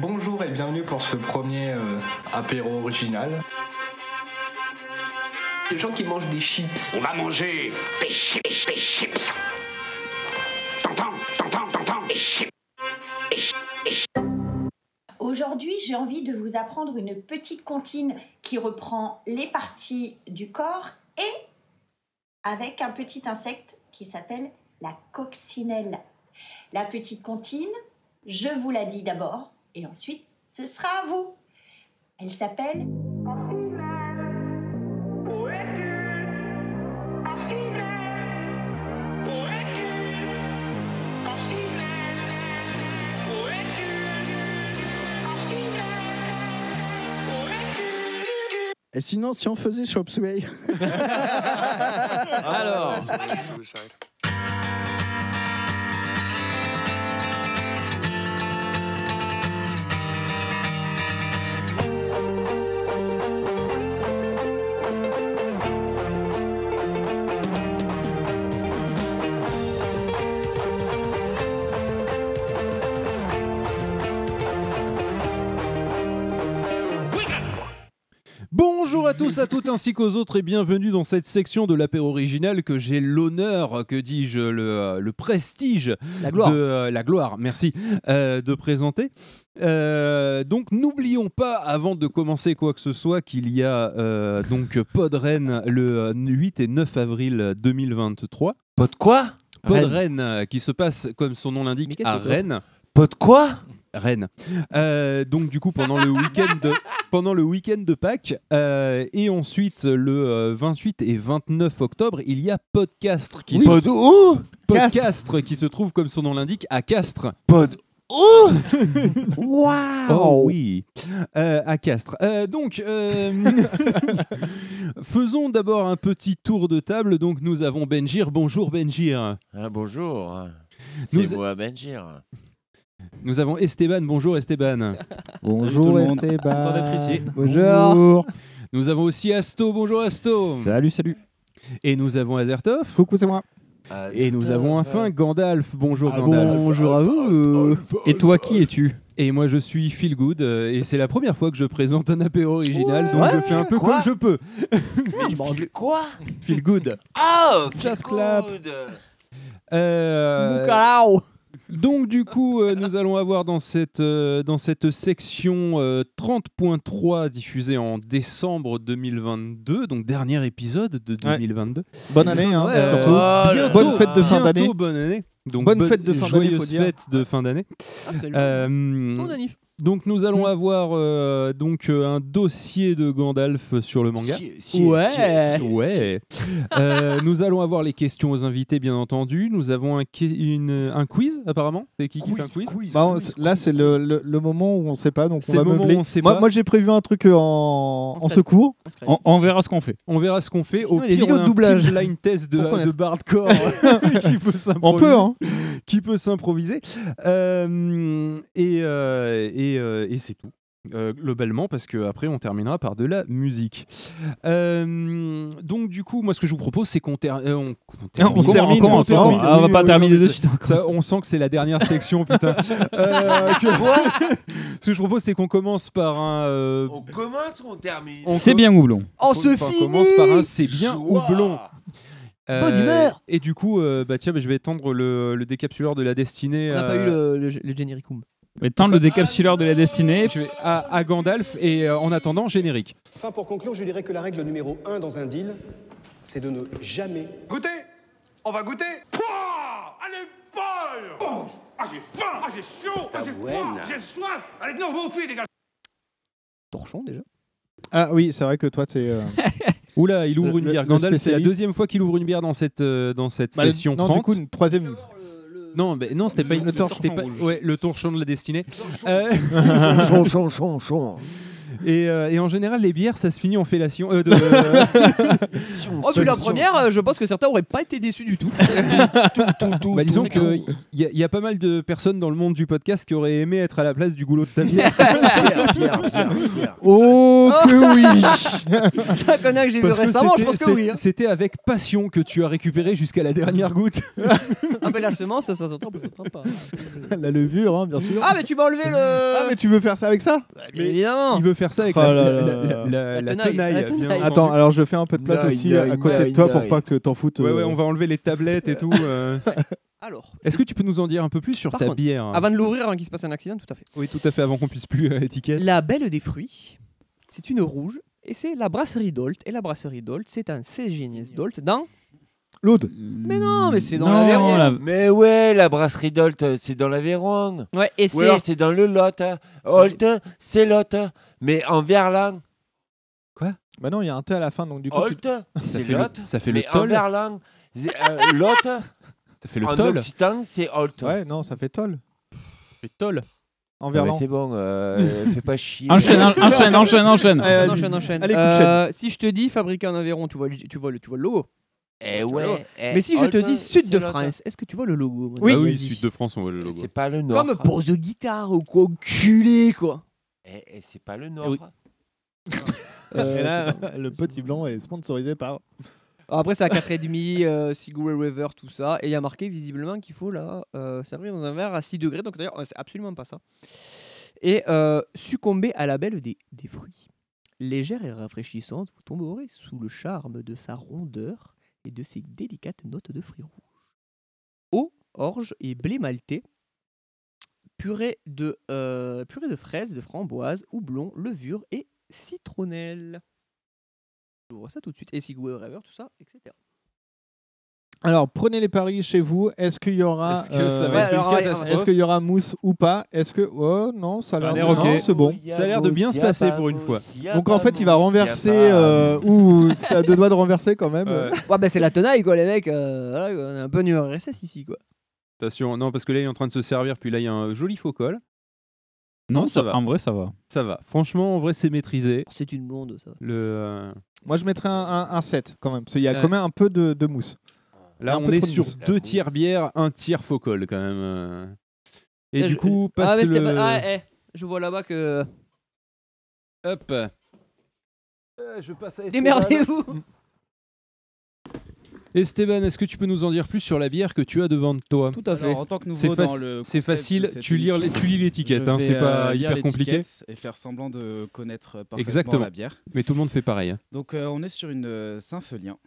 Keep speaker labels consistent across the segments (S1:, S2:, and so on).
S1: Bonjour et bienvenue pour ce premier euh, apéro original.
S2: Les gens qui mangent des chips.
S3: On va manger des chips, des chips. T'entends, t'entends, t'entends, des chips. Des chips, des chips.
S4: Aujourd'hui, j'ai envie de vous apprendre une petite comptine qui reprend les parties du corps et avec un petit insecte qui s'appelle la coccinelle. La petite comptine, je vous la dis d'abord et ensuite ce sera à vous. Elle s'appelle
S5: Et sinon, si on faisait Chop Suey
S6: Alors,
S7: Bonjour à tous, à toutes ainsi qu'aux autres et bienvenue dans cette section de l'apéro original que j'ai l'honneur, que dis-je, le, euh, le prestige
S6: la gloire.
S7: de euh, la gloire, merci, euh, de présenter. Euh, donc n'oublions pas avant de commencer quoi que ce soit qu'il y a euh, donc Podren le euh, 8 et 9 avril 2023.
S6: Pot de quoi
S7: Podren euh, qui se passe comme son nom
S6: Mais
S7: l'indique
S6: qu'est-ce
S7: à
S6: que c'est
S7: Rennes.
S6: Pot de quoi
S7: Rennes. Euh, donc du coup pendant le week-end de, pendant le week-end de Pâques euh, et ensuite le euh, 28 et 29 octobre il y a podcast qui se,
S6: Pod où
S7: Podcastre qui se trouve comme son nom l'indique à Castres. Oh
S6: Pod
S8: Oh
S6: où Waouh
S7: oui, Euh, à Castres. Euh, donc euh, faisons d'abord un petit tour de table. Donc nous avons Benjir. Bonjour Benjir.
S8: Ah, bonjour,
S7: Nous-
S8: c'est moi Benjir.
S7: Nous avons Esteban. Bonjour Esteban.
S5: Bonjour
S9: Salut tout le monde.
S5: Esteban.
S9: Content d'être ici.
S5: Bonjour.
S7: Nous avons aussi Asto. Bonjour Asto.
S9: Salut, salut.
S7: Et nous avons Azertov.
S5: Coucou, c'est moi.
S7: Et nous avons enfin Gandalf. Bonjour
S8: Ah
S7: Gandalf.
S8: bon
S9: Bonjour à vous. Et toi, qui es-tu
S7: Et moi je suis Feel Good euh, et c'est la première fois que je présente un apéro original donc je fais un peu
S8: Quoi
S7: comme je peux.
S8: Quoi
S7: Feel Good.
S10: Oh,
S8: Ah,
S7: Just
S8: Just
S7: clap. Euh,
S6: Moukarao.
S7: donc du coup euh, nous allons avoir dans cette euh, dans cette section euh, 30.3 diffusée en décembre 2022 donc dernier épisode de
S5: Ouais.
S7: 2022.
S5: Bonne année, hein,
S6: Ouais, euh,
S10: Oh,
S5: surtout. Bonne fête de fin d'année.
S7: bientôt Bonne année. Donc,
S5: Bonne fête de fin d'année, faut
S7: Joyeuse
S5: dire.
S7: fête de fin d'année. Euh,
S6: Bon anif.
S7: Donc nous allons avoir euh, donc euh, un dossier de Gandalf sur le manga.
S6: Ouais.
S7: Ouais. Euh, nous allons avoir les questions aux invités, bien entendu. Nous avons un, qui- une- un quiz, apparemment. C'est qui qui fait un quiz
S5: Bah, on- là, c'est le, le- le moment où on sait pas, donc
S7: C'est
S5: on va
S7: le moment
S5: meubler.
S7: où on sait
S5: moi,
S7: pas.
S5: moi, j'ai prévu un truc euh, en,
S6: On
S5: en
S6: se
S5: secours.
S9: on, on verra ce qu'on fait.
S7: On verra ce qu'on fait.
S6: Sinon,
S7: Au
S6: il y a des
S7: pire,
S6: vidéos
S7: on a
S6: de
S7: un
S6: doublage.
S7: petit blind test de,
S6: Pour connaître.
S7: de Bardcore qui peut
S5: On peut, hein.
S7: qui peut s'improviser. Euh, et euh, et, euh, et c'est tout. euh, globalement, parce que après on terminera par de la musique. Euh, donc du coup, moi ce que je vous propose, c'est qu'on ter- euh, on- qu'on termine.
S5: se termine,
S9: encore,
S5: on
S9: encore,
S5: termine.
S9: Ah, on va
S7: Oui,
S9: pas
S7: oui,
S9: terminer
S7: oui,
S9: de
S7: oui,
S9: suite encore.
S7: Ça, on sent que c'est la dernière section, putain. Euh, que- ce que je propose, c'est qu'on commence par un. euh,
S8: On commence ou on termine
S7: on
S9: C'est
S7: com-
S9: bien Goublon.
S6: On
S7: enfin,
S6: se
S7: On commence par un.
S6: finit.
S7: C'est bien ou
S8: Joie.
S7: blond.
S6: Bonne humeur.
S7: Et du coup, euh, bah tiens, bah, je vais étendre le, le décapsuleur de la destinée.
S6: On n'a pas
S7: euh,
S6: eu le, le, le généricum.
S9: Mais tendre le décapsuleur de la destinée.
S7: Je vais à, à Gandalf et euh, en attendant, générique.
S11: Enfin, pour conclure, je dirais que la règle numéro un dans un deal, c'est de ne jamais
S3: Goûtez On va goûter Pouah Elle est folle oh Ah, j'ai faim Ah, j'ai chaud Ah, j'ai froid J'ai soif Allez, non, vous, filles, les gars
S6: Torchon déjà.
S5: Ah oui, c'est vrai que toi, t'es. euh,
S7: Oula, il ouvre
S5: Le-
S7: une
S5: le-
S7: bière.
S5: le
S7: Gandalf, c'est la
S5: spécialiste.
S7: deuxième fois qu'il ouvre une bière dans cette, euh, dans cette
S5: bah,
S7: session
S5: non,
S7: 30.
S5: du coup, une troisième.
S7: non, mais non, c'était pas une
S5: le
S7: c'était
S5: torchon
S7: pas-
S9: rouge.
S7: ouais, le torchon de la destinée. Euh,
S8: Chon, chon, chon, chon. Et, euh, et en général, les bières, ça se finit en fellation. euh, de-
S6: Oh, vu la première, euh, je pense que certains auraient pas été déçus du tout.
S8: Bah, disons qu'il y, a- y a pas mal de personnes dans le monde du podcast qui auraient aimé être à la place du goulot de ta bière.
S10: Pierre, Pierre, Pierre, Pierre.
S7: Oh que oui
S6: La connard que j'ai vu
S8: Parce que
S6: récemment, je pense
S8: c'était-
S6: que oui.
S8: c'est-
S6: hein.
S8: C'était avec passion que tu as récupéré jusqu'à la dernière goutte.
S6: Ah, mais la semence, ça s'entend ça s'entend pas.
S7: La levure, hein, bien sûr.
S6: Ah, mais tu m'as enlevé le.
S7: Ah, mais tu veux faire ça avec ça
S6: Bah, bien évidemment.
S8: Il veut faire ça avec
S7: Oh
S8: la,
S7: là
S8: la-
S7: là
S8: la-
S7: là.
S8: la-
S6: La
S8: la
S6: tenaille,
S8: tenaille.
S6: la
S8: bien
S6: tenaille.
S8: entendu.
S7: Attends, alors je fais un peu de place
S10: Die,
S7: aussi
S10: die,
S7: à côté
S10: die,
S7: de toi
S10: die.
S7: pour pas que t'en foutes.
S8: Ouais,
S7: euh,
S8: ouais, on va enlever les tablettes et tout. euh.
S6: Alors,
S8: Est-ce que tu peux nous en dire un peu plus sur
S6: Par
S8: ta
S6: contre,
S8: bière
S6: avant de l'ouvrir avant qu'il se passe un accident, tout à fait.
S8: Oui, tout à fait, avant qu'on puisse plus euh, étiquette.
S6: La Belle des Fruits, c'est une rouge et c'est la brasserie Dolt. Et la brasserie Dolt, c'est un Cégenies Dolt dans.
S7: L'aude.
S6: Mais non, mais c'est dans
S9: Non,
S6: l'Aveyron.
S9: la-
S10: Mais ouais, la brasserie Dolt, euh, c'est dans l'Aveyron.
S6: Ouais, et
S10: Ou
S6: c'est.
S10: alors c'est dans le Lot. hein. Holt, c'est Lot. hein. Mais en Verlan,
S7: Bah non, il y a un thé à la fin, donc du coup.
S10: Holt,
S7: tu-
S10: c'est
S8: fait le-
S10: Lot.
S8: ça fait le
S10: mais en
S8: toll.
S10: Verlan, c'est, euh, Lot.
S8: Ça fait
S10: en
S8: le toll.
S10: Occitan, c'est Ah, Holt.
S7: Ouais, non, ça fait toll.
S8: Le toll.
S7: En
S10: Ah bah,
S7: verlan.
S10: c'est bon, euh, fais pas chier.
S9: Enchaîne, en- enchaîne, enchaîne, enchaîne.
S7: Allez,
S6: Enchaîne,
S7: allez.
S6: enchaîne, enchaîne.
S7: Allez,
S6: Euh, si je te dis fabriqué en Aveyron, tu vois, le- tu vois, le, tu vois le logo.
S10: Eh ouais. eh,
S6: mais si je te
S10: Holt,
S6: dis sud
S10: c'est
S6: de
S10: Lot.
S6: France, est-ce que tu vois le logo mon
S8: Ah
S6: ami
S8: oui,
S6: Vas-y.
S8: sud de France, on voit le
S10: Eh,
S8: logo.
S10: C'est pas le Nord.
S6: Comme pose de guitare ou quoi, enculé quoi.
S10: Eh, eh, c'est pas le Nord.
S6: oui.
S7: Et
S6: Euh,
S7: là,
S6: c'est pas-
S7: le petit blanc est sponsorisé par.
S6: Alors Après, c'est à 4,5, euh, Sigoury River, tout ça. Et il y a marqué visiblement qu'il faut la euh, servir dans un verre à 6 degrés. Donc d'ailleurs, euh, c'est absolument pas ça. Et euh, succomber à la belle des, des fruits. Légère et rafraîchissante, vous tomberez sous le charme de sa rondeur et de ses délicates notes de fruits rouges. Eau, orge et blé maltais. Purée de, euh, purée de fraises, de framboises, houblon, levure et citronnelle. Je vous vois ça tout de suite. Et Sigoury River, tout ça, etc.
S7: Alors, prenez les paris chez vous. Est-ce qu'il y aura.
S8: Est-ce que ça
S7: euh,
S8: va
S6: ouais,
S8: être une
S6: alors, ouais,
S8: catastrophe
S7: Est-ce qu'il y aura mousse ou pas Est-ce que. Oh non, ça a l'air.
S9: Ça a l'air
S7: non,
S9: ok.
S7: c'est bon.
S8: Ça a l'air de bien se passer pour une fois.
S7: Donc en fait, il va renverser. euh, Ouh, t'as deux doigts de renverser quand même.
S8: Euh,
S6: Ouais, bah c'est la tenaille, quoi, les mecs. euh, voilà, quoi, on est un peu nu RSS ici, quoi.
S8: attention, non, parce que là, il est en train de se servir, puis là, il y a un joli faux col.
S9: Non,
S8: Non, ça
S9: ça-
S8: va.
S9: en vrai, ça va.
S8: Ça va. Franchement, en vrai, c'est maîtrisé.
S6: C'est une blonde, ça.
S8: Le, euh,
S7: Moi, je mettrais un, un, un 7 quand même. Parce qu'il y a
S8: Ouais.
S7: quand même un peu de, de mousse.
S8: Là,
S7: Un
S8: on
S7: peu
S8: est
S7: trop de
S8: sur
S7: mousse.
S8: deux tiers bière, un tiers faux col, quand même. euh. Et
S6: Ah,
S8: du
S6: je-
S8: coup, passe
S6: ah, mais c'était
S8: le...
S6: pas- ah, eh, je vois là-bas que.
S8: Hop.
S3: Euh,
S8: je passe à
S6: Démerdez-vous
S8: Esteban, est-ce que tu peux nous en dire plus sur la bière que tu as devant toi
S6: Tout à fait.
S3: Alors, en tant que
S8: C'est
S3: nouveau
S8: faci-
S3: dans le
S8: C'est
S3: concept de
S8: facile,
S3: cette
S8: tu, lis-
S3: émission,
S8: tu lis l'étiquette,
S3: je
S8: hein,
S3: vais,
S8: c'est pas
S3: euh, lire
S8: hyper compliqué,
S3: l'étiquette Et faire semblant de connaître parfaitement
S8: Exactement.
S3: la bière.
S8: mais tout le monde fait pareil. hein.
S3: Donc euh, on est sur une euh, Saint-Felien.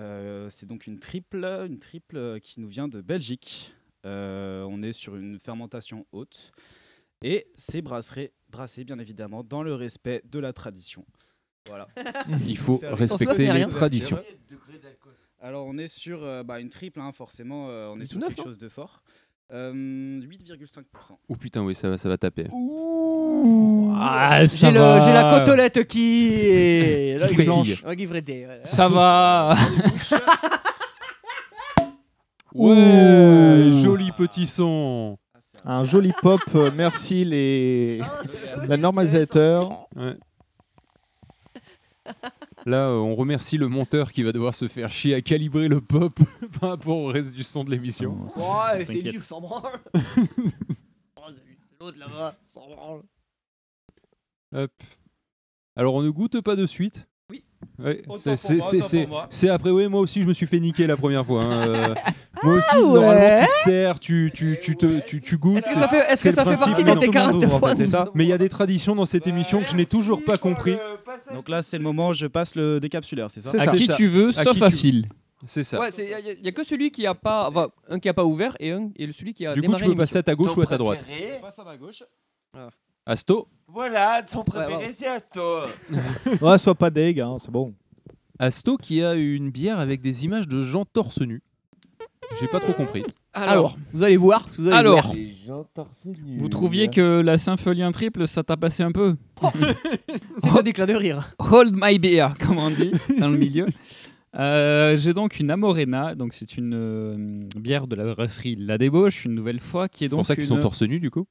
S3: Euh, c'est donc une triple, une triple euh, qui nous vient de Belgique. Euh, on est sur une fermentation haute et c'est brasseré, brassé bien évidemment dans le respect de la tradition. Voilà.
S8: Il faut
S3: Faire attention,
S6: ça, c'est
S8: respecter les
S6: rien.
S8: traditions.
S3: Alors on est sur euh, bah, une triple, hein, forcément, euh, on est
S6: Une
S3: sur
S6: neuf,
S3: quelque
S6: non
S3: chose de fort. Euh, 8,5%.
S8: Oh putain, oui, ça va, ça va taper.
S9: Ah, ça
S6: J'ai le-
S9: va.
S6: j'ai la côtelette qui. est- là,
S8: Qui
S6: il-
S8: frétille.
S6: Ouais, qui frétille, ouais.
S9: Ça va.
S8: Ouais,
S7: Ouh.
S8: Euh, joli petit son.
S7: Un joli pop. euh, merci les. La normalisateur.
S8: Là, euh, on remercie le monteur qui va devoir se faire chier à calibrer le pop par rapport au reste du son de l'émission.
S6: Ouais, Ah, c'est
S9: T'inquiète.
S6: lui, on s'en branle. Oh, c'est L'autre là-bas, on s'en branle.
S8: Hop. Alors, on ne goûte pas de suite.
S6: Oui.
S8: Ouais,
S12: Autant
S8: c'est-
S12: pour
S8: c'est-
S12: moi,
S8: c'est-
S12: autant
S8: c'est-
S12: pour moi.
S8: C'est après, oui, moi aussi, je me suis fait niquer la première fois. hein, euh. moi aussi,
S6: Ah, ouais.
S8: normalement, tu te sers, tu, tu, tu, te- tu, tu goûtes.
S6: Est-ce que
S8: c'est-
S6: Eh ben, ça fait, est-ce
S8: c'est
S6: que ça
S8: le
S6: fait partie
S8: principe, mais
S6: de
S8: non.
S6: tes 40
S3: Tout le monde
S6: fois
S3: ouvre, en fait, c'est ça.
S8: Mais il y a des traditions dans cette émission que je n'ai toujours pas compris.
S3: Donc là, c'est le moment où je passe le décapsuleur, c'est ça
S8: C'est
S9: À
S8: ça.
S9: qui
S8: C'est
S9: tu veux,
S8: À
S9: sauf
S8: qui
S9: à
S8: tu-
S9: Phil.
S8: C'est ça.
S6: Ouais, il n'y a que celui qui a pas. Enfin, un qui a pas ouvert et un et celui qui a
S8: du coup,
S6: démarré
S8: tu peux
S6: l'émission.
S8: passer à ta gauche ou à ta droite.
S3: Je passe à ma gauche.
S8: Asto
S10: Voilà, son préféré,
S6: ouais.
S10: c'est Asto.
S7: Ouais, sois pas deg, hein, c'est bon.
S8: Asto qui a une bière avec des images de gens torse nu. J'ai pas trop compris.
S6: Alors, vous allez voir. Vous allez
S9: Alors.
S6: voir.
S10: Les gens torse nu.
S9: Vous trouviez que la Symphonien triple, ça t'a passé un peu
S6: c'est un déclin de rire.
S9: Hold my beer, comme on dit dans le milieu. Euh, J'ai donc une Amorena, donc c'est une euh, bière de la brasserie La Débauche, une nouvelle fois, qui est
S8: C'est
S9: donc
S8: pour ça qu'ils
S9: une-
S8: sont torse nu, du coup.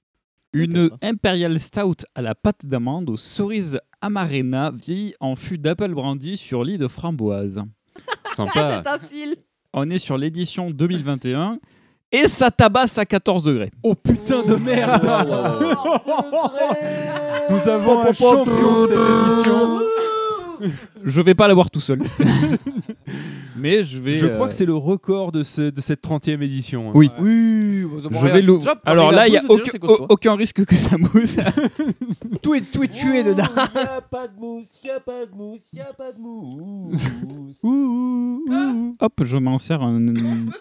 S9: Une Imperial Stout à la pâte d'amande aux cerises Amarena vieillie en fût d'Apple Brandy sur lit de framboise.
S6: Ah,
S13: Sympa. C'est un fil.
S9: On est sur l'édition 2021 et ça tabasse à 14 degrés. Oh putain de merde
S8: Oh,
S7: Nous avons un champion de cette émission.
S9: Je vais pas la boire tout seul. Mais je vais.
S7: Je crois
S9: euh,
S7: que c'est le record de, ce- de cette 30e édition. hein.
S9: Oui. Oui, bon, ça
S7: Je
S9: pourrait
S7: vais
S9: être-
S7: l'ouvrir.
S9: Hop, Alors là, il n'y a
S6: pousse, déjà,
S9: aucun,
S6: c'est costaud.
S9: aucun risque que ça mousse.
S6: tout est, tout est tué dedans.
S8: Y'a pas de mousse, y'a pas de mousse, y'a pas de mousse.
S9: Ah. Hop, je m'en sers un,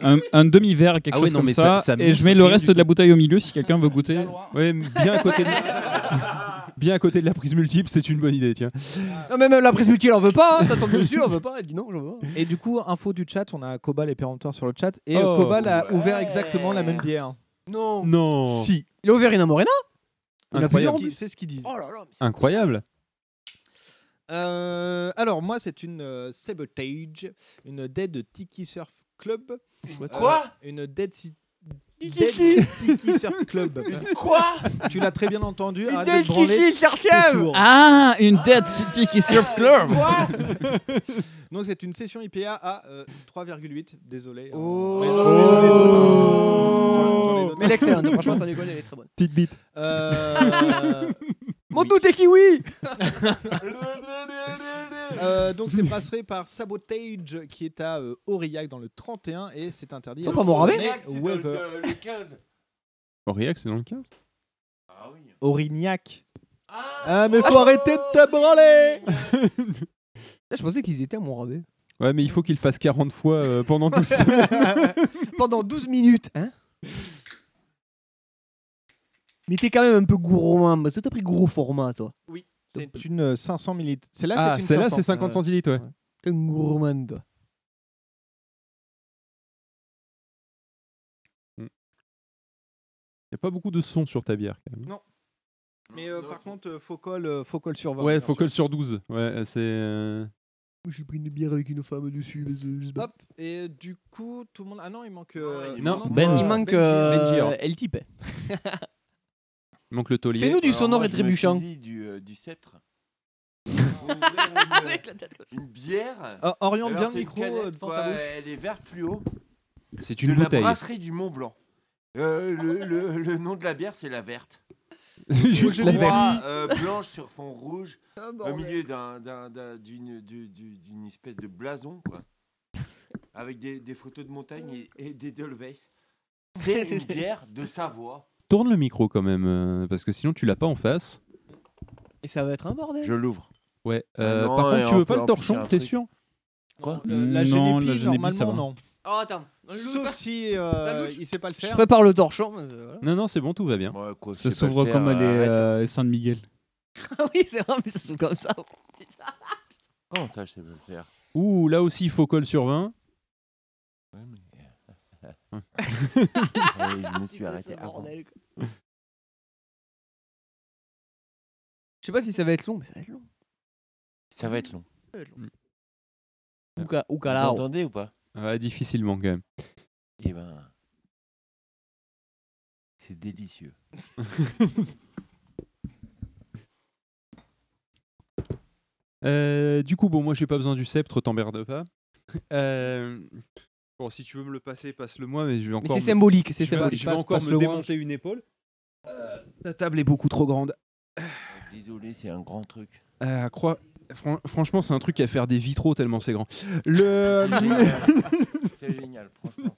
S9: un- un demi-verre, quelque
S8: Ah
S9: chose
S8: oui, non,
S9: comme
S8: mais
S9: ça,
S8: ça- ça
S9: et je
S8: mousse
S9: mets le
S8: rien
S9: reste
S8: du
S9: de la bouteille au milieu si quelqu'un veut goûter.
S7: Oui, bien à côté de la... bien à côté de la prise multiple, c'est une bonne idée, tiens.
S6: Non, mais même la prise multi, elle en veut pas. hein, Ça tombe dessus, elle en veut pas. Elle dit non, j'en veux pas.
S14: Et du coup, info du chat, on a Cobal et Péremptoire sur le chat. Et
S6: Oh.
S14: euh, Cobal a ouvert exactement la même bière.
S6: Non.
S7: Non.
S14: Si.
S6: Il a ouvert une Morena
S14: Il y en a
S7: Incroyable.
S14: plusieurs, C'est ce qu'ils disent.
S7: Incroyable.
S14: Euh, alors, moi, c'est une euh, Sabotage, une Dead Tiki Surf Club.
S8: Quoi
S14: Euh, Une Dead, si-
S8: Tiki
S14: Dead
S8: si-
S14: Tiki Surf Club.
S8: quoi
S14: Tu l'as très bien entendu.
S8: Une
S14: arrête
S8: Dead
S14: de te branler,
S8: Tiki Surf
S14: t'es
S8: Club
S14: sourd.
S9: Ah, une Dead City qui surf club.
S14: Donc, c'est une session IPA à euh, 3,8. Désolé.
S6: Mais elle est excellente, franchement, sans déconner, elle est très bonne.
S7: Petite bite.
S14: Euh...
S6: Monte-nous tes kiwis
S14: Euh, donc c'est brasseré par Sabotage qui est à euh, Aurillac dans le 31 et c'est interdit.
S6: C'est pas Moravais bah.
S14: Weaver.
S8: Le 15.
S7: Aurillac, c'est dans le 15
S14: Aurignac. Ah mais faut arrêter de te branler
S6: Eh, Je pensais qu'ils étaient à mon rabais.
S7: Ouais, mais il faut qu'il fasse 40 fois euh, pendant 12 semaines.
S6: Pendant 12 minutes, hein Mais t'es quand même un peu gourmand, parce que t'as pris gros format, toi.
S14: Oui, c'est une euh, 500 millilitres. Celle-là
S7: Ah,
S14: c'est une Euh,
S7: celle-là,
S14: 500.
S7: c'est 50 centilitres, ouais.
S6: T'es un gourmand, toi.
S7: Il n'y a pas beaucoup de son sur ta bière, quand même.
S14: Non. Mais euh, par contre euh, faut col euh, faut col sur 20.
S7: Ouais,
S14: bien
S7: faut
S14: sûr.
S7: que le sur 12. Ouais, euh, c'est. euh,
S6: J'ai pris une bière avec une femme dessus, mais c'est juste
S14: Hop et du coup tout le monde ah non il manque euh,
S7: il Non, manque-
S6: Ben,
S7: Ben-
S6: il manque
S7: Benji, Benji,
S6: euh,
S7: hein.
S6: El Tipe.
S7: Il manque le taulier.
S6: Fais-nous du
S8: Alors
S6: sonore
S8: moi,
S6: et
S8: je me
S6: trébuchant.
S8: saisis Du, euh, du sceptre. Avec
S6: la tête comme
S8: ça. Une bière.
S14: Ah, oriente
S8: Alors,
S14: bien le
S8: c'est une
S14: micro,
S8: canette,
S14: euh, devant
S8: quoi.
S14: ta bouche.
S8: Elle est verte fluo.
S7: C'est une
S8: de
S7: bouteille.
S8: la brasserie du Mont Blanc. Euh, le, le- le nom de la bière, c'est la verte.
S7: C'est juste la
S8: Bois,
S7: verte.
S8: euh, blanche sur fond rouge,
S6: Ah,
S8: au
S6: bordel.
S8: milieu d'un- d'un- d'un- d'une du- du- d'une espèce de blason, quoi. Avec des, des photos de montagne et, et des Dolveis. C'est une bière de Savoie.
S7: Tourne le micro quand même, euh, parce que sinon tu l'as pas en face.
S6: Et ça va être un bordel.
S8: Je l'ouvre.
S7: Ouais.
S8: Ah
S7: euh,
S8: non,
S7: par
S8: et
S7: contre, tu
S8: on
S7: veux
S8: peut
S7: pas le
S8: en
S7: torchon,
S8: pousser un
S7: t'es
S8: truc.
S7: sûr
S14: Quoi Le- la
S9: Non,
S14: Genépi,
S9: la Genépi, ça
S14: normalement
S9: va.
S14: non.
S6: Oh, attends.
S14: Sauf si euh, il sait pas le faire.
S6: Je prépare le torchon. mais, euh, voilà.
S7: Non, non, c'est bon, tout va bien.
S9: Ça s'ouvre comme les euh, San Miguel.
S6: Ah oui, c'est vrai, mais ça se joue comme ça. Putain.
S8: Comment ça, je sais pas le faire
S7: Ouh, là aussi, il faut colle sur 20.
S8: Et Je me suis arrêté
S6: ce
S8: avant.
S6: bordel, quoi. Je sais pas si ça va être long, mais ça va être long.
S8: Ça va être long.
S6: Ça va être long.
S7: Ouka-
S8: Vous
S6: Oukala.
S8: entendez ou pas
S7: Ouais, difficilement quand même.
S8: Eh ben, c'est délicieux.
S7: Euh, du coup, bon, moi j'ai pas besoin du sceptre, t'emmerde pas. Euh, Bon, si tu veux me le passer, passe-le-moi, mais je vais encore.
S6: c'est
S7: me-
S6: symbolique, c'est
S7: je vais-
S6: symbolique.
S7: Je vais
S6: Passe-
S7: encore me
S6: passe-le-moi.
S7: démonter une épaule. Euh, ta table est beaucoup trop grande.
S8: Désolé, c'est un grand truc.
S7: Euh, crois- fran- franchement, c'est un truc à faire des vitraux tellement c'est grand. Le...
S8: C'est génial. C'est génial, franchement.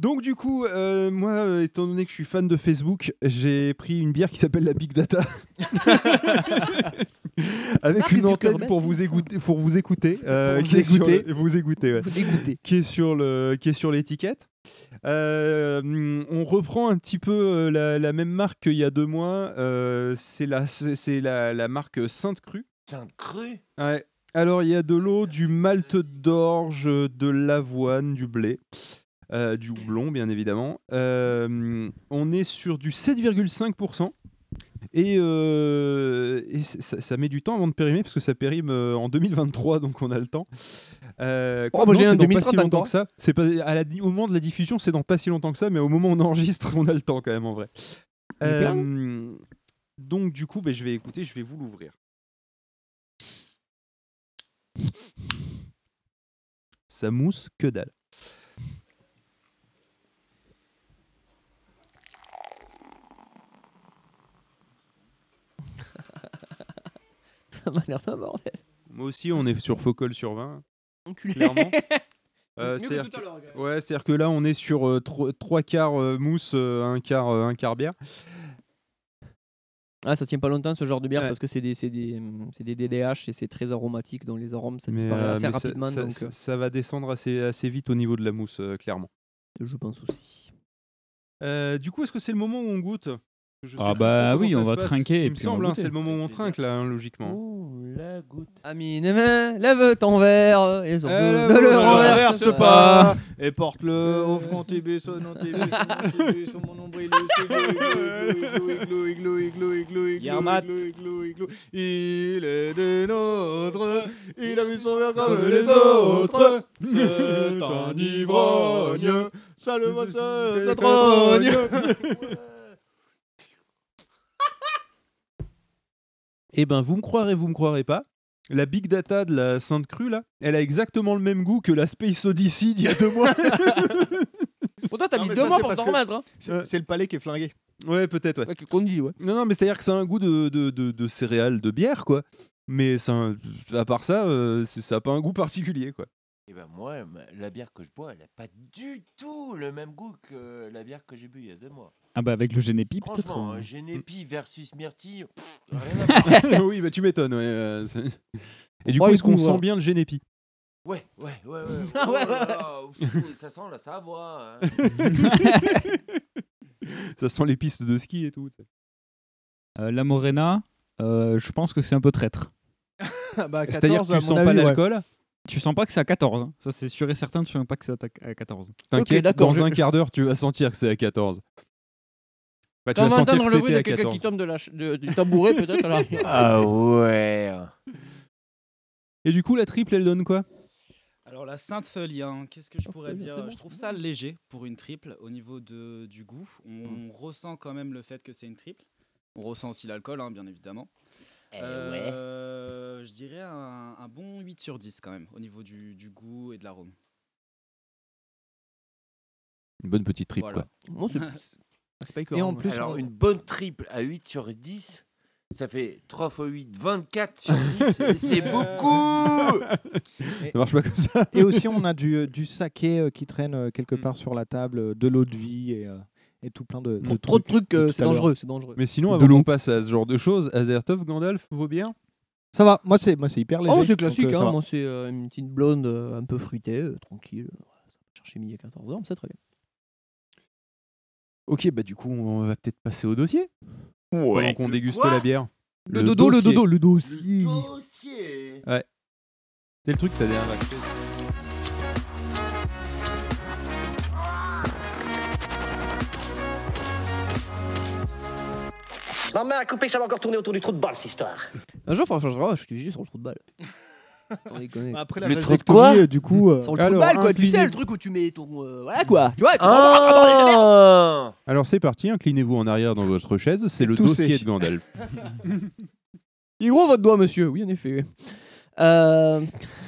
S7: Donc du coup, euh, moi, euh, étant donné que je suis fan de Facebook, j'ai pris une bière qui s'appelle la Big Data. Avec
S14: Mark
S7: une antenne
S14: Zuckerberg,
S7: pour vous
S14: ça.
S7: écouter, pour vous écouter, euh,
S14: Pour vous
S7: qui est sur
S14: écouter.
S7: le- vous écouter, ouais.
S6: Vous écoutez.
S7: qui est sur le, qui est sur l'étiquette. Euh, hum, on reprend un petit peu euh, la, la même marque qu'il y a deux mois. euh, c'est la, c'est c'est la, la marque Sainte Crue.
S8: C'est un cru.
S7: Ouais. Alors, il y a de l'eau, du malt d'orge, de l'avoine, du blé, euh, du houblon, bien évidemment. Euh, on est sur du 7,5%. Et, euh, et c- ça, ça met du temps avant de périmer, parce que ça périme euh, en 2023, donc on a le temps. Euh,
S6: Oh,
S7: quoi-
S6: bah,
S7: non,
S6: j'ai un
S7: c'est dans pas
S6: 2030
S7: si longtemps
S6: encore.
S7: que ça. C'est pas, à la- au moment de la diffusion, c'est dans pas si longtemps que ça, mais au moment où on enregistre, on a le temps quand même en vrai. Euh, donc du coup, ben, je vais écouter, je vais vous l'ouvrir. Ça mousse que dalle.
S6: Ça m'a l'air d'un bordel.
S7: Moi aussi, on est sur Focol sur 20.
S6: Enculé.
S7: Clairement. Euh,
S6: Mieux que
S7: c'est-à-dire
S6: tout à
S7: que-
S6: l'heure, gars.
S7: ouais, c'est-à-dire que là, on est sur euh, tro- trois quarts euh, mousse, euh, un quart, euh, un quart bière.
S6: Ah, ça tient pas longtemps ce genre de bière parce que c'est des, c'est des, hum, c'est des DDH et c'est très aromatique, donc les arômes ça
S7: Mais,
S6: disparaît
S7: euh,
S6: assez
S7: mais ça-
S6: rapidement.
S7: ça,
S6: donc,
S7: ça-
S6: euh,
S7: ça va descendre assez, assez vite au niveau de la mousse, euh, clairement. Euh,
S6: Je pense aussi.
S7: du coup, est-ce que c'est le moment où on goûte Je
S9: Ah
S7: sais pas
S9: bah
S7: comment
S9: oui,
S7: ça
S9: on
S7: se
S9: va
S7: passe.
S9: trinquer et
S7: Il me
S9: puis on va
S7: semble, hein,
S9: goûter.
S7: c'est le moment où on trinque là, hein, logiquement.
S6: Amine, main, lève ton verre et
S1: Eh,
S6: surtout
S7: Euh,
S6: ne le renverse
S1: Verse pas et porte-le au front tibus, au non tibus, au non tibus, au mon nombril. Igloo, igloo, igloo, igloo, igloo, igloo,
S9: Yarmat.
S1: igloo, igloo, igloo. Il est des nôtres, il a bu son verre comme les autres. C'est un ivrogne, ça le voit, ça, ça trogne.
S7: Eh ben, vous me croirez, vous me croirez pas. La big data de la Sainte Crue, là, elle a exactement le même goût que la Space Odyssey d'il y a deux mois.
S6: Pourtant, t'as
S1: Non,
S6: mis
S1: mais
S6: deux
S1: ça,
S6: mois
S1: c'est
S6: pour
S1: parce
S6: t'en
S1: que
S6: remettre. hein.
S1: C'est c'est le palais qui est flingué.
S7: ouais, peut-être, ouais.
S6: Qu'on dit, ouais.
S7: Non, non, mais c'est-à-dire que ça a un goût de, de, de- de céréales, de bière, quoi. Mais ça, a- à part ça, euh, c'est- ça n'a pas un goût particulier, quoi.
S8: Et ben moi, ma- la bière que je bois, elle n'a pas du tout le même goût que la bière que j'ai bu il y a deux mois.
S9: Ah bah avec le Genepi peut-être.
S8: Franchement,
S9: euh,
S8: hein, Genepi versus Myrtille, pff, rien à voir.
S7: oui, bah tu m'étonnes, ouais, euh, c'est- Et du
S9: Oh,
S7: coup,
S9: les
S7: est-ce qu'on
S9: goûts, hein.
S7: sent bien le Génépi
S8: Ouais, ouais, ouais, ouais.
S6: Ah
S8: Oh
S6: ouais,
S8: là
S6: ouais.
S8: là, pff, ça sent la Savoie. hein.
S7: Ça sent les pistes de ski et tout. tu sais.
S9: euh, la Morena, euh, je pense que c'est un peu traître.
S1: Ah bah,
S7: C'est-à-dire
S1: 14,
S7: que tu
S1: à mon
S7: sens pas
S1: avis, ouais.
S7: l'alcool
S9: Tu sens pas que c'est à 14. hein. Ça c'est sûr et certain, tu sens pas que c'est à ta- à 14.
S7: T'inquiète, dans un quart d'heure, tu vas sentir que c'est à 14. Bah, tu
S6: T'en
S7: vas
S6: vas
S7: sentir
S6: entendre
S7: que
S6: le bruit
S7: c'était
S6: de
S7: à
S6: quelqu'un qui
S7: 14.
S6: tombe de la ch- de- du tabouret, peut-être. alors.
S8: Ah ouais.
S7: Et du coup, la triple, elle donne quoi
S3: Alors la Sainte Felien, qu'est-ce que je pourrais
S15: Felien,
S3: dire
S15: c'est bon.
S3: Je trouve ça léger pour une triple au niveau de, du goût. On ressent quand même le fait que c'est une triple. On ressent aussi l'alcool, hein, bien évidemment.
S15: Eh
S3: Eh Euh, Je dirais un, un bon 8 sur 10 quand même au niveau du, du goût et de l'arôme.
S7: Une bonne petite triple,
S3: Voilà.
S7: quoi.
S6: Moi, c'est- c'est pas écœurant, moi.
S8: Alors, une bonne triple à 8 sur 10, ça fait 3 fois 8, 24 sur 10. et c'est beaucoup
S7: Ça marche pas comme ça. Mm.
S1: Et aussi, on a du, euh, du saké euh, qui traîne euh, quelque part sur la table, euh, de l'eau de vie et, euh, et tout plein de, de
S6: trop de trucs, euh,
S1: tout
S6: c'est
S1: à l'heure.
S6: dangereux, c'est dangereux.
S7: Mais sinon,
S1: De
S7: avant qu'on
S1: l'eau.
S7: passe à ce genre de choses, Azertov, Gandalf, vos bières
S1: Ça va, moi c'est moi, c'est hyper léger.
S6: Oh, c'est
S1: donc,
S6: classique,
S1: euh, ça
S6: hein,
S1: va.
S6: moi c'est euh, une petite blonde euh, un peu fruitée, euh, tranquille. euh, voilà, ça va chercher midi à 14h, c'est très bien.
S7: Ok, bah du coup, on va peut-être passer au dossier. Pendant qu'on déguste
S8: quoi
S7: la bière.
S6: Le dodo, le dodo, le dossier.
S8: Dossier
S7: Ouais. C'est le truc que t'as derrière la clé.
S16: Ma main a coupé, ça va encore tourner autour du trou de balle, cette histoire.
S6: Un jour, on changera, je suis jugé sur le trou de balle. On déconne.
S1: Après la vasectomie, euh, du coup,
S6: Sur le trou de balle, quoi, tu sais, le truc où tu mets ton. euh, voilà quoi, tu vois,
S8: Hein
S6: tu-
S8: Ah
S7: Alors c'est parti, inclinez-vous en arrière dans votre chaise, c'est le
S6: Toussez.
S7: dossier de Gandalf.
S6: Il est gros votre doigt, monsieur. Oui, en effet. oui. Euh...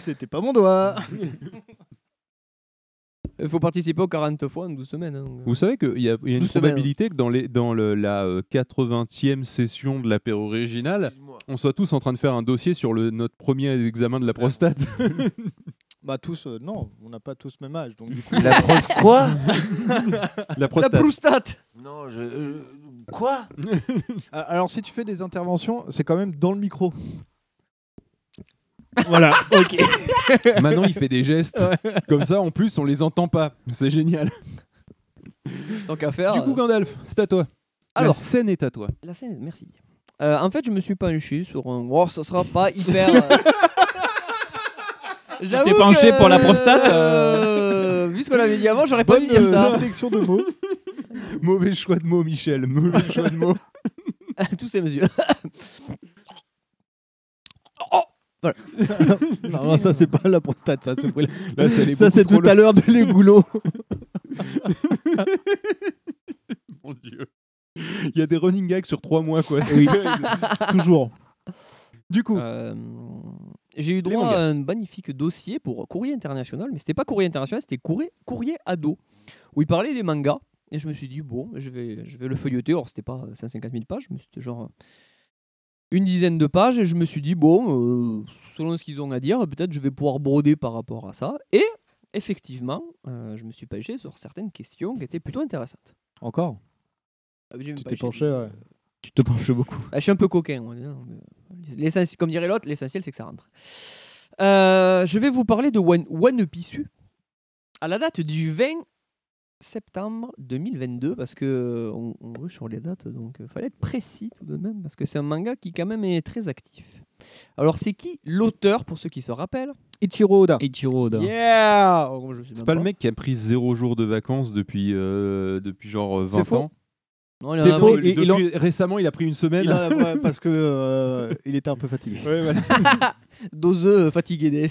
S1: C'était pas mon doigt.
S6: Il faut participer aux 40 fois en 12 semaines. hein, donc, euh.
S7: Vous savez qu'il y, a- il y a une
S6: Douze semaines.
S7: probabilité que dans, les, dans le- la euh, 80e session de l'apéro original, on soit tous en train de faire un dossier sur le- notre premier examen de la prostate.
S1: Bah tous, euh, non, on n'a pas tous le même âge, donc du coup. euh,
S7: La pros- quoi La prostate. La
S6: prostate.
S8: Non, je. euh, quoi
S1: Ah, Alors si tu fais des interventions, c'est quand même dans le micro. Voilà, ok.
S7: Maintenant il fait des gestes.
S1: Ouais.
S7: Comme ça en plus on les entend pas. C'est génial.
S6: Tant qu'à faire. euh,
S7: Du
S1: Ah
S7: coup Gandalf, c'est à toi. la
S6: Alors.
S7: scène est à toi.
S6: La scène, merci. Euh, en fait, je me suis penché sur un. Oh, ça sera pas hyper. euh, j'avoue
S9: t'es penché
S6: que,
S9: pour la prostate,
S6: euh, Vu ce qu'on avait dit avant, j'aurais pas dû dire
S7: euh,
S6: ça.
S1: sélection de mots.
S7: Mauvais choix de mots Michel. Mauvais choix de mots.
S6: Tous ces mesures. Oh, Voilà.
S1: Non, non, ça c'est pas la prostate, ça. ce bruit-là.
S7: Là, c'est les
S1: ça
S7: beaucoup
S1: c'est
S7: trop
S1: tout à
S7: longs.
S1: l'heure de l'égoulot.
S7: Mon dieu.
S8: Il y a des running gags sur trois mois, quoi. C'est
S7: Oui.
S8: terrible.
S7: Toujours.
S8: Du coup.
S6: Euh, J'ai eu
S8: Les
S6: droit à
S8: mangas.
S6: un magnifique dossier pour Courrier International, mais c'était pas Courrier International, c'était Courrier, Courrier Ado, où il parlait des mangas. Et je me suis dit, bon, je vais, je vais le feuilleter. Or, c'était pas 150 000 pages, mais c'était genre euh, une dizaine de pages. Et je me suis dit, bon, euh, selon ce qu'ils ont à dire, peut-être je vais pouvoir broder par rapport à ça. Et effectivement, euh, je me suis penché sur certaines questions qui étaient plutôt intéressantes.
S7: Encore
S6: Ah, mais je vais me
S7: Tu t'es
S6: pencher,
S7: penché, ouais.
S9: Tu te penches beaucoup.
S6: ah, je suis un peu coquin. moi, dis donc. L'essentiel- Comme dirait l'autre, l'essentiel c'est que ça rentre. Euh, je vais vous parler de One, One Piece. À la date du 20 septembre 2022, parce que euh, on, on rush sur les dates, donc il fallait être précis tout de même, parce que c'est un manga qui quand même est très actif. Alors c'est qui l'auteur, pour ceux qui se rappellent
S7: Ichiro Oda.
S9: Ichiro Oda.
S6: Yeah Oh, je sais
S8: C'est
S6: même
S8: pas le mec qui a pris zéro jour de vacances depuis, euh, depuis genre euh,
S7: C'est
S8: 20
S7: faux.
S8: ans
S6: Non, il en
S8: C'est
S6: a
S8: faux,
S6: pris-
S8: depuis-
S7: il en-
S8: Récemment, il a pris une semaine.
S7: Il en a- ouais, parce que euh, il était un peu fatigué.
S6: Doseux, euh, fatigué des.
S10: Il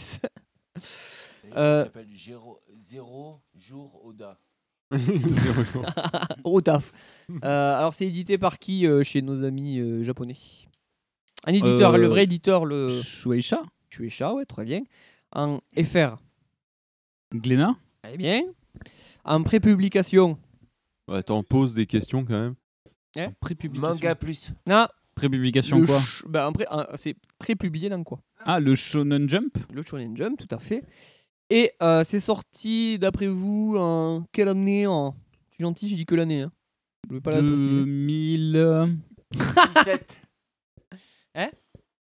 S10: s'appelle Géro- Zéro Jour Oda.
S6: Au taf. Euh, alors, c'est édité par qui euh, chez nos amis euh, japonais Un éditeur,
S9: Euh,
S6: le vrai éditeur, le.
S9: Shueisha
S6: Shueisha, ouais, très bien. En FR,
S9: Glénat
S6: très bien. En prépublication,
S8: Attends, pose des questions quand même.
S6: hein
S9: Prépublication.
S10: Manga plus.
S6: Non,
S9: Prépublication
S6: le
S9: quoi
S6: sh- bah, en pré- en- C'est prépublié dans quoi
S9: Ah, le Shonen Jump
S6: Le Shonen Jump, tout à fait. Et euh, c'est sorti, d'après vous, en quelle année en... Je suis gentil, j'ai dit que l'année. Hein. Je veux pas la préciser.
S9: 2000. euh,
S10: 17.
S6: Hein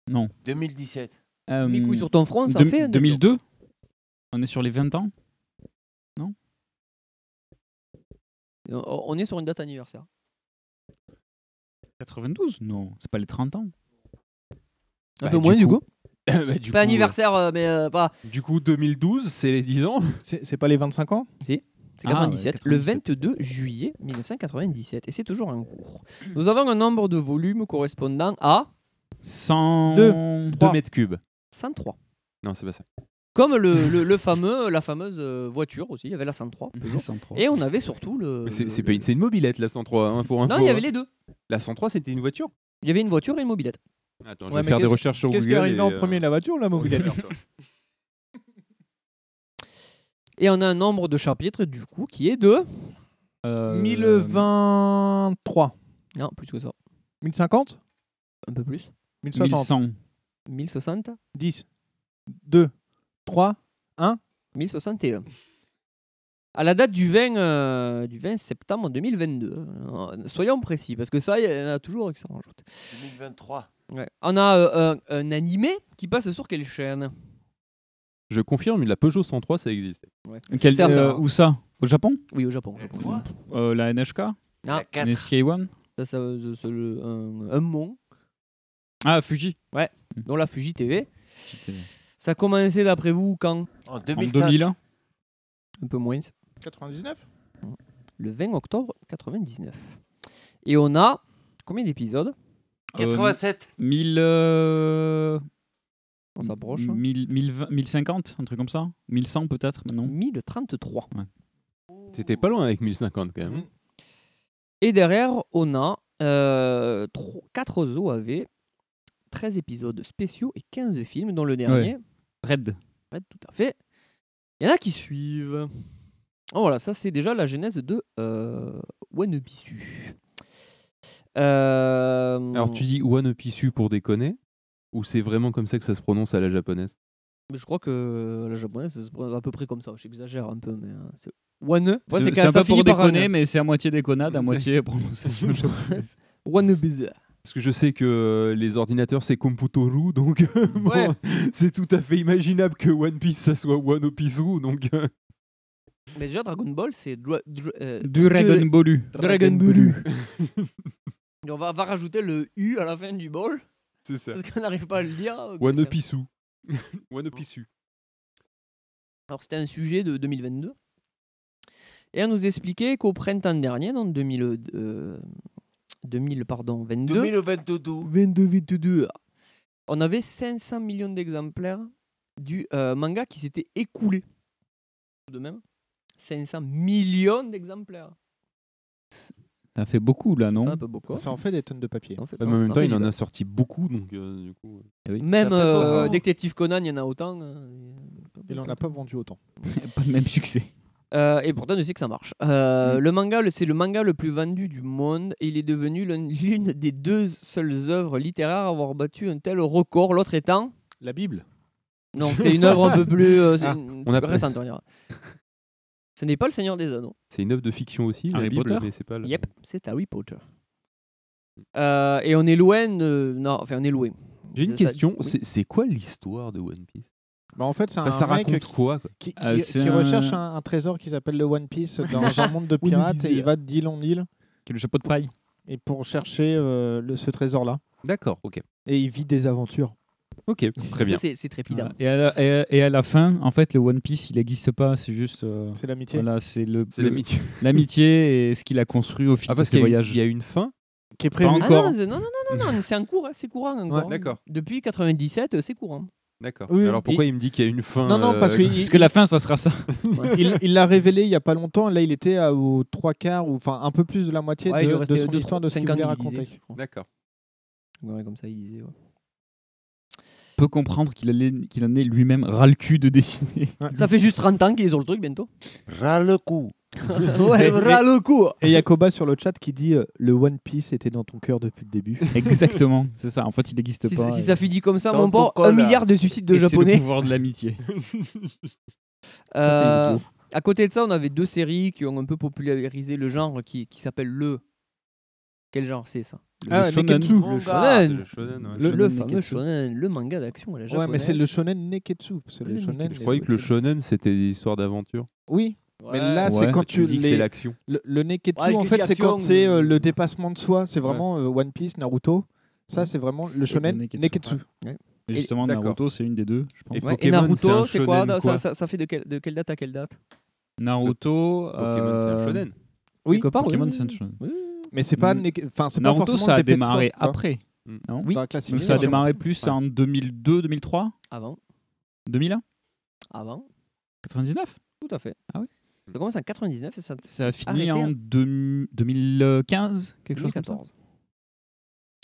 S9: Non.
S10: 2017.
S9: euh,
S6: Mes couilles sur ton front, ça
S9: deux-
S6: fait un des-
S9: 2002 On est sur les 20 ans
S6: On on est sur une date anniversaire.
S9: 92 Non, c'est pas les 30 ans.
S6: Un
S9: Bah,
S6: peu moins, du coup.
S8: Bah, du
S6: pas
S8: coup,
S6: anniversaire, euh, mais euh, pas.
S8: euh, Du coup, 2012, c'est les 10 ans.
S7: C'est c'est pas les 25 ans
S6: Si. C'est
S9: Ah,
S6: 97,
S9: ouais, 97.
S6: le 22 juillet 1997, et c'est toujours en cours. Nous avons un nombre de volumes correspondant à
S9: 100.
S8: Deux.
S9: 3.
S8: 2 mètres cubes.
S6: 103.
S8: Non, c'est pas ça.
S6: Comme le, le- le fameux, la fameuse euh, voiture aussi, il y avait la 103.
S9: Hmm.
S6: toujours.
S9: 103.
S6: Et on avait surtout le.
S8: Mais c'est-
S6: le-
S8: C'est pas une- c'est une mobilette, la 103, hein, pour info.
S6: Non, il y avait
S8: hein.
S6: les deux.
S8: La 103, c'était une voiture
S6: Il y avait une voiture et une mobilette.
S8: Attends, je
S7: Ouais,
S8: vais
S7: mais
S8: faire des
S7: qu'est-ce-
S8: recherches sur Google.
S7: Qu'est-ce qui est arrivé
S8: et,
S7: en
S8: euh,
S7: premier, la voiture ou la mobilette
S6: Et on a un nombre de chapitres, du coup, qui est de.
S9: Euh,
S7: 1023.
S6: Non, plus que ça.
S7: 1050
S6: Un peu plus.
S7: 1060.
S9: 1100.
S6: 1060
S7: 10, 2, 3, 1.
S6: 1061. À la date du 20, euh, du 20 septembre 2022. Euh, soyons précis, parce que ça, il y en a toujours qui s'en rajoute.
S10: 2023.
S6: On a euh, un, un animé qui passe sur quelle chaîne
S8: Je confirme, la Peugeot 103, ça existe.
S9: Quel-
S6: C'est à
S9: euh,
S6: savoir.
S9: où ça Au Japon
S6: Oui, au Japon. au Japon.
S10: Quoi
S9: Euh, La NHK
S6: Non,
S10: La 4.
S9: NSK1
S6: ça, ça, euh, c'est le- un, un mont,
S9: Ah, Fuji
S6: dont la Fuji TV. Ça commençait d'après vous quand
S10: En
S9: En
S10: 2005.
S8: Euh,
S9: 2000
S6: Un peu moins.
S7: 99
S6: Le 20 octobre 99. Et on a combien d'épisodes
S10: 87.
S9: 1000. euh,
S6: On s'approche. hein.
S9: 1000, 1020, 1050, un truc comme ça 1100 peut-être maintenant
S6: 1033.
S8: C'était pas loin avec 1050 quand même.
S7: Mm.
S6: Et derrière, on a euh, 4 OAV, 13 épisodes spéciaux et 15 films, dont le dernier.
S9: Red.
S6: Ouais, tout à fait. Il y en a qui suivent. Oh, voilà, ça c'est déjà la genèse de euh, One Piece. Euh,
S8: Alors tu dis One Piece pour déconner ou c'est vraiment comme ça que ça se prononce à la japonaise
S6: mais Je crois que la japonaise ça se prononce à peu près comme ça. J'exagère un peu, mais euh, c'est One. Ouais,
S9: c'est
S6: quand
S9: c'est un
S6: ça
S9: peu pour
S6: finit par un
S9: déconner,
S6: E.
S9: mais c'est à moitié déconnade, à moitié prononciation.
S6: One Piece.
S8: Parce que je sais que euh, les ordinateurs c'est Computoru, donc bon,
S6: Ouais.
S8: c'est tout à fait imaginable que One Piece ça soit One Piece donc euh,
S6: Mais déjà, Dragon Ball, c'est. Dra- dra- euh,
S9: du Dragon Ballu.
S6: Dragon Ball. Et on va, va rajouter le U à la fin du ball
S8: c'est ça.
S6: parce qu'on n'arrive pas à le lire. donc
S8: One
S6: ça-
S8: Piece. One Piece.
S6: Alors c'était un sujet de 2022. Et on nous expliquait qu'au printemps dernier, donc 2000, euh, 2000 pardon, 22,
S10: 2022.
S6: 22, 22, on avait 500 millions d'exemplaires du euh, manga qui s'était écoulé. Tout de même, 500 millions d'exemplaires.
S9: Ça fait beaucoup là, non
S6: Ça fait un peu beaucoup.
S7: Ça en fait des tonnes de papier.
S8: Bah, mais en même temps, il en a sorti beaucoup, donc euh, du coup.
S6: Même
S7: Ça fait
S6: euh,
S7: beaucoup.
S6: Détective Conan, il y en a autant. euh,
S7: Il en a pas vendu autant.
S9: pas le même succès.
S6: Euh, et pourtant, je sais que ça marche.
S8: Mm.
S6: Euh, Le manga, le- c'est le manga le plus vendu du monde. Et il est devenu l'un- l'une des deux seules œuvres littéraires à avoir battu un tel record. L'autre étant
S7: La Bible.
S6: Non, c'est une œuvre un peu plus, euh, c'est
S8: Ah,
S6: une-
S8: on a-
S6: plus récente, on dira. Ce n'est pas le Seigneur des Anneaux.
S8: C'est une œuvre de fiction aussi, la
S9: Harry
S8: Bible,
S9: Potter
S8: mais c'est pas. le-
S6: Yep, c'est Harry Potter. Euh, et on est loin. de- Non, enfin, on est loin.
S8: J'ai une
S6: Ça-
S8: question.
S6: oui.
S8: c'est- C'est quoi l'histoire de One Piece
S7: Bah, en fait, c'est
S8: Ça-
S7: un
S8: ça
S7: mec
S8: raconte
S7: qui-
S8: quoi, quoi
S7: Qui, qui-
S8: Ah, c'est
S7: qui
S8: un-
S7: recherche un, un trésor qui s'appelle le One Piece dans un monde de
S8: One
S7: pirates
S8: Piece.
S7: et il va d'île en île.
S9: Qui est le chapeau de paille.
S7: Et pour chercher euh, le- ce trésor-là.
S8: D'accord, ok.
S7: Et il vit des aventures.
S8: Ok, très bien.
S6: C'est c'est trépidant.
S9: Et à, la, et à- et à la fin, en fait, le One Piece, il n'existe pas. C'est juste. euh,
S7: C'est l'amitié.
S9: Voilà, c'est le.
S8: C'est
S9: le-
S8: l'amitié.
S9: L'amitié et ce qu'il a construit au fil
S8: Ah,
S9: de
S8: parce
S9: ses
S8: qu'il y, a une-
S9: voyages.
S8: il y a une fin
S7: Qui est
S9: prévu.
S6: Ah
S9: encore.
S6: non, c'est- non, non, non, non, non, c'est en cours, hein, c'est courant encore.
S8: d'accord.
S6: Depuis 97, c'est courant.
S8: D'accord.
S7: Oui,
S8: Alors pourquoi il... me dit qu'il y a une fin euh,
S7: Non, non, parce que il-
S9: Parce que la fin, ça sera ça.
S7: il il l'a révélé il y a pas longtemps. Là, il était à- aux trois quarts, ou enfin un peu plus de la moitié
S6: Ouais, il
S7: de,
S6: lui
S7: de
S6: restait
S7: son
S6: deux,
S7: histoire de ce qu'il
S6: 50
S7: voulait
S6: divisé,
S7: raconter.
S6: je crois.
S8: D'accord.
S6: Ouais, comme ça, il disait. ouais.
S9: peut comprendre qu'il allait- qu'il en ait lui-même ras le cul de dessiner.
S6: Ça fait juste 30 ans qu'ils ont le truc bientôt.
S7: Ras le cou.
S6: ouais, ras le cou.
S7: Et Yacoba sur le chat qui dit euh, le One Piece était dans ton cœur depuis le début.
S9: Exactement, c'est ça. En fait, il n'existe
S6: Si,
S9: pas.
S6: si
S9: Et-
S6: ça finit comme ça,
S9: Dans
S6: mon
S9: ton
S6: pauvre,
S9: col,
S6: un
S9: là.
S6: milliard de suicides de
S9: Et C'est
S6: Japonais.
S9: le pouvoir de l'amitié.
S7: Ça, c'est
S6: Euh,
S7: beaucoup.
S6: à côté de ça, on avait deux séries qui ont un peu popularisé le genre qui, qui s'appelle le. Quel genre c'est ça
S7: Ah,
S6: le
S7: ouais, Neketsu.
S6: Le
S7: Ah,
S6: shonen.
S8: Le shonen, ouais.
S6: Le,
S8: Shonen
S6: le fameux
S8: Neketsu.
S6: shonen, le manga d'action à la
S7: Ouais,
S6: japonaise.
S7: mais c'est le shonen Neketsu. C'est le
S6: Le
S7: shonen.
S8: Je croyais que le shonen, c'était des histoires d'aventure.
S7: Oui. Mais
S6: Ouais.
S7: là,
S8: Ouais.
S7: c'est quand
S8: Tu
S7: tu
S8: dis que
S7: les-
S8: c'est l'action.
S7: Le, le Neketsu,
S6: Ouais, je
S7: en
S6: dis
S7: fait, c'est
S6: action,
S7: quand c'est euh,
S6: mais-
S7: le dépassement de soi. C'est vraiment euh, One Piece, Naruto. Ça, c'est vraiment le shonen
S9: Neketsu,
S7: Neketsu.
S6: Ouais.
S9: Et justement,
S8: D'accord.
S9: Naruto, c'est une des deux, je pense.
S8: Et
S6: Ouais, et
S8: Pokémon, c'est un
S6: Naruto, c'est quoi,
S8: shonen ou
S6: ça, ça- ça fait de, quel- de quelle date à quelle date
S9: Naruto. euh,
S8: Pokémon, c'est un shonen.
S7: Oui.
S6: Quelque part, oui,
S9: Pokémon,
S6: oui,
S9: c'est un
S6: oui.
S9: shonen.
S7: Mais c'est pas,
S9: Mm.
S7: Neke- enfin, c'est pas
S9: Naruto,
S7: forcément
S9: ça
S7: le
S9: a
S7: dépêchement,
S9: démarré
S7: tu vois.
S9: après.
S8: Mm.
S9: Non
S6: Oui,
S7: Dans la
S9: Donc ça a
S7: classification.
S9: démarré plus en 2002, 2003,
S6: avant.
S9: 2001,
S6: Avant,
S9: 99.
S6: tout à fait.
S9: Ah ouais.
S6: Ça commence en 99 et ça,
S9: Ça a fini
S6: Arrêté
S9: en
S6: en-
S9: 2000 2015, quelque chose comme ça.
S6: 2014.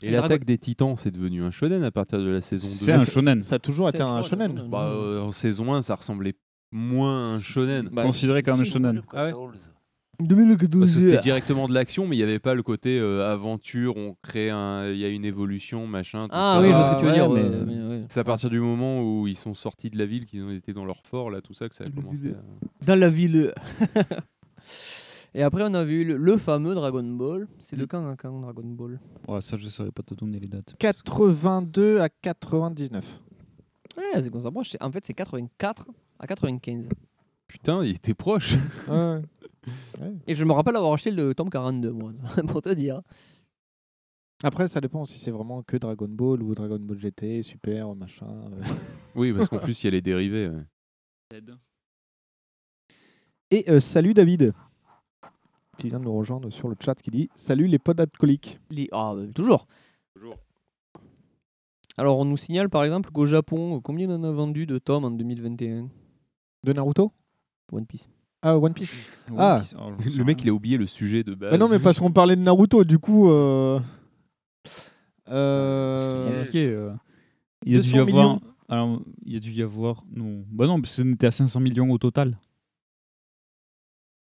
S8: Et l'attaque des titans, c'est devenu un shonen à partir de la saison 2.
S9: C'est un shonen.
S7: Ça a toujours été
S6: C'est
S7: un
S6: trop,
S7: shonen.
S6: shonen.
S8: Bah, euh, en saison 1, ça ressemblait moins à un shonen.
S6: Bah,
S9: Considéré comme un shonen.
S8: Ah Parce que
S6: 2012.
S8: c'était directement de l'action, mais il n'y avait pas le côté euh, aventure, on crée un. Il y a une évolution, machin. tout
S6: Ah
S8: ça.
S6: oui, je vois ce que tu veux
S9: ouais,
S6: dire.
S9: mais-
S6: ouais, mais ouais.
S8: C'est à partir du moment où ils sont sortis de la ville, qu'ils ont été dans leur fort, là, tout ça, que ça a commencé. à-
S6: Dans la ville. et après, on avait eu le, le fameux Dragon Ball. C'est le quand, hein, quand Dragon Ball
S9: Ouais, ça, je ne saurais pas te donner les dates.
S7: 82 à 99.
S6: Ouais, c'est qu'on s'approche. c'est- En fait, c'est 84 à 95.
S8: Putain, il était proche.
S7: Ouais.
S6: Et je me rappelle avoir acheté le tome 42, moi, pour te dire.
S7: Après, ça dépend si c'est vraiment que Dragon Ball ou Dragon Ball GT, Super, machin. euh.
S8: oui, parce qu'en plus, il y a les dérivés. ouais.
S7: Et euh, salut David, qui vient de nous rejoindre sur le chat, qui dit Salut les potes alcooliques.
S6: Les- Ah, bah, toujours.
S8: Toujours.
S6: Alors, on nous signale par exemple qu'au Japon, euh, combien on en a vendu de tomes en 2021
S7: De Naruto
S6: One Piece.
S7: Ah, One Piece. Ah.
S9: Ouais, puis- oh, j'en sais
S8: Le mec,
S9: rien.
S8: il a oublié le sujet de base.
S7: Bah non, mais parce qu'on parlait de Naruto, du coup. euh,
S9: C'est
S7: euh,
S9: compliqué, euh. Il y a dû
S7: 200
S9: y avoir.
S7: millions.
S9: Alors, il y a dû y avoir. Non. Bah non, parce qu'on était à 500 millions au total.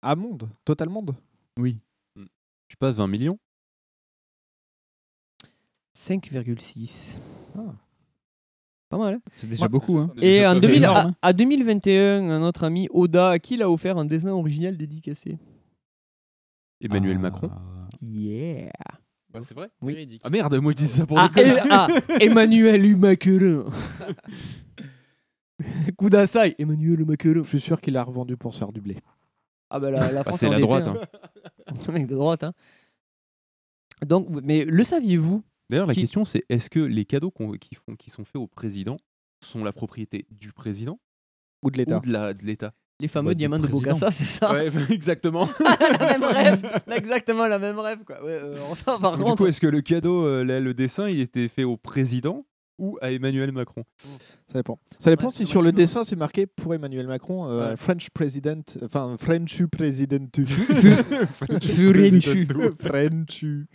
S7: à monde, total monde.
S9: Oui.
S8: Je sais pas, 20 millions
S6: 5,6.
S7: Ah.
S6: Pas mal. hein
S9: C'est déjà beaucoup, hein.
S6: Et en
S9: c'est
S6: 2000
S9: énorme, hein.
S6: à, à 2021, notre ami Oda, à qui il a offert un dessin original dédicacé
S8: Emmanuel
S9: Ah.
S8: Macron.
S6: Yeah
S8: c'est vrai
S6: Oui.
S8: Ah merde, moi je dis ça pour
S6: à,
S8: les connards.
S6: à ah, Emmanuel Macron Kudasai, Emmanuel Macron
S7: Je suis sûr qu'il a revendu pour se faire du blé.
S6: Ah bah la, la
S8: Bah,
S6: France
S8: c'est
S6: est
S8: la
S6: endettée,
S8: droite.
S6: hein.
S8: hein.
S6: Le mec de droite. hein. Donc, mais le saviez-vous
S8: D'ailleurs, la
S6: Qui-
S8: question c'est est-ce que les cadeaux qu'on- qui, font, qui sont faits au président sont la propriété du président
S7: Ou de
S8: ou
S7: l'État.
S8: de la- de l'État
S6: Les fameux
S8: Bah, du
S6: diamants de
S8: président.
S6: Bokassa, c'est ça
S8: Ouais, exactement.
S6: La même rêve Exactement la même rêve, quoi. Ouais, euh, on s'en- par
S8: Donc, du
S6: contre,
S8: coup, est-ce que le cadeau, euh, là, le dessin, il était fait au président ou à Emmanuel Macron.
S7: Ça dépend. Ça dépend si sur le dessin c'est marqué pour Emmanuel Macron euh, French President, enfin Frenchu Presidentu.
S6: Furenchu.
S7: Frenchu.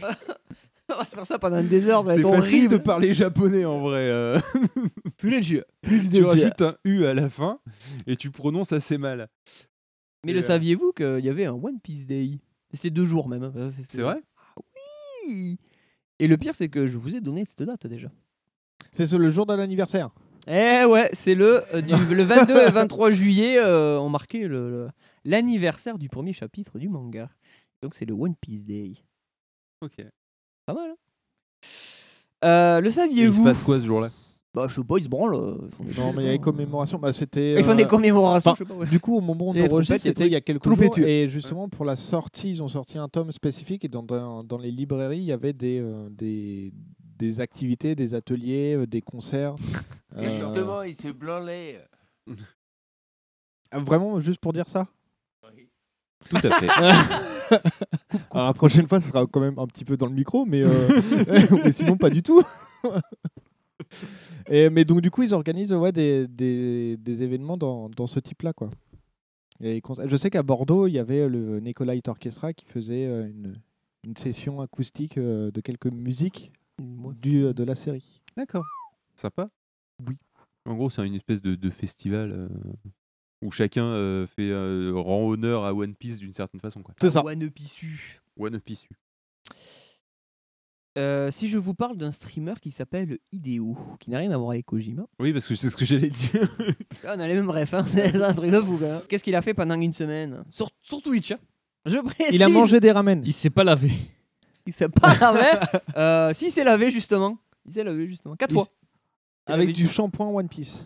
S6: On va se faire ça pendant des heures, ça va
S8: C'est
S6: être
S8: facile
S6: horrible.
S8: de parler japonais en vrai. euh.
S6: Furenchu.
S8: tu rajoutes un U à la fin et tu prononces assez mal.
S6: Mais
S8: Et,
S6: le
S8: euh,
S6: saviez-vous qu'il y avait un One Piece Day C'était deux jours même. hein, parce que
S8: C'est vrai
S6: Ah Oui Et le pire, c'est que je vous ai donné cette date déjà.
S7: C'est sur le jour de l'anniversaire.
S6: Eh ouais, c'est le, euh, du- le 22 et 23 juillet, euh, on marquait le- le- l'anniversaire du premier chapitre du manga. Donc c'est le One Piece Day.
S8: Ok.
S6: Pas mal. hein. Euh, le
S8: Il se
S6: saviez-vous
S8: passe quoi ce jour-là
S6: Bah, je sais pas, ils se branlent. euh, ils font des
S7: Non,
S6: trucs,
S7: mais il y a
S6: hein.
S7: les commémorations. Bah, c'était,
S6: Ils font des commémorations,
S7: enfin,
S6: je sais pas, ouais.
S7: Du coup, au moment où
S6: Et
S7: on
S6: les
S7: enregistre,
S6: trompettes, il y a des
S7: c'était il y a
S6: trucs
S7: quelques
S6: trompettueux.
S7: jours. Et justement, pour la sortie, ils ont sorti un tome spécifique. Et dans, dans, dans les librairies, il y avait des, euh, des, des activités, des ateliers, euh, des concerts.
S10: Et
S7: Euh,
S10: justement, il se branlait.
S7: ah, Vraiment, juste pour dire ça
S8: Tout à fait.
S7: Alors, la prochaine fois, ce sera quand même un petit peu dans le micro, mais, euh, mais sinon, pas du tout. Et, mais donc, du coup, ils organisent ouais, des, des, des événements dans, dans ce type-là. quoi. Et ils cons- je sais qu'à Bordeaux, il y avait le Nicolite Orchestra qui faisait euh, une, une session acoustique euh, de quelques musiques du, euh, de la série.
S8: D'accord. Sympa Oui. En gros, c'est une espèce de, de festival euh, où chacun euh, fait, euh, rend honneur à One Piece d'une certaine façon. quoi.
S7: C'est ça.
S6: One Piece.
S8: One Piece.
S6: Euh, si je vous parle d'un streamer qui s'appelle Hideo, qui n'a rien à voir avec Kojima,
S8: Oui, parce que c'est ce que j'allais dire.
S6: Ah, on a les mêmes refs, hein. c'est un truc de fou. quoi. Qu'est-ce qu'il a fait pendant une semaine sur, sur Twitch. hein. Je précise.
S7: Il a mangé des ramen.
S9: Il s'est pas lavé.
S6: Il s'est pas lavé. Euh, si, il s'est lavé justement. Il s'est lavé justement. Quatre
S7: Il
S6: fois.
S7: s- Avec du shampoing One Piece.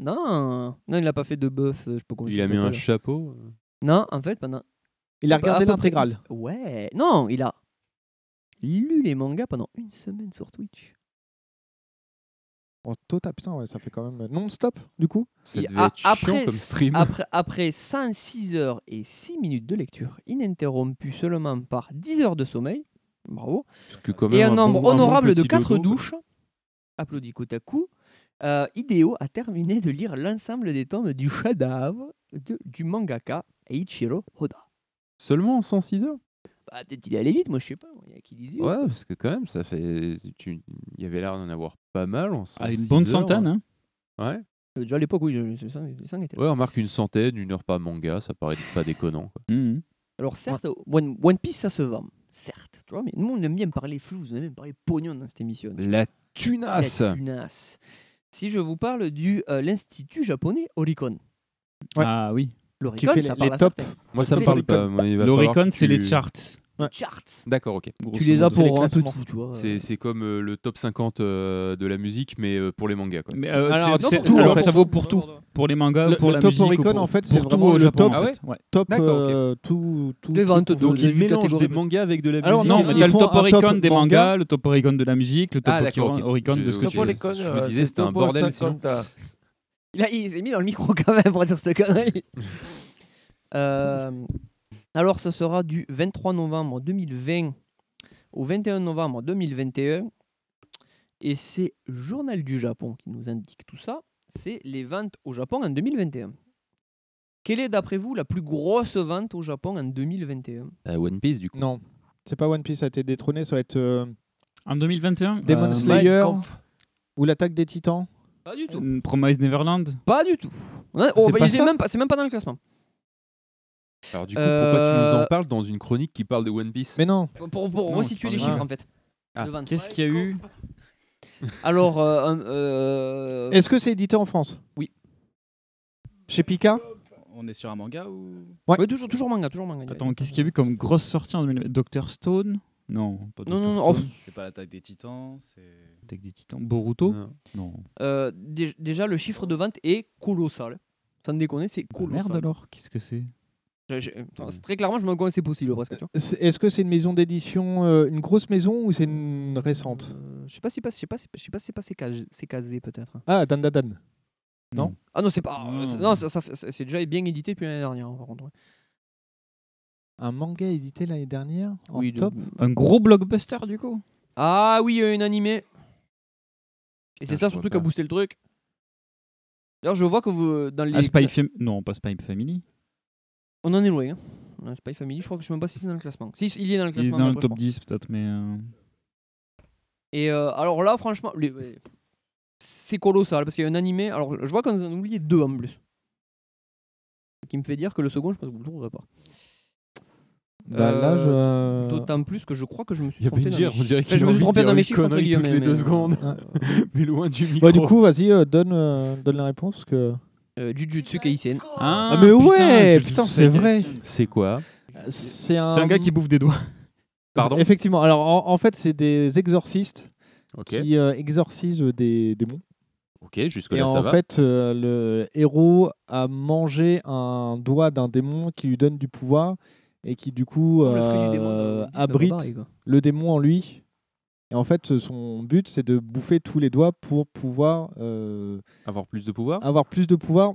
S6: Non, non, il n'a pas fait de buff. euh, Je peux
S8: Il a mis un chapeau. euh,
S6: Non, en fait, pendant.
S7: Il a
S6: Ah bah, à peu
S7: regardé
S6: près-
S7: l'intégrale.
S6: Ouais. Non, il a lu les mangas pendant une semaine sur Twitch.
S7: En total, putain, ouais, ça fait quand même euh, non-stop, du coup.
S6: Et a- Après, après 106 heures et 6 minutes de lecture, ininterrompue seulement par 10 heures de sommeil, bravo,
S8: que quand
S6: et
S8: même
S6: un
S8: un
S6: nombre
S8: bon- un bon
S6: honorable de
S8: petit
S6: 4
S8: dodo, quoi.
S6: douches, applaudi côte à coup, euh, Hideo a terminé de lire l'ensemble des tomes du chef-d'œuvre de- du mangaka Eiichiro Oda.
S8: Seulement en 106 heures
S6: Bah, peut-être il est allé vite, moi je sais pas, il y a qui disait.
S8: Ouais, parce que quand même, ça fait. tu- Il y avait l'air d'en avoir pas mal. En
S9: Ah, une
S8: 106
S9: bonne
S8: heures.
S9: centaine, hein.
S8: Ouais.
S6: euh, Déjà à l'époque, oui, le- le sang- le sang était là.
S8: Ouais, on marque une centaine, une heure par manga, ça paraît pas déconnant.
S9: hein.
S8: quoi.
S9: Mmh,
S6: Alors certes, One, One Piece ça se vend, certes, tu vois, mais nous on aime bien parler flou, on aime bien parler pognon dans cette émission.
S8: La tunasse
S6: La tunasse. Si je vous parle du euh, l'institut japonais Oricon.
S9: Ah oui.
S6: L'Oricon, ça parle à certains.
S8: Moi, ça me
S6: Fait
S8: parle
S6: l'Oricon.
S8: pas. Euh, moi, il va
S9: L'Oricon,
S8: falloir que
S9: c'est les
S8: tu-
S9: charts.
S6: Charts.
S8: D'accord, ok.
S6: Tu les as pour un peu tout, tu vois.
S8: C'est c'est comme euh, le top 50 euh, de la musique, mais euh, pour les mangas. Quoi.
S9: Mais, euh,
S7: Alors,
S9: c'est-
S7: non,
S9: c'est-
S7: pour tout,
S9: alors
S7: en fait.
S9: ça vaut pour tout. Pour les mangas,
S7: Le,
S9: pour
S7: le
S9: la
S7: top
S9: musique. ou
S7: Oricon,
S9: pour-
S7: en fait,
S9: pour
S7: c'est
S9: tout euh,
S7: vraiment
S9: au
S7: le
S9: Japon,
S7: top,
S9: en fait. Ah Ouais.
S7: top
S8: D'accord,
S7: euh, tout, tout.
S6: Des ventes,
S7: tout
S6: donc,
S7: confondu.
S6: ils mélangent des
S8: des mangas avec de la
S7: Alors,
S8: musique.
S7: non,
S9: Non,
S7: Ils
S9: mais t'as le
S7: font
S9: top
S7: un top
S9: Oricon des
S7: manga.
S9: mangas, le top Oricon de la musique, le top
S8: Ah, d'accord,
S9: Oricon-
S8: ok.
S9: Oricon de
S8: Je-
S9: ce que
S8: ok,
S9: tu veux.
S8: je- Je me disais, c'était un bordel. sinon.
S6: Il, a- il s'est mis dans le micro quand même pour dire cette connerie. Euh, alors, ce sera du 23 novembre 2020 au 21 novembre 2021. Et c'est Journal du Japon qui nous indique tout ça. C'est les ventes au Japon en 2021. Quelle est, d'après vous, la plus grosse vente au Japon en 2021
S8: Euh, One Piece, du coup.
S7: Non, c'est pas One Piece, ça a été détrôné, ça va être euh,
S9: En 2021
S7: Demon
S9: euh,
S7: Slayer ou l'attaque des titans.
S6: Pas du tout.
S9: euh, Promise Neverland
S6: Pas du tout. On a- oh,
S7: C'est
S6: bah,
S7: pas
S6: il est
S7: ça
S6: même pas- c'est même pas dans le classement.
S8: Alors, du coup, pourquoi tu nous
S6: Euh,
S8: en parles dans une chronique qui parle de One Piece
S7: Mais non.
S6: Pour, pour- pour
S9: Non,
S6: resituer
S9: tu
S6: les
S9: parles de
S6: chiffres,
S9: ça.
S6: en fait.
S8: Ah,
S6: de ventes.
S9: Qu'est-ce qu'il y a eu
S6: Alors, euh, un- euh,
S7: Est-ce que c'est édité en France
S6: Oui.
S7: Chez Pika
S3: On est sur un manga ou
S7: Ouais.
S6: ouais, toujours, toujours manga, toujours manga.
S9: Attends, qu'est-ce qu'il y a eu comme grosse sortie en 2020 Doctor Stone Non, pas
S6: Non,
S9: Dr.
S6: non, non, oh,
S9: Stone.
S3: C'est pas l'attaque des titans, c'est
S9: Attaque des Titans. Boruto
S8: Non.
S9: Non. Bah,
S6: euh, dé- déjà, le chiffre de vente est colossal. Sans déconner, c'est
S9: Oh,
S6: colossal.
S9: Merde alors, qu'est-ce que c'est
S6: Je- je- attends, c'est très clairement, je me demande si c'est possible presque. Tu vois.
S7: C'est- Est-ce que c'est une maison d'édition, euh, une grosse maison ou c'est une récente
S6: Euh, je sais pas si pas, je sais pas, si- je sais pas si c'est pas c'est casé, c'est casé, peut-être.
S7: Ah, Dan Dan Dan.
S6: Ah non, c'est pas.
S9: Non.
S6: c'est- Non, ça, ça fait- c'est c'est déjà bien édité depuis l'année dernière. hein, par contre, ouais.
S7: Un manga édité l'année dernière en
S6: Oui, de-
S7: top.
S9: Un gros blockbuster du coup
S6: Ah oui, euh, une animée. Et c'est ça surtout qui a boosté le truc. D'ailleurs, je vois que vous, euh, dans les.
S9: Ah, Spy Fam- Non, pas Spy Family.
S6: On en est loin. Hein. Ouais, Spy Family, je crois que je ne sais même pas si c'est dans le classement. Si, il est dans le
S9: Il est
S6: classement.
S9: dans le
S6: d'après, je
S9: top 10 peut-être, mais. euh,
S6: Et euh, alors là, franchement, les- les- c'est colossal parce qu'il y a un animé. Alors, je vois qu'on en a oublié deux en plus. Ce qui me fait dire que le second, je pense que vous le trouverez pas.
S7: Bah, là,
S9: Euh,
S7: je-
S6: D'autant plus que je crois que je me suis
S7: Il y a
S6: trompé.
S7: Benjir,
S6: dans mes
S7: on dirait
S6: chiffres.
S7: qu'il
S6: je
S7: a
S6: me suis
S7: envie de
S6: trompé
S7: dire
S6: dans mes
S7: une
S6: chiffres. entre
S7: connerie toutes
S6: guillemets,
S7: les deux
S6: mais- euh,
S7: secondes.
S8: mais loin du micro.
S7: Bah, du coup, vas-y, euh, donne, euh, donne la réponse. parce Que...
S6: Euh, Jujutsu Kaisen.
S7: Ah, mais ouais, putain, c'est vrai.
S8: C'est quoi
S7: C'est un...
S9: C'est un gars qui bouffe des doigts.
S8: Pardon
S7: Effectivement. Alors, en, en fait, c'est des exorcistes
S8: Ok.
S7: qui euh, exorcisent des démons.
S8: Ok, jusque-là,
S7: Et
S8: ça
S7: en
S8: va.
S7: fait, euh, le héros a mangé un doigt d'un démon qui lui donne du pouvoir et qui, du coup,
S6: le fruit du démon dans-
S7: euh,
S6: dans
S7: abrite
S6: Barbarie, quoi.
S7: le démon en lui. Et en fait, son but, c'est de bouffer tous les doigts pour pouvoir euh,
S8: Avoir plus de pouvoir
S7: Hein avoir plus de pouvoir,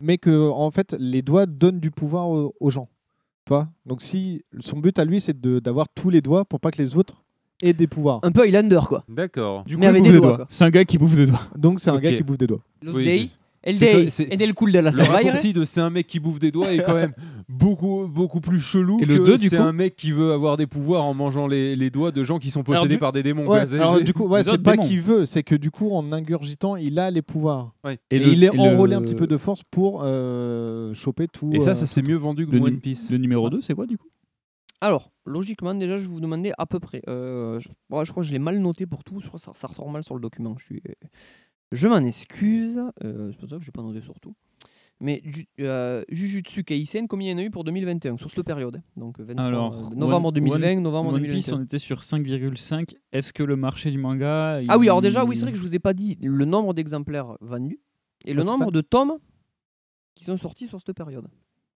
S7: mais que en fait les doigts donnent du pouvoir au- aux, gens. Toi. Donc si son but à lui c'est de- d'avoir tous les doigts pour pas que les autres aient des pouvoirs.
S6: Un peu Highlander quoi.
S8: D'accord.
S7: Du coup, il bouffe des doigts.
S9: C'est un gars qui bouffe des doigts.
S7: Donc c'est un
S8: Ok.
S7: gars qui bouffe des doigts.
S6: Los
S8: Oui,
S6: Dei,
S8: oui.
S6: El
S8: C'est
S6: Dei,
S8: que- c'est-
S6: et Del Cool de la
S8: Le
S6: Savaille.
S8: raccourci de c'est un mec qui bouffe des doigts est quand même beaucoup, beaucoup plus chelou
S9: Et le
S8: que
S9: deux, du
S8: c'est
S9: coup
S8: un mec qui veut avoir des pouvoirs en mangeant les, les doigts de gens qui sont
S9: Ah.
S8: possédés
S7: Alors, du-
S8: par des démons.
S7: Ouais,
S8: quoi. C'est-
S7: alors
S8: c'est-
S7: du coup, ouais,
S8: Des
S7: c'est
S8: autres
S7: pas
S8: démons.
S7: qu'il veut, c'est que du coup, en ingurgitant, il a les pouvoirs.
S8: Ouais.
S7: Et,
S8: Et le-
S7: il est
S8: et le-
S7: enrôlé un petit peu de force pour euh, choper tout.
S8: Et
S7: euh,
S8: ça, ça s'est
S7: tout-
S8: mieux vendu que
S9: Le,
S8: One
S9: nu-
S8: Piece.
S9: le numéro 2, c'est quoi du coup
S6: Alors, logiquement, déjà, je vous demandais à peu près. Euh, je, ouais, je crois que je l'ai mal noté pour tout. Je crois que ça, ça ressort mal sur le document. Je, suis- je m'en excuse. Euh, c'est pour ça que je l'ai pas noté sur tout. Mais Ju- euh, Jujutsu Kaisen, combien il y en a eu pour 2021 sur cette période hein Donc, 23, euh, novembre
S9: One-
S6: 2020,
S9: One-
S6: novembre
S9: One
S6: 2021.
S9: Piece, on était sur 5,5. Est-ce que le marché du manga.
S6: Ah oui, alors
S9: il-
S6: déjà, oui, c'est vrai que je vous ai pas dit le nombre d'exemplaires vendus et le
S9: Au
S6: nombre
S9: total.
S6: de tomes qui sont sortis sur cette période.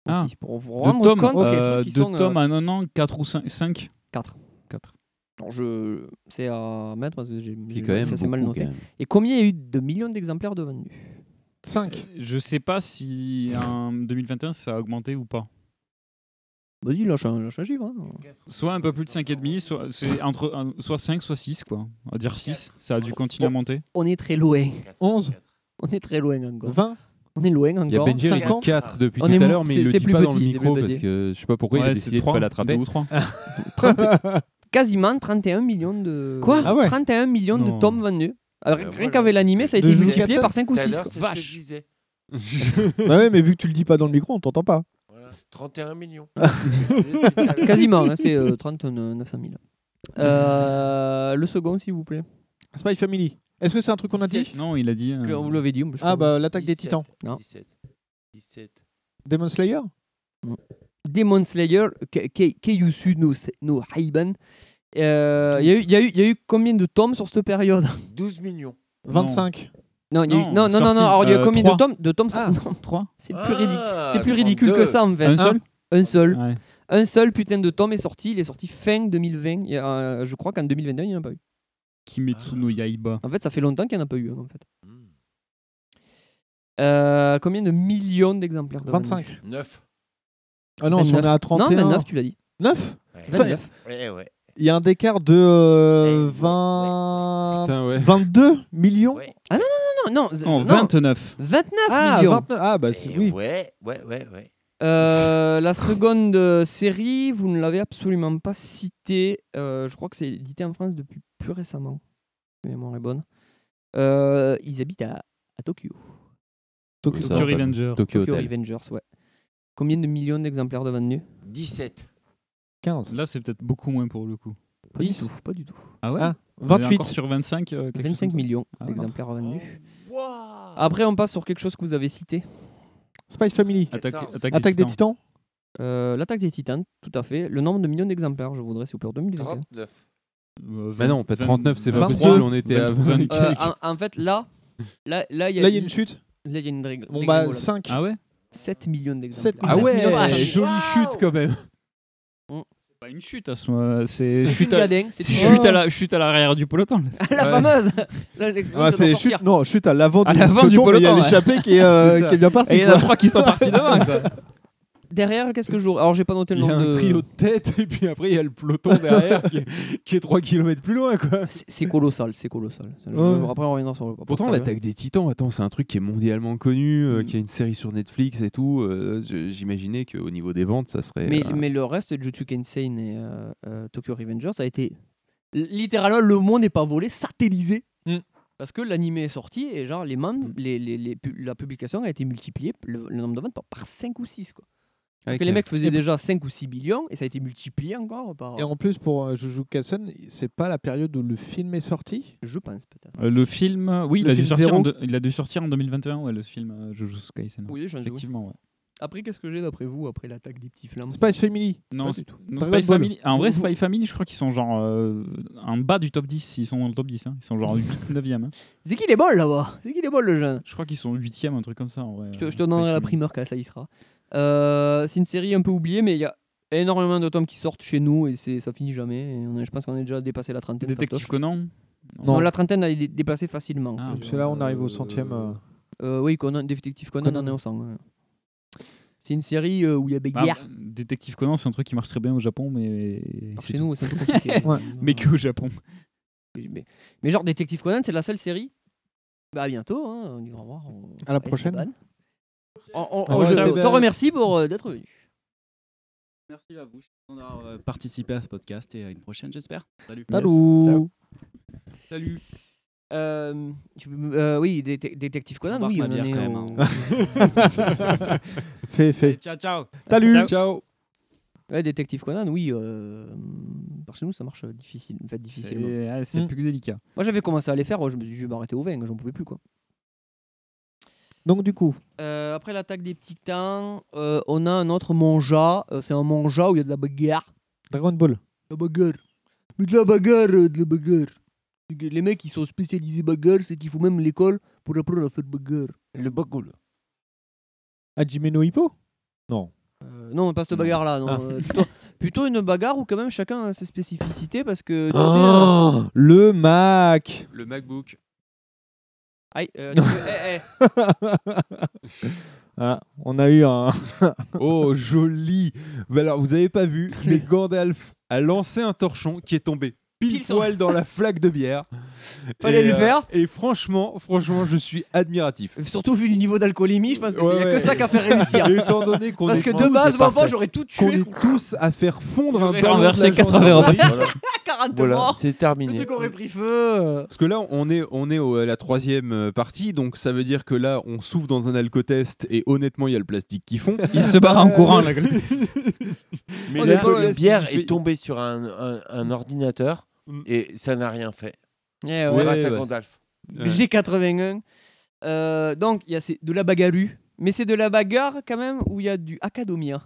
S9: Ah.
S6: Aussi, pour vous
S9: De
S6: rendre
S9: tomes,
S6: compte des
S9: euh,
S6: trucs qui
S9: de
S6: sont, euh,
S9: tomes à 90, 4 ou 5
S6: 4.
S9: 4.
S6: Non, je... C'est à mettre parce que j'ai j'ai-
S8: quand même
S6: ça c'est mal
S8: beaucoup, hein.
S6: noté.
S8: quand même.
S6: Et combien il y a eu de millions d'exemplaires de vendus
S7: 5.
S9: Je sais pas si en 2021 ça a augmenté ou pas.
S6: Vas-y, lâche un, lâche un chiffre. hein.
S9: Soit un peu plus de 5,5, soit, c'est entre, un- soit 5, soit 6, quoi. On va dire 6, ça a dû continuer à monter.
S6: On est très loin.
S7: 11
S6: On est très loin encore.
S7: 20
S6: On est loin
S8: Il y a
S6: encore.
S8: Benji il
S6: 50.
S8: dit 4 depuis
S6: On
S8: tout
S6: est
S8: à
S6: mo-
S8: l'heure, mais il
S6: c'est-
S8: le
S6: c'est
S8: dit
S6: plus
S8: pas dans le
S6: petit, c'est
S8: micro
S6: plus
S8: parce
S6: petit.
S8: que je sais pas pourquoi il a
S9: Ouais, c'est
S8: décidé de
S9: trois,
S8: pas l'attraper.
S9: deux ou trois.
S6: 30 quasiment 31 millions de.
S9: Quoi Ah ouais.
S6: 31 millions
S9: Non.
S6: de tomes vendus. Alors, rien
S10: Euh, voilà,
S6: qu'avec l'animé, ça a
S7: De
S6: été
S7: Jujutsu
S6: multiplié
S7: Kaisen
S6: par 5 ou
S10: Tout à
S6: 6.
S10: l'heure, c'est ce que je
S6: Vache.
S10: disais.
S7: Bah ouais, mais vu que tu le dis pas dans le micro, on t'entend pas.
S10: Voilà. 31 millions.
S6: Quasiment, hein, c'est euh, 30 euh, 900 000. Euh, le second, s'il vous plaît.
S7: Spy Family. Est-ce que c'est un truc qu'on a dit
S9: Non, il a dit. euh,
S6: Je- Vous l'avez dit. je crois.
S7: Ah bah l'attaque des titans.
S10: 17,
S6: Non.
S10: 17. 17.
S7: Demon Slayer
S6: Demon Slayer, Ke- Ke- Keiyusu no, Se- no Haiban. Euh, Il y, a eu- il y a eu- il y a eu combien de tomes sur cette période
S10: 12 millions.
S9: Non.
S7: 25.
S6: Non, il y a eu-
S9: Non,
S6: non, non, non, non,
S9: sorti,
S6: alors il y a
S9: euh,
S6: combien
S9: trois.
S6: de tomes De tomes
S10: Ah.
S6: non,
S9: 3
S6: C'est
S10: Ah,
S6: plus, ridic- c'est plus ridicule
S10: 32.
S6: que ça en fait.
S9: Un seul
S6: Un seul.
S9: Ouais.
S6: Un seul putain de tome est sorti. Il est sorti fin 2020. Il y a, euh, je crois qu'en 2021, il n'y en a pas eu.
S9: Kimetsu no Yaiba.
S6: En fait, ça fait longtemps qu'il n'y en a pas eu. hein, en fait. Euh, combien de millions d'exemplaires de
S7: 25.
S10: 9.
S7: Ah non, si on est à 31.
S6: Non, mais 9, tu l'as dit.
S7: 9
S10: Ouais,
S6: 29.
S10: ouais. ouais.
S7: Il y a un écart de euh, 20...
S8: Putain, ouais.
S7: 22 millions
S10: Ouais.
S6: Non, non, z-
S9: Non,
S6: non,
S9: 29.
S6: 29
S7: Ah,
S6: millions.
S7: 29. Ah, bah c'est
S10: Eh
S7: oui.
S10: Ouais, ouais, ouais, ouais.
S6: Euh, la seconde euh, série, vous ne l'avez absolument pas citée. Euh, je crois que c'est édité en France depuis plus récemment. Si Ma mémoire est bonne. Euh, ils habitent à, à Tokyo.
S8: Oui, ça
S9: Tokyo
S8: va pas.
S9: Revenger.
S8: Tokyo
S6: Tokyo
S8: Hotel.
S6: Revengers, ouais. Combien de millions d'exemplaires de vendus
S10: 17.
S7: 15.
S9: Là, c'est peut-être beaucoup moins pour le coup.
S6: Pas du
S7: 10.
S6: tout, pas du tout.
S9: Ah ouais
S7: Ah,
S9: On est encore
S7: 28.
S9: sur 25. euh, quelque chose
S6: 25
S9: comme ça.
S6: millions
S9: Ah,
S6: d'exemplaires vendus.
S10: Waouh
S6: Après, on passe sur quelque chose que vous avez cité.
S7: Spy Family.
S9: Attaque,
S10: 14.
S9: attaque,
S7: Attaque des titans.
S6: Euh, L'attaque des titans, tout à fait. Le nombre de millions d'exemplaires, je voudrais, s'il vous plaît, en 2021.
S10: 39.
S9: Euh,
S8: Bah non, pas
S9: 20,
S8: 39, c'est pas
S7: 23,
S8: possible, on était à
S9: 22.
S8: 20.
S6: Euh, en, en fait, là, là, là, il y a,
S7: Là, il y a
S6: eu-
S7: une chute.
S6: là, il y a une drég-
S7: Bon, bah
S6: dégringolade.
S7: 5.
S9: Ah ouais
S6: 7 millions d'exemplaires.
S7: 7
S8: Ah ouais,
S6: millions d'exemplaires.
S8: jolie chute quand même.
S9: Pas une chute à ce moment. C'est
S6: C'est
S9: chute
S6: une
S9: à,
S6: gading, c'est
S9: c'est
S6: une-
S9: chute à la chute à l'arrière du peloton. là.
S6: La
S8: Ouais.
S6: fameuse Là, l'explosion
S7: Ah,
S6: de
S7: c'est
S6: s'en sortir.
S7: chute, non, chute à l'avant
S9: À
S7: du
S9: l'avant du
S7: peloton, mais il y a
S9: peloton, ouais.
S7: l'échappé qui, est, euh,
S8: C'est ça.
S7: qui est bien parti.
S9: Et il y en a
S7: quoi.
S9: trois qui sont partis devant. quoi.
S6: Derrière, qu'est-ce que je joue Alors, j'ai pas noté le
S8: Il y
S6: nom
S8: a un
S6: de.
S8: trio de tête, et puis après, il y a le peloton derrière qui, est, qui est 3 km plus loin. quoi.
S6: C'est colossal, c'est colossal. Ça, je-
S8: Ouais.
S6: Après, on reviendra sur le. après,
S8: Pourtant,
S6: ça,
S8: l'attaque des titans, attends, c'est un truc qui est mondialement connu, euh, qui a une série sur Netflix et tout. euh, je- J'imaginais qu'au niveau des ventes, ça serait.
S6: Mais,
S8: euh,
S6: mais le reste, Jutsu Insane et euh, euh, Tokyo Revengers, ça a été littéralement le monde n'est pas volé, satellisé.
S8: Mm.
S6: Parce que l'anime est sorti et genre les membres, les, les- les pu- la publication a été multipliée le, le nombre de ventes par, 5 ou 6 quoi. Parce
S7: Ouais,
S6: que les
S7: clair.
S6: mecs faisaient
S7: Et-
S6: déjà 5 ou 6 billions et ça a été multiplié encore par.
S7: Et en plus, pour euh, Juju Kassen, c'est pas la période où le film est sorti
S6: Je pense peut-être.
S9: Euh, le film, euh, oui,
S7: Le
S9: il a, dû
S7: film
S9: sortir
S7: zéro
S9: en deux- il a dû sortir en 2021, ouais, le film euh, Jujutsu Kaisen.
S6: Oui, je pense que oui.
S9: Effectivement, ouais.
S6: Après, qu'est-ce que j'ai d'après vous après l'attaque des petits flammes
S7: Spice Family
S9: Non,
S6: Pas
S9: c'est-
S6: du tout.
S9: non,
S6: Dragon
S9: Spy
S6: Ball.
S9: Family. ah, en vrai, Spy Family, je crois qu'ils sont genre euh, en bas du top 10. Ils sont dans le top 10. hein. Ils sont genre 8, 9e. hein.
S6: C'est qui les balles là-bas C'est qui les balles le jeune
S9: Je crois qu'ils sont 8e, un truc comme ça. En vrai.
S6: Je te, je te donnerai la primeur quand ça y sera. Euh, c'est une série un peu oubliée, mais il y a énormément de tomes qui sortent chez nous et c'est, ça finit jamais. Et on est- je pense qu'on est déjà dépassé la trentaine.
S9: Détective
S6: fastoche.
S9: Conan Ah,
S6: non. Ah. la trentaine, elle est dépassée facilement.
S7: Parce que là, on arrive au centième. euh,
S6: Euh, oui, Conan, Détective Conan,
S7: Conan.
S6: on est au 100. ouais. C'est une série euh, où il y a
S9: Ah,
S6: bagarre.
S9: Détective Conan, c'est un truc qui marche très bien au Japon, mais.
S6: chez nous, c'est un peu compliqué. Ouais.
S9: Mais que au Japon.
S6: mais, mais genre, Détective Conan, c'est la seule série. Bah, à bientôt. hein, on ira voir. on-
S7: À la
S6: Esteban.
S7: prochaine. Ah,
S6: On- on-
S7: Au revoir,
S6: je te-
S7: Esteban.
S6: te remercie pour euh, d'être venu.
S3: Merci à vous d'avoir euh, participé à ce podcast et à une prochaine, j'espère. Salut.
S6: Salut. Euh, tu peux me- euh, oui, déte- détective Conan,
S3: J'embarque
S6: oui,
S3: ma
S6: on en
S3: bière
S6: est
S3: quand même,
S6: au-
S3: hein.
S7: Fais, fais. Allez,
S3: ciao, ciao.
S7: Salut. Ciao.
S6: Ouais, détective Conan, oui. euh, par chez nous, ça marche euh, difficile, en fait, difficilement.
S9: C'est- ah, c'est plus délicat.
S6: Moi, j'avais commencé à les faire. Je me suis, dit, je vais m'arrêter au 20, j'en pouvais plus quoi.
S7: Donc, du coup,
S6: Euh, après l'attaque des petits temps, euh, on a un autre manga. euh, c'est un manga où il y a de la bagarre.
S7: Dragon Ball.
S6: La bagarre. Mais de la bagarre, euh, de la bagarre. C'est que Les mecs qui sont spécialisés bagarre, c'est qu'il faut même l'école pour apprendre à faire bagarre. Le bagarre.
S7: Hajime no Hippo Non.
S6: Euh, non, pas cette bagarre là.
S7: Ah.
S6: plutôt, plutôt une bagarre où quand même chacun a ses spécificités parce que tu sais, euh,
S7: Oh, le Mac
S8: Le MacBook.
S6: Aïe, euh, tu peux- eh, eh.
S7: Ah, on a eu un.
S8: oh, joli Mais Alors, vous avez pas vu, mais Gandalf a lancé un torchon qui est tombé pile
S6: Pile sur-
S8: poil dans la flaque de bière.
S6: Fallait
S8: Et,
S6: le
S8: euh,
S6: faire.
S8: Et franchement, franchement, je suis admiratif.
S6: eh, Surtout vu le niveau d'alcoolémie, je pense qu'il
S8: Ouais,
S6: n'y a que
S8: ouais.
S6: ça qu'à faire réussir.
S8: Et étant donné qu'on
S6: Parce
S8: est
S6: que de
S8: tous-
S6: base,
S8: c'est
S6: moi,
S8: parfait.
S6: j'aurais tout
S8: Qu'on
S6: tué.
S8: est tous à faire fondre un
S6: J'aurais
S8: ballon.
S6: renversé
S8: de la
S6: 80
S8: gendarmerie.
S6: euros. Voilà. 40 morts.
S8: C'est
S6: Le
S8: terminé.
S6: truc aurait pris feu.
S8: Parce que là, on est, on est au- à la troisième euh, partie, donc ça veut dire que là, on souffle dans un alcotest et honnêtement, il y a le plastique qui fond.
S9: Il se barre en courant, là.
S8: On
S10: Mais
S8: est
S10: la,
S8: pas-
S10: la bière
S8: il fait-
S10: est tombée sur un, un- un ordinateur
S8: Mm.
S10: et ça n'a rien fait.
S6: Eh ouais.
S10: Grâce à
S6: Ouais, ouais.
S10: Gandalf.
S6: G81. Euh, donc, il y a ces- de la bagarue. Mais c'est de la bagarre quand même où il y a du Academia.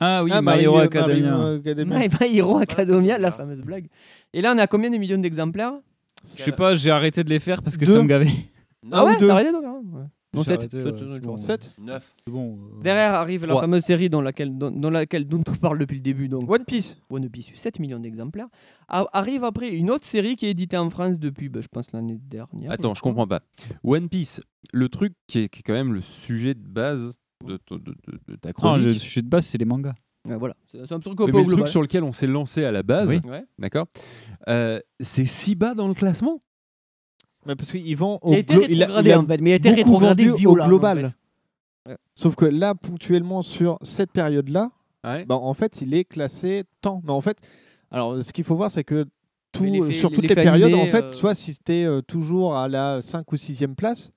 S9: Ah oui,
S7: Ah,
S9: My
S7: Mario-
S9: Hero
S7: Mario
S9: Academia.
S7: Academia.
S6: My, My Hero Academia, la fameuse blague. Et là, on est à combien de millions d'exemplaires
S9: Je sais pas, j'ai arrêté de les faire parce que
S6: Deux.
S9: ça me gavait.
S6: Ah ouais, t'as arrêté toi quand même, ouais. Non,
S9: J'ai
S6: sept.
S9: arrêté,
S6: Sept,
S9: ouais,
S6: sept,
S9: c'est
S6: sept,
S9: bon.
S6: sept.
S10: Neuf.
S9: C'est bon. euh,
S6: Derrière arrive la
S9: Trois.
S6: fameuse série dans laquelle, dans, dans laquelle dont on parle depuis le début. Donc, One Piece. One Piece, 7 millions d'exemplaires. A- Arrive après une autre série qui est éditée en France depuis, bah, je pense, l'année dernière.
S8: Attends, je comprends pas. One Piece, le truc qui est, qui est quand même le sujet de base de, to- de- de- de ta
S9: Non,
S8: chronique.
S9: le sujet de base, c'est les mangas.
S6: Ouais, Euh, voilà, c'est c'est un truc
S8: Oui,
S6: un
S8: mais
S6: peu
S8: le truc
S6: global.
S8: sur lequel on s'est lancé à la base,
S9: Oui.
S6: Ouais.
S8: d'accord, euh, c'est si bas dans le classement.
S7: Mais parce qu'il vend
S6: Il
S7: au
S6: a été
S7: glo-
S6: rétrogradé, en fait, mais il a été
S7: beaucoup
S6: rétrogradé
S7: vendu
S6: violemment,
S7: au global.
S6: fait. Ouais.
S7: Sauf que là, ponctuellement, sur cette période-là, bah, en fait, il est classé tant. Mais en fait, alors ce qu'il faut voir, c'est que tout,
S6: Mais les
S7: euh,
S6: faits-
S7: sur
S6: les
S7: toutes les
S6: faits
S7: périodes, en
S6: animés,
S7: fait,
S6: euh,
S7: soit si t'es euh, toujours à la 5 ou 6e place,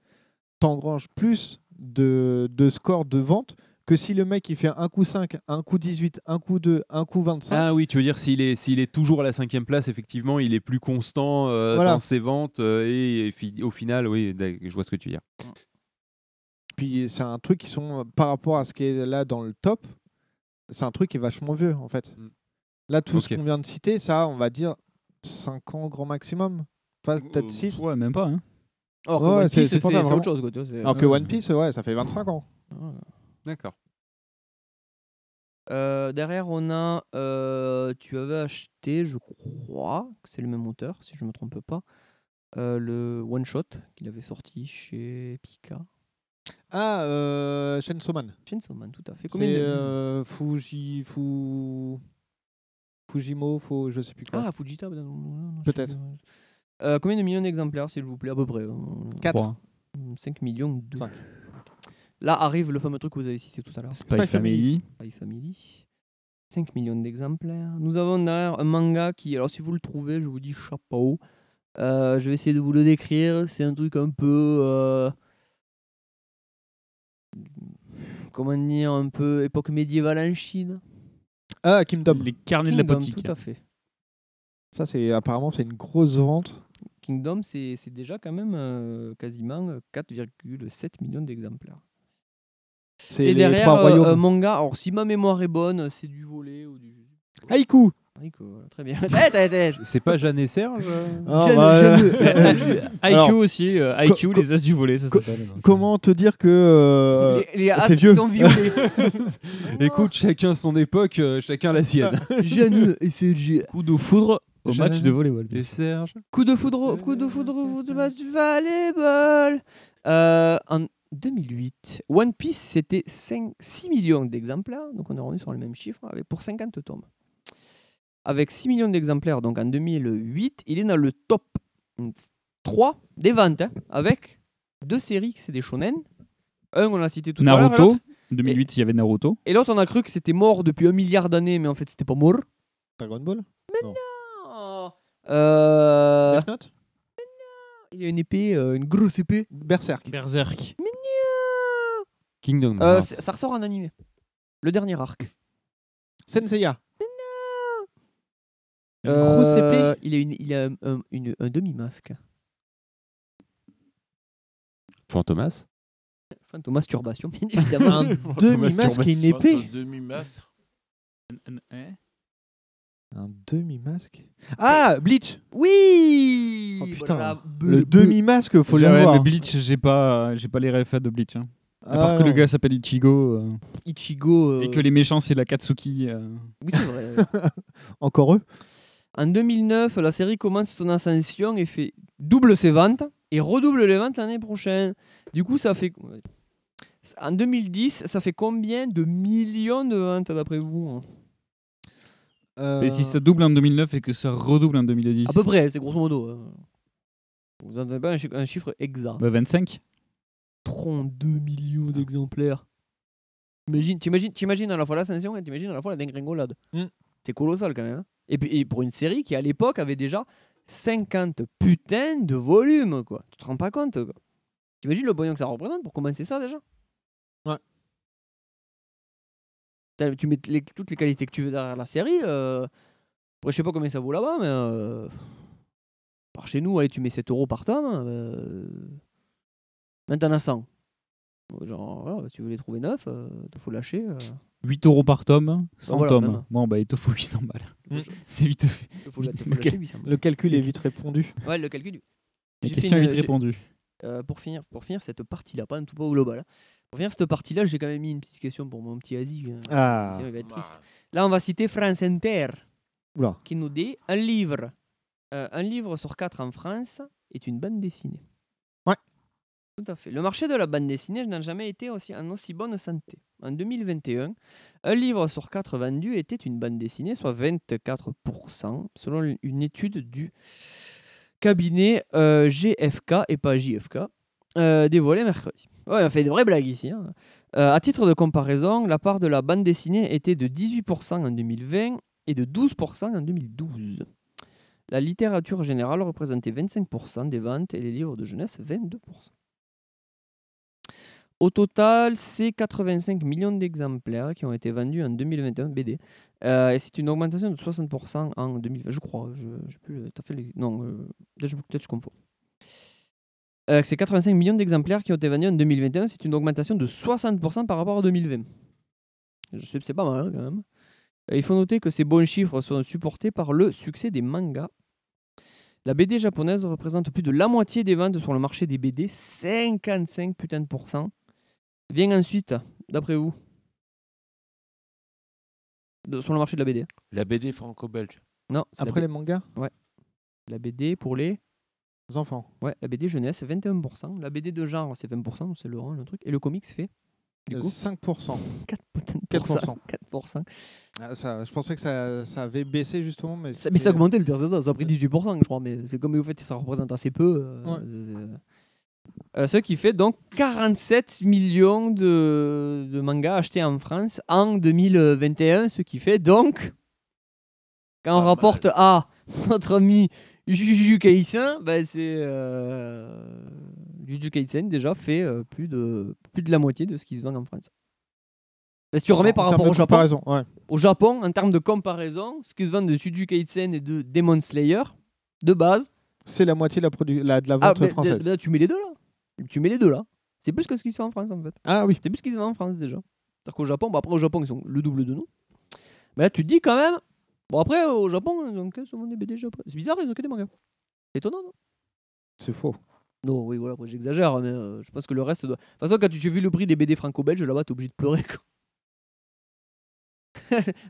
S7: t'engranges plus de, de scores de vente que si le mec il fait un coup 5, un coup 18, un coup 2, un coup 25.
S8: Ah oui, tu veux dire s'il est s'il est toujours à la cinquième place, effectivement, il est plus constant euh,
S7: Voilà.
S8: dans ses ventes euh, et, et fi- au final, oui, d'ac- je vois ce que tu veux dire.
S7: Puis c'est un truc qui sont euh, par rapport à ce qui est là dans le top, c'est un truc qui est vachement vieux en fait.
S6: Mm.
S7: Là, tout
S8: Ok.
S7: ce qu'on vient de citer, ça, on va dire 5 ans grand maximum.
S6: Euh,
S7: Enfin, peut-être 6.
S9: Ouais, même pas. Hein.
S6: Alors que One Piece, c'est- c'est autre chose, quoi, tu vois, c'est-
S7: Alors que
S6: Ouais.
S7: One Piece, ouais, ça fait 25 ans.
S8: D'accord.
S6: Euh, derrière, on a. euh, tu avais acheté, je crois, que c'est le même auteur, si je ne me trompe pas, euh, le One Shot qu'il avait sorti chez Pika.
S7: Ah, euh, Chainsaw Man.
S6: Chainsaw Man, tout à fait. Combien
S7: C'est
S6: de-
S7: euh, Fuji, Fu... Fujimo, Fu... je sais plus quoi.
S6: Ah, Fujita. non, non, non, je sais
S7: Peut-être.
S6: plus. Euh, combien de millions d'exemplaires, s'il vous plaît, à peu près 4. 5 millions. 5. Là arrive le fameux truc que vous avez cité tout à l'heure.
S9: Spy Spy Family.
S6: Spy Family. 5 millions d'exemplaires. Nous avons derrière un manga qui, alors si vous le trouvez, je vous dis chapeau. Euh, je vais essayer de vous le décrire. C'est un truc un peu. euh, Comment dire Un peu époque médiévale en Chine.
S7: Ah, Kingdom.
S9: Les carnets
S6: Kingdom, Tout à fait.
S7: Ça, c'est apparemment, c'est une grosse vente.
S6: Kingdom, c'est c'est déjà quand même euh, quasiment euh, 4,7 millions d'exemplaires.
S7: C'est
S6: Et
S7: les
S6: derrière,
S7: trois
S6: euh,
S7: royaumes.
S6: un manga, alors si ma mémoire est bonne, c'est du volet ou du.
S7: Haïku
S6: Haïku, voilà, très bien. Eh, t'as- t'as-
S8: C'est pas Jeanne et Serge
S7: Ah, bah, euh,
S9: IQ
S7: Alors,
S9: aussi, euh, IQ, les as du volet, ça s'appelle.
S7: Comment te dire que euh,
S9: Les- les as
S7: c'est
S9: qui
S7: vieux
S9: sont violés.
S8: Écoute, chacun son époque, euh, chacun la sienne.
S7: Jeanne et Serge.
S9: Coup de foudre au match
S8: Jeanne
S9: de volleyball.
S8: Et Serge.
S6: Coup de foudre, coup de foudre, coup de match volleyball. Euh, en 2008, One Piece, c'était 5 6 millions d'exemplaires, donc on est revenu sur le même chiffre, avec, pour 50 tomes. Avec 6 millions d'exemplaires, donc en 2008, il est dans le top 3 des ventes, hein, avec deux séries, c'est des shonen. Un, on l'a cité tout à l'heure. et
S9: Naruto,
S6: l'autre-
S9: 2008, il y avait Naruto.
S6: Et l'autre, on a cru que c'était mort depuis un milliard d'années, mais en fait, c'était pas mort.
S7: Dragon Ball Non.
S6: Euh...
S7: Death Note
S6: Il y a une épée, euh, une grosse épée.
S7: Berserk.
S9: Berserk.
S8: Kingdom
S6: Euh,
S8: Hearts.
S6: c'est- ça ressort en animé. Le dernier arc.
S7: Senseiya.
S6: Une
S7: grosse épée
S6: Euh, Il a, une, il a un, un- une- un demi-masque.
S8: Fantomas.
S6: Fantomasturbation, bien évidemment.
S7: Oh,
S9: Oh,
S7: demi-masque et une épée.
S10: Demi-masque.
S6: eh.
S7: Un demi-masque Ah, Bleach
S6: Oui
S7: Oh putain, le demi-masque, faut
S9: J'ai- ouais,
S7: l'avoir.
S9: mais Bleach, j'ai pas, j'ai pas les réfas de Bleach. hein. À
S7: Ah,
S9: part que
S7: non.
S9: le gars s'appelle Ichigo. euh,
S6: Ichigo. euh,
S9: Et que les méchants, c'est la Katsuki. euh.
S6: Oui, c'est vrai. ouais.
S7: Encore eux
S6: en 2009, la série commence son ascension et fait double ses ventes et redouble les ventes l'année prochaine. Du coup, ça fait. En 2010, ça fait combien de millions de ventes d'après vous
S9: Mais
S7: Euh.
S9: si ça double en 2009 et que ça redouble en 2010.
S6: À peu près, c'est grosso modo. hein. Vous n'avez pas un, chi- un chiffre exact.
S9: Bah, 25.
S6: 32 millions d'exemplaires. T'imagines, t'imagines, t'imagines à la fois l'ascension et t'imagines à la fois la dégringolade. C'est colossal quand même. hein. Et, puis- et pour une série qui à l'époque avait déjà 50 putains de volumes, quoi. Tu te rends pas compte, quoi. T'imagines le pognon que ça représente pour commencer ça déjà
S7: Ouais.
S6: T'as- Tu mets les- toutes les qualités que tu veux derrière la série. euh, Après, je sais pas combien ça vaut là-bas, mais. euh, Par chez nous, allez, tu mets 7 euros par tome. hein, euh, Maintenant à 100. Genre, voilà, bah, si tu veux les trouver neufs, euh, t'en faut lâcher. euh.
S9: 8 euros par tome, 100
S6: Ah, voilà,
S9: tomes.
S6: même.
S9: Bon, bah, il te faut 800 balles. C'est vite fait.
S6: Il te faut la- il te faut
S9: Le
S6: lâcher
S9: cal-
S6: 800.
S7: Euh, Le calcul est vite répondu.
S6: Ouais, le calcul.
S9: La
S6: J'ai
S9: question
S6: fait
S9: est
S6: une-
S9: vite
S6: j'ai-
S9: répondue.
S6: euh, pour, finir, pour finir cette partie-là, pas en tout pas au global. hein. Pour finir cette partie-là, j'ai quand même mis une petite question pour mon petit Asie. hein.
S7: Ah.
S6: Sinon, il va être triste. Là, on va citer France Inter.
S7: Oula.
S6: Qui nous dit un livre. euh, un livre sur quatre en France est une bande dessinée.
S7: Ouais.
S6: Tout à fait. Le marché de la bande dessinée n'a jamais été aussi, en aussi bonne santé. En 2021, un livre sur quatre vendu était une bande dessinée, soit 24%, selon une étude du cabinet euh, GFK et pas JFK, euh, dévoilé mercredi. Ouais, on fait de vraies blagues ici. hein. Euh, à titre de comparaison, la part de la bande dessinée était de 18% en 2020 et de 12% en 2012. La littérature générale représentait 25% des ventes et les livres de jeunesse 22%. Au total, c'est 85 millions d'exemplaires qui ont été vendus en 2021 BD. Euh, et c'est une augmentation de 60% en 2020, je crois. Je, je sais plus, t'as fait les- Non, euh, peut-être je- peut-être je confonds. Euh, c'est 85 millions d'exemplaires qui ont été vendus en 2021. C'est une augmentation de 60% par rapport à 2020. Je sais que c'est pas mal hein, quand même. Euh, il faut noter que ces bons chiffres sont supportés par le succès des mangas. La BD japonaise représente plus de la moitié des ventes sur le marché des BD, 55 putain de pourcents. Vient ensuite, d'après vous De- Sur le marché de la BD.
S10: La BD franco-belge.
S6: Non, c'est la
S7: Après
S6: B-
S7: les mangas
S6: Ouais. La BD pour les
S7: Aux enfants.
S6: Ouais, la BD jeunesse, 21%. La BD de genre, c'est 20%, donc c'est Laurent, le truc. Et le comics fait du
S7: Euh,
S6: coup,
S7: 5%.
S6: 4%. 4%.
S7: Ah, ça, je pensais que ça, ça avait baissé justement, mais
S6: Ça, mais ça a
S7: c'était-
S6: augmenté le pire, c'est ça. Ça a pris 18%, je crois. Mais c'est comme vous fait, ça représente assez peu. euh, euh, euh, ce qui fait donc 47 millions de, de mangas achetés en France en 2021. Ce qui fait donc,
S7: Ah,
S6: quand
S7: bah,
S6: on rapporte à notre ami Juju Kaisen, bah, c'est. euh, Juju Kaisen déjà fait euh, plus, de, plus de la moitié de ce qui se vend en France. Bah, si tu
S7: En-
S6: remets
S7: en
S6: par
S7: termes
S6: rapport
S7: de
S6: au Japon,
S7: comparaison, ouais.
S6: au Japon, en termes de comparaison, ce qui se vend de Jujutsu Kaisen et de Demon Slayer, de base.
S7: C'est la moitié de la, produ- la- de la
S6: Ah,
S7: vente
S6: mais- mais-
S7: française.
S6: mais tu mets les deux là. Tu mets les deux là. C'est plus que ce qui se fait en France en fait.
S7: Ah oui.
S6: C'est plus ce qui se fait en France déjà. C'est-à-dire qu'au Japon, bon, après au Japon, ils sont le double de nous. Mais là, tu te dis quand même. Bon, après au Japon, ils ont que souvent des BD japonais. C'est bizarre, ils ont que des mangas. C'est étonnant, non
S7: C'est faux.
S6: Non, oui, voilà, après, j'exagère, mais euh, je pense que le reste doit. De toute façon, quand tu as vu le prix des BD franco-belges là-bas, t'es obligé de pleurer quoi.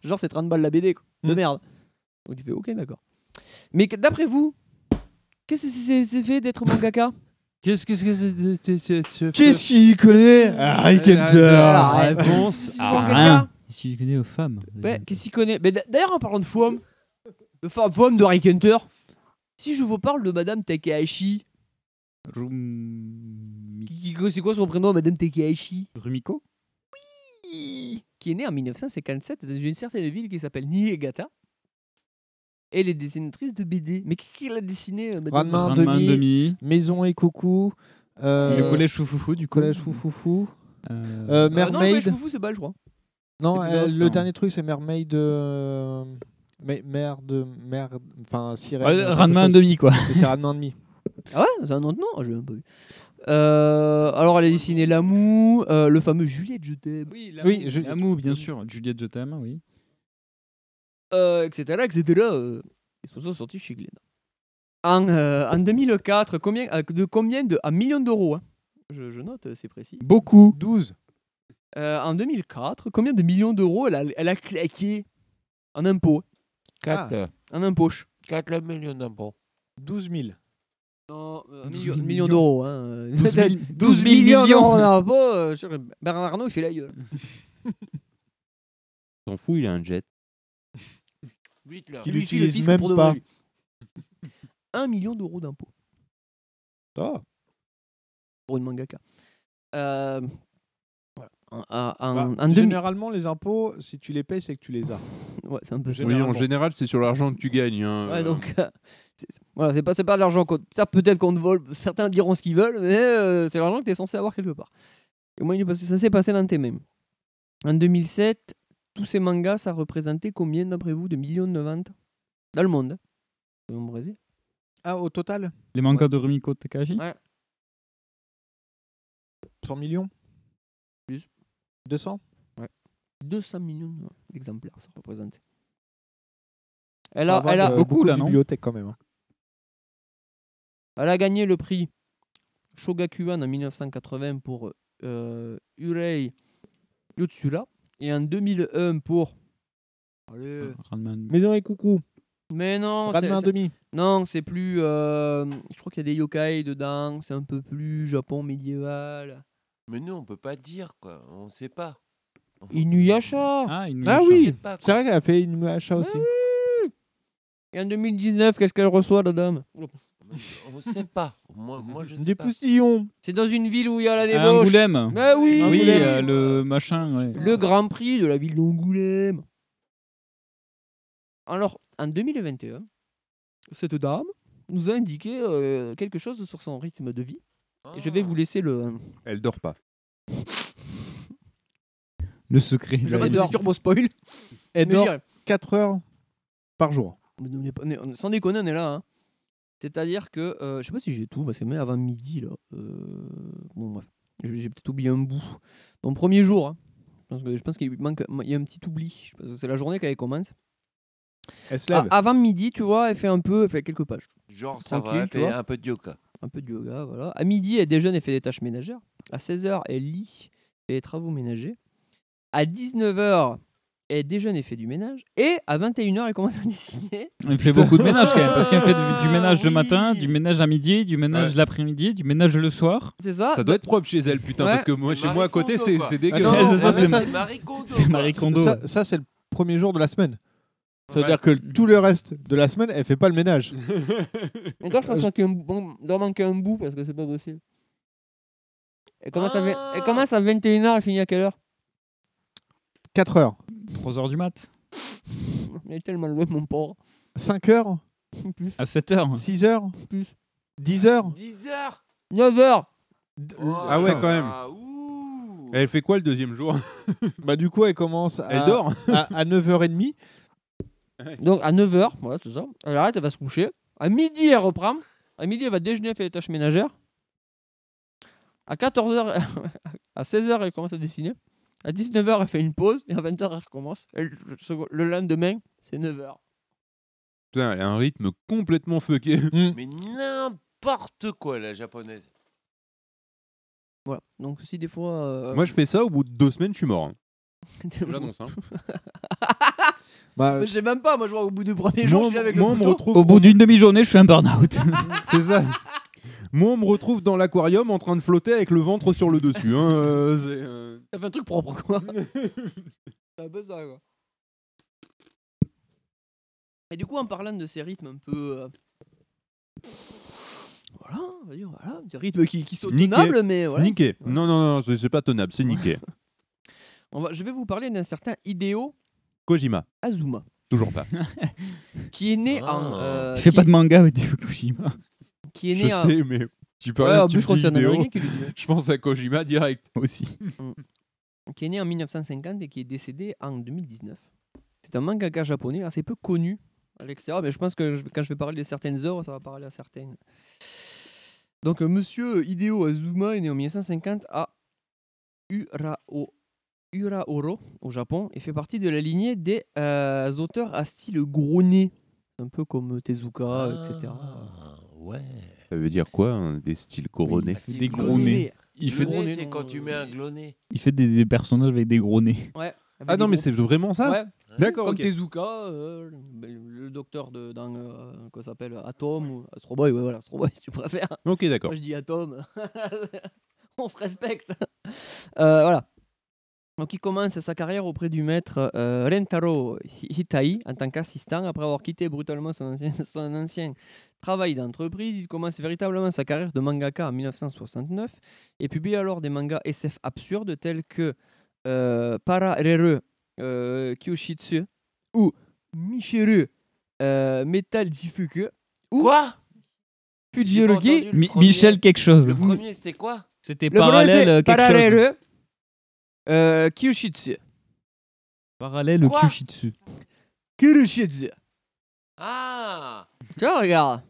S6: Genre, c'est 30 balles la BD, quoi. De merde. Donc tu fais, ok, d'accord. Mais que- d'après vous, qu'est-ce que c'est- c'est fait d'être mangaka
S8: Qu'est-ce que c'est
S7: Qu'est-ce qu'il connaît
S6: Euh,
S9: Harry Kenter.
S7: Ah,
S6: La
S9: réponse
S6: Qu'est-ce qu'il
S9: à Ah, rien. Qu'est-ce qu'il connaît aux femmes
S6: Ouais, qu'est-ce qu'il connaît Mais d'a- D'ailleurs, en parlant de Foam, de Fa- Foam de Harry Hunter, si je vous parle de Madame Takahashi. Qui- qui- C'est quoi son prénom, Madame Takahashi
S9: Rumiko
S6: Oui Qui est née en 1957 dans une certaine ville qui s'appelle Niigata. Elle est dessinatrice de BD. Mais qui, qui l'a dessinée, euh, Madame
S7: Ranma
S9: Ranma
S7: demi,
S9: un demi.
S7: Maison et coucou. euh,
S9: Le collège Foufoufou, du coup.
S7: Collège Foufoufou.
S9: Euh,
S7: Euh,
S6: Ah non, mais
S7: Mermaid.
S6: je vous fous, c'est pas, je crois.
S7: Non,
S6: Depuis
S7: euh,
S6: l'autre,
S7: le
S6: non.
S7: dernier truc, c'est Mermaid. Euh... mais- Merde, merde, enfin, sirène.
S9: Ouais,
S7: quelque
S9: Ranma un
S7: chose.
S9: demi, quoi.
S7: Mais C'est Ranma un demi.
S6: Ah ouais C'est un autre nom Ah, Je l'ai même pas vu. Euh, alors, elle a dessiné L'Amour, euh, le fameux Juliette, je t'aime.
S9: Oui,
S7: Oui,
S9: je... L'amour, bien sûr. Juliette, je t'aime, oui.
S6: euh, etc., etc. euh, ils sont tous sortis chez Glen. En, euh, en 2004, combien, euh, de combien de... En millions d'euros, hein. je, je note, euh, c'est précis.
S9: Beaucoup.
S7: 12.
S6: Euh, en 2004, combien de millions d'euros elle a, elle a claqué en impôts
S10: Quatre.
S6: En impoche
S10: 4 Ah, millions d'impôts.
S7: 12 000.
S6: Non, euh,
S10: 12
S6: millions,
S10: millions.
S6: millions d'euros. Hein. euh,
S10: 12 000
S6: 12 millions d'euros en impôts. euh, sur- Bernard Arnault, il fait la gueule.
S8: T'en fous, il a un jet.
S6: Il lui file le
S7: l'utilise
S6: disque
S7: même
S6: pour de
S7: pas.
S6: vrai, lui. 1 million d'euros d'impôts.
S7: Ah.
S6: pour une mangaka. Euh, voilà. En, en- en-
S7: Bah,
S6: en demi-
S7: Généralement, les impôts, si tu les payes, c'est que tu les as.
S6: Ouais, c'est un peu ça.
S8: Oui, en général, c'est sur l'argent que tu gagnes. hein.
S6: Ouais, donc, euh, c'est- c'est- voilà, c'est pas, c'est pas de l'argent qu'on. ça, Peut-être qu'on te vole, certains diront ce qu'ils veulent, mais euh, c'est l'argent que tu es censé avoir quelque part. Et moi, il est passé- ça s'est passé dans tes mêmes. En 2007, tous ces mangas, ça représentait combien d'après vous de millions de ventes Dans le monde. hein. Au Brésil.
S7: Ah, au total
S9: Les mangas de Rumiko Takahashi
S6: Ouais.
S7: 100 millions
S6: Plus.
S7: 200
S6: Ouais. 200 millions d'exemplaires, ça représente. Elle
S7: Faut
S6: a,
S7: avoir
S6: elle a
S7: de-
S9: beaucoup, là,
S7: Euh, de
S9: non
S7: bibliothèque quand même. hein.
S6: Elle a gagné le prix Shogakukan en 1980 pour euh, Urei Yotsura et en 2001 pour. Allez.
S9: Ranma un demi.
S7: Maison et coucou.
S6: Mais non, c'est-
S7: Ranma un
S6: c'est-
S7: demi.
S6: non, c'est plus. euh, je crois qu'il y a des yokai dedans, c'est un peu plus Japon médiéval.
S10: Mais nous, on peut pas dire, quoi. On sait pas.
S6: Inuyasha Ah
S9: Ah,
S7: Ah
S10: Je sais
S7: oui
S10: pas, quoi.
S7: C'est vrai qu'elle a fait une achat aussi.
S6: Et en 2019, qu'est-ce qu'elle reçoit, la dame
S10: On sait pas. Moi, moi je sais
S7: Des
S10: pas.
S7: poustillons.
S6: C'est dans une ville où il y a la
S9: À
S6: débauche.
S9: Ah, Angoulême.
S6: Mais oui,
S9: Oui,
S7: Angoulême.
S9: euh, le machin, ouais.
S6: Le Grand Prix de la ville d'Angoulême. Alors, en 2021, cette dame nous a indiqué euh, quelque chose sur son rythme de vie. Et
S10: Ah,
S8: Ah.
S6: je vais vous laisser le.
S17: Elle dort pas.
S9: Le secret. de
S6: Je
S9: la
S6: passe
S9: réussite.
S6: de turbo spoil.
S7: Elle
S6: Mais
S7: dort
S6: je dirais-
S7: 4 heures par jour.
S6: Mais on est pas- on est- on- sans déconner, on est là. hein. C'est-à-dire que. euh, je sais pas si j'ai tout, parce que même avant midi, là. euh, bon, bref. J'ai j'ai peut-être oublié un bout. Dans le premier jour, hein. je pense que- je pense qu'il manque, il y a un petit oubli. Je pense que C'est la journée qu'elle commence.
S7: Elle se lève.
S6: Ah, avant midi, tu vois, elle fait un peu, elle fait quelques pages.
S10: Genre, ça
S6: Tranquille,
S10: va,
S6: tu
S10: fait
S6: vois.
S10: un peu de yoga.
S6: un peu de yoga, voilà. À midi, elle déjeune et fait des tâches ménagères. À 16h, elle lit, fait des travaux ménagers. À 19h, elle déjeune et fait du ménage. Et à 21h, elle commence à dessiner.
S9: Il fait beaucoup de ménage quand même, parce qu'elle fait du, du ménage le matin, du ménage à midi, du ménage
S8: Ouais.
S9: l'après-midi, du ménage le soir.
S6: C'est ça.
S8: Ça doit être propre chez elle, putain,
S9: Ouais.
S8: parce que moi,
S9: C'est
S8: chez moi à côté,
S9: Marie
S8: c'est
S9: Kondo,
S8: c'est
S9: quoi.
S8: dégueulasse.
S9: Ah non,
S7: Ouais, c'est ça.
S6: bah,
S9: C'est Marie Kondo.
S7: Ça,
S9: ouais.
S7: ça, c'est le premier jour de la semaine. Ça veut
S6: Ouais.
S7: dire que tout le reste de la semaine, elle fait pas le ménage.
S6: Et toi, je
S8: Euh,
S6: pense qu'il doit manquer un bout parce que c'est pas possible. Elle commence, à, vi- elle commence à 21h, elle finit à quelle heure
S7: 4 heures.
S9: 3 heures du mat.
S6: Elle est tellement loin, mon pauvre.
S7: 5 heures
S6: Plus.
S9: À 7 heures.
S7: 6 heures
S6: Plus.
S7: 10 heures
S10: 10 heures
S6: 9 heures
S8: Ah ouais, quand même. Elle fait quoi le deuxième jour
S7: Bah, du coup, elle commence à,
S8: Elle dort
S7: à, 9h30.
S6: Donc à 9h, voilà, c'est ça. Elle arrête, elle va se coucher. À midi, elle reprend. À midi, elle va déjeuner, elle fait les tâches ménagères. À 14h, à 16h, elle commence à dessiner. À 19h, elle fait une pause. Et à 20h, elle recommence. Et le- le- le lendemain, c'est 9h.
S8: Putain, elle a un rythme complètement fucké.
S7: Mm.
S10: Mais n'importe quoi, la japonaise.
S6: Voilà. Donc si des fois... euh,
S8: Moi, je fais ça, au bout de deux semaines, je suis mort. hein. Je vous l'annonce, hein.
S7: Bah,
S6: Mais Euh, je sais même pas, moi je vois au bout du premier
S8: Moi,
S6: jour, je suis là avec le couteau.
S8: Oh.
S9: Au bout d'une demi-journée, je fais un burn-out.
S6: Ah,
S8: C'est ça. Moi, on me retrouve dans l'aquarium en train de flotter avec le ventre sur le dessus. hein. Euh, c'est, euh,
S6: Ça fait un truc propre quoi. c'est un peu ça quoi. Et du coup, en parlant de ces rythmes un peu. euh, Voilà, on va dire, voilà, des rythmes qui, qui sont
S8: niqué.
S6: tenables, mais voilà.
S8: Niqué. Non, non, non, c'est- c'est pas tenable, c'est niqué.
S6: On va, je vais vous parler d'un certain Hideo
S8: Kojima.
S6: Azuma,
S8: Toujours pas.
S6: qui est né en. euh,
S9: Il fait
S6: qui-
S9: pas de manga au Kojima.
S6: Qui est né
S8: Je
S6: en-
S8: sais, mais tu parles
S6: Ouais, en
S8: tu
S6: plus,
S8: me
S6: je crois que
S8: dis
S6: c'est un
S8: vidéo,
S6: Américain qui le dit, ouais.
S8: Je pense à Kojima direct.
S9: Aussi.
S6: qui est né en 1950 et qui est décédé en 2019. C'est un mangaka japonais assez peu connu à l'extérieur, mais je pense que je- quand je vais parler de certaines œuvres, ça va parler à certaines. Donc, euh, monsieur Hideo Azuma est né en 1950 à Urao- Uraoro, au Japon, et fait partie de la lignée des euh, auteurs à style grogné, un peu comme Tezuka, etc.
S8: Ah.
S10: Ah, Ouais.
S8: Ça veut dire quoi, hein, des styles couronnés
S9: Des gros nez. Il fait,
S10: Gloné, c'est quand tu mets un gloné.
S9: il fait des, des personnages avec des gros nez.
S6: Ouais, avec
S8: Ah
S6: des
S8: non, mais
S6: gros-
S8: c'est vraiment ça
S6: Ouais.
S8: D'accord,
S6: Comme
S8: ok.
S6: Tezuka, euh, le, le docteur de, dans, euh, quoi ça s'appelle Atom ou Astroboy, ouais, voilà, Astroboy si tu préfères.
S8: Ok, d'accord.
S6: Moi je dis Atom. On se respecte. Euh, voilà. Donc il commence sa carrière auprès du maître euh, Rentaro Hitai en tant qu'assistant. Après avoir quitté brutalement son ancien, son ancien travail d'entreprise, il commence véritablement sa carrière de mangaka en 1969 et publie alors des mangas SF absurdes tels que euh, Para Rere euh, Kyoshitsu ou Michiru euh, Metal Jifuku ou
S10: Quoi
S6: Fujirugi
S9: Mi- Michel quelque chose.
S10: Le premier, c'était quoi
S9: C'était
S6: le premier,
S9: parallèle
S6: c'est
S9: euh, quelque chose.
S6: Pararere, euh, Kyushitsu.
S9: Parallèle au
S6: Quoi
S9: Kyushitsu.
S6: Kyushitsu.
S10: Ah
S6: Tu vois, regarde.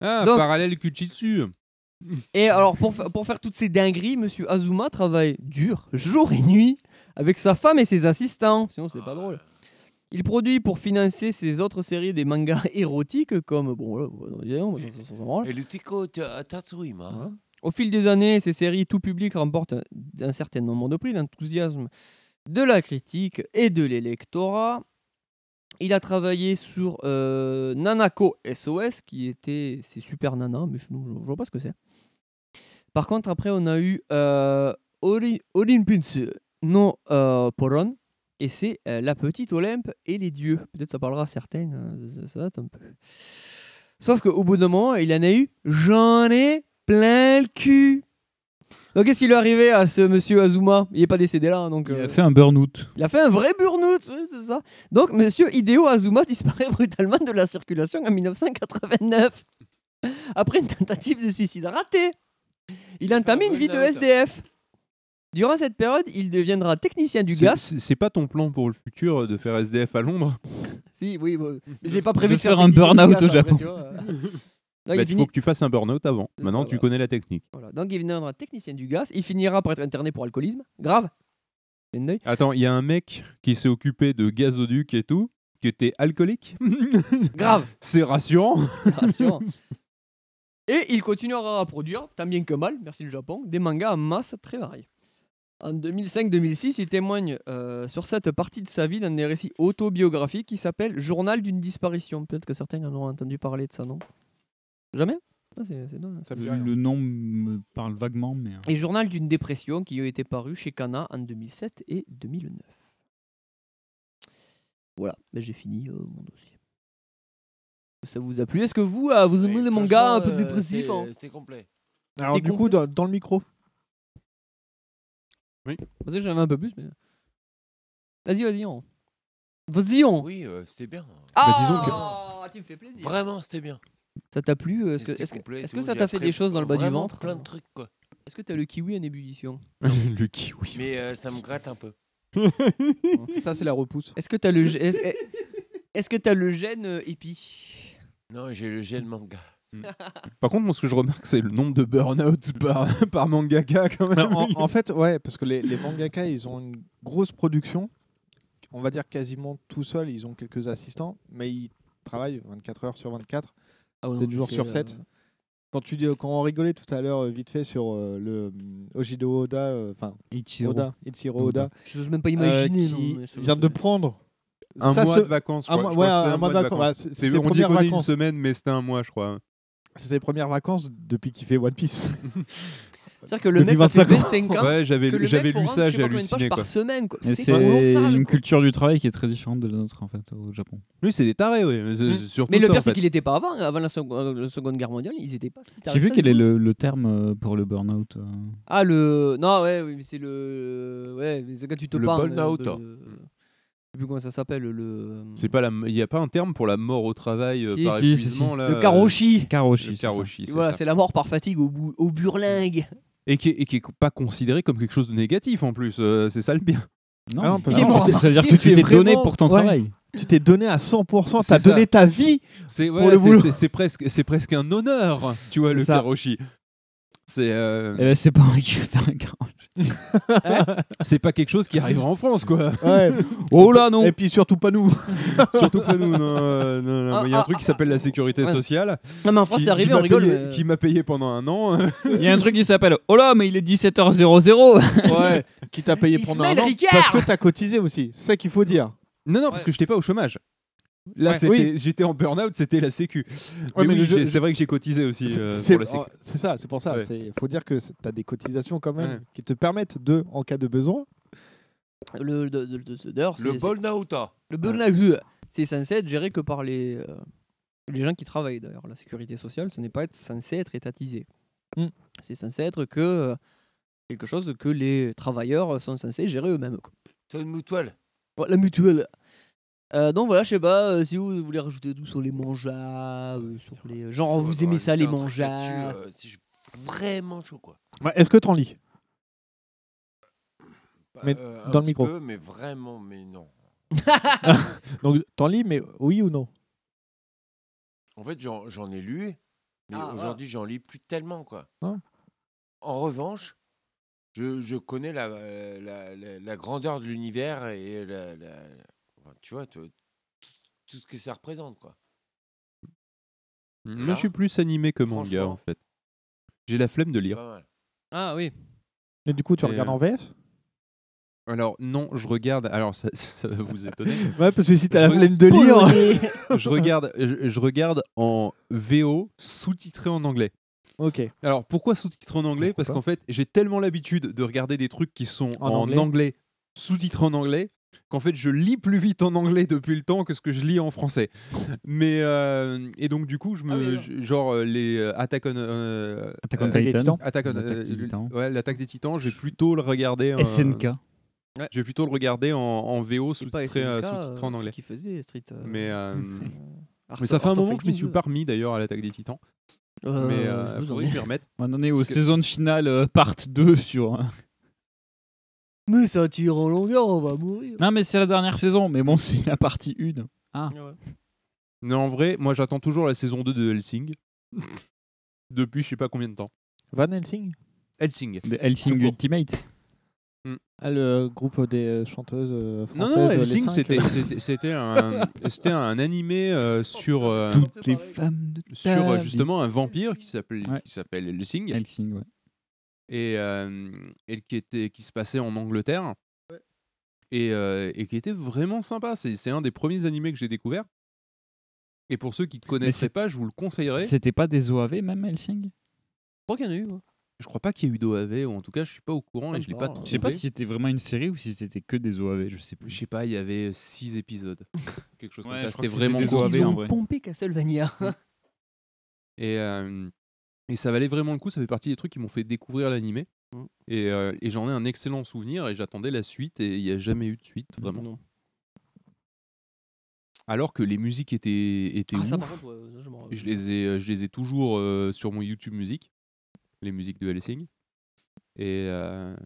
S8: Ah,
S6: Donc-
S8: parallèle Kuchitsu.
S6: Et alors, pour, fa- pour faire toutes ces dingueries, monsieur Azuma travaille dur, jour et nuit, avec sa femme et ses assistants. Sinon, c'est pas drôle. Il produit pour financer ses autres séries des mangas érotiques comme. Bon, voilà, on va dire, on va dire, ça, ça, ça, ça, ça.
S10: Et le tico ta- Tatsuyama.
S6: Au fil des années, ces séries tout public remportent un, un certain nombre de prix. L'enthousiasme de la critique et de l'électorat. Il a travaillé sur euh, Nanako SOS, qui était. C'est Super Nana, mais je ne vois pas ce que c'est. Par contre, après, on a eu euh, Ori- Olympus no euh, Poron, et c'est euh, La Petite Olympe et les Dieux. Peut-être ça parlera à certaines, euh, ça, ça date un peu. Sauf qu'au bout d'un moment, il en a eu J'en ai plein le cul Donc, qu'est-ce qui lui est arrivé à ce monsieur Azuma Il n'est pas décédé là, donc.
S9: Il
S6: euh,
S9: a fait un burn-out.
S6: il a fait un vrai burn-out, oui, c'est ça. Donc, monsieur Hideo Azuma disparaît brutalement de la circulation en 1989, après une tentative de suicide ratée. Il
S9: Ah,
S6: entame une vie de
S10: burn-out.
S6: SDF. Durant cette période, il deviendra technicien du
S8: C'est-
S6: gaz.
S8: C'est c'est pas ton plan pour le futur euh, de faire SDF à Londres
S6: Si, oui, bon, mais j'ai pas prévu
S9: de
S6: de faire,
S9: faire un
S6: technicien du
S9: burn-out
S6: gaz
S9: au
S6: après,
S9: Japon.
S6: hein,
S9: Bah,
S6: tu vois. Non,
S8: Bah, Il
S6: il
S8: faut
S6: finit-
S8: que tu fasses un burn-out avant.
S6: C'est
S8: Maintenant,
S6: ça,
S8: tu
S6: voilà.
S8: connais la technique.
S6: voilà, Donc, il deviendra technicien du gaz. Il finira par être interné pour alcoolisme. Grave. Clin d'œil.
S8: Attends, il y a un mec qui s'est occupé de gazoduc et tout, qui était alcoolique.
S6: Grave.
S8: C'est rassurant.
S6: C'est rassurant. Et il continuera à produire, tant bien que mal, merci le Japon, des mangas en masse très variés. En 2005-2006, il témoigne euh, sur cette partie de sa vie dans des récits autobiographiques qui s'appelle Journal d'une disparition. Peut-être que certains en auront entendu parler de ça, non Jamais Ah, c'est- c'est dingue, ça.
S9: Le, le nom me parle vaguement, mais. euh,
S6: Et Journal d'une dépression qui a été paru chez Cana en 2007 et 2009. Voilà, ben, j'ai fini euh, mon dossier. Ça vous a plu Est-ce que vous, euh, vous aimez les mangas un peu dépressifs hein
S10: euh, C'était complet.
S7: Alors, du coup, dans, dans le micro.
S8: Oui.
S10: euh,
S6: Parce que j'en avais un peu plus, mais. Vas-y, vas-y, on. Vas-y, on.
S10: Oui, euh, c'était bien.
S6: Ah,
S10: disons
S6: tu me fais plaisir.
S10: Vraiment, c'était bien.
S6: Ça t'a plu euh, Est-ce que,
S10: C'était
S6: est-ce que-
S10: complet,
S6: est-ce
S10: c'est
S6: que
S10: bon,
S6: ça
S10: j'ai
S6: t'a fait
S10: appris
S6: des choses dans le bas du
S10: vraiment
S6: ventre
S10: plein de trucs, quoi.
S6: Est-ce que t'as le kiwi en ébullition
S8: le kiwi.
S10: Mais euh, ça me gratte un peu.
S7: Ça, c'est la repousse.
S6: Est-ce que t'as le. gè- Est-ce est-ce que t'as le gène euh, hippie
S10: Non, j'ai le gel manga.
S8: Par contre, moi, ce que je remarque, c'est le nombre de burn-out par, par mangaka quand même.
S7: en, en fait, ouais, parce que les, les mangaka, ils ont une grosse production. On va dire quasiment tout seuls. Ils ont quelques assistants, mais ils travaillent 24 heures sur 24,
S6: ouais,
S7: 7
S6: non,
S7: jours
S6: c'est,
S7: sur
S6: euh,
S7: 7. Quand, tu dis, euh, quand on rigolait tout à l'heure euh, vite fait sur euh, le euh, Ojido Oda, euh, enfin
S9: Ichiro.
S7: Oda, Ichiro Oda,
S6: Je n'ose même pas
S7: euh,
S6: imaginer,
S7: qui
S6: non, mais ça me
S7: vient de prendre
S8: un
S7: sa
S8: mois
S7: se-
S8: de vacances. je
S7: un mois-
S8: crois. Je crois
S7: ouais,
S8: que
S7: un mois de vacances. Voilà,
S8: C'est
S7: c'est-
S8: c'est-
S7: c'est ses
S8: on dit
S7: premières
S8: qu'on est une
S7: vacances.
S8: semaine, mais c'était un mois, je crois.
S7: C'est ses premières vacances depuis qu'il fait One Piece.
S6: C'est-à-dire que le mec, ça fait 25 ans.
S8: Ouais, j'avais-
S6: que le mec,
S8: j'avais
S6: faut
S8: lu
S6: rendre
S8: ça,
S6: je sais
S8: j'ai
S6: pas combien de
S8: halluciné,
S6: pages
S8: quoi.
S6: par semaine, quoi.
S9: Et
S6: pas
S9: C'est
S6: colossal,
S9: une
S6: quoi.
S9: culture du travail qui est très différente de la nôtre, en fait, au Japon.
S8: Lui, c'est des tarés, oui.
S6: Mais le pire, c'est qu'il n'était pas avant. Avant la Seconde, euh, la Seconde Guerre mondiale, ils n'étaient pas. si
S9: Je sais plus
S6: tarifs,
S9: quel
S6: ça,
S9: est
S6: du coup.
S9: le, le terme euh, pour le burn-out. euh.
S6: Ah, le. Non, ouais, oui, mais c'est le. Ouais, mais c'est quand tu te
S8: Le
S6: parles. euh,
S8: burn-out.
S6: Je sais plus comment ça s'appelle. Le.
S8: C'est pas la, il Ah, y a pas un terme pour la mort au travail euh,
S6: Si,
S8: par
S6: si, si,
S8: épuisement
S6: si.
S8: là.
S6: Le karoshi.
S9: Karoshi,
S8: Le
S9: c'est ça.
S8: karoshi, c'est
S6: Voilà,
S8: ça.
S6: c'est la mort par fatigue au, bou- au burlingue.
S8: Et qui, est, et qui est pas considéré comme quelque chose de négatif en plus. euh, c'est ça le pire.
S9: Non, Ah non, mais- parce- Ah non, parce que ça veut dire que tu t'es donné pour ton travail.
S7: Tu t'es donné à 100%,
S8: C'est
S7: t'as
S8: ça.
S7: donné ta vie
S8: C'est
S7: pour
S8: voilà,
S7: le
S8: c'est-
S7: boulot.
S8: c'est- c'est presque, c'est presque un honneur, tu vois, le
S7: ça.
S8: karoshi. C'est. euh,
S9: Eh ben, c'est pas moi qui vais faire un karoshi.
S8: c'est pas quelque chose qui arrivera en France, quoi.
S7: Ouais.
S9: Oh là, non.
S7: Et puis surtout pas nous.
S8: Surtout pas nous. Non, euh, non, non,
S6: Ah,
S8: moi, il y a un
S6: ah,
S8: truc qui s'appelle la sécurité
S6: ouais.
S8: sociale.
S6: Non, mais en France,
S8: qui-
S6: c'est arrivé,
S8: qui
S6: on
S8: m'a
S6: rigole, euh,
S8: payé-
S6: mais-
S8: Qui m'a payé pendant un an.
S9: Il y a un truc qui s'appelle Oh là, mais il est 17h00
S7: Ouais, qui t'a payé
S6: Il se
S7: pendant
S6: mêle,
S7: un an
S6: Ricard
S7: parce que t'as cotisé aussi. C'est ça qu'il faut dire.
S8: Non, non, parce que j'étais pas au chômage. Là,
S7: Ouais.
S8: c'était-
S7: Oui.
S8: j'étais en burn-out, c'était la Sécu.
S7: Ouais, mais
S8: mais oui,
S7: je-
S8: j'ai-
S7: je-
S8: c'est vrai que j'ai cotisé aussi
S7: C'est
S8: euh,
S7: c'est-
S8: pour la Sécu.
S7: oh, c'est ça, c'est pour ça.
S8: Ouais.
S7: Il faut dire que c'est- t'as des cotisations quand même
S8: Ouais.
S7: qui te permettent de, en cas de besoin.
S6: Le, de, de, de- de- d'ailleurs,
S10: Le
S6: c'est-
S10: bol naota.
S6: Le burn-out, c'est censé être géré que par les, euh, les gens qui travaillent d'ailleurs. La sécurité sociale, ce n'est pas être censé être étatisé.
S8: Hmm.
S7: Mm.
S6: C'est censé être que euh, quelque chose que les travailleurs sont censés gérer eux-mêmes. quoi.
S10: C'est une mutuelle.
S6: Ouais, la mutuelle. Euh, donc voilà, je sais pas euh, si vous voulez rajouter tout sur les mangas, euh, sur les genre
S10: Je
S6: vous
S10: voudrais
S6: aimez ça les
S10: rajouter un truc
S6: mangas.
S10: là-dessus, euh, si je- Vraiment chaud, quoi.
S7: Est-ce que t'en lis
S10: Bah,
S7: Mais
S10: euh, un
S7: dans le
S10: petit
S7: micro.
S10: peu, mais vraiment, mais non.
S7: Donc t'en lis, mais oui ou non
S10: En fait, j'en j'en ai lu, mais
S6: Ah,
S10: aujourd'hui, j'en lis plus tellement, quoi.
S7: Hein
S10: En revanche, je, je connais la, euh, la, la- la grandeur de l'univers et la, la- enfin, tu vois, tu- tout ce que ça représente, quoi.
S8: Moi, je suis plus animé que manga,
S10: franchement.
S8: en fait. J'ai la flemme de
S10: C'est
S8: lire.
S10: Pas mal.
S6: Ah oui.
S7: Et du coup, tu
S8: Et,
S7: regardes
S8: euh,
S7: en VF
S8: Alors, non, je regarde. Alors, ça, ça va vous étonner.
S7: Ouais, parce que si t'as la
S8: Je-
S7: flemme de lire.
S8: je, regarde, je, je regarde en VO sous-titré en anglais.
S7: ok.
S8: Alors, pourquoi sous-titré en anglais
S7: Pourquoi
S8: Parce
S7: pas
S8: qu'en fait, j'ai tellement l'habitude de regarder des trucs qui sont
S7: En
S8: en,
S7: anglais.
S8: anglais, sous-titré en anglais, qu'en fait, je lis plus vite en anglais depuis le temps que ce que je lis en français. Mais, euh, et donc, du coup, je me. je- genre, euh, les euh, Attack on. euh,
S9: Attack on
S8: euh,
S9: Titan.
S8: Attack on-
S9: L'attaque des
S8: euh,
S9: Titans.
S8: ouais, l'attaque des titans, je vais plutôt le regarder. en-
S9: SNK.
S8: Je vais plutôt le regarder en, en VO sous-titré euh, sous-titré en anglais.
S6: Qui faisait Street. euh,
S8: Mais, euh,
S6: c'est-
S8: Mais ça fait un
S6: Art of
S8: moment que je m'y
S6: Fighting,
S8: suis pas remis d'ailleurs à l'attaque des titans.
S6: Euh,
S8: mais
S6: je vous
S8: euh,
S6: en
S8: faudrait que
S6: ai.
S8: je m'y remette.
S9: On en est aux
S8: Parce que-
S9: saisons de finale euh, part 2 sur. euh,
S6: Mais ça tire en longueur, on va mourir.
S9: Non, mais c'est la dernière saison, mais bon, c'est la partie 1. Ah.
S8: Mais en vrai, moi j'attends toujours la saison 2 de Helsing. Depuis je sais pas combien de temps.
S7: Van Helsing
S8: Helsing.
S9: De Helsing
S8: Tout court.
S9: Ultimate.
S7: Ah, le groupe des euh, chanteuses euh,
S8: Non,
S7: françaises.
S8: non,
S7: euh, les
S8: Helsing
S7: cinq,
S8: c'était
S7: euh.
S8: c'était- c'était un, c'était un animé euh, sur, euh,
S9: Toutes les femmes de
S8: sur euh,
S9: ta vie.
S8: justement un vampire qui s'appelle
S9: Ouais.
S8: qui s'appelle Helsing.
S9: Helsing, ouais.
S8: et, euh, et qui, était, qui se passait en Angleterre. Et, euh, et qui était vraiment sympa. C'est c'est un des premiers animés que j'ai découvert. Et pour ceux qui ne connaissaient
S9: c'est-
S8: pas, je vous le conseillerais.
S9: C'était pas des OAV même, Helsing
S6: Je crois qu'il y en a eu. Ah, bah, moi.
S8: Je crois pas qu'il y ait eu d'OAV, ou en tout cas, je suis pas au courant et je l'ai pas trouvé.
S9: Je sais pas si c'était vraiment une série ou si c'était que des OAV, je sais plus.
S8: Je sais pas, il y avait 6 épisodes. Quelque chose comme
S9: Ouais,
S8: ça.
S9: je
S8: C'était
S9: crois que c'était
S8: vraiment
S9: des
S8: court.
S9: OAV,
S8: Ils
S9: en
S8: ont
S9: vrai.
S6: Pompé
S8: Ah,
S6: Castlevania.
S8: Et, euh, et ça valait vraiment le coup. Ça fait partie des trucs qui m'ont fait découvrir l'animé.
S6: Mm.
S8: Et, euh, et j'en ai un excellent souvenir. Et j'attendais la suite. Et il n'y a jamais eu de suite, vraiment. Alors que les musiques étaient, étaient
S6: Ah, ça, par
S8: ouf.
S6: contre, ouais, ça, je m'en rappelle.
S8: je, les ai, je les ai toujours euh, sur mon YouTube Musique. Les musiques de Helsing. Et, euh,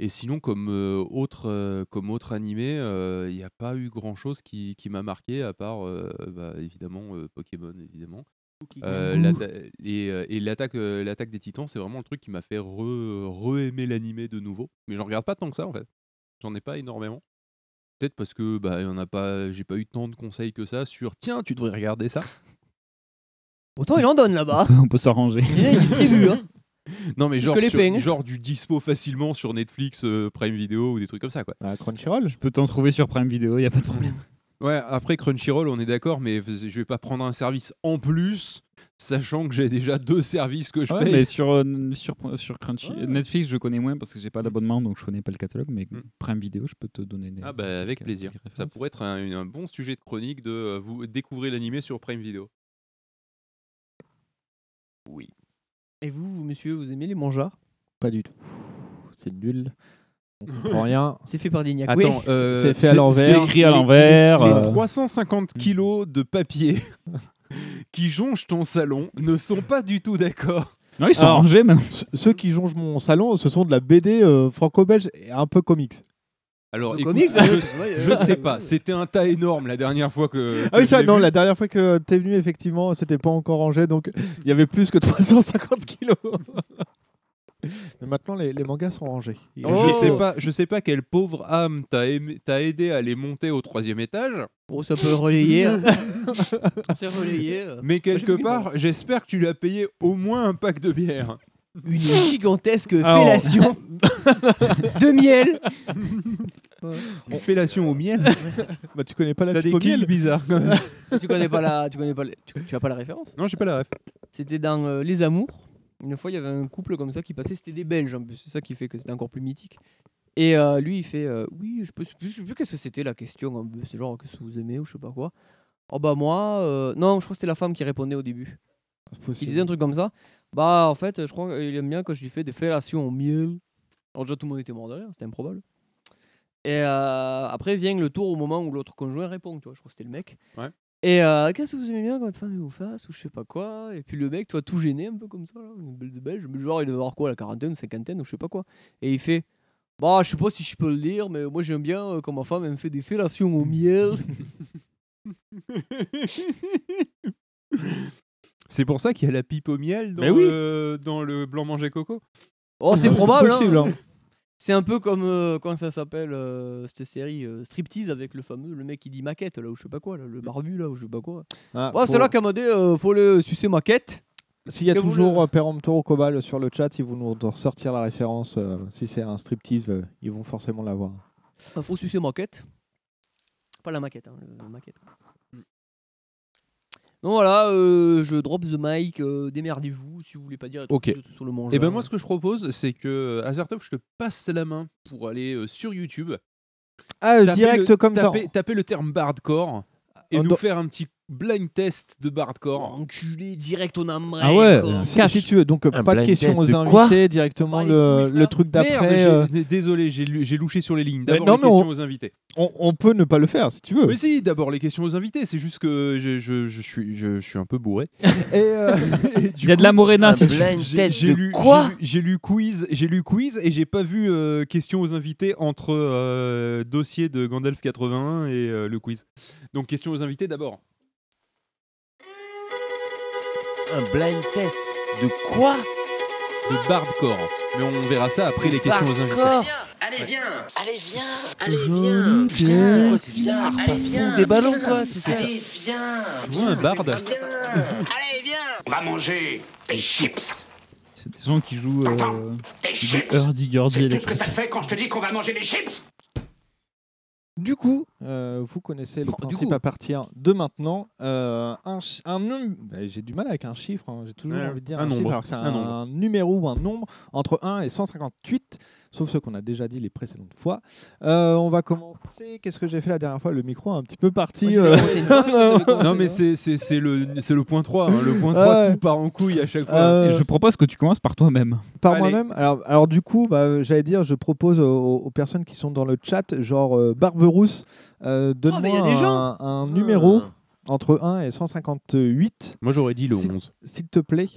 S8: et sinon, comme, euh, autre, euh, comme autre animé, euh, il n'y a pas eu grand-chose qui, qui m'a marqué, à part, euh, bah, évidemment, euh, Pokémon, évidemment.
S6: Cookie
S8: Euh,
S6: Cookie.
S8: l'atta- et euh, et l'attaque euh, l'attaque des titans, c'est vraiment le truc qui m'a fait re- re-aimer l'animé de nouveau. Mais j'en regarde pas tant que ça, en fait. J'en ai pas énormément. Peut-être parce que bah, y en a pas, j'ai pas eu tant de conseils que ça sur « Tiens, tu devrais regarder ça ».
S6: Pourtant, il en donne là-bas.
S9: On peut s'en ranger.
S6: Il distribue. Hein.
S8: Non mais
S6: Plus
S8: genre,
S6: que les
S8: sur-
S6: peignes.
S8: genre du dispo facilement sur Netflix, euh, Prime Video ou des trucs comme ça quoi.
S7: Bah, Crunchyroll
S9: Je peux t'en trouver sur Prime Video, y a pas de problème.
S8: Ouais, après Crunchyroll, on est d'accord, mais je vais pas prendre un service en plus, sachant que j'ai déjà deux services que je
S9: Ouais,
S8: paye.
S9: mais sur, euh, n- sur, sur Crunchy, Netflix, je connais moins parce que j'ai pas d'abonnement, donc je connais pas le catalogue, mais Prime Video, je peux te donner des.
S8: Hmm. Ah bah avec plaisir. Ça pourrait être un, un bon sujet de chronique de euh, vous découvrir l'animé sur Prime Video.
S6: Oui. Et vous, vous, monsieur, vous aimez les mangas
S7: Pas du tout. C'est nul. On comprend rien.
S6: C'est fait par des Niakwe.
S7: Attends, euh, C'est fait à l'envers.
S9: écrit à
S7: Les-
S9: l'envers.
S8: Les
S9: euh,
S8: 350 kilos de papier qui jonchent ton salon ne sont pas du tout d'accord.
S7: Alors, ce- Ceux qui jongent mon salon, ce sont de la BD euh, franco-belge et un peu comics.
S8: Alors,
S7: Le
S8: écoute,
S7: comics, ouais,
S8: je, je
S7: ouais.
S8: sais pas. C'était un tas énorme la dernière fois que.
S7: Ah oui,
S8: que
S7: ça,
S8: je l'ai
S7: non,
S8: vu.
S7: la dernière fois que t'es venu, effectivement, c'était pas encore rangé, donc il y avait plus que 350 kilos. Mais maintenant, les, les mangas sont rangés. Ils-
S8: Je
S6: Oh.
S8: sais pas, je sais pas quelle pauvre âme t'a aimé- t'a aidé à les monter au troisième étage.
S6: Bon, Oh, ça peut relayer. hein. On s'est relayé. euh.
S8: Mais quelque
S6: Moi, j'ai-
S8: part, j'espère que tu lui as payé au moins un pack de bière.
S6: Une gigantesque
S8: Alors-
S6: fellation de miel.
S8: Une fellation au miel
S7: Bah, tu connais pas la
S8: T'as des
S7: pipe au miel
S8: kills bizarres quand même.
S6: tu connais pas la, tu connais pas, la- tu, tu as pas la référence.
S8: Non, j'ai pas la ref.
S6: C'était dans euh, Les Amours. Une fois, il y avait un couple comme ça qui passait. C'était des Belges en plus. C'est ça qui fait que c'était encore plus mythique. Et euh, lui, il fait, euh, oui, je peux, je sais plus qu'est-ce que c'était la question. hein, C'est genre qu'est-ce que vous aimez ou je sais pas quoi. Oh bah moi, euh, non, je crois que c'était la femme qui répondait au début. Il
S7: possible.
S6: disait un truc comme ça. Bah en fait, je crois qu'il aime bien quand je lui fais des fellations au miel. Alors déjà tout le monde était mort de rire, c'était improbable. Et euh, après vient le tour au moment où l'autre conjoint répond, tu vois, je crois que c'était le mec.
S8: Ouais.
S6: Et euh, qu'est-ce que vous aimez bien quand votre femme elle vous fasse ou je sais pas quoi Et puis le mec, toi, tout gêné un peu comme ça, là, une belle de belge, mais genre il devait avoir quoi, la quarantaine, cinquantaine ou je sais pas quoi. Et il fait, bah je sais pas si je peux le dire, mais moi j'aime bien euh, quand ma femme elle me fait des fellations au miel.
S8: C'est pour ça qu'il y a la pipe au miel dans,
S6: Mais oui.
S8: le, dans le blanc manger coco.
S6: Oh, c'est probable. hein.
S8: possible, hein.
S6: C'est un peu comme euh, comment ça s'appelle euh, cette série euh, Striptease avec le fameux le mec qui dit maquette là ou je sais pas quoi là,
S8: Mm.
S6: le barbu là ou je sais pas quoi.
S7: Ah,
S6: ouais,
S7: pour-
S6: c'est là qu'a modé euh, faut le sucer maquette.
S7: S'il y a
S6: Que vous
S7: toujours euh, Péremptoire ou Cobal sur le chat, ils vont nous ressortir la référence. euh, si c'est un striptease, euh, ils vont forcément l'avoir.
S6: le- Bah, faut sucer maquette. Pas la maquette hein,
S8: Ah.
S6: le- la maquette.
S8: Mm.
S6: Donc voilà, euh, je drop the mic, euh, démerdez-vous si vous voulez pas dire des
S8: Ok.
S6: trucs sur le manga.
S8: Et ben moi, ce que je propose, c'est que Azertov, je te passe la main pour aller euh, sur YouTube.
S7: Ah, euh,
S8: Taper
S7: direct
S8: le-
S7: comme ça. Euh,
S8: taper- Taper le terme bardcore et
S7: On
S8: nous
S7: doit-
S8: faire un petit blind test de bardcore.
S6: Oh, Enculé direct on aimerait.
S7: Ah si, si tu veux. Donc, euh,
S8: Un
S7: pas de
S8: blind
S7: questions
S8: test
S7: aux
S8: de quoi
S7: invités, directement le, le truc d'après. euh,
S8: Désolé, j'ai lu- j'ai louché sur les lignes.
S7: Mais
S8: D'abord les
S7: non, mais
S8: questions
S7: on- Euh.
S8: aux invités.
S7: on, on peut ne pas le faire si tu veux.
S8: Mais si, d'abord les questions aux invités. C'est juste que je, je- je suis, je, je suis un peu bourré. Et, euh, et du Ah, bah,
S9: Il y a de la
S10: Eh
S9: Morena, si tu-
S8: j'ai-
S9: test
S8: j'ai
S9: de
S8: lu-
S9: quoi
S8: J'ai lu, j'ai lu quiz, j'ai lu quiz et j'ai pas vu euh, questions aux invités entre euh, dossier de Gandalf 81 et euh, le quiz. Donc questions aux invités d'abord.
S10: Un blind test de quoi
S8: De bardcore. Mais on verra ça après les questions aux invités.
S18: Allez, viens Allez, viens
S10: Allez, viens Viens oh, C'est bizarre
S18: Allez, viens
S10: des ballons, quoi
S18: Viens.
S10: c'est ça.
S18: Allez, viens
S8: Tu vois un barde
S18: Allez, viens On va manger des chips
S9: C'est des gens qui jouent. euh, chips hurdy-gurdy
S18: C'est tout ce que
S9: électrique.
S18: ça te fait quand je te dis qu'on va manger des chips
S7: Du coup, euh, vous connaissez le principe à partir de maintenant. euh, un, chi- un num- bah, j'ai du mal avec un chiffre, hein, j'ai toujours
S8: Ouais,
S7: envie de dire
S8: un
S7: un,
S8: nombre,
S7: chiffre, alors que c'est
S8: un
S7: un,
S8: nombre.
S7: numéro ou un nombre entre 1 et 158, sauf ceux qu'on a déjà dit les précédentes fois. Euh, on va commencer. Qu'est-ce que j'ai fait la dernière fois Le micro est un petit peu parti. euh.
S8: non, mais c'est c'est- c'est le, c'est le point 3. hein. Le point 3,
S7: Ouais.
S8: tout part en couille à chaque fois.
S7: Euh,
S9: Et je propose que tu commences par toi-même.
S7: Par
S8: Allez.
S7: moi-même. Alors, alors du coup, bah, j'allais dire, je propose aux, aux personnes qui sont dans le chat, genre euh, Barberousse, euh,
S8: Oh, mais
S7: donne-moi
S8: y a des gens
S7: un, un
S10: Ah.
S7: numéro
S8: Ah.
S7: entre 1 et 158.
S8: Moi, j'aurais dit le
S7: S'il-
S8: 11.
S7: S'il te plaît.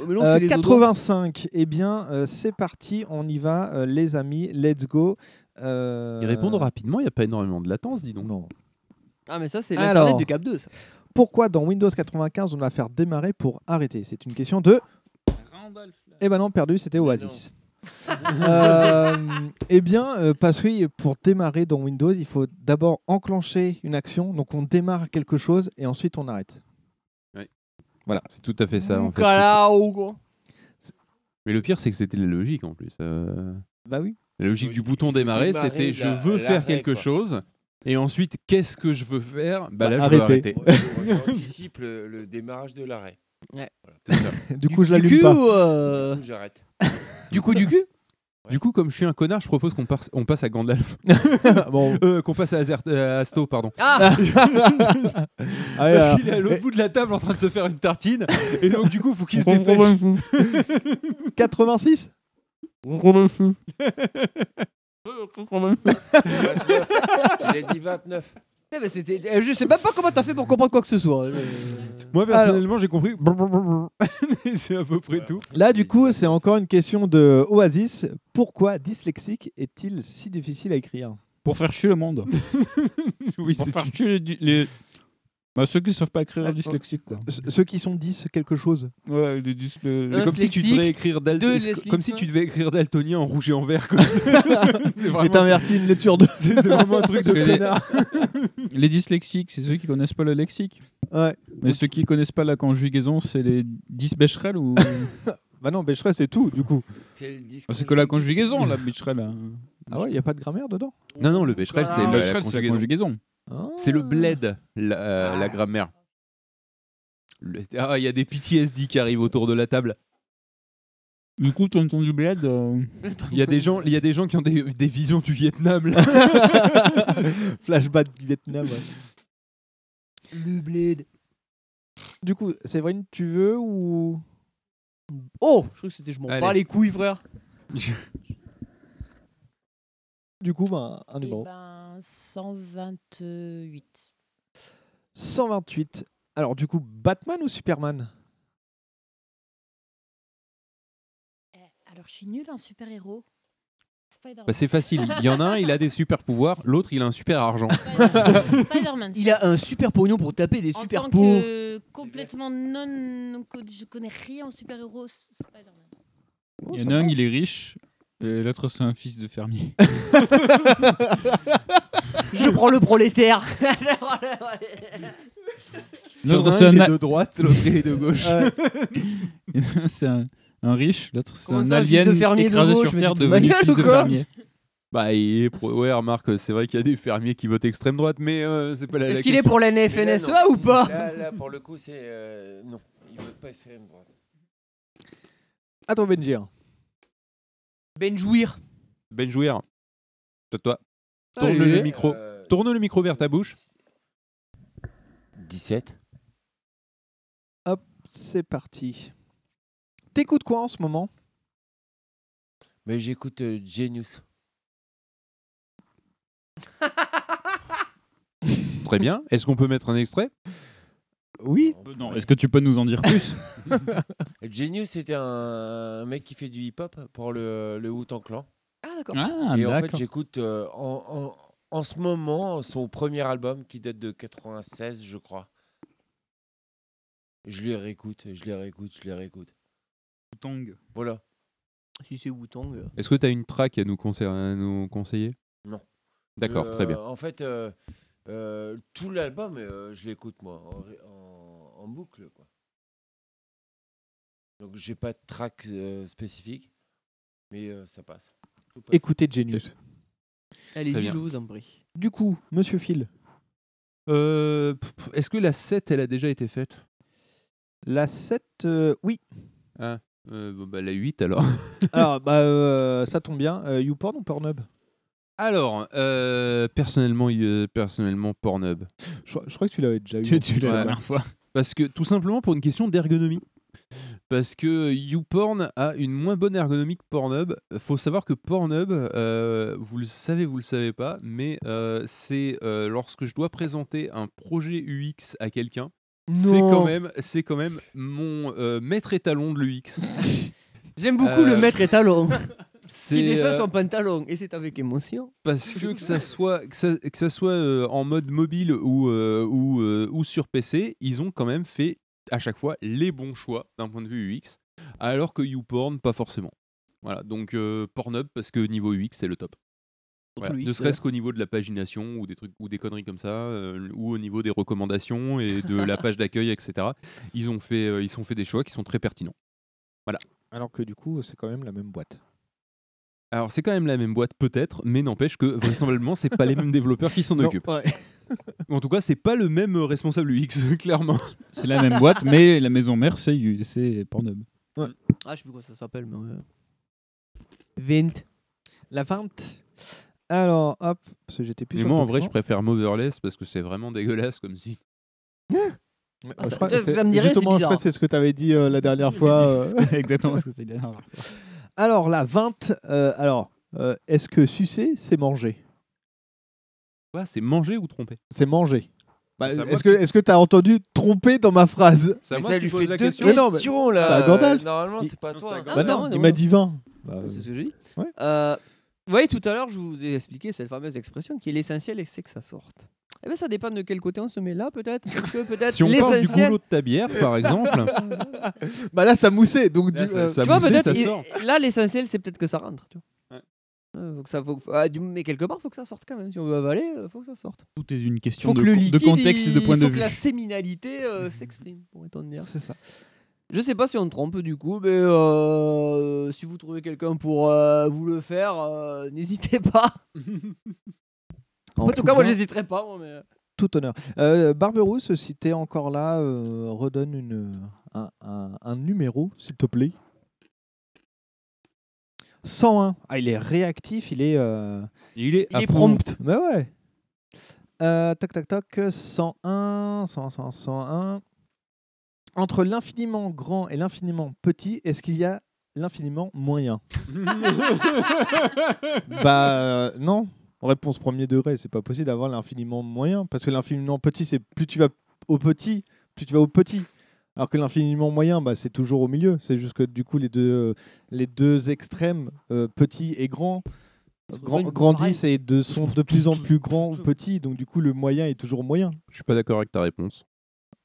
S6: Oh, Mais non,
S7: Euh,
S6: c'est les autres.
S7: 85. Eh bien, euh, c'est parti, on y va, euh, les amis. Let's go. Euh,
S8: Ils répondent rapidement, il n'y a pas énormément de latence, dis donc.
S7: Non.
S6: Ah, mais ça, c'est
S7: Alors.
S6: l'internet du Cap 2, ça.
S7: Pourquoi dans Windows 95 on va faire démarrer pour arrêter C'est une question de. Eh ben non, perdu, c'était Oasis. Euh, eh bien, euh, parce que pour démarrer dans Windows, il faut d'abord enclencher une action. Donc, on démarre quelque chose et ensuite on arrête. Voilà.
S8: C'est tout à fait ça, en fait.
S6: ou quoi
S8: Mais le pire, c'est que c'était la logique en plus. euh.
S7: Bah oui.
S8: La logique du bouton démarrer,
S10: démarrer
S8: c'était je
S10: la-
S8: veux faire
S10: l'arrêt,
S8: quelque
S10: quoi.
S8: chose. Et ensuite, qu'est-ce que je veux faire
S5: Eh
S8: Bah
S7: Bah,
S8: là, je veux
S7: arrêter.
S8: arrêter.
S10: J'anticipe le, le démarrage de l'arrêt.
S6: Ouais.
S7: Du coup,
S6: du
S7: je l'allume
S6: cul
S7: pas.
S6: ou, euh,
S10: Du coup, j'arrête.
S6: Du coup, du cul
S8: Du coup, comme je suis un connard, je propose qu'on passe, on passe à Gandalf.
S7: Bon.
S8: Euh, qu'on passe à, Azert- euh, à Asto, pardon.
S6: Ah
S8: Parce
S7: alors.
S8: qu'il est à l'autre bout de la table en train de se faire une tartine. Et donc, du coup, faut qu'il se
S9: On comprend
S8: dépêche.
S7: 86
S10: Il a dit 29.
S6: Ouais, mais c'était- euh, Je sais même pas comment t'as fait pour comprendre quoi que ce soit. Euh,
S8: Moi, personnellement, j'ai compris. Et c'est à peu près tout.
S7: Là, du coup, c'est encore une question de Oasis. Pourquoi dyslexique est-il si difficile à écrire
S9: Pour faire chier le monde.
S8: oui,
S9: pour
S8: c'est Euh,
S9: faire chier les, les- bah, ceux qui ne savent pas écrire les dyslexiques. Quoi.
S7: Ce- Ceux qui sont 10 quelque chose.
S9: Ouais, les dys- le-
S8: C'est
S6: Un
S8: comme si, tu
S6: dyslexique,
S8: devrais écrire dal-
S6: deux
S8: c'est
S6: dyslexiques.
S8: comme si tu devais écrire daltonien en rouge et en vert. Comme ça. C'est
S7: Mais
S8: vraiment-
S7: t'invertis une lecture de.
S8: c'est c'est vraiment un truc de
S9: Parce que les-
S8: connard.
S9: les dyslexiques, c'est ceux qui connaissent pas le lexique.
S7: Ouais.
S9: Mais ceux qui connaissent pas la conjugaison, c'est les dysbécherels ou.
S7: Bah non, Becherel, c'est tout, du coup.
S9: c'est que la conjugaison, la bécherel. hein.
S7: Ah ouais, il n'y a pas de grammaire dedans
S8: Non, non, le Becherel,
S10: Ah.
S8: c'est
S9: Le
S8: la- la
S9: Becherel, c'est la
S8: conjugaison.
S9: conjugaison.
S7: Ah.
S8: C'est le bled, la, euh,
S10: Ah.
S8: la grammaire. Le- Ah, il y a des PTSD qui arrivent autour de la table.
S9: Du coup, ton ton du bled. euh,
S8: Il y a des gens, il y a des gens qui ont des, des visions du Vietnam. là.
S7: Flashback du Vietnam. Le bled. Du coup, Séverine, tu veux ou.
S6: Oh Je crois que c'était je m'en
S8: Allez.
S6: bats les couilles, frère.
S7: Du coup, bah, un
S5: Eh
S7: numéro.
S5: ben, 128.
S7: 128. Alors, du coup, Batman ou Superman
S5: Eh, Alors, je suis nulle en super-héros. Spider-Man.
S8: Bah, c'est facile. Il y en a un, il a des super pouvoirs. L'autre, il a un super argent.
S5: Spider-Man. Spider-Man.
S6: Il a un super pognon pour taper des
S5: En
S6: super
S5: tant
S6: pots.
S5: que complètement non, co- je connais rien en super-héros. Spider-Man.
S9: Il y en a un, il est riche. Et l'autre, c'est un fils de fermier.
S6: Je prends le prolétaire.
S9: L'autre,
S8: un,
S9: c'est
S8: il est
S9: un, a-
S8: de droite, l'autre, il est de gauche.
S7: Euh,
S9: c'est un, un riche. L'autre, c'est
S6: Comment
S9: un
S6: ça, un fils
S9: alien
S6: de fermier de
S9: écrasé
S6: gauche,
S9: sur
S6: mais
S9: Terre
S6: tu te fous de ma
S9: devenu
S6: gueule
S9: fils
S6: ou
S9: de
S6: quoi
S9: fermier.
S8: Bah, il est pro- ouais, remarque, c'est vrai qu'il y a des fermiers qui votent extrême droite, mais euh, c'est pas la.
S6: Est-ce
S8: la
S6: qu'il est
S8: question.
S6: pour la
S10: Mais là,
S6: NFNSEA
S10: non.
S6: E ou pas
S10: là, là, pour le coup, c'est. euh, non, il veut pas extrême droite.
S7: À ton Benji. hein.
S6: Benjouir.
S8: Ben Jouer. Toi, toi. Tourne
S6: Allez.
S8: le micro.
S10: Euh,
S8: Tourne le micro vers ta bouche.
S10: 17.
S7: Hop, c'est parti. T'écoutes quoi en ce moment
S10: Mais j'écoute euh, Genius.
S8: Très bien. Est-ce qu'on peut mettre un extrait
S7: Oui.
S9: Euh, Non, est-ce que tu peux nous en dire plus
S10: Genius, c'était un, un mec qui fait du hip-hop pour le, le Wu-Tang Clan.
S6: Ah, d'accord.
S9: Ah,
S10: et en fait,
S9: d'accord.
S10: j'écoute euh, en, en- en ce moment son premier album qui date de 96, je crois. Je les réécoute, je les réécoute, je les réécoute.
S9: Tong.
S10: Voilà.
S6: Si c'est Wu-Tang. euh.
S8: Est-ce que tu as une track à nous, conse- à nous conseiller
S10: Non.
S8: D'accord,
S10: Euh,
S8: très bien.
S10: En fait, euh, euh, tout l'album, euh, je l'écoute moi, en, ré- en- en boucle. Quoi. Donc, j'ai pas de track euh, spécifique. Mais euh, ça passe. Tout passe.
S7: Écoutez Genius.
S10: Très
S6: Allez-y,
S10: bien.
S6: je vous en prie.
S7: Du coup, Monsieur Phil.
S8: Euh, p- p- Est-ce que la 7, elle a déjà été faite
S7: La 7, oui.
S8: Ah, euh, bon, bah, la 8 alors.
S7: Alors, bah, euh, ça tombe bien. Euh, YouPorn ou Pornhub
S8: alors, euh, personnellement, euh, personnellement Pornhub.
S7: je, crois- je crois que tu l'avais déjà eu.
S9: Tu-
S7: en
S9: tu
S7: plus,
S9: l'as
S7: ça.
S9: la dernière fois.
S8: Parce que, tout simplement pour une question d'ergonomie. Parce que YouPorn a une moins bonne ergonomie que Pornhub. Faut savoir que Pornhub, euh, vous le savez, vous le savez pas, mais euh, c'est euh, lorsque je dois présenter un projet UX à quelqu'un, c'est
S6: Non.
S8: quand même, c'est quand même mon euh, maître étalon de l'UX.
S6: J'aime beaucoup le maître étalon.
S8: euh, C'est,
S6: Qui descend
S8: euh,
S6: son pantalon, et c'est avec émotion.
S8: Parce que que ça soit, que ça, que ça soit euh, en mode mobile ou, euh, ou, euh, ou sur PC, ils ont quand même fait à chaque fois les bons choix d'un point de vue UX, alors que YouPorn, pas forcément. Voilà, donc euh, Pornhub, parce que niveau UX, c'est le top. Voilà.
S6: le
S8: Ne
S6: UX,
S8: serait-ce
S6: ouais.
S8: qu'au niveau de la pagination ou des, trucs, ou des conneries comme ça, euh, ou au niveau des recommandations et de la page d'accueil, etc. Ils ont fait, euh, ils ont fait des choix qui sont très pertinents. Voilà.
S7: Alors que du coup, c'est quand même la même boîte.
S8: Alors c'est quand même la même boîte peut-être, mais n'empêche que vraisemblablement c'est pas les mêmes développeurs qui s'en
S7: Non,
S8: occupent.
S7: ouais.
S8: En tout cas c'est pas le même euh, responsable UX clairement.
S9: C'est la même boîte, mais la maison mère, c'est U- c'est Pornhub.
S6: Ah, je sais plus comment ça s'appelle, mais. ouais.
S7: Vint. La Vint. Alors, hop, parce que j'étais plus.
S8: Mais
S7: sur
S8: moi
S7: le
S8: en vrai je
S7: document.
S8: préfère Moverless parce que c'est vraiment dégueulasse comme si.
S7: Mais,
S6: Ah,
S7: euh,
S6: ça-
S7: crois-
S6: ça- ça
S7: c'est-
S6: me dirait, c'est
S7: Justement, je crois
S6: bizarre.
S7: que c'est ce que tu avais dit euh, la dernière fois. euh.
S9: C'est exactement ce que c'était la dernière fois.
S7: Alors, la 20. euh, alors, euh, est-ce que sucer, c'est manger
S8: Quoi c'est manger ou tromper
S7: C'est manger. Bah,
S8: C'est à moi
S7: est-ce que est-ce que tu as entendu tromper dans ma phrase
S8: C'est à
S10: Mais
S8: moi
S10: ça
S8: qui
S10: lui
S8: pose
S10: fait
S8: la
S10: deux
S8: question.
S7: Mais non, mais-
S10: questions là.
S7: c'est à Gandalf.
S10: Euh, Normalement,
S7: Il-
S10: c'est pas toi.
S6: Ah,
S7: Bah
S6: c'est à
S7: non,
S6: moi,
S7: il m'a dit 20. Bah,
S6: C'est ce que j'ai dit.
S7: Ouais.
S6: Euh, vous voyez, tout à l'heure, je vous ai expliqué cette fameuse expression qui est l'essentiel, c'est que ça sorte. Eh bien, ça dépend de quel côté on se met là, peut-être. Parce que peut-être
S8: Si on parle du
S6: l'essentiel.
S8: boulot de ta bière par exemple,
S7: bah là, ça moussait. Donc,
S8: Là,
S7: du-
S8: ça-
S7: euh,
S8: ça
S6: Tu vois,
S8: moussait,
S6: peut-être,
S8: ça
S6: il-
S8: sort.
S6: là, l'essentiel, c'est peut-être que ça rentre. Tu vois. Euh, faut que ça, faut que- ah, du- mais quelque part, faut que ça sorte quand même. Si on veut avaler, euh, faut que ça sorte.
S9: Tout est une question
S6: faut
S9: de,
S6: que le
S9: con- de
S6: liquide,
S9: contexte et de
S6: il-
S9: point de
S6: faut
S9: vue.
S6: que la séminalité euh, s'exprime, pourrait-on dire.
S7: C'est ça.
S6: Je sais pas si on trompe du coup, mais euh, si vous trouvez quelqu'un pour euh, vous le faire, euh, n'hésitez pas. en tout cas, moi, j'hésiterai pas. moi, mais...
S7: Tout honneur. Euh, Barberousse, si t'es encore là, euh, redonne une, un, un- un numéro, s'il te plaît. 101. Ah, il est réactif, il est. euh,
S8: il est,
S7: Il est prompt. Mais ouais. Euh, toc, toc, toc. 101, 101, 101, 101. Entre l'infiniment grand et l'infiniment petit, est-ce qu'il y a l'infiniment moyen Bah euh, non. Réponse premier degré, c'est pas possible d'avoir l'infiniment moyen. Parce que l'infiniment petit, c'est plus tu vas au petit, plus tu vas au petit. Alors que l'infiniment moyen, bah, c'est toujours au milieu. C'est juste que du coup, les deux, les deux extrêmes, euh, petit et grand, grand-
S6: une
S7: grandissent et de, sont de plus en plus grands ou petits. Donc du coup, le moyen est toujours moyen.
S8: Je suis pas d'accord avec ta réponse.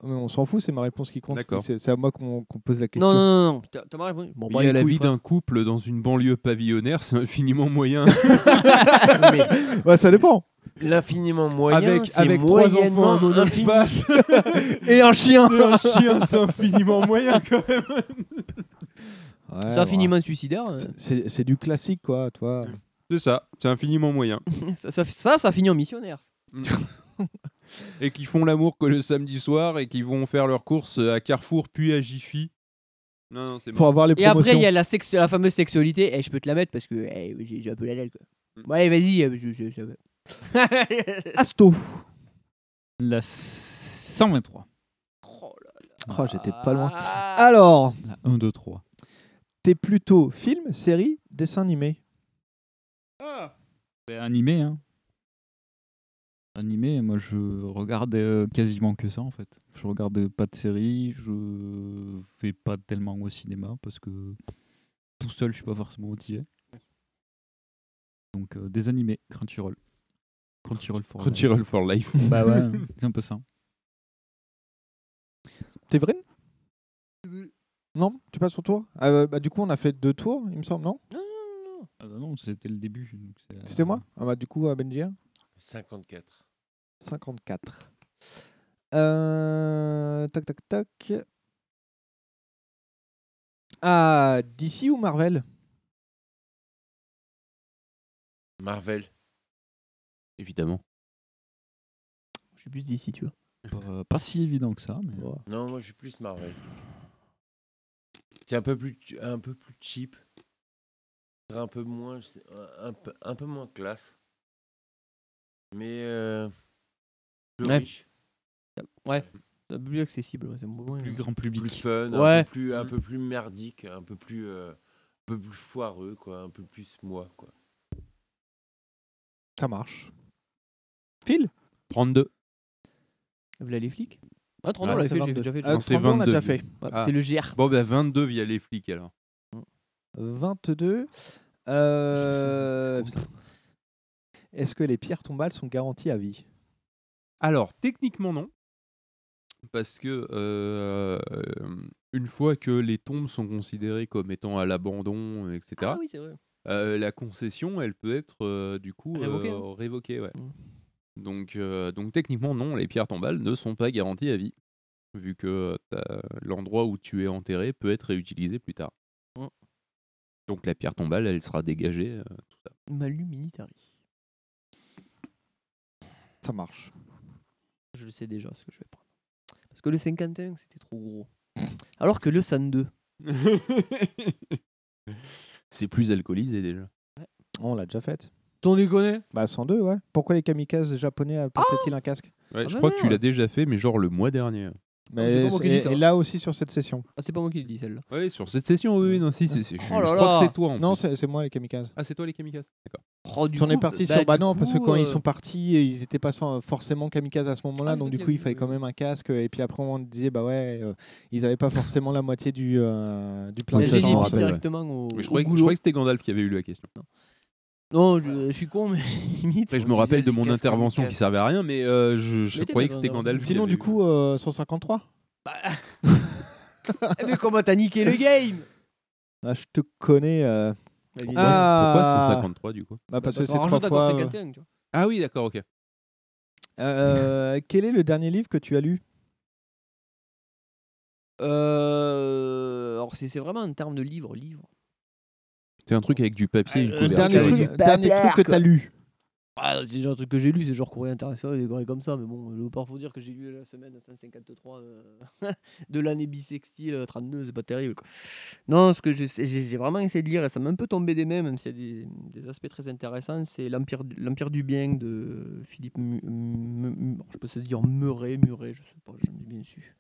S7: Mais on s'en fout, c'est ma réponse qui compte.
S8: D'accord.
S7: C'est c'est à moi qu'on qu'on pose la question.
S6: Non, non, non, non. T'as- T'as mal répondu. Bon, bah,
S8: il y
S6: les
S8: a la
S6: couilles,
S8: vie
S6: frère.
S8: d'un couple dans une banlieue pavillonnaire, c'est infiniment moyen.
S7: Bah, ça dépend.
S10: L'infiniment moyen,
S8: Avec-
S10: c'est
S8: avec trois
S10: moyennement
S8: enfants, un Bah,
S10: infini.
S8: espace.
S7: Et un chien
S8: Et un chien, c'est infiniment moyen quand même.
S7: Ouais,
S6: C'est
S7: ouais.
S6: infiniment suicidaire. euh.
S7: C'est- C'est c'est du classique, quoi, toi.
S8: C'est ça, c'est infiniment moyen.
S6: ça, ça, ça, ça finit en missionnaire.
S8: et qui font l'amour que le samedi soir et qui vont faire leurs courses à Carrefour puis à Jiffy. Non, non, c'est
S7: Pour
S8: mort.
S7: avoir les
S6: Et
S7: promotions.
S6: après, il y a la, sex- la fameuse sexualité. Et je peux te la mettre parce que eh, j'ai j'ai un peu la dalle. Quoi. Bon, allez, vas-y. euh, Je, je- je-
S7: Asto.
S9: La 123.
S6: Ah.
S7: Oh, j'étais pas loin. Alors,
S9: La 1, 2, 3.
S7: t'es plutôt film, série, dessin animé
S18: Ah.
S9: C'est animé, hein. Animé, moi je regarde euh, quasiment que ça en fait. Je regarde pas de série, je fais pas tellement au cinéma parce que tout seul je suis pas forcément motivé. Donc euh, des animés, Crunchyroll. Crunchyroll for
S8: Crunchyroll for life.
S9: Life. Bah ouais, c'est un peu ça.
S7: T'es vrai Non Tu passes sur toi Euh, bah, Du coup, on a fait deux tours, il me semble, non
S9: Ah bah non, c'était le début. donc c'est- euh,
S7: C'était moi ah, bah, Du coup, à Benji
S10: 54.
S7: 54. Euh, Tac, tac, tac. Ah, DC ou Marvel
S10: Marvel.
S8: Évidemment.
S6: J'ai plus d'ici, tu vois.
S9: Pas, pas si évident que ça, mais.
S7: Oh.
S10: Non, moi je suis plus Marvel. C'est un peu plus un peu plus cheap. Un peu moins c'est un, un peu, un peu moins classe. Mais euh, plus
S6: Ouais.
S10: riche,
S6: Ouais. C'est Plus accessible, ouais, c'est moins-
S9: Plus grand public.
S10: plus fun, un
S6: Ouais.
S10: peu plus un peu plus merdique, un peu plus euh, un peu plus foireux quoi, un peu plus moi quoi.
S7: Ça marche.
S6: Pile
S8: 32.
S6: Là, les flics Ah, 32,
S8: Ouais,
S6: on l'a
S8: c'est
S6: fait, j'ai
S8: 22.
S6: déjà fait.
S7: Euh,
S8: Non, c'est 22.
S6: Ouais,
S8: Ah.
S6: C'est le GR.
S8: Bon, bah 22 via les flics alors.
S7: 22. Euh,
S8: hein.
S7: Est-ce que les pierres tombales sont garanties à vie
S8: Alors, techniquement, non. Parce que euh, euh, une fois que les tombes sont considérées comme étant à l'abandon, euh, etc.,
S6: Ah oui, c'est vrai.
S8: euh, la concession, elle peut être euh, du coup euh,
S6: Révoquée,
S8: révoquée.
S6: hein.
S8: ouais. donc, euh, donc techniquement, non, les pierres tombales ne sont pas garanties à vie, vu que euh, t'as- l'endroit où tu es enterré peut être réutilisé plus tard.
S6: Mm.
S8: Donc la pierre tombale, elle sera dégagée. euh, tout ça.
S6: Malu Militari.
S7: Ça marche.
S6: Je le sais déjà ce que je vais prendre. Parce que le 51, c'était trop gros. Alors que le 102.
S8: euh. C'est plus alcoolisé déjà.
S7: On l'a déjà faite.
S6: T'en déconnes
S7: Bah 102, ouais. Pourquoi les kamikazes japonais euh,
S6: Ah
S7: portaient-ils un casque
S8: Ouais,
S6: bah
S8: je crois que tu l'as déjà fait, mais genre le mois dernier.
S7: Mais
S6: moi qui ai dit
S7: et,
S6: ça.
S7: et là aussi sur cette session.
S6: Ah, c'est pas moi qui le dis celle-là.
S8: Oui, sur cette session, oui, oui, non, si, c'est- c'est- je,
S6: Oh là
S8: je crois
S6: là.
S8: que c'est toi. En
S7: Non, c'est c'est moi les kamikazes.
S8: Ah, c'est toi les kamikazes D'accord.
S6: Oh, du
S7: On est
S6: coup,
S7: parti
S6: bah,
S7: sur.
S6: du
S7: Bah non, parce que
S6: coup,
S7: quand
S6: euh,
S7: ils sont partis, ils n'étaient pas so- forcément kamikazes à ce moment-là,
S6: Ah,
S7: donc
S6: ok,
S7: du coup, il
S6: oui,
S7: fallait quand même un casque. Et puis après, on disait, bah ouais, euh, ils n'avaient pas forcément la moitié du, euh, du plein
S6: Il
S7: de
S6: y avait
S7: sang,
S6: des
S7: en
S6: bits
S7: fait.
S6: directement au-
S8: Oui,
S6: au
S8: je, croyais, que- je
S6: goulot.
S8: croyais que c'était Gandalf qui avait eu la question.
S6: Non, je, je suis con, mais limite.
S8: Après, je me rappelle de mon intervention qui servait à rien, mais euh, je, je
S6: Mais t'es
S8: croyais que
S6: dans
S8: c'était
S6: un-
S8: Gandalf. qui
S7: Sinon,
S8: avait
S7: du
S8: eu-
S7: coup, euh, 153
S6: Eh, mais comment t'as niqué le game Ah,
S7: Ah, je te connais. euh.
S6: Mais dis donc.
S8: Pourquoi 153 du coup
S7: Bah, parce que
S6: Bah,
S7: c'est
S6: on rajoute
S7: trois
S6: encore
S7: fois. euh.
S6: 51, tu vois.
S8: Ah oui, d'accord, ok.
S7: Euh, quel est le dernier livre que tu as lu
S6: Euh, alors c'est c'est vraiment en termes de livre, livre.
S8: C'est un truc avec du
S9: Ah,
S8: papier. une
S6: Euh,
S8: couverture
S6: dernier
S8: avec-
S6: truc-
S8: du-
S7: Dernier
S6: Papler,
S7: truc que
S6: quoi.
S7: t'as lu
S6: Ah, c'est déjà un truc que j'ai lu, c'est genre courrier international, des conneries comme ça, mais bon, je veux pas vous dire que j'ai lu la semaine 153 euh, de l'année bissextile euh, 32, c'est pas terrible. quoi. Non, ce que je sais- j'ai j'ai vraiment essayé de lire, et ça m'a un peu tombé des mains, même s'il y a des, des aspects très intéressants, c'est L'Empire du- l'Empire du Bien de Philippe, Mu- Mu- Mu- je peux se dire Murray, Murray, je sais pas, j'en ai bien su.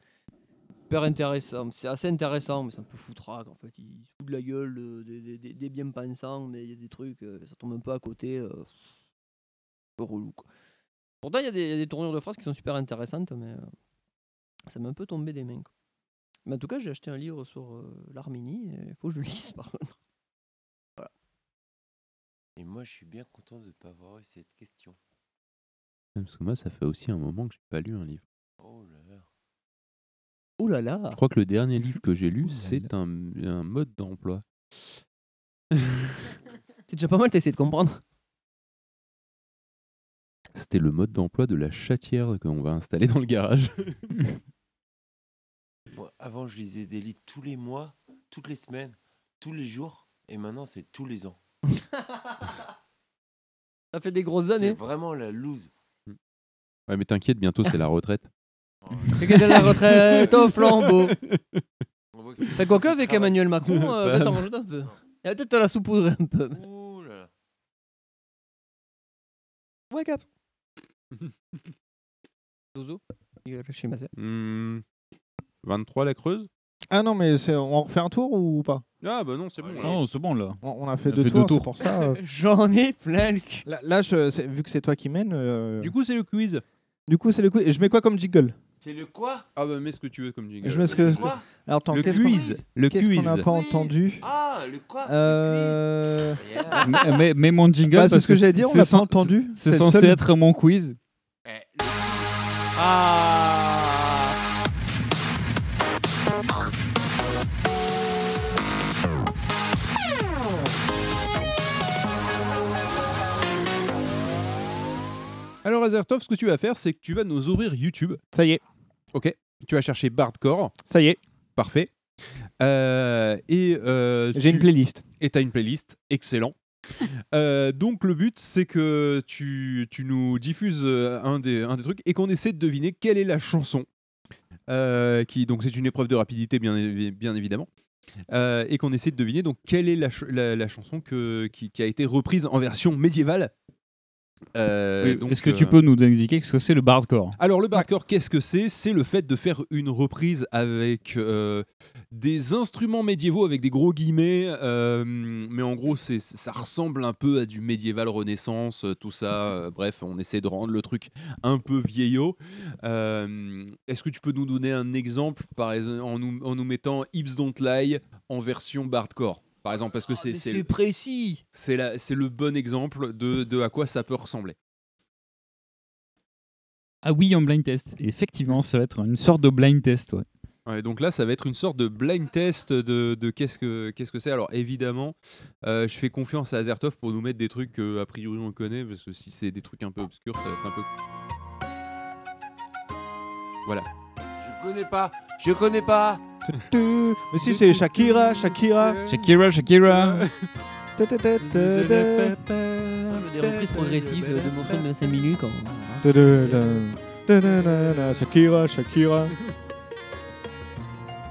S6: Super intéressant, c'est assez intéressant, mais c'est un peu foutraque en fait. Il se fout de la gueule euh, des, des- des- des bien-pensants, mais il y a des trucs, euh, ça tombe un peu à côté. euh, peu relou. Quoi. Pourtant, il y, a des- il y a des tournures de phrases qui sont super intéressantes, mais euh, ça m'a un peu tombé des mains. quoi. Mais en tout cas, j'ai acheté un livre sur euh, l'Arménie. Il faut que je le lise, par contre.
S10: Et moi je suis bien content de ne pas avoir eu cette question.
S8: Parce que moi, ça fait aussi un moment que j'ai pas lu un livre.
S10: Oh là là.
S6: Oh là là
S8: Je crois que le dernier livre que j'ai lu, c'est un, un mode d'emploi.
S6: C'est déjà pas mal, t'as essayé de comprendre.
S8: C'était le mode d'emploi de la chatière qu'on va installer dans le garage.
S10: Moi, avant je lisais des livres tous les mois, toutes les semaines, tous les jours, et maintenant c'est tous les ans.
S6: Ça fait des grosses
S10: C'est
S6: années.
S10: vraiment la loose.
S8: Ouais, mais t'inquiète, bientôt c'est la retraite.
S10: Oh,
S6: Quelqu'un de la retraite au flambeau.
S10: On voit que c'est
S6: T'as quoi que
S10: du
S6: avec
S10: travail.
S6: Emmanuel Macron euh,
S8: Pas
S6: bah, T'en
S8: mal.
S6: rajoutes un peu. Il va peut-être te la saupoudrer un peu.
S10: Ouh là là.
S6: Ouais, cap. Dozo Il est chez Mazet.
S8: Hmm, 23 la Creuse
S7: Ah non, mais c'est- on refait un tour ou pas
S8: Ah bah non, c'est bon.
S9: Non, c'est bon là.
S7: on, on a fait,
S9: On a
S7: deux,
S9: fait
S7: tours,
S9: deux
S7: c'est
S9: tours.
S7: pour ça. euh.
S6: J'en ai plein le cul.
S7: là, là, je- c'est- vu que c'est toi qui mène, euh,
S8: Du coup, c'est le quiz.
S7: du coup, c'est le coup. Et je mets quoi comme jiggle
S10: C'est le quoi
S8: Ah bah mets ce que tu veux comme jingle.
S7: Je mets ce que.
S10: Quoi
S7: Alors, attends,
S8: Le
S7: qu'est-ce qu'on-
S8: quiz. Le
S7: Qu'est-ce qu'on
S8: quiz.
S7: n'a pas entendu
S10: Ah, le quoi
S7: Euh,
S10: Yeah.
S9: mais, mais- mais mon jingle,
S7: Bah, c'est
S9: parce
S7: ce que j'allais dire, on
S9: c'est
S7: l'a pas
S9: cen-
S7: entendu.
S9: C'est
S7: C'est le
S9: censé
S7: seul.
S9: être mon quiz.
S6: Ah
S8: Alors Azertov, ce que tu vas faire, c'est que tu vas nous ouvrir YouTube.
S7: Ça y est,
S8: Ok. Tu vas chercher Bardcore.
S7: ça y est.
S8: Parfait. Euh, et euh,
S7: J'ai
S8: tu-
S7: une playlist.
S8: Et t'as une playlist. Excellent. Euh, donc le but, c'est que tu, tu nous diffuses euh, un des, un des trucs et qu'on essaie de deviner quelle est la chanson. Euh, qui, donc c'est une épreuve de rapidité, bien, évi- bien évidemment. Euh, et qu'on essaie de deviner donc quelle est la, ch- la- la chanson que, qui, qui a été reprise en version médiévale. Euh,
S9: Oui,
S8: donc,
S9: Est-ce que
S8: euh,
S9: tu peux nous indiquer ce que c'est le bardcore
S8: alors le barcore, qu'est-ce que c'est C'est le fait de faire une reprise avec euh, des instruments médiévaux, avec des gros guillemets, euh, mais en gros c'est, ça ressemble un peu à du médiéval renaissance, euh, tout ça. euh, bref, on essaie de rendre le truc un peu vieillot. Euh, est-ce que tu peux nous donner un exemple par exemple, en, nous, en nous mettant Hips Don't Lie en version bardcore par exemple, parce que c'est, c'est-
S6: c'est précis.
S8: C'est, la- c'est le bon exemple de- de à quoi ça peut ressembler.
S9: Ah oui, en blind test. Et effectivement, ça va être une sorte de blind test. Ouais.
S8: Ouais, donc là, ça va être une sorte de blind test de, de qu'est-ce que qu'est-ce que c'est. Alors évidemment, euh, je fais confiance à Azertov pour nous mettre des trucs que, a priori on connaît, parce que si c'est des trucs un peu obscurs, ça va être un peu. Voilà.
S10: Je connais pas, je connais pas. Euh,
S7: Mais si, c'est Shakira, Shakira.
S9: Shakira, Shakira.
S6: Des reprises progressives euh, de morceaux de 25 minutes. en-
S7: Shakira, Shakira.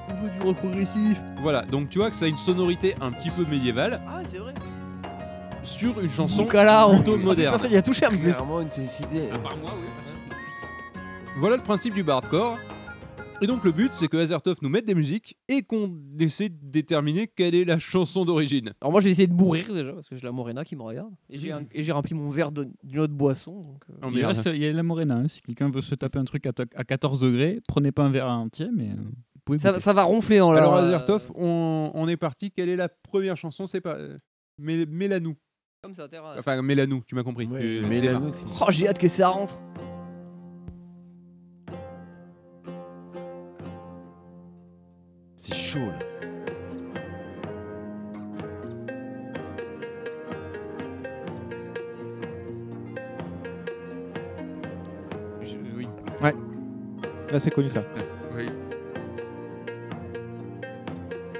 S8: On veut du rock progressif. Voilà, donc tu vois que ça a une sonorité un petit peu médiévale. Ah, c'est vrai. Sur une chanson
S6: Boucala, Ah, on-
S8: plutôt moderne.
S6: Personne n'y a touché en plus.
S10: Clairement, une société.
S8: Voilà le principe du bardcore. Et donc le but, c'est que Azertov nous mette des musiques et qu'on essaie de déterminer quelle est la chanson d'origine.
S6: Alors moi j'ai essayé de bourrir déjà parce que j'ai la morena qui me regarde et j'ai un- et j'ai rempli mon verre de- d'une autre boisson. Donc, euh,
S9: il reste, il y a la Morena. hein. Si quelqu'un veut se taper un truc à, to- à 14 degrés, prenez pas un verre entier, mais euh, vous pouvez
S6: Ça-
S9: goûter.
S6: ça va ronfler dans la-
S8: Alors Azertov, on, on est parti. Quelle est la première chanson C'est pas. euh, Mé- Mélanoux.
S6: Comme ça, euh. Terra.
S8: Enfin, Mélanou, tu m'as compris. Tu-
S10: Mélanoux,
S8: démarre.
S10: c'est-
S6: Oh j'ai hâte que ça rentre.
S10: C'est chaud là.
S9: oui.
S7: Ouais. Là, c'est connu ça.
S9: Ah,
S8: Oui.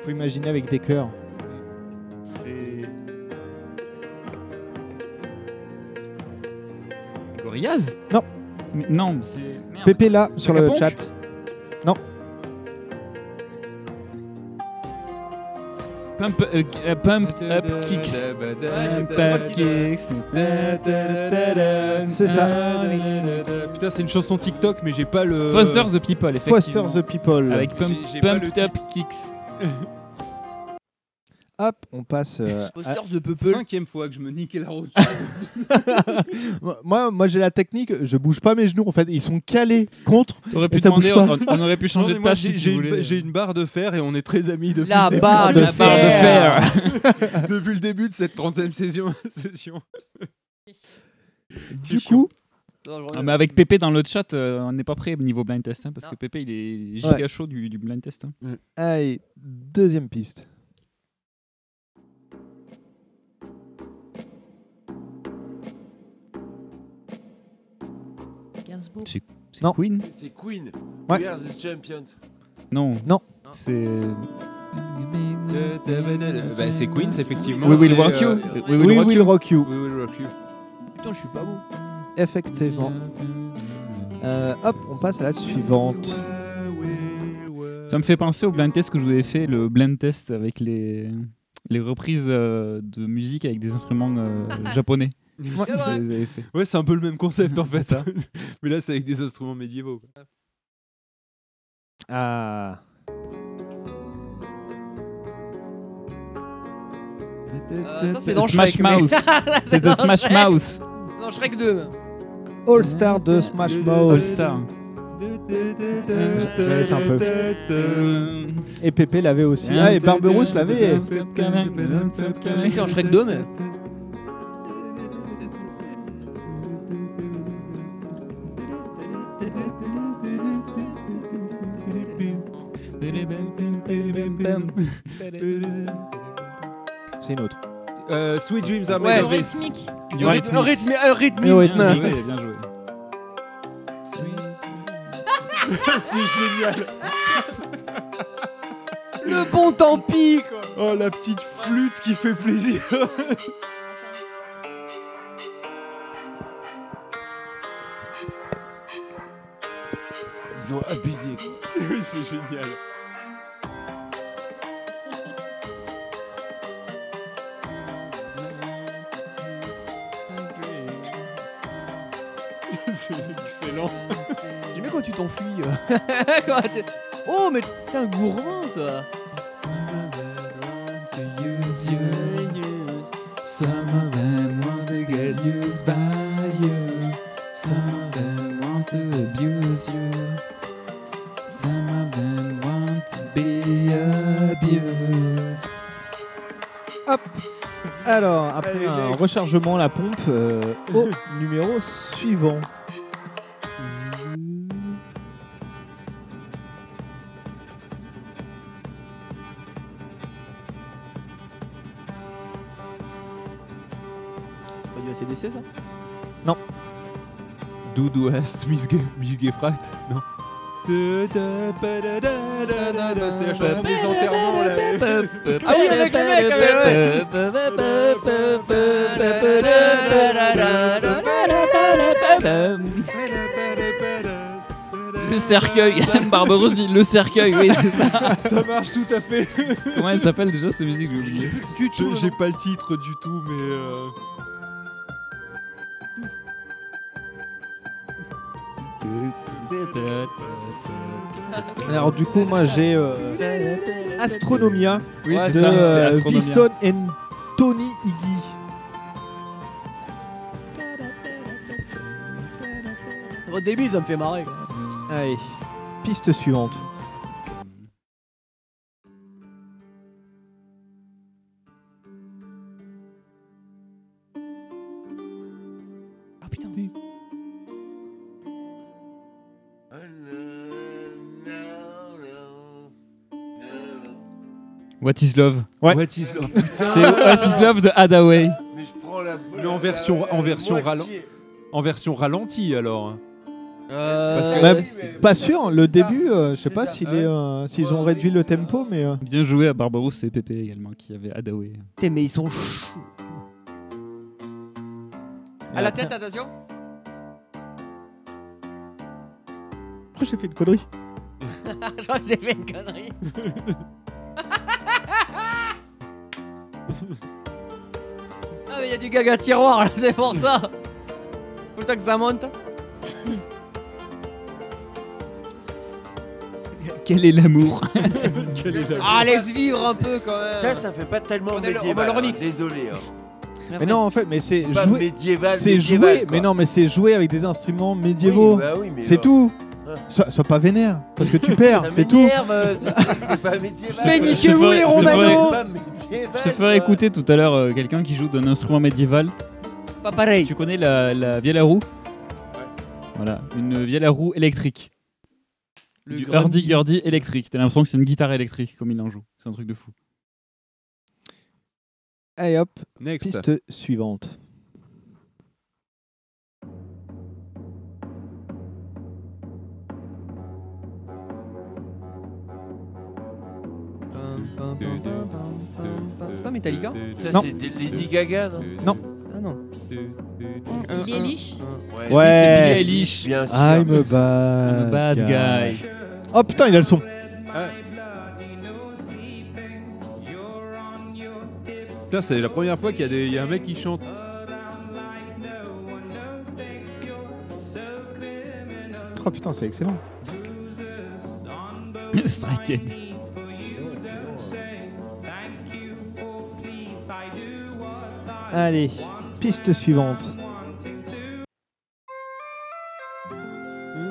S7: Faut imaginer avec des cœurs.
S9: C'est. Gorillaz
S7: Non.
S9: Mais non, c'est. merde.
S7: Pépé là sur le
S9: Acapulco
S7: chat. Non.
S9: Pump, euh, euh, pumped up kicks. Pump up kicks.
S7: C'est ça.
S8: Putain, c'est une chanson TikTok, mais j'ai pas le.
S9: Foster the People, effectivement.
S7: Foster the People.
S9: Avec pump,
S8: J'ai- j'ai pas
S9: Pumped
S8: le
S9: Up Kicks.
S7: Hop, on passe. euh, à-
S8: ah,
S6: Posters de Peuple.
S8: Cinquième fois que je me nique la route.
S7: moi, moi j'ai la technique, je bouge pas mes genoux en fait, ils sont calés contre.
S9: T'aurais
S7: et
S9: pu
S7: ça bouge
S9: demander,
S7: pas.
S9: on, on aurait pu changer
S8: Non, mais
S9: de
S8: moi,
S9: passe
S8: j'ai-
S9: si tu
S8: j'ai une ba-
S9: voulais.
S8: J'ai une barre de fer et on est très amis depuis
S6: La
S8: le début.
S6: barre de La barre de fer.
S8: depuis le début de cette 30 e session. session.
S7: Du coup,
S9: Ah, mais avec Pépé dans le chat, euh, on n'est pas prêt niveau blind test, hein, parce que Pépé, il est giga
S7: Ouais.
S9: chaud du, du blind test. hein.
S7: allez, deuxième piste.
S5: Gainsbourg.
S9: C'est c'est
S7: Non.
S9: Queen
S10: C'est Queen.
S7: Ouais.
S10: We are the champions.
S9: Non.
S7: Non.
S9: C'est.
S8: Bah, c'est Queen, c'est effectivement.
S9: We Will
S8: c'est,
S9: Rock You.
S8: euh,
S7: We
S9: We Will Rock
S7: will
S9: You.
S7: rock you.
S8: We Will Rock You.
S6: Putain je suis pas bon.
S7: Effectivement. Euh, hop, on passe à la suivante.
S9: Ça me fait penser au blind test que je vous avais fait, le blind test avec les, les reprises euh, de musique avec des instruments euh, japonais.
S8: Ouais.
S9: Je les avais fait.
S8: Ouais, c'est un peu le même concept en fait. hein. Mais là, c'est avec des instruments médiévaux. quoi.
S7: Ah.
S6: euh, ça, c'est dans
S9: Euh, Smash
S6: Shrek, mais-
S9: Mouse. c'est de
S6: Dans
S9: Smash
S6: Shrek.
S9: Mouse.
S6: Non Shrek 2. même.
S7: All Star de Smash Mouth.
S9: All Star.
S7: Je la laisse un peu.
S9: Euh,
S7: Et Pépé l'avait aussi. Ah, et Barberousse l'avait.
S6: J'ai fait en Shrek 2 mais.
S7: C'est une autre.
S8: Euh, Sweet Dreams Are
S6: Ouais.
S8: Made of This.
S5: Rythmique.
S9: Du
S6: Un rythme, un
S9: rythmix.
S6: rythme, un rythmisme.
S7: Eh ouais,
S9: Bien joué, bien joué.
S8: c'est génial.
S6: Le bon tant pis. quoi.
S8: Oh, la petite flûte qui fait plaisir. Ils ont abusé.
S19: Oui, c'est génial.
S6: C'est excellent. J'aime bien quand tu t'enfuis. euh. Quand tu- oh, mais t'es un gourmand, toi.
S20: Some of them want to get used by you. Some of them want to abuse you. Some of them want to be abused.
S7: Hop Alors, après
S20: Allez,
S7: un
S20: next.
S7: rechargement à la pompe, euh, au numéro suivant.
S6: C'est pas du ACDC, ça
S20: Ah
S7: Non.
S21: Doudou Ast, Miss Ge- Miss Geffrat, non.
S19: C'est la chanson des enterrements là.
S20: Ah oui, avec le mec, avec
S9: Le cercueil, Barbarousse dit le cercueil, oui,
S6: Ah,
S9: c'est ça.
S19: Ça marche tout à fait.
S9: Comment elle s'appelle déjà cette musique J'ai oublié.
S19: Je- J'ai pas le titre du tout, mais. euh,
S7: Alors, du coup, moi j'ai euh,
S6: Ah,
S7: Astronomia
S20: Oui, c'est
S7: de
S20: ça, c'est
S7: euh,
S20: Astronomia.
S7: Viston and Tony Iggy.
S6: Au début, ça me fait marrer. quoi.
S7: Allez, piste suivante.
S9: What is love
S7: Ouais.
S9: What
S8: is love
S9: C'est What is love de Hadaway.
S8: Mais je prends la
S21: Mais en version, en version,
S8: moitié.
S21: ralen- en version ralentie alors.
S20: Euh,
S6: Parce
S8: Euh,
S21: que-
S7: Bah, pas sûr,
S8: hein,
S7: le début, euh, je sais pas s'il est, euh, s'ils ont réduit le tempo, mais. euh,
S9: Bien joué à Barbarousse et Pépé également, qui avait Hadaway.
S6: Putain, mais ils sont choux. À la tête, attention.
S7: oh, j'ai fait une connerie.
S6: Je crois que j'ai fait une connerie. ah, mais il y a du gag à tiroir là, c'est pour ça. Faut le temps que ça monte.
S9: Quel est l'amour
S6: Ah, laisse vivre un peu quand même.
S8: Ça, ça fait pas tellement
S6: On est le- on
S8: médiéval.
S6: va le
S8: hein,
S6: remix.
S8: Désolé. hein.
S7: Mais non, en fait, mais c'est
S8: pas
S7: joué.
S8: médiéval,
S7: C'est
S8: médiéval,
S7: joué, mais non, mais c'est joué avec des instruments médiévaux.
S8: Oui, bah oui, mais
S7: c'est
S8: alors-
S7: tout.
S8: Ah.
S7: Sois, sois pas vénère, parce que tu perds,
S8: Ça
S7: c'est tout.
S8: m'énerve, euh, c'est- C'est pas médiéval.
S9: Mais niquez-vous, Je te les ferai- Romano. je te ferai-
S8: C'est pas médiéval,
S9: Je te ferai
S8: quoi.
S9: écouter tout à l'heure euh, quelqu'un qui joue d'un instrument médiéval.
S6: Pas pareil.
S9: Tu connais la, la vielle à roue Voilà, une vielle à roue électrique.
S6: Le
S9: du
S6: Grundy.
S9: hurdy-gurdy électrique. T'as l'impression que c'est une guitare électrique comme il en joue. C'est un truc de fou.
S7: Allez hop,
S21: Next.
S7: piste suivante.
S6: C'est pas Metallica
S8: Euh,
S6: hein
S8: Ça, c'est des- Lady Gaga, non
S7: Non.
S6: Ah non.
S22: Billie Eilish
S8: Ouais.
S7: Ouais. Ah,
S8: Billie Eilish, bien sûr.
S7: I'm a bad,
S8: I'm a bad
S7: guy.
S8: guy.
S7: Oh putain, il a le son.
S21: Putain, c'est la première fois qu'il y a, des- il y a un mec qui chante.
S7: Oh putain, c'est excellent.
S9: Striken.
S7: Allez, piste suivante.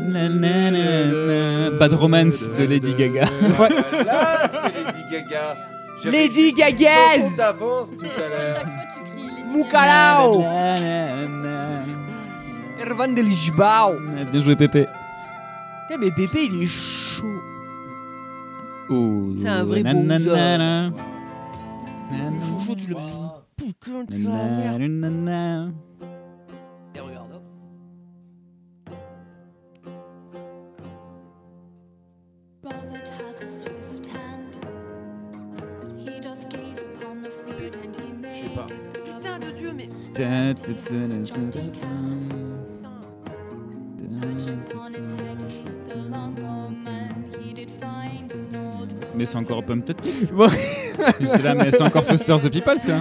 S9: Na, na, na, na. Bad Romance de Lady Gaga.
S8: Ah, Là, c'est Lady Gaga. J'avais
S6: Lady
S8: juste une
S6: Gagaise.
S8: chanson d'avance tout à l'heure.
S6: Moukalao Ervan de Lisbao
S9: Bien joué Pépé.
S6: Putain, mais bébé, il est chaud.
S9: Oh,
S6: C'est un vrai
S9: na, na,
S6: bonzo.
S9: na, na.
S6: Le chouchou, tu le mets tout putain de sa
S9: Na,
S6: mère.
S9: na, na, na.
S6: Et regarde. hop.
S5: Robert hath a swift hand. He doth gaze upon the fruit and he maketh
S6: Putain de Dieu, mais.
S9: Ta, ta, ta, na, ta, ta, ta.
S5: perched upon his head. He's a long
S9: mais c'est encore Pumped Kids. J'étais là, mais c'est encore Foster's the People, ça.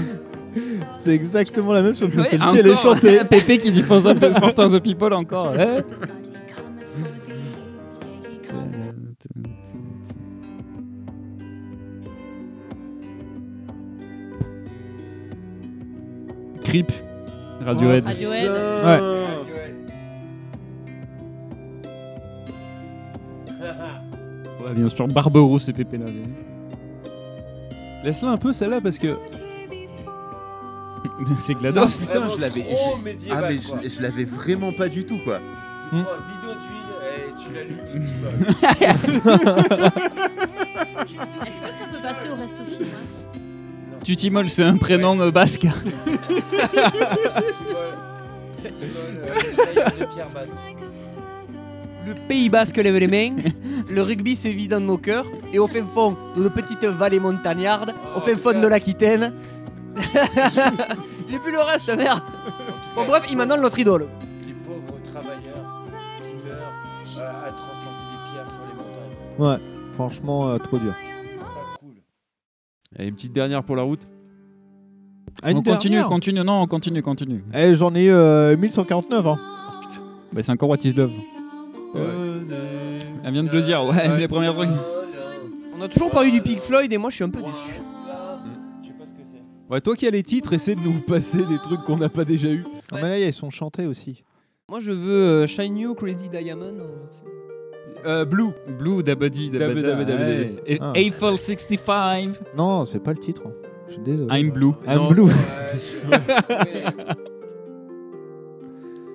S17: C'est exactement la même chose que
S9: Ouais,
S17: celle-ci, elle est
S9: encore.
S17: chantée.
S9: Pépé qui dit Foster's the, Foster's the People encore. ouais. Creep, Radiohead.
S5: Radiohead.
S8: Oh.
S9: Ouais, bien sûr, Barberousse et Pépé Lavé.
S8: Laisse-la un peu celle-là parce que.
S9: c'est
S10: Putain,
S9: GLaDOS.
S10: je l'avais.
S9: trop
S10: je-
S9: médiéval,
S10: Ah, mais
S9: quoi.
S10: je, je l'avais vraiment pas du tout, quoi. Tu
S9: Hmm.
S10: prends un bidon d'huile et tu l'allumes, tu
S5: Est-ce que ça peut passer au resto chinois
S9: Tutimol, c'est un prénom euh, basque.
S6: Le Pays Basque lève les mains, le rugby se vit dans nos cœurs, et au fin fond de nos petites vallées montagnardes, au fin fond de l'Aquitaine. J'ai plus le reste, merde! Bon, bref, il m'en donne notre idole.
S10: Les pauvres travailleurs qui meurent euh, à transporter des pierres sur les montagnes.
S7: Ouais, franchement, euh, trop dur.
S8: Allez, une petite dernière pour la route.
S7: Ah, une
S9: on continue,
S7: dernière
S9: continue, non, on continue, continue.
S7: Eh, j'en ai euh, 1149. Hein. Euh,
S9: Bah, c'est encore What is Love. Elle vient de le dire, ouais, c'est les premiers trucs.
S6: On a toujours pas eu du Pink Floyd, et moi je suis un peu déçu.
S8: Ouais, toi qui as les titres, essaie de nous passer des trucs qu'on n'a pas déjà eu.
S7: Ah, mais là, ils sont chantés aussi.
S6: Moi je veux euh, Shine You, Crazy Diamond. euh,
S8: Blue.
S9: Blue, Dabadi, Dabada.
S7: Dabba, dabba,
S9: ouais.
S7: dabba.
S9: Et
S7: Ah.
S9: Eiffel 65.
S7: Non, c'est pas le titre. Je suis désolé.
S8: Ah,
S9: I'm Blue.
S7: I'm
S9: Non,
S7: Blue.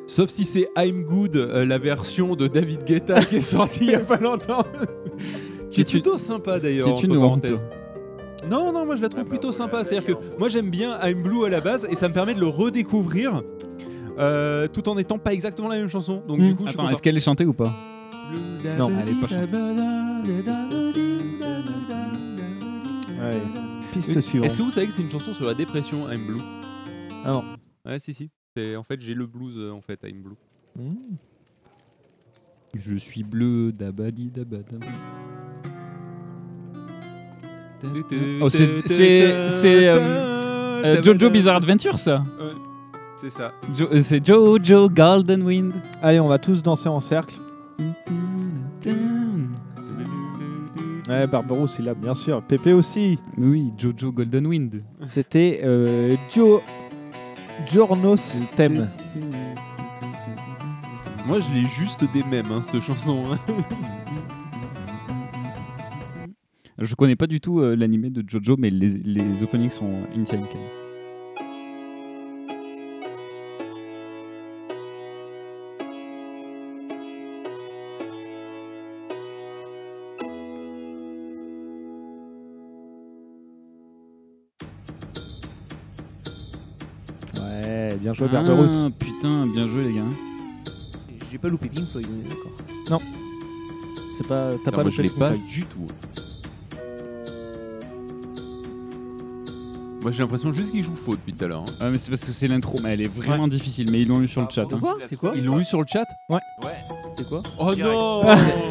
S8: Sauf si c'est I'm Good, euh, la version de David Guetta qui est sortie il y a pas longtemps. qui est
S9: Qui est une-
S8: plutôt sympa d'ailleurs.
S9: qui est
S8: entre
S9: une honte.
S8: parenthèses. Non, non, moi je la
S7: Ah,
S8: trouve
S7: bah,
S8: plutôt sympa. C'est-à-dire que moi j'aime bien I'm Blue à la base et ça me permet de le redécouvrir euh, tout en étant pas exactement la même chanson. Donc du coup, je suis
S9: Attends,
S8: content.
S9: est-ce qu'elle est chantée ou pas Non, elle est pas chantée.
S7: Ouais. Piste suivante.
S8: Est-ce que vous savez que c'est une chanson sur la dépression, I'm Blue
S7: Ah non.
S8: Ouais, si, si. C'est- En fait, j'ai le blues euh, en fait, I'm Blue.
S9: Je suis bleu, Dabadi, Dabada. Oh, c'est. C'est. C'est. euh, euh, Jojo Bizarre Adventure, ça
S8: Ouais, c'est ça.
S9: Jo- euh, C'est Jojo Golden Wind.
S7: Allez, on va tous danser en cercle. Ouais, Barberousse, il a bien sûr. Pépé aussi.
S9: Oui, Jojo Golden Wind.
S7: C'était euh, Gio- Giornos Thème.
S8: Moi, je l'ai juste des mêmes, hein, cette chanson. hein.
S9: Je connais pas du tout euh, l'animé de Jojo, mais les, les openings sont insane. quand même.
S7: Ouais, bien joué,
S9: Ah,
S7: Barberousse.
S9: putain, bien joué, les gars.
S6: J'ai pas loupé Pink Floyd, on est d'accord.
S7: Non. C'est pas. T'as
S8: Putain,
S7: pas
S8: Ah, moi,
S7: le
S8: je l'ai pas du tout. Moi, j'ai l'impression juste qu'ils jouent faux depuis tout à l'heure. hein.
S9: Ah, mais c'est parce que c'est l'intro, mais elle est vraiment difficile. Mais ils l'ont eu
S8: Ah
S9: sur le chat. hein.
S6: C'est quoi
S8: Ils l'ont eu sur le chat
S7: Ouais.
S6: C'est quoi
S8: Oh non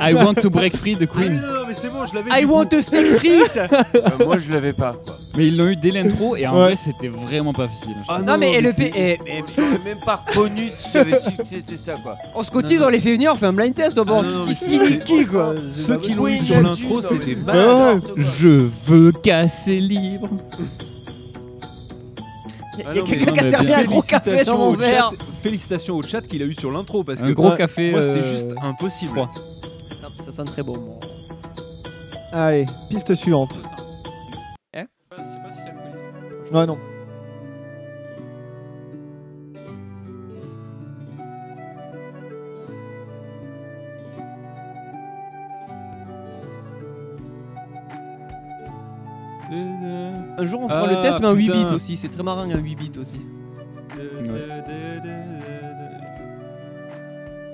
S9: I want to break free de Queen.
S8: Ah non, mais c'est bon, je l'avais.
S6: I
S8: du
S6: want
S8: coup.
S6: to stay free
S8: Euh,
S10: moi, je l'avais pas.
S9: Mais ils l'ont eu dès l'intro et en
S7: Ouais.
S9: vrai c'était vraiment pas facile.
S8: Ah
S6: Non, mais le P. eh, eh,
S10: Je l'aurais même pas reconnu si j'avais su que c'était ça, quoi.
S6: On se cotise, on les fait venir, on fait un blind test,
S8: Ah
S6: on
S10: non, non,
S6: Ah qui
S10: mais
S6: qui
S10: c'est-
S6: nique qui quoi
S8: Ceux qui l'ont eu
S10: Queen
S8: sur
S10: là-dessus,
S8: l'intro,
S10: non, mais
S8: c'était
S10: c'est
S8: mal.
S9: Je veux casser libre.
S6: Y'a
S8: Ah
S6: y'a
S8: non, mais-
S6: quelqu'un qui
S8: non,
S6: a
S8: mais
S6: servi
S8: bien.
S6: un gros café dans
S8: Félicitations
S6: mon
S8: au
S6: verre
S8: chat- Félicitations au chat qu'il a eu sur l'intro parce
S9: Un
S8: que
S9: gros
S8: moi-
S9: café,
S8: Moi, c'était
S9: euh,
S8: juste impossible.
S9: froid.
S6: ça, ça sent très bon. moi.
S7: Allez, piste suivante. Ouais, non.
S6: Un jour on fera
S8: Ah,
S6: le test, mais un 8
S8: putain.
S6: bits aussi, c'est très marrant un 8 bits aussi.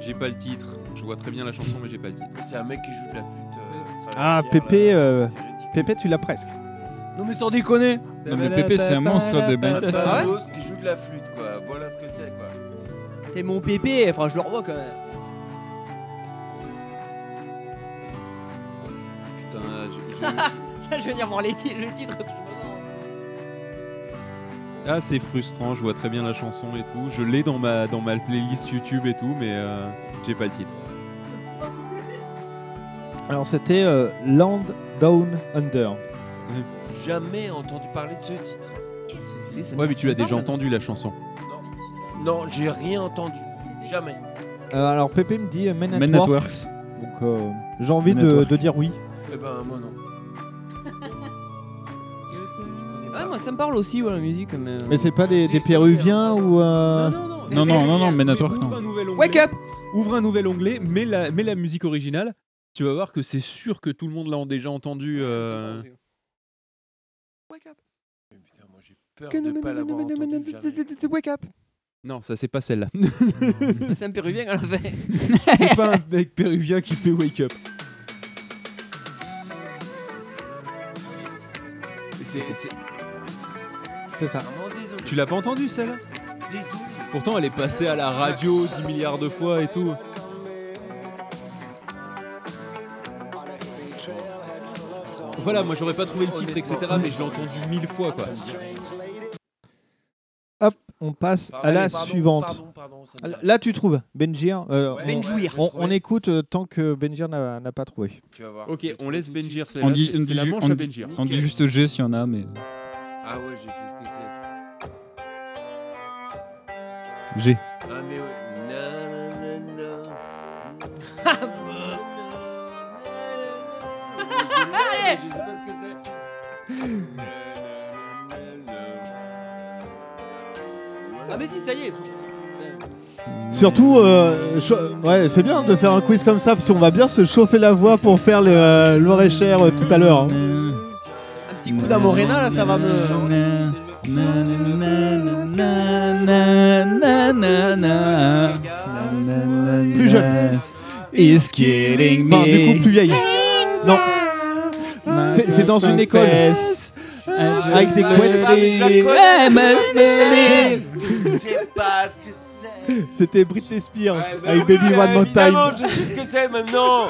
S8: J'ai pas le titre. Je vois très bien la chanson, mais j'ai pas le titre.
S10: C'est un mec qui joue de la flûte. euh,
S7: Ah,
S10: traversière,
S7: Pépé,
S10: là.
S7: euh, Pépé, tu l'as presque.
S6: Non mais sans déconner
S9: Non mais Pépé c'est un monstre de blind test.
S6: Ah ouais
S10: Rose qui joue de la flûte, quoi. Voilà ce que c'est, quoi.
S6: T'es mon pépé, enfin je le revois quand même.
S8: Putain, je- je-
S6: je veux dire, bon, les ti- le titre.
S8: Ah, c'est frustrant, je vois très bien la chanson et tout. Je l'ai dans ma, dans ma playlist YouTube et tout, mais euh, j'ai pas le titre.
S7: Alors c'était euh, Land Down Under.
S10: Jamais entendu parler de ce titre. Qu'est-ce que c'est
S8: Ouais, mais tu l'as déjà entendu la chanson.
S10: Non, j'ai rien entendu. Jamais.
S7: Euh, alors Pépé me dit euh, Men, at
S9: Men at
S7: Work.
S9: Works.
S7: Donc euh, j'ai envie
S9: Men at
S7: de,
S9: Work.
S7: de dire oui.
S10: Eh ben, moi non.
S6: Ah, moi, ça me parle aussi, ouais, la musique. Mais, euh,
S7: Mais c'est pas des, des péruviens ou... euh,
S9: Non, non, non, non, Men at Work,
S8: Ouvre
S9: non.
S8: un nouvel onglet.
S6: Wake up
S8: Ouvre un nouvel onglet, mets la, mets la musique originale. Tu vas voir que c'est sûr que tout le monde l'a déjà entendu. euh,
S10: Peur de pas l'avoir entendu. j'arrive.
S6: Wake up
S8: Non, ça c'est pas celle-là.
S6: C'est un péruvien à la fin.
S8: c'est pas un mec péruvien qui fait wake up.
S7: C'est ça.
S8: Tu l'as pas entendu celle-là Pourtant elle est passée à la radio 10 milliards de fois et tout. Voilà, moi j'aurais pas trouvé le titre, etc. Mais je l'ai entendu mille fois quoi.
S7: Hop, on passe à
S8: Pardon,
S7: la
S8: pardon,
S7: suivante.
S8: pardon, pardon, ça me
S7: Là-
S8: va.
S7: Là tu trouves, Benjir. euh,
S8: Ouais.
S7: on-
S8: Benjouir.
S7: on, on écoute euh, tant que Benjir n'a n'a pas trouvé.
S10: Tu vas voir.
S8: Ok, on laisse Benjir. C'est
S9: On
S8: la,
S9: dit, on
S8: c'est- c'est
S9: dit
S8: la
S9: ju-
S8: manche
S9: on
S8: à hein.
S9: dit-
S8: Benjir.
S9: on dit juste G s'il y en a, mais
S10: Ah ouais, je sais ce que c'est.
S9: G.
S10: Ah mais ouais. Na, na, na, na.
S6: Allez
S10: Je sais pas ce que c'est.
S6: Ah, mais si, ça y est.
S7: Surtout, euh, cho- ouais, c'est bien de faire un quiz comme ça, parce qu'on va bien se chauffer la voix pour faire le euh, Loir-et-Cher euh, tout à l'heure. hein.
S6: Un petit coup d'amorena, là, ça va me.
S9: Plus
S7: jeune.
S9: Is killing me.
S7: Enfin, du coup, plus vieille. Non. C'est c'est dans une école. Avec des couettes.
S10: Je sais pas ce que c'est.
S7: C'était Britney Spears
S10: bah
S7: avec
S10: oui,
S7: Baby One More
S10: évidemment,
S7: Time.
S10: Je sais ce que c'est maintenant.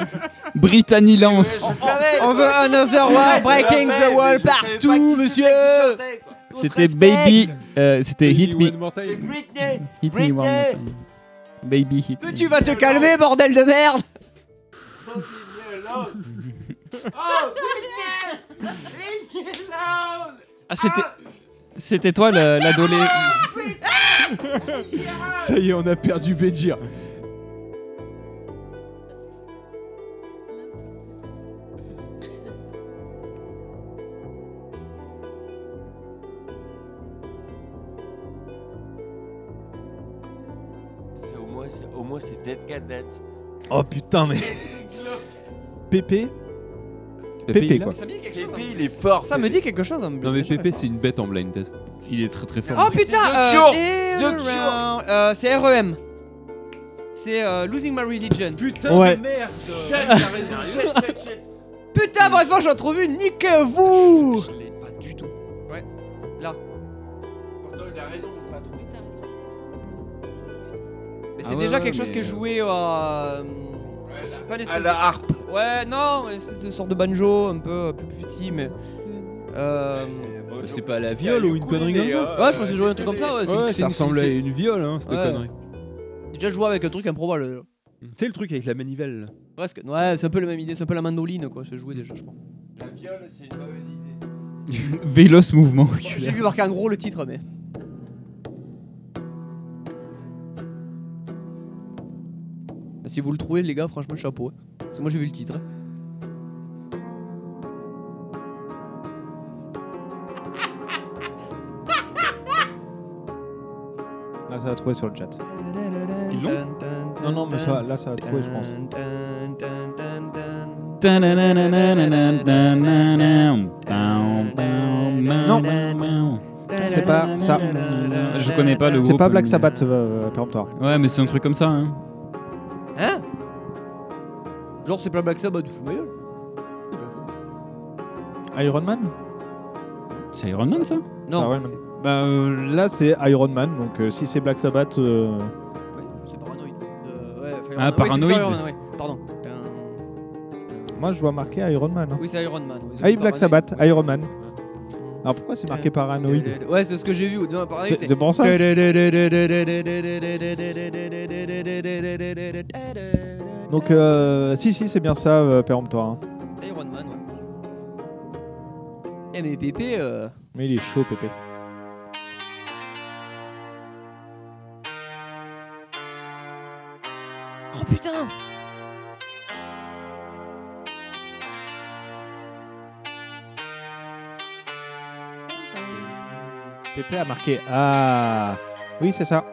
S9: Brittany Lance.
S10: Je savais.
S6: On veut another wall, breaking the wall partout, monsieur
S9: C'était Baby. euh, C'était Hit Me.
S10: C'est Britney.
S9: Hit Me One More
S10: Britney.
S9: Time. Baby Hit.
S6: Tu vas te calmer, bordel de merde
S10: Oh, Britney. Britney Loud.
S9: Ah, c'était. C'était toi le- l'adolé.
S7: Ça y est, on a perdu Benjir.
S10: C'est au moins, c'est au moins c'est Dead Cat Dance.
S7: Oh putain, mais. Pépé.
S8: Pépé,
S7: Pépé,
S8: là,
S7: quoi.
S6: Ça me dit quelque chose.
S10: Pépé, il est fort.
S6: Ça me dit quelque chose. en plus.
S8: Non mais Pépé c'est une bête en blind test.
S9: Il est très très fort.
S6: Oh putain
S10: The
S6: euh,
S10: Cure.
S6: Here
S10: The Cure.
S6: Around- euh, C'est REM. C'est euh, Losing My Religion.
S10: Putain
S7: Ouais.
S10: de merde. Chut, t'as raison. Chut, chut, chut.
S6: Putain, bref, j'en trouve une, niquez-vous
S9: Je l'ai pas du tout.
S10: Pourtant, il a raison, je peux pas trouver.
S6: Mais c'est
S9: Ah ouais,
S6: déjà
S9: ouais,
S6: quelque chose
S9: mais,
S6: qui est
S9: euh,
S6: joué à. Pas une espèce
S10: À la
S6: de-
S10: harpe.
S6: Ouais, non, une espèce de sorte de banjo un peu euh, plus petit, mais. Euh...
S10: Bonjour.
S8: C'est pas la viole ou une connerie comme
S10: ukulélé,
S8: ça
S10: hein,
S6: Ouais, je pense que
S10: euh,
S6: j'ai joué un truc comme ça, ouais. c'est une-
S8: Ouais,
S6: c'est
S8: ça
S6: une-
S8: ressemblait à
S6: c'est-
S8: une viole, hein, cette
S6: Ouais.
S8: connerie.
S6: J'ai déjà joué avec un truc improbable. là.
S8: Tu sais le truc avec la manivelle. là.
S6: Presque. Ouais, c'est un peu la même idée, c'est un peu la mandoline, quoi. C'est joué déjà, je crois.
S10: La viole, c'est une mauvaise idée.
S9: Véloce mouvement.
S6: J'ai vu marquer en gros le titre, mais. Bah, Si vous le trouvez, les gars, franchement, chapeau. hein. Parce que moi, j'ai vu le titre. hein.
S7: Là, Ah, ça va trouver sur le chat. Non, non, mais ça, là, ça va trouver, je
S9: Euh,
S7: pense.
S9: Non.
S7: C'est pas ça.
S9: Je connais pas le groupe.
S7: C'est pas Black
S9: mais-
S7: Sabbath, euh, péremptoire.
S9: Ouais, mais c'est un truc comme ça. Hein.
S6: Hein Genre, c'est plein Black Sabbath, vous foutez ma gueule.
S7: Iron Man
S9: C'est Iron Man ça
S7: C'est
S6: Non,
S7: Iron Man.
S6: c'est-
S7: Bah, euh, là, c'est Iron Man, donc euh, si c'est Black Sabbath. euh,
S6: ouais, c'est paranoïde. Euh, ouais, enfin,
S9: Ah,
S6: ouais, c'est plutôt
S9: Paranoid.
S6: Iron Man, ouais. Pardon. Tain.
S7: Moi, je vois marqué Iron Man. hein.
S6: Oui, c'est Iron Man, oui, ils
S7: Ah,
S6: ont
S7: oui, Black
S6: parlé.
S7: Sabbath, Iron Man. Alors pourquoi c'est marqué paranoïde
S6: Ouais, c'est ce que j'ai vu. Non, par exemple,
S7: C'est- c'est pour ça. Donc, euh, si, si, c'est bien ça, euh, péremptoire. hein.
S6: Iron Man, ouais. Eh, mais Pépé. euh,
S7: Mais il est chaud, Pépé.
S6: Oh putain
S7: Pépé a marqué. Ah Oui, c'est ça.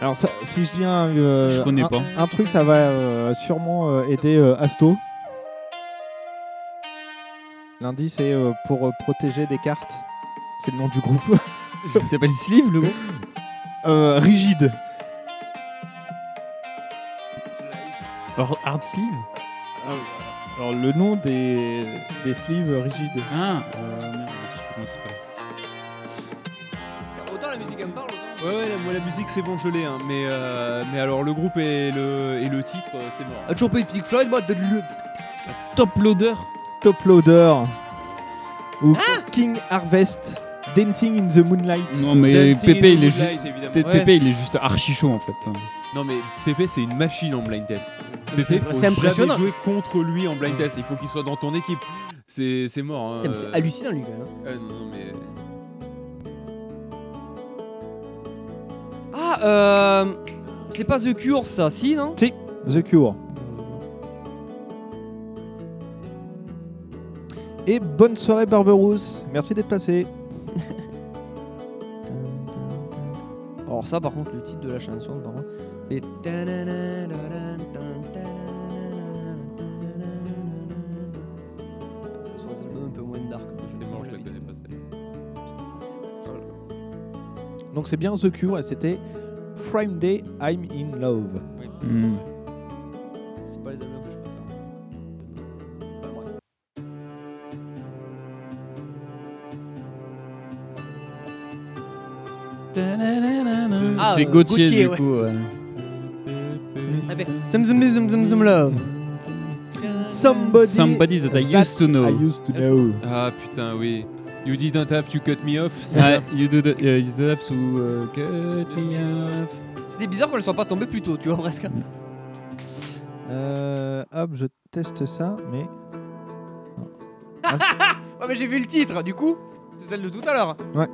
S7: Alors, ça, si je dis un, euh,
S9: Je connais
S7: un-
S9: pas.
S7: un truc, ça va euh, sûrement euh, aider euh, Asto. Lundi, c'est euh, pour euh, protéger des cartes. C'est le nom du groupe.
S9: Il s'appelle Sleeve, le groupe
S7: Euh, Rigide.
S9: Or- Hard Sleeve Ah
S7: Alors, le nom des, des sleeves rigides.
S9: Ah euh, merde, je sais plus comment ça s'appelle.
S6: Autant la musique elle me parle, autant.
S8: Ouais, ouais, la- moi la musique c'est bon, je l'ai, hein, mais, euh, mais alors le groupe et le, et le titre euh, c'est mort.
S6: A Ah, toujours pas eu de Pink Floyd, moi. de- de- de-
S9: Top Loader
S7: Top Loader. Ou King Harvest. Dancing in the Moonlight.
S9: Ah Non, mais
S8: Dancing in
S9: Pépé,
S8: the
S9: il est
S8: Moonlight,
S9: juste.
S8: évidemment.
S9: Pépé,
S8: Ouais.
S9: il est juste archi chaud en fait.
S8: Non mais Pépé c'est une machine en blind test.
S9: C'est-
S8: Pépé, faut
S9: c'est
S8: jamais
S9: impressionnant.
S8: jouer contre lui en blind test, il faut qu'il soit dans ton équipe. C'est c'est mort. hein,
S6: Putain, mais C'est
S8: euh.
S6: hallucinant, lui, quand même. hein.
S8: Euh, non, mais.
S6: Ah, euh. C'est pas The Cure, ça, si, non
S7: Si, The Cure. Et bonne soirée Barberousse. Merci d'être passé.
S6: Alors, ça, par contre, le titre de la chanson, par contre, c'est. C'est sur les albums un peu moins dark. C'est mort, je la connais pas.
S7: Donc c'est bien The Cure et c'était Friday I'm in Love.
S9: Hmm.
S6: C'est pas les albums que je préfère. Pas moi. Ah,
S9: C'est
S6: euh,
S9: Gauthier,
S6: Gauthier,
S9: du
S6: ouais.
S9: coup. ouais.
S6: Ah, ben, Zum zum zum zum zum love.
S7: Somebody
S9: Somebody that I used to know.
S8: Ah putain, oui. You didn't have to cut me off, c'est
S9: Ouais,
S8: ça
S9: you do the, uh, you do have to uh, cut me off.
S6: C'était bizarre qu'on ne soit pas tombé plus tôt, tu vois, presque.
S7: Euh, hop, je teste ça, mais
S6: ouais, mais j'ai vu le titre, du coup, c'est celle de tout à l'heure.
S7: ouais.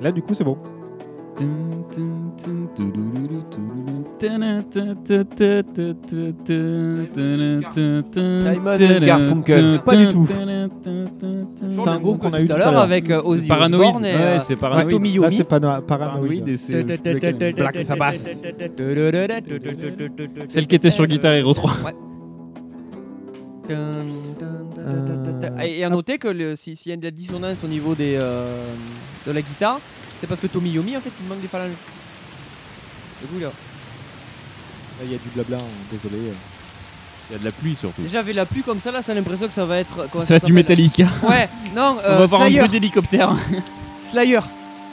S7: Là du coup c'est bon.
S9: Simon
S6: and Garfunkel.
S7: Pas du tout.
S9: C'est
S7: C'est un groupe qu'on a eu tout à l'heure.
S6: avec euh, Ozzy
S9: Paranoïde.
S6: Osbourne et,
S9: Ouais,
S6: euh,
S9: c'est Paranoïde.
S6: Tommy Yomi.
S7: Là c'est pas no- paranoïde.
S9: Paranoïde et c'est- je sais plus lequel.
S6: Black Sabbath.
S9: Celle qui était sur Guitar Hero 3.
S6: Ouais.
S9: Euh,
S6: Et et à noter que le- si- s'il y a de la dissonance au niveau des, euh, de la guitare, c'est parce que Tommy Yomi, en fait, il manque des phalanges. Du coup, là.
S9: Mm.
S7: Il y a du blabla, hein, désolé.
S8: Il y a de la pluie surtout.
S6: Déjà, avec la pluie comme ça, là, c'est l'impression que ça va être. comment
S9: Ça va être du
S6: s'appelle
S9: Metallica.
S6: Ouais, non,
S9: On
S6: euh,
S9: va voir un
S6: Slayer.
S9: bruit d'hélicoptère.
S6: Slayer,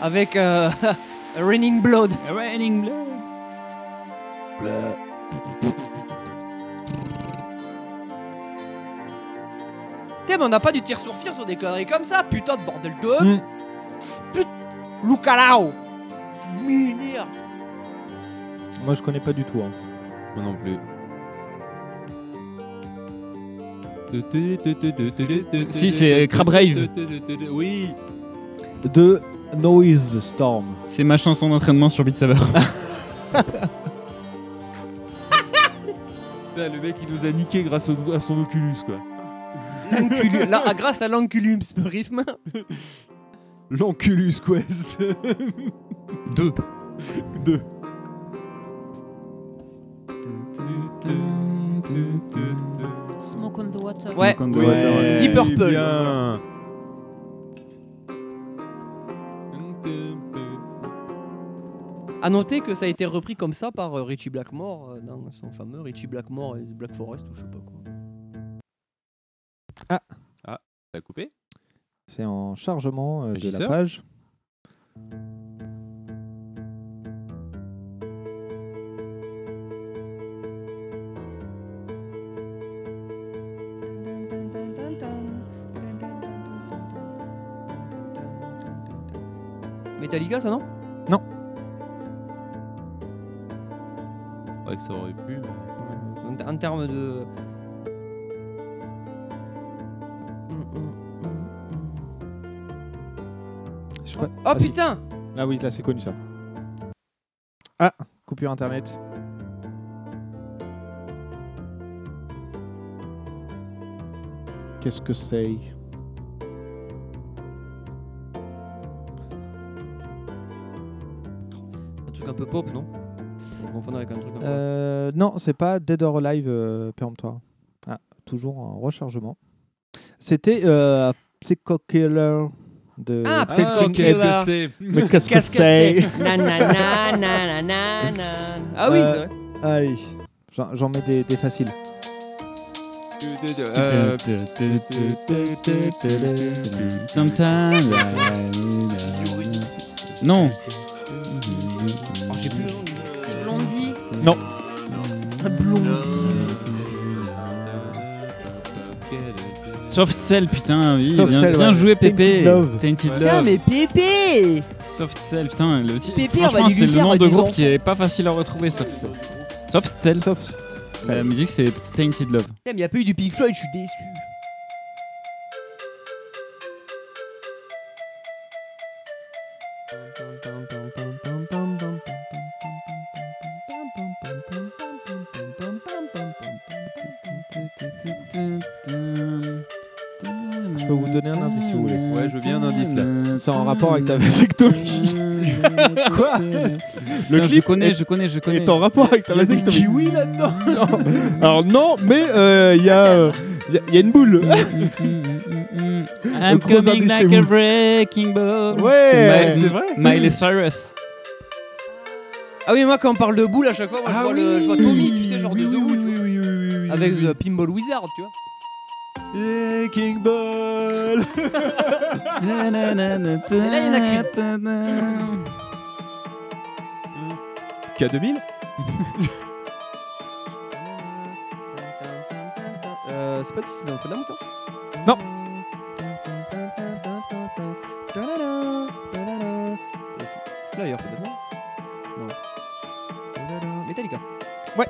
S6: avec euh, Raining Blood.
S9: Raining Blood.
S6: T'es, mais on n'a pas du tir sur fire sur des conneries comme ça, putain de bordel de. Put... Lucalao M'énerve
S7: Moi je connais pas du tout. hein.
S8: Moi non plus.
S9: Si, c'est euh, Crab Rave.
S8: Oui.
S7: De Noise Storm.
S9: C'est ma chanson d'entraînement sur Beat Saber.
S8: Putain, le mec il nous a niqué grâce au- à son Oculus quoi.
S6: L'enculu- Là, grâce à l'enculum, ce rythme.
S8: L'Oculus Quest.
S9: Deux.
S8: Deux.
S5: Smoke on the water.
S6: Ouais.
S9: Smoke on the Water, ouais.
S6: Deep Purple.
S8: Bien.
S6: À noter que ça a été repris comme euh, ça par euh, Richie Blackmore euh, dans son fameux Richie Blackmore et Black Forest ou je sais pas quoi.
S8: T'as coupé
S7: C'est en chargement euh, de la
S8: Régisseur
S7: page.
S6: Metallica, ça non
S7: Non.
S8: Ouais, que ça aurait pu.
S6: En, en termes de.
S7: Je sais pas-
S6: Oh
S7: si.
S6: putain
S7: Ah oui, là c'est connu ça. Ah, coupure internet. Qu'est-ce que c'est
S6: Un truc un peu pop, non Faut confondre avec un truc un peu.
S7: Euh, Non, c'est pas Dead or Alive euh, péremptoire. Ah, toujours en rechargement. C'était euh, Psychokiller de.
S6: Ah,
S7: Psycho
S6: Psychokiller.
S7: Killer.
S6: Qu'est-ce que c'est
S7: Mais qu'est-ce que
S6: Qu'est-ce que
S7: c'est
S6: c'est Nanana, nanana. Ah oui, c'est vrai.
S7: Allez, j'en j'en mets des, des faciles.
S8: Euh,
S9: Sometimes la- la- la- la- Non
S5: C'est Blondie.
S7: Non.
S9: Sauf celle, putain, oui,
S23: Sauf
S9: bien,
S23: celle,
S9: bien
S23: ouais.
S9: joué Pépé.
S23: Tainted Love.
S9: Tainted
S23: Ouais. Putain,
S9: Love.
S23: mais
S6: Pépé
S9: Sauf celle, putain, le titre.
S23: Pépé, on va
S9: Franchement,
S23: lui bah,
S9: c'est le
S23: faire
S9: nom de
S23: des
S9: groupe
S23: enfants.
S9: qui est pas facile à retrouver, sauf celle. Sauf celle. La musique, c'est Tainted Love.
S6: Putain, mais y a pas eu du Pink Floyd, je suis déçu.
S7: Je peux vous donner un indice si vous voulez.
S8: Ouais, je veux bien un indice, là.
S7: C'est en rapport avec ta vasectomie. Quoi
S9: Putain, je
S7: clip
S9: connais,
S7: est-
S9: je connais, je connais.
S7: Est en rapport avec ta
S9: Il y a des
S7: vasectomie.
S9: kiwis
S7: là-dedans. Alors non, mais euh, il y a, euh, il y a- il y a une boule.
S9: Mmh. I'm
S7: Le gros
S9: coming
S7: indice chez
S9: like a
S7: vous.
S9: breaking ball.
S7: Ouais,
S9: Mi-
S7: c'est vrai.
S9: Miley Cyrus.
S6: Ah oui, moi quand on parle de boule à chaque fois, moi
S7: Ah
S6: je, vois le- je vois Tommy, tu sais, genre de The Who, tu vois. Avec The Pinball Wizard, tu vois.
S8: Yeah, King Ball
S9: Et là,
S6: il y en a
S8: K2000
S6: Euh, c'est pas que c'est dans Fandom ça
S7: Non.
S6: Flyer peut-être non Non. Metallica.
S7: Ouais.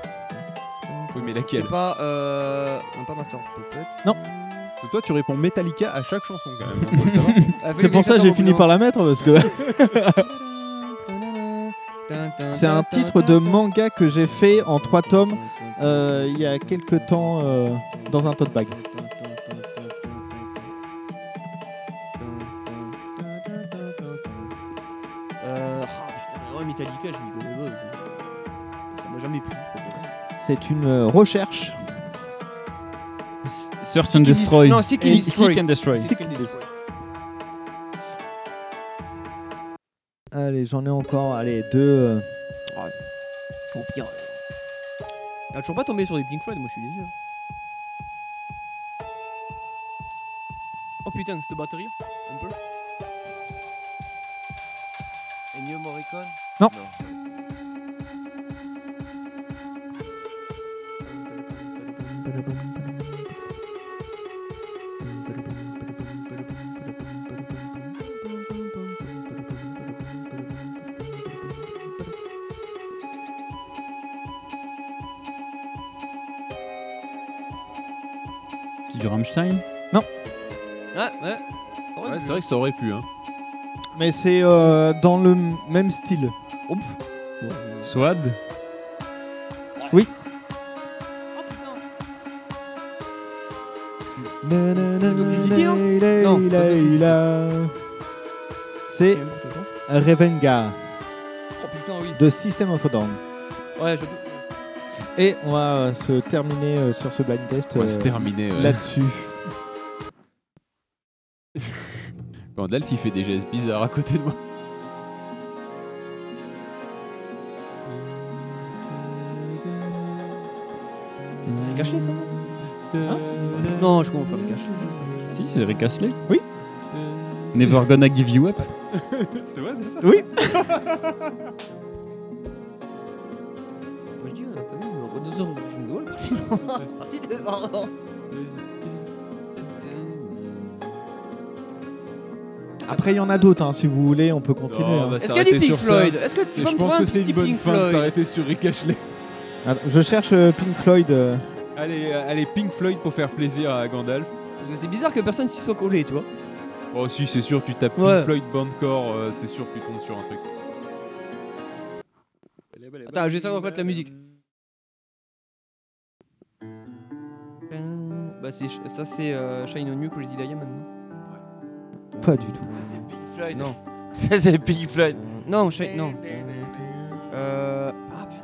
S8: Oui, mais laquelle
S6: C'est pas euh... Non pas Master of Puppets.
S7: Non.
S8: Parce que Toi, tu réponds Metallica à chaque chanson quand même. hein, pour le savoir.
S6: Ah,
S7: C'est pour ça que j'ai fini par la mettre parce que c'est un titre de manga que j'ai fait en trois tomes euh, il y a quelques temps euh, dans un tote bag.
S6: Euh... ah, putain, ouais, Metallica, je m'y connais pas aussi. Ça m'a jamais plu. je sais pas pourquoi.
S7: C'est une euh, recherche.
S9: Search and Destroy.
S6: Non, Seek and
S9: Seek-
S6: Destroy.
S9: Seek and Destroy.
S6: Seek and Destroy.
S7: Allez, j'en ai encore. Allez, deux. euh,
S6: Au pire. T'as toujours pas tombé sur des Pink Floyd, moi je suis déçu. hein. Oh putain, cette batterie, un peu.
S10: Ennio Morricone
S7: Non.
S9: C'est du Rammstein.
S7: Non.
S6: Ouais, ouais.
S8: Ouais, c'est vrai que ça aurait pu. Hein.
S7: Mais c'est euh, dans le m- même style.
S6: Oups.
S9: Swad.
S7: Oui.
S6: Toxicity, non Non, pas
S7: Non. C'est Revenga
S6: Oh putain, oui.
S7: de System of a Down.
S6: Ouais, je.
S7: Et on va euh, se terminer euh, sur ce blind test.
S8: On va se terminer, ouais.
S7: Là-dessus.
S8: Gandalf, il fait des gestes bizarres à côté de moi.
S7: Hein
S8: euh.
S6: Caché ça non, je comprends pas le cache.
S9: Si, c'est Rick Astley.
S7: Oui.
S9: Never Gonna Give You Up.
S8: c'est vrai, c'est ça
S7: Oui.
S6: Moi je dis, on a pas mis le Redozer of King Wall parti de- parti de pardon.
S7: Après, il y en a d'autres. hein, si vous voulez, on peut continuer.
S8: Non, on
S7: hein.
S8: va s'arrêter sur ça.
S6: tu vas me
S8: Je pense
S6: trouver
S8: que
S6: un
S8: c'est une
S6: petit
S8: bonne
S6: Pink
S8: fin de
S6: Floyd
S8: s'arrêter sur Rick Ashley.
S7: Ah, Je cherche euh, Pink Floyd. euh.
S8: Allez, euh, allez, Pink Floyd pour faire plaisir à Gandalf.
S6: Parce que c'est bizarre que personne s'y soit collé, tu vois.
S8: Oh si, c'est sûr, tu tapes Pink
S6: Ouais.
S8: Floyd Bandcore, euh, c'est sûr, tu tombes sur un truc.
S6: Attends, je vais savoir quoi de la musique. Bah c'est ça c'est euh, Shine on You Crazy Diamond.
S7: Pas du tout.
S10: Floyd.
S6: Non.
S10: Ça, c'est Pink Floyd.
S6: Non, Shine non. Euh ah putain.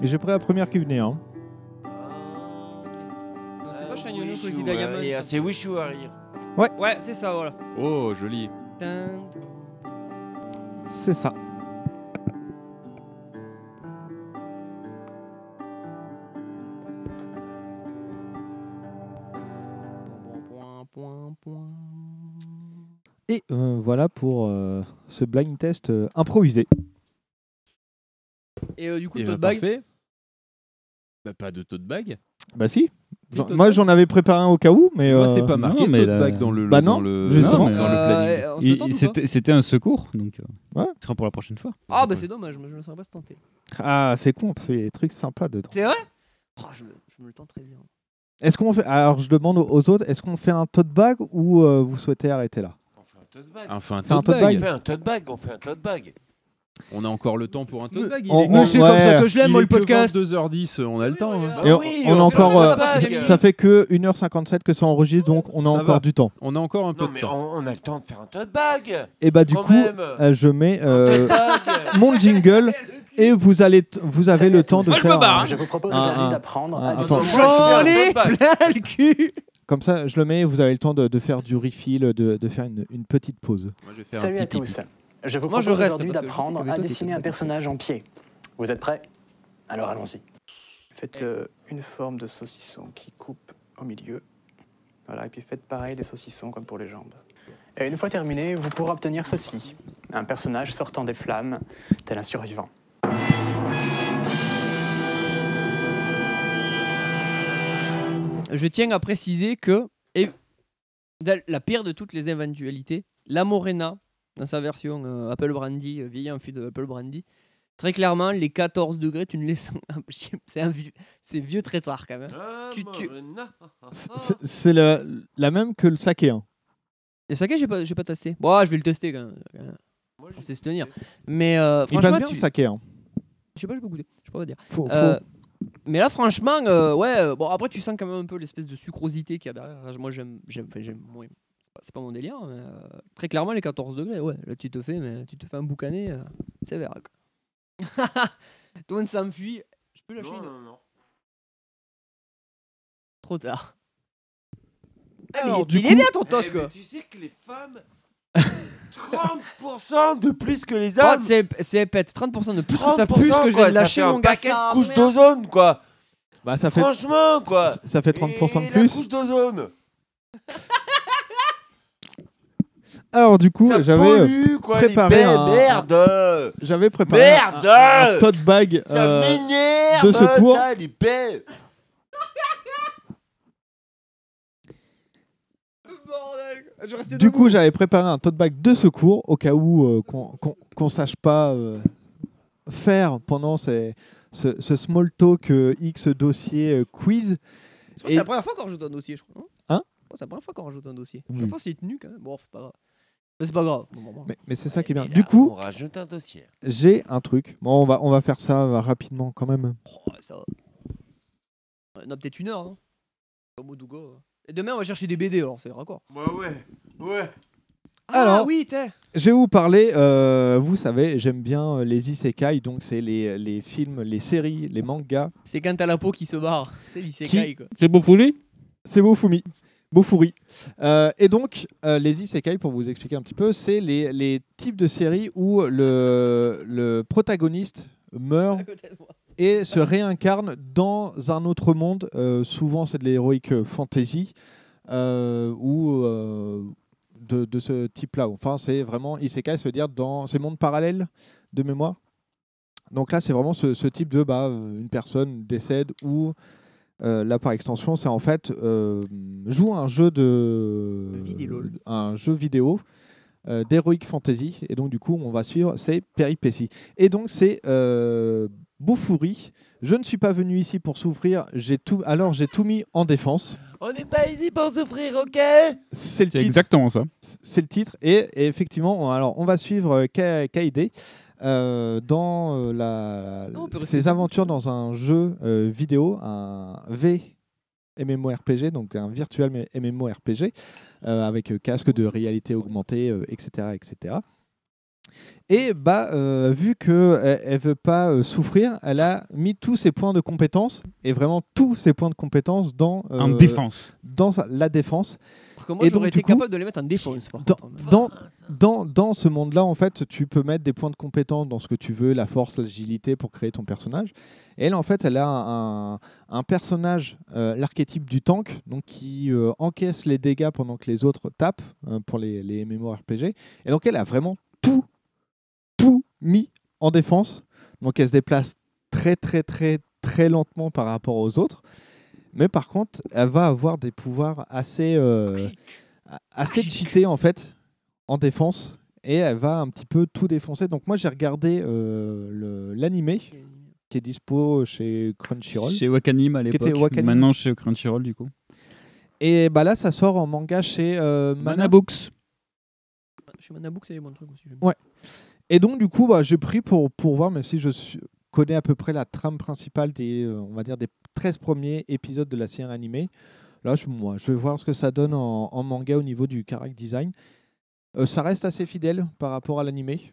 S7: Et J'ai pris la première qui venait. hein.
S6: Non, c'est
S10: Ah,
S6: pas Shine on You
S10: Wish
S6: Crazy
S10: You Were
S6: Diamond.
S10: Here.
S6: ça.
S10: C'est Wish You Are Here.
S6: Ouais, c'est ça voilà.
S8: Oh, joli.
S6: Tin,
S7: C'est ça.
S6: point, point, point.
S7: Et euh, voilà pour euh, ce blind test euh, improvisé.
S6: Et euh, du coup
S8: Et
S6: tote
S8: bah,
S6: bag.
S8: parfait. Bah, pas de tote bag.
S7: Bah si.
S8: Si,
S7: J'en-
S8: tote
S7: moi
S8: bag.
S7: j'en avais préparé un au cas où, mais.
S8: Moi,
S7: euh,
S8: c'est pas marqué
S9: mais
S8: tote
S9: là-
S8: bag dans le,
S7: Bah
S8: dans
S7: non,
S8: le-
S7: justement.
S9: Non, mais
S8: dans le planning.
S6: Euh, on se
S9: Il-
S6: le tente ou
S9: c'était- C'était un secours, donc euh,
S7: Ouais.
S9: ce sera pour la prochaine fois.
S6: Ah bah c'est dommage, je me je me serais pas tenté.
S7: Ah, c'est con, parce qu'il y a des trucs sympas dedans.
S6: C'est vrai Oh, je, me, je me le tente très bien.
S7: Est-ce qu'on fait. Alors je demande aux- aux autres, est-ce qu'on fait un tote bag ou euh, vous souhaitez arrêter là
S8: Enfin, un
S7: Fais un
S8: tote
S7: tote
S8: bag.
S10: On fait un tote bag, on fait un tote bag.
S8: On a encore le temps pour un tote bag.
S7: on- on-
S8: c'est
S7: ouais.
S6: Il est que
S8: 2h10, on a le temps. hein.
S7: Et on,
S10: oui,
S7: on a
S10: on
S7: encore.
S10: fait un
S7: euh,
S10: tote bag.
S7: ça fait que 1h57 que ça enregistre, donc on a
S8: Ça
S7: encore
S8: va.
S7: du temps.
S8: On a encore un peu
S10: Non,
S8: de
S10: mais
S8: temps.
S10: on, on a le temps de faire un tote bag.
S7: Et bah du
S10: Quand
S7: coup,
S10: même.
S7: euh, je mets euh,
S10: Bag.
S7: mon jingle et vous allez, t- vous avez le temps de faire. un-
S10: hein.
S18: Je vous propose
S9: Ah,
S7: un-
S18: aujourd'hui
S7: un-
S18: d'apprendre
S7: un-
S18: à
S7: un-
S18: dessiner.
S7: attends.
S6: J'en ai
S10: tote bag.
S6: plein le cul
S7: Comme ça, je le mets. Vous avez le temps de, de faire du refill, de, de faire une, une petite pause.
S8: Moi, je vais faire un
S18: Salut à
S8: petit pipi.
S18: tous. Je vous
S6: Moi,
S18: propose
S6: je reste,
S18: aujourd'hui
S6: parce que je sais
S18: d'apprendre
S6: qu'avec
S18: à
S6: toi, t'es
S18: dessiner
S6: pas
S18: un personnage en pied. Vous êtes prêts Alors allons-y. Faites euh, une forme de saucisson qui coupe au milieu. Voilà, et puis faites pareil des saucissons comme pour les jambes. Et une fois terminé, vous pourrez obtenir ceci. Un personnage sortant des flammes, tel un survivant.
S6: Je tiens à préciser que, et dans la pire de toutes les éventualités, la Morena, dans sa version euh, Apple Brandy, euh, vieillie en fût de Apple Brandy, très clairement, les 14 degrés, tu ne les sens C'est un vieux, c'est vieux très tard quand même.
S10: Ah,
S6: Tu- tu-
S7: C'est- c'est- C'est la, la même que le saké. hein.
S6: Le saké, j'ai pas, j'ai pas testé. Bon, ah, je vais le tester quand même. On sait se tenir. Mais euh,
S7: Il passe
S6: franchement,
S7: bien
S6: tu-
S7: le saké. hein.
S6: je sais pas, j'ai pas goûté. Je peux pas dire.
S7: Faut- faut-
S6: Euh, mais là, franchement, euh, ouais, euh, bon, après, tu sens quand même un peu l'espèce de sucrosité qu'il y a derrière. Moi, j'aime, j'aime, enfin, j'aime, oui, c'est pas, c'est pas mon délire, mais euh, très clairement, les 14 degrés, ouais, là, tu te fais, mais tu te fais un boucanet, euh, sévère, quoi. Toi, on s'enfuit. Je peux lâcher
S10: Non,
S6: une-
S10: non, non.
S6: Trop tard. Oh,
S10: Ah,
S6: mais
S10: mais
S6: il- il est bien ton
S10: Eh,
S6: tote,
S10: mais
S6: quoi.
S10: Tu sais que les femmes. 30% de plus que les
S6: Oh,
S10: hommes.
S6: c'est, c'est pète, 30% de plus que
S10: 30%
S6: ça pue ce que je
S10: quoi,
S6: vais lâcher,
S10: ça fait
S6: mon
S10: un
S6: gars.
S10: paquet
S6: ça,
S10: de couches
S6: merde.
S10: d'ozone, quoi.
S7: Bah, ça fait,
S10: Franchement, quoi.
S7: ça- ça fait 30% de
S10: Et La
S7: plus.
S10: couche d'ozone.
S7: Alors du coup,
S10: Ça
S7: j'avais euh,
S10: pollue, quoi.
S7: préparé
S10: les baies,
S7: un-
S10: Merde.
S7: j'avais préparé un-
S10: Merde.
S7: un, tote bag.
S10: Ça
S7: euh,
S10: m'énerve.
S7: de secours.
S10: Ça, les baies.
S6: Ah,
S7: du coup, j'avais préparé un tote bag de secours au cas où euh, qu'on qu'on- qu'on sache pas euh, faire pendant ces- ce, ce small talk euh, X dossier euh, quiz.
S6: Je crois que C'est la première fois qu'on rajoute un dossier, je crois. non
S7: Hein
S6: Je crois que C'est la première fois qu'on rajoute un dossier.
S7: Oui.
S6: Chaque fois, c'est tenu quand même. Bon, c'est pas grave. Ça, C'est pas grave. Bon, bon, bon.
S7: Mais, mais c'est ça qui est bien.
S10: Et là,
S7: Du coup,
S10: On rajoute un dossier.
S7: j'ai un truc. Bon, on va, on va faire ça euh, rapidement quand même.
S6: Oh, ça va. Ouais, On a peut-être une heure, non Comme au Dougo, hein. Et demain, on va chercher des BD, alors c'est raccord.
S10: Ouais, Bah ouais. Ouais.
S7: Alors-
S6: ah, oui, t'es
S7: Je vais vous parler, euh, vous savez, j'aime bien euh, les isekai, donc c'est les, les films, les séries, les mangas.
S6: C'est quand t'as la peau qui se barre. C'est l'isekai, quoi.
S9: C'est beau foulé
S7: C'est Bofumi. Bofuri. Euh, et donc, euh, les isekai, pour vous expliquer un petit peu, c'est les, les types de séries où le, le protagoniste meurt
S6: À côté de moi.
S7: et se réincarne dans un autre monde. Euh, souvent, c'est de l'héroïque euh, fantasy euh, ou euh, de, de ce type-là. Enfin, c'est vraiment Isekai, se dire dans ces mondes parallèles de mémoire. Donc là, c'est vraiment ce, ce type de bah, euh, une personne décède ou euh, là par extension, c'est en fait euh, joue à un jeu de un jeu vidéo euh, d'heroic fantasy et donc du coup, on va suivre ses péripéties. Et donc c'est euh, Boufouri. Je ne suis pas venu ici pour souffrir. J'ai tout alors j'ai tout mis en défense.
S23: On n'est pas ici pour souffrir, ok
S7: C'est le
S9: C'est
S7: titre.
S9: exactement ça.
S7: C'est le titre. Et, et effectivement, on, alors, on va suivre euh, Ka- Kaede euh, dans euh, la,
S6: Ah, on peut rester
S7: ses aventures dans un jeu euh, vidéo, un V. MMORPG, donc un virtuel mais- MMORPG, euh, avec euh, casque de réalité augmentée, euh, etc., etc. Et bah, euh, vu qu'elle ne veut pas euh, souffrir, elle a mis tous ses points de compétence, et vraiment tous ses points de compétence dans... euh,
S9: En défense.
S7: Dans sa- la défense.
S6: Parce que moi,
S7: Et donc,
S6: j'aurais
S7: du
S6: été
S7: coup,
S6: capable de les mettre en défense. par
S7: dans,
S6: contre.
S7: dans, dans, dans ce monde-là, en fait, tu peux mettre des points de compétence dans ce que tu veux, la force, l'agilité pour créer ton personnage. Et elle, en fait, elle a un, un- un personnage, euh, l'archétype du tank, donc qui euh, encaisse les dégâts pendant que les autres tapent euh, pour les, les MMORPG. Et donc, elle a vraiment tout, tout mis en défense. Donc, elle se déplace très, très, très, très lentement par rapport aux autres. Mais par contre, elle va avoir des pouvoirs assez, euh, a- assez cheatés en fait en défense et elle va un petit peu tout défoncer. Donc moi j'ai regardé euh, le- l'animé qui est dispo chez Crunchyroll.
S9: Chez Wakanim à
S7: Qui était
S9: l'époque.
S7: Wakanim.
S9: Maintenant chez Crunchyroll du coup.
S7: Et bah là ça sort en manga chez euh, Mana
S9: Books.
S6: Chez Manabook, c'est mon truc aussi. j'aime.
S7: Ouais. Et donc, du coup, bah, j'ai pris pour, pour voir, même si je su- connais à peu près la trame principale des, euh, on va dire, des 13 premiers épisodes de la série animée. Là, je, moi, je vais voir ce que ça donne en, en manga au niveau du character design. Euh, ça reste assez fidèle par rapport à l'animé.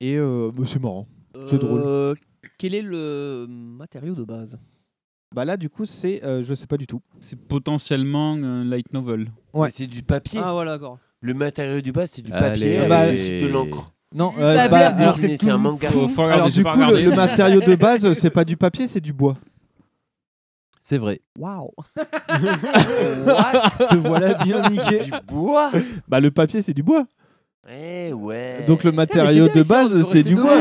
S7: Et euh, bah, c'est marrant. C'est drôle.
S6: Euh, Quel est le matériau de base
S7: Bah là, du coup, c'est. euh, je sais pas du tout.
S9: C'est potentiellement un light novel.
S10: Mais C'est du papier.
S6: Ah, voilà, d'accord.
S10: Le matériau du bas, c'est du
S9: Allez.
S10: papier avec
S9: Bah,
S10: dessus de l'encre.
S7: Non,
S10: Du
S7: euh,
S10: papier
S7: bah,
S10: à
S7: alors-
S10: dessiner, Ah c'est un
S18: Ah,
S10: manga.
S9: Faut- faut regarder,
S7: Alors,
S9: j'ai
S7: du
S9: pas
S7: coup, le,
S9: regardé.
S7: le matériau de base, c'est pas du papier, c'est du bois.
S10: C'est vrai.
S6: Waouh
S7: Te voilà bien niqué.
S10: C'est du bois
S7: Bah, le papier, c'est du bois.
S10: Eh ouais.
S7: Donc, le matériau de base, c'est du bois.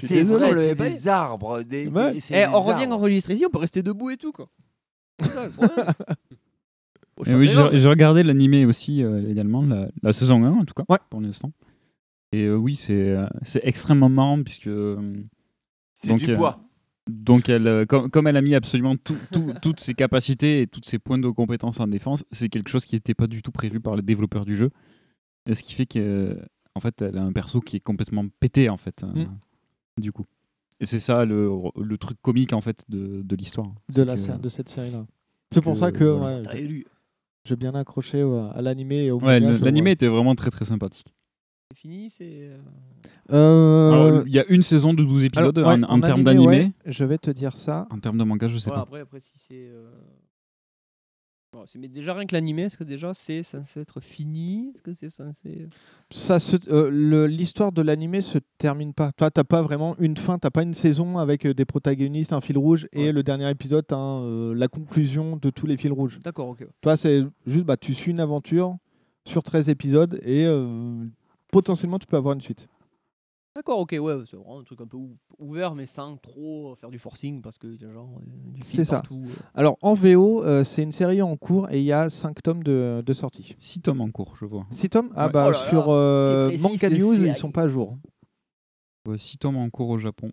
S10: C'est vrai, c'est des arbres. Des, des- c'est
S6: Eh,
S10: des
S6: on revient
S10: arbres.
S6: enregistrer ici, on peut rester debout et tout, quoi.
S9: Et oui, j'ai j'ai regardé l'animé aussi euh, également, la, la saison 1 en tout cas, pour l'instant. Et euh, oui, c'est euh, c'est extrêmement marrant puisque. euh,
S10: C'est
S6: euh,
S10: du bois.
S9: Donc, elle, euh, com- comme elle a mis absolument tout- tout- toutes ses capacités et tous ses points de compétence en défense, c'est quelque chose qui n'était pas du tout prévu par les développeurs du jeu. Et ce qui fait que, en fait, elle a un perso qui est complètement pété, en fait, euh,
S7: Mm.
S9: du coup. Et c'est ça le, le truc comique, en fait, de, de l'histoire.
S7: de, la
S9: C'est que-
S7: sé- de cette série-là. C'est pour
S9: que,
S7: ça que
S9: voilà.
S7: ouais, j'ai- j'ai bien accroché ouais, à l'animé et au
S9: Ouais,
S7: manga,
S9: le-
S7: je-
S9: l'animé
S7: ouais.
S9: était vraiment très très sympathique.
S6: C'est fini, c'est. euh,
S7: Euh,
S9: Alors, Il y a une saison de 12 épisodes
S7: Alors, ouais,
S9: en, en termes
S7: animé,
S9: d'animé.
S7: ouais, je vais te dire ça.
S9: En termes de manga, je sais
S6: voilà,
S9: pas.
S6: après, après, si c'est. euh, bon, c'est- mais déjà, rien que l'animé, est-ce que déjà c'est censé être fini Est-ce que c'est censé.
S7: Ça se- euh, le- L'histoire de l'animé se termine pas. Toi, t'as pas vraiment une fin, t'as pas une saison avec euh, des protagonistes, un fil rouge et le dernier épisode, t'as un, euh, la conclusion de tous les fils rouges.
S6: D'accord, ok.
S7: Toi, c'est juste, bah, tu suis une aventure sur 13 épisodes et euh, potentiellement, tu peux avoir une suite.
S6: D'accord, ok, ouais, c'est vraiment un truc un peu ou- ouvert, mais sans trop faire du forcing, parce que, genre, euh, du fil
S7: C'est ça.
S6: partout, euh.
S7: Alors en VO, euh, c'est une série en cours et il y a 5 tomes de, de sortie.
S9: 6 tomes en cours, je vois.
S7: 6 tomes Ah
S9: Ouais.
S7: bah
S9: Oh là là,
S7: sur euh,
S9: c'est précis,
S7: Manga
S9: cette
S7: News, ils
S9: série.
S7: sont pas à jour.
S9: 6 tomes en cours au Japon.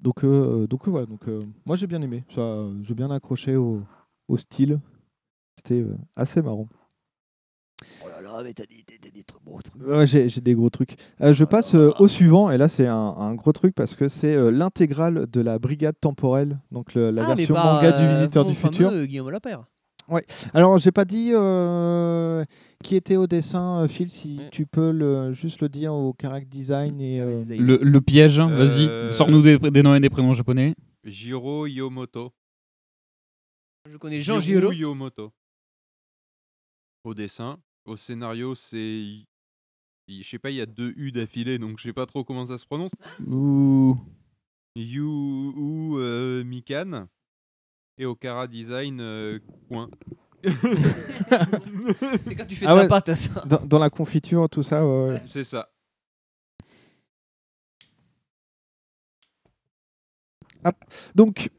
S7: Donc, euh, donc euh, voilà, donc, euh, moi j'ai bien aimé. Ça, euh, J'ai bien accroché au, au style. C'était euh, assez marrant.
S6: Oh là là, mais t'as dit, t'as dit des trucs beaux trucs.
S7: Ouais, j'ai j'ai des gros trucs. Euh, je passe euh, au suivant, et là c'est un, un gros truc parce que c'est euh, l'intégrale de la brigade temporelle, donc le- la
S6: Ah, mais
S7: version
S6: pas,
S7: manga du
S6: euh,
S7: visiteur
S6: bon
S7: du futur. Euh,
S6: fameux Guillaume Lapère.
S7: Ouais. Alors, j'ai pas dit euh, qui était au dessin, euh, Phil, si tu peux le, juste le dire au character design et. euh,
S9: Le, le piège, hein,
S8: Euh,
S9: vas-y, sors-nous des, des noms et des prénoms japonais.
S8: Jiro Yomoto.
S6: Je connais
S9: Jean Giraud.
S8: Yomoto. Au dessin. Au scénario, c'est il- je sais pas, il y a deux U d'affilée, donc je sais pas trop comment ça se prononce.
S9: Ouh.
S8: You ou euh, Mikan et Okara Design euh, coin.
S6: C'est quand tu fais
S7: Ah
S6: de la pâte, ça.
S7: Dans, dans la confiture, tout ça. ouais, ouais.
S8: C'est ça.
S7: Ah, Donc,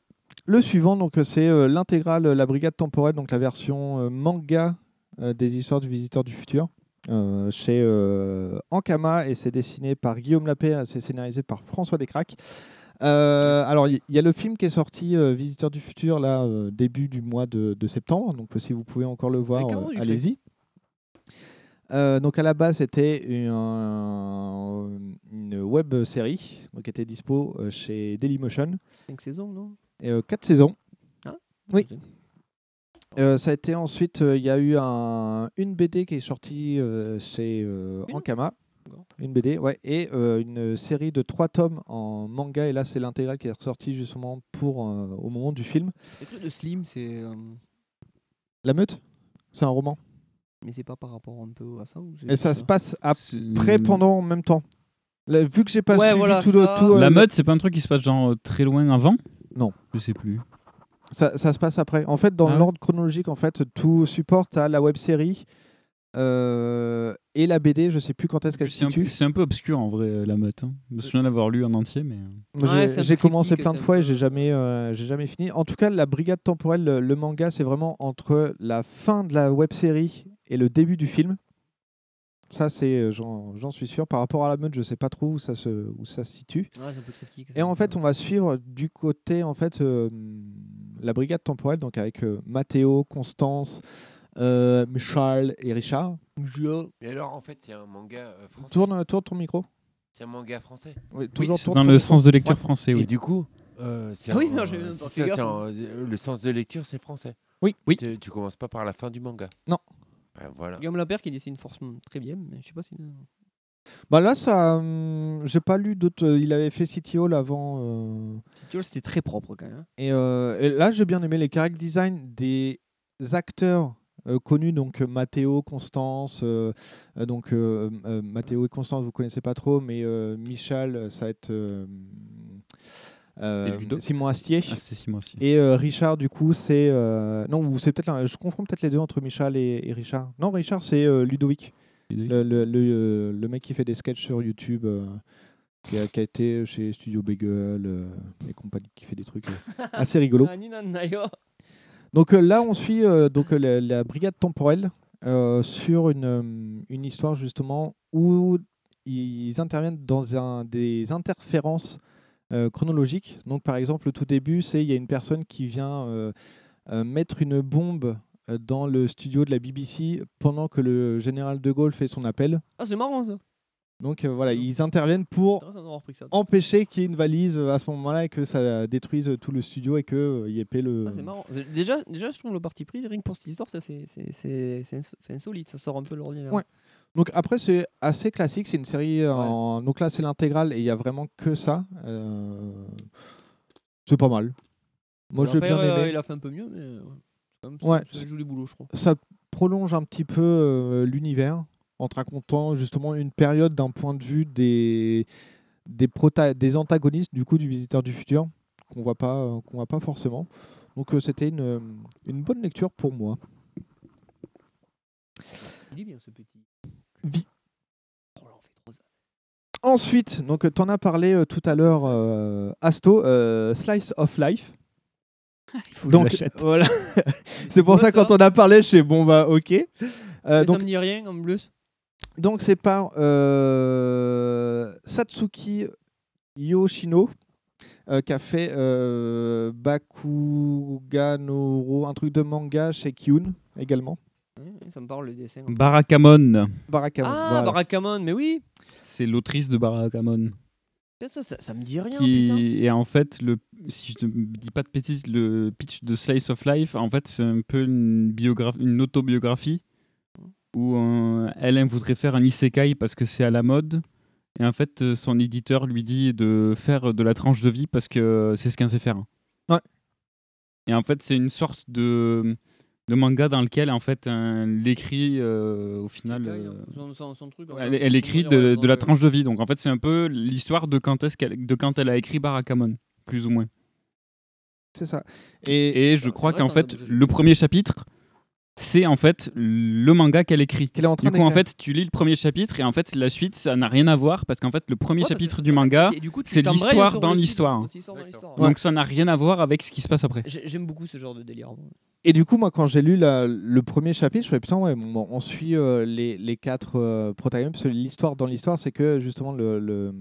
S7: le suivant, donc euh, c'est euh, l'intégrale euh, La Brigade Temporelle, donc la version euh, manga euh, des histoires du Visiteur du Futur, euh, chez euh, Ankama, et c'est dessiné par Guillaume Lapé, euh, c'est scénarisé par François Descraques. Euh, alors, il y- il y a le film qui est sorti, euh, Visiteur du Futur, là, euh, début du mois de, de septembre, donc euh, si vous pouvez encore le voir,
S23: Avec Arnaud
S7: euh,
S23: Ducret.
S7: allez-y. Euh, donc à la base, c'était une, un- une web série donc, qui était dispo euh, chez Dailymotion.
S6: Cinq saisons, non
S7: Et, euh, quatre saisons.
S6: Ah,
S7: oui. Euh, ça a été ensuite, euh, il y a eu un, une BD qui est sortie euh, chez euh, Ankama. Une BD, ouais, et euh, une série de trois tomes en manga. Et là, c'est l'intégrale qui est ressortie justement pour euh, au moment du film.
S6: Les trucs de Slim, c'est. euh,
S7: La Meute, c'est un roman.
S6: Mais c'est pas par rapport un peu à ça ou c'est
S7: Et ça
S6: juste
S7: se passe après, pendant, en même temps. Là, vu que j'ai pas
S6: Ouais,
S7: suivi
S6: voilà,
S7: tout, le-
S6: ça-
S7: tout, euh,
S9: La
S7: le-
S9: meute, c'est pas un truc qui se passe genre euh, très loin avant
S7: Non.
S9: Je sais plus.
S7: Ça, ça se passe après. En fait, dans
S9: Ah ouais.
S7: l'ordre chronologique, en fait, tout supporte à la web série euh, et la BD. Je sais plus quand est-ce qu'elle se
S9: C'est un,
S7: situe.
S9: peu- c'est un peu obscur en vrai, euh, la meute. hein. Je me souviens l'avoir lu en entier, mais. euh,
S7: Moi, j'ai- j'ai commencé plein de fois et j'ai jamais, euh, j'ai jamais fini. En tout cas, la brigade temporelle, le, le manga, c'est vraiment entre la fin de la web série et le début du film. Ça, c'est, euh, j'en j'en suis sûr. Par rapport à la meute, je sais pas trop où ça se, où ça se situe.
S6: Ouais, c'est un peu critique,
S7: Et en fait, on va suivre du côté, en fait, euh, la brigade temporelle, donc avec euh, Matteo, Constance, euh, Charles et Richard.
S10: Mais alors, en fait, il y a un manga euh, français.
S7: Tourne, tourne ton micro.
S10: C'est un manga français.
S7: Oui,
S9: toujours c'est tourne dans ton le micro. sens de lecture français, oui.
S10: Et du coup, euh, c'est
S6: Ah oui,
S10: un-
S6: non, j'ai même pas
S10: c'est
S6: fait
S10: ça,
S6: gaffe,
S10: c'est
S6: moi.
S10: un- euh, le sens de lecture, c'est français.
S7: Oui.
S9: oui.
S10: Tu, tu commences pas par la fin du manga.
S7: Non.
S10: Ouais, voilà.
S6: Guillaume Lapère qui dessine forcément très bien, mais je sais pas si.
S7: Bah là, ça, hum, j'ai pas lu d'autres. Il avait fait City Hall avant. euh,
S6: City Hall, c'était très propre quand même. hein.
S7: Et, euh, et là, j'ai bien aimé les character design des acteurs euh, connus, donc euh, Matteo, Constance. euh, euh, donc euh, euh, Matteo et Constance, vous connaissez pas trop, mais euh, Michel, euh, ça va être euh, euh,
S9: Et Ludo.
S7: Simon Astier.
S9: Ah, c'est Simon Astier.
S7: Et euh, Richard, du coup, c'est euh, non, ou c'est peut-être l'un- je confonds peut-être les deux entre Michel et, et Richard. Non, Richard, c'est euh, Ludovic, Le, le- le, euh, le mec qui fait des sketchs sur YouTube. euh, qui a, qui a été chez Studio Bagel euh, et compagnie, qui fait des trucs euh, assez rigolos.
S6: Ah, Nina Nayo.
S7: Donc euh, là, on suit euh, donc, euh, la, la brigade temporelle euh, sur une, euh, une histoire justement où ils interviennent dans un, des interférences euh, chronologiques. Donc par exemple, le tout début, c'est il y a une personne qui vient euh, euh, mettre une bombe euh, dans le studio de la BBC pendant que le général de Gaulle fait son appel.
S6: Ah, c'est marrant ça.
S7: Donc euh,
S6: Mm.
S7: voilà, ils interviennent pour
S6: Intéressant d'avoir repris ça.
S7: empêcher qu'il y ait une valise euh, à ce moment-là et que ça détruise euh, tout le studio et qu'il y ait pas le...
S6: Ah, c'est marrant. C'est- Déjà, déjà, je trouve le parti pris, rien que pour cette histoire, ça, c'est c'est- c'est- c'est ins- c'est insolite. Ça sort un peu de l'ordinaire.
S7: Ouais. Donc après, c'est assez classique. C'est une série. euh, En... Donc là, c'est l'intégrale et il y a vraiment que ça. Euh, C'est pas mal. Moi,
S6: Alors
S7: j'ai
S6: après,
S7: bien
S6: euh,
S7: aimé.
S6: il a fait un peu mieux, mais. euh, ouais. C'est quand même-
S7: Ouais.
S6: Ça, ça joue les boulots, je crois.
S7: Ça prolonge un petit peu euh, l'univers en te racontant justement une période d'un point de vue des des, prota- des antagonistes du coup du visiteur du futur qu'on voit pas euh, qu'on voit pas forcément. Donc euh, c'était une, une bonne lecture pour moi.
S6: Il est bien ce petit. Oh là, on fait trop ça.
S7: Ensuite, donc tu en as parlé euh, tout à l'heure, euh, Asto, euh, Slice of Life.
S9: faut que je
S7: donc
S9: l'achète.
S7: voilà,
S6: c'est
S7: c'est pour
S6: quoi,
S7: ça, quand
S6: ça
S7: on a parlé, je fais bon bah ok. Euh,
S6: Mais
S7: donc
S6: ça me dit rien en plus.
S7: donc c'est par euh, Satsuki Yoshino euh, qui a fait euh, Bakuganoro, un truc de manga chez Kyun également.
S6: Ouais, Ça me parle le dessin.
S9: Barakamon.
S7: Barakamon.
S6: Ah,
S7: voilà.
S6: Barakamon, mais oui.
S9: C'est l'autrice de Barakamon.
S6: Ça, ça, ça me dit rien. putain.
S9: qui est en fait le si je ne dis pas de bêtises le pitch de Slice of Life en fait c'est un peu une biographie une autobiographie où euh, elle, elle voudrait faire un isekai parce que c'est à la mode et en fait euh, son éditeur lui dit de faire de la tranche de vie hein. parce que c'est ce qu'elle sait faire
S7: Ouais.
S9: et en fait c'est une sorte de de manga dans lequel en fait un- l'écrit euh, au final euh,
S6: Son- son- son truc, en
S9: elle,
S6: fait,
S9: elle
S6: son
S9: écrit
S6: souvenir,
S9: de,
S6: ouais,
S9: de la
S6: ouais.
S9: tranche de vie donc en fait c'est un peu l'histoire de quand est-ce qu'elle de quand elle a écrit Barakamon plus ou moins
S7: C'est ça.
S9: et, je
S7: C'est
S9: crois
S7: vrai,
S9: qu'en
S7: ça,
S9: fait
S7: parce que je-
S9: le premier chapitre c'est en fait le manga qu'elle écrit
S7: train
S9: du coup en
S7: d'écrire.
S9: fait tu lis le premier chapitre et en fait la suite ça n'a rien à voir parce qu'en fait le premier
S6: Ouais, parce que
S9: chapitre
S6: ça
S9: du
S6: s'arrête
S9: manga
S6: ici, et du coup, tu
S9: c'est
S6: t'embrayes
S9: l'histoire
S6: sur
S9: dans
S6: le site,
S9: l'histoire
S6: c'est l'histoire dans l'histoire.
S9: donc
S6: Ouais.
S9: ça n'a rien à voir avec ce qui se passe après
S6: J'ai- J'aime beaucoup ce genre de délire. moi.
S7: Et du coup, moi, quand j'ai lu la- le premier chapitre, je me suis dit, putain, ouais, bon, on suit euh, les, les quatre euh, protagonistes. Parce que l'histoire dans l'histoire, c'est que justement, le, le,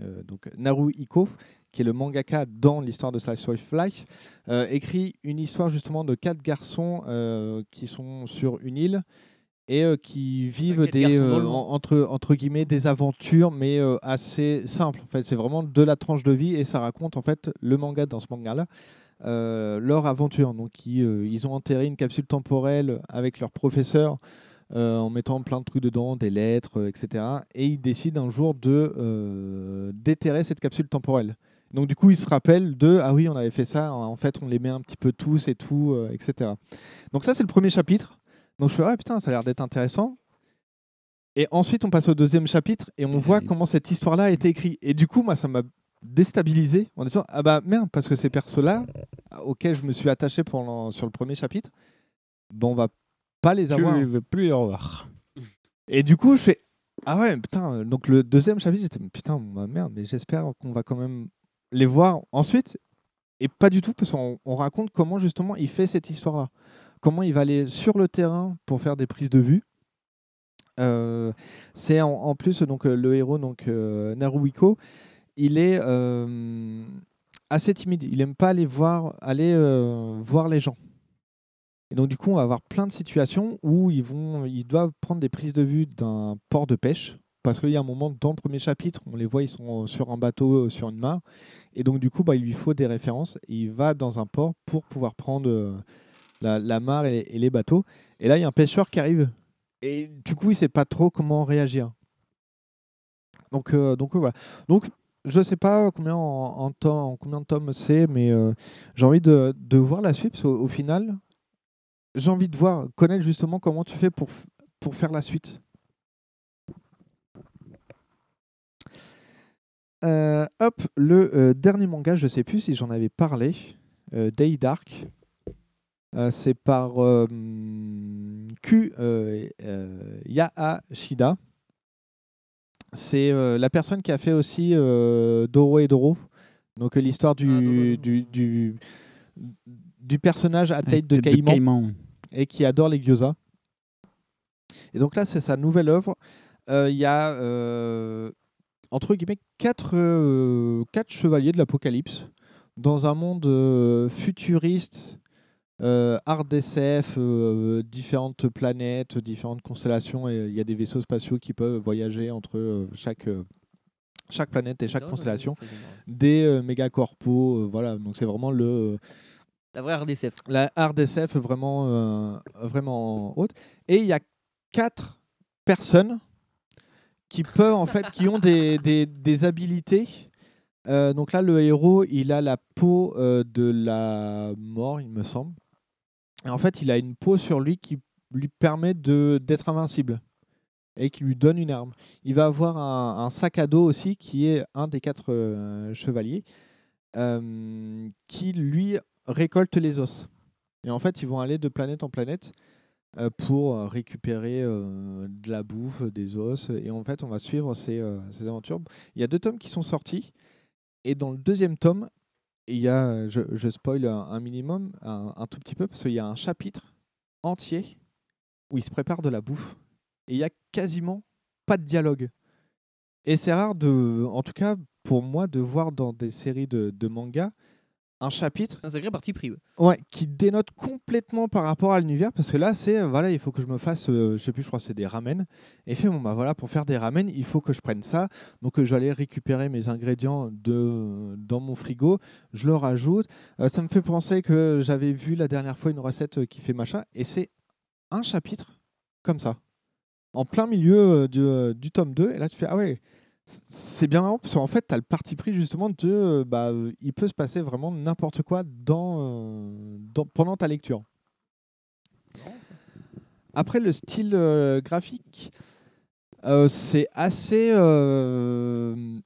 S7: euh, donc, Naru Iko, qui est le mangaka dans l'histoire de Slice of Life, euh, écrit une histoire justement de quatre garçons euh, qui sont sur une île et euh, qui vivent
S6: quatre
S7: des,
S6: garçons
S7: euh,
S6: dans le monde.
S7: en- entre, entre guillemets des aventures, mais euh, assez simples. En fait, c'est vraiment de la tranche de vie et ça raconte en fait le manga dans ce manga-là. euh, leur aventure. Donc, ils, euh, ils ont enterré une capsule temporelle avec leur professeur euh, en mettant plein de trucs dedans, des lettres, euh, etc. Et ils décident un jour de euh, déterrer cette capsule temporelle. Donc, du coup, ils se rappellent de Ah oui, on avait fait ça, en fait, on les met un petit peu tous et tout, euh, etc. Donc, ça, c'est le premier chapitre. Donc, je fais Ouais, putain, ça a l'air d'être intéressant. Et ensuite, on passe au deuxième chapitre et on voit comment cette histoire-là a été écrite. Et du coup, moi, ça m'a déstabilisé en disant Ah bah merde, parce que ces persos-là, auxquels je me suis attaché pendant, sur le premier chapitre, ben on va pas les
S9: Tu
S7: avoir. hein.
S9: veux plus les revoir.
S7: Et du coup, je fais Ah ouais, putain. euh, Donc le deuxième chapitre, j'étais Mais Putain, bah merde, mais j'espère qu'on va quand même les voir ensuite. Et pas du tout, parce qu'on on raconte comment justement il fait cette histoire-là. Comment il va aller sur le terrain pour faire des prises de vue. Euh, c'est en, en plus donc euh, le héros donc euh, Naruhiko, il est euh, assez timide. Il aime pas aller voir aller euh, voir les gens. Et donc du coup, on va avoir plein de situations où ils vont ils doivent prendre des prises de vue d'un port de pêche. Parce qu'il y a un moment dans le premier chapitre, on les voit, ils sont sur un bateau, euh, sur une mare. Et donc, du coup, bah, il lui faut des références. Et il va dans un port pour pouvoir prendre euh, la, la mare et, et les bateaux. Et là, il y a un pêcheur qui arrive. Et du coup, il sait pas trop comment réagir. Donc, euh, donc euh, voilà. Donc, je sais pas combien en, en temps, en combien de tomes c'est, mais euh, j'ai envie de, de voir la suite. Parce qu'au au final, j'ai envie de voir, connaître justement comment tu fais pour, f- pour faire la suite. Euh, hop, le euh, dernier manga, je sais plus si j'en avais parlé, euh, Day Dark. Euh, c'est par euh, hum, Q euh, euh, Yaashida. C'est euh, la personne qui a fait aussi euh, Doro et Doro. Donc euh, l'histoire du, du, du, du personnage à tête de
S9: tête de
S7: caïman,
S9: caïman.
S7: et qui adore les gyoza. Et donc là, c'est sa nouvelle œuvre. Euh, Il y a euh, entre guillemets quatre, euh, quatre chevaliers de l'apocalypse dans un monde euh, futuriste, euh, art DCF, euh, différentes planètes, différentes constellations, et il y a des vaisseaux spatiaux qui peuvent voyager entre euh, chaque, euh, chaque planète et chaque constellation, des euh, mégacorpos, euh, voilà, donc c'est vraiment le...
S6: La vraie RDCF.
S7: La RDCF vraiment, euh, vraiment haute. Et il y a quatre personnes qui peuvent, en fait, qui ont des, des, des habilités. Euh, donc là, le héros, il a la peau euh, de la mort, il me semble. Et en fait, il a une peau sur lui qui lui permet de- d'être invincible et qui lui donne une arme. Il va avoir un, un sac à dos aussi qui est un des quatre euh, chevaliers euh, qui lui récolte les os. Et en fait, ils vont aller de planète en planète euh, pour euh, récupérer euh, de la bouffe, des os. Et en fait, on va suivre ces, euh, ces aventures. Il y a deux tomes qui sont sortis. Et dans le deuxième tome, il y a, euh, je, je spoil un, un minimum, un, un tout petit peu, parce qu'il y a un chapitre entier où il se prépare de la bouffe. Et il y a quasiment pas de dialogue. Et c'est rare, de, en tout cas pour moi, de voir dans des séries de, de mangas un chapitre
S6: Un sacré parti pris. ouais.
S7: Ouais, qui dénote complètement par rapport à l'univers parce que là, c'est euh, voilà, il faut que je me fasse, euh, je sais plus, je crois que c'est des ramen. Et fait, bon bah voilà, pour faire des ramen, il faut que je prenne ça. Donc euh, j'allais récupérer mes ingrédients de euh, dans mon frigo, je le rajoute. Euh, ça me fait penser que j'avais vu la dernière fois une recette euh, qui fait machin, et c'est un chapitre comme ça, en plein milieu euh, du, euh, du tome 2. Et là, tu fais ah ouais. c- C'est bien marrant parce qu'en fait, tu as le parti pris justement de. euh, bah, euh, il peut se passer vraiment n'importe quoi dans, euh, dans- pendant ta lecture. Après, le style euh, graphique, euh, c'est assez. euh,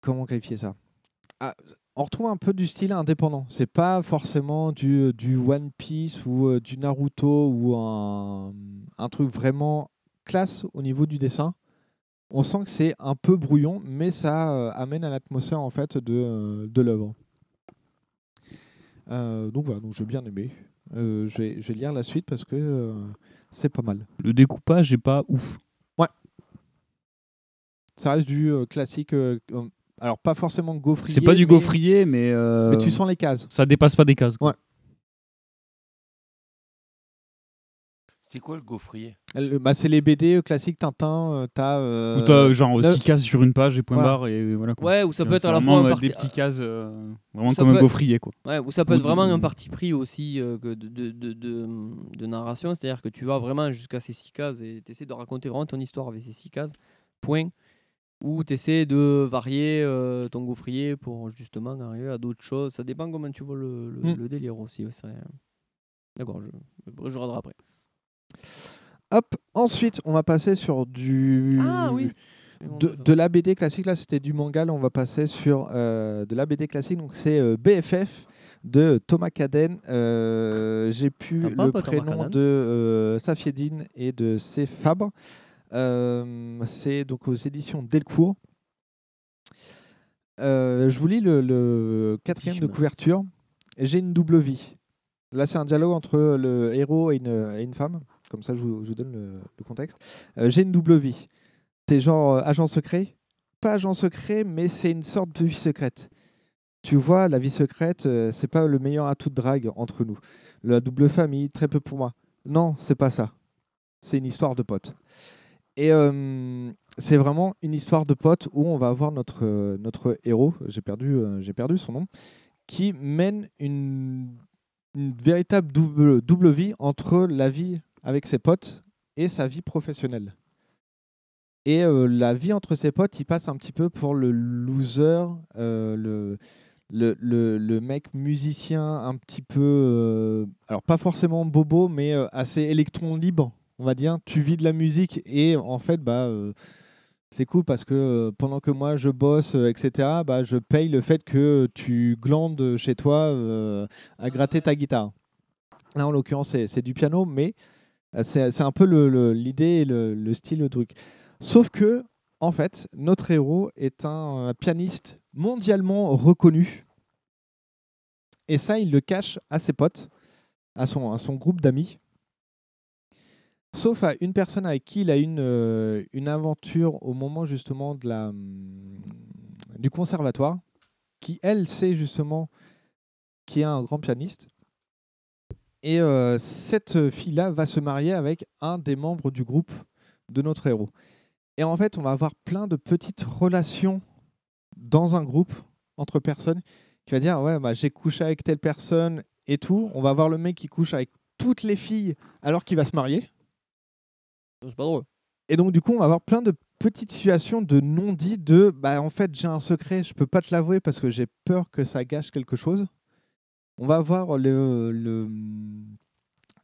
S7: Comment qualifier ça Ah, On retrouve un peu du style indépendant. C'est pas forcément du, euh, du One Piece ou euh, du Naruto ou un, un truc vraiment classe au niveau du dessin. On sent que c'est un peu brouillon, mais ça euh, amène à l'atmosphère en fait de, euh, de l'œuvre. Euh, donc voilà, donc j'ai bien aimé. Euh, je, vais, je vais lire la suite parce que euh, c'est pas mal.
S9: Le découpage est pas ouf.
S7: Ouais. Ça reste du euh, classique. euh, euh, alors, pas forcément gaufrier.
S9: C'est pas du
S7: mais-
S9: gaufrier, mais. euh,
S7: Mais tu sens les cases.
S9: Ça dépasse pas des cases. quoi.
S10: C'est quoi le gaufrier
S7: Le- bah, c'est les BD classiques Tintin. euh, t'as, euh,
S9: Ou t'as genre
S7: neuf-
S9: 6 cases sur une page et point
S7: Voilà.
S9: barre et voilà quoi.
S6: Ouais, ou ça peut être à la
S9: vraiment,
S6: fois un
S9: euh,
S6: parti-
S9: des petits cases, euh, vraiment
S6: Ça
S9: comme
S6: peut
S9: un
S6: être-
S9: gaufrier quoi.
S6: Ouais, ou ça peut être
S9: Ou-
S6: vraiment un parti pris aussi euh, que de, de, de, de- de narration, c'est-à-dire que tu vas vraiment jusqu'à ces six cases et tu essaies de raconter vraiment ton histoire avec ces six cases, point, ou tu essaies de varier euh, ton gaufrier pour justement arriver à d'autres choses. Ça dépend comment tu vois le, le,
S7: Mm.
S6: le délire aussi. ouais, c'est- D'accord, je, je regarderai après.
S7: Hop, ensuite, on va passer sur du.
S6: Ah oui.
S7: De, de la BD classique, là c'était du manga, là on va passer sur euh, de la BD classique, donc c'est euh, BFF de Thomas Caden. Euh, J'ai pu
S6: T'as pas un
S7: le
S6: pote Thomas
S7: prénom
S6: Caden
S7: de euh, Safiedine et de C. Fabre. Euh, c'est donc aux éditions Delcourt. Euh, je vous lis le, le quatrième de couverture. J'ai une double vie. Là, c'est un dialogue entre le héros et une, et une femme. Comme ça, je vous, je vous donne le, le contexte. Euh, J'ai une double vie. T'es genre euh, agent secret Pas agent secret, mais c'est une sorte de vie secrète. Tu vois, la vie secrète, euh, c'est pas le meilleur atout de drague entre nous. La double famille, très peu pour moi. Non, c'est pas ça. C'est une histoire de potes. Et euh, c'est vraiment une histoire de potes où on va avoir notre, euh, notre héros, j'ai perdu, euh, j'ai perdu son nom, qui mène une, une véritable double, double vie entre la vie avec ses potes et sa vie professionnelle. Et euh, la vie entre ses potes, il passe un petit peu pour le loser, euh, le, le, le, le mec musicien un petit peu, euh, alors pas forcément bobo, mais euh, assez électron libre, on va dire. Tu vis de la musique et en fait, bah, euh, c'est cool parce que euh, pendant que moi je bosse, euh, etc., bah, je paye le fait que tu glandes chez toi euh, à gratter ta guitare. Là, en l'occurrence, c'est c'est du piano, mais euh, c'est c'est un peu le- le- l'idée et le, le style, le truc. Sauf que, en fait, notre héros est un euh, pianiste mondialement reconnu. Et ça, il le cache à ses potes, à son, à son groupe d'amis. Sauf à une personne avec qui il a une, euh, une aventure au moment justement de la, hum, du conservatoire, qui elle sait justement qui est un grand pianiste. Et euh, cette fille-là va se marier avec un des membres du groupe de notre héros. Et en fait, on va avoir plein de petites relations dans un groupe entre personnes qui va dire ouais bah, j'ai couché avec telle personne et tout. On va avoir le mec qui couche avec toutes les filles alors qu'il va se marier.
S6: C'est pas drôle.
S7: Et donc, du coup, on va avoir plein de petites situations de non-dit de bah, en fait, j'ai un secret, je peux pas te l'avouer parce que j'ai peur que ça gâche quelque chose. On va avoir le, le,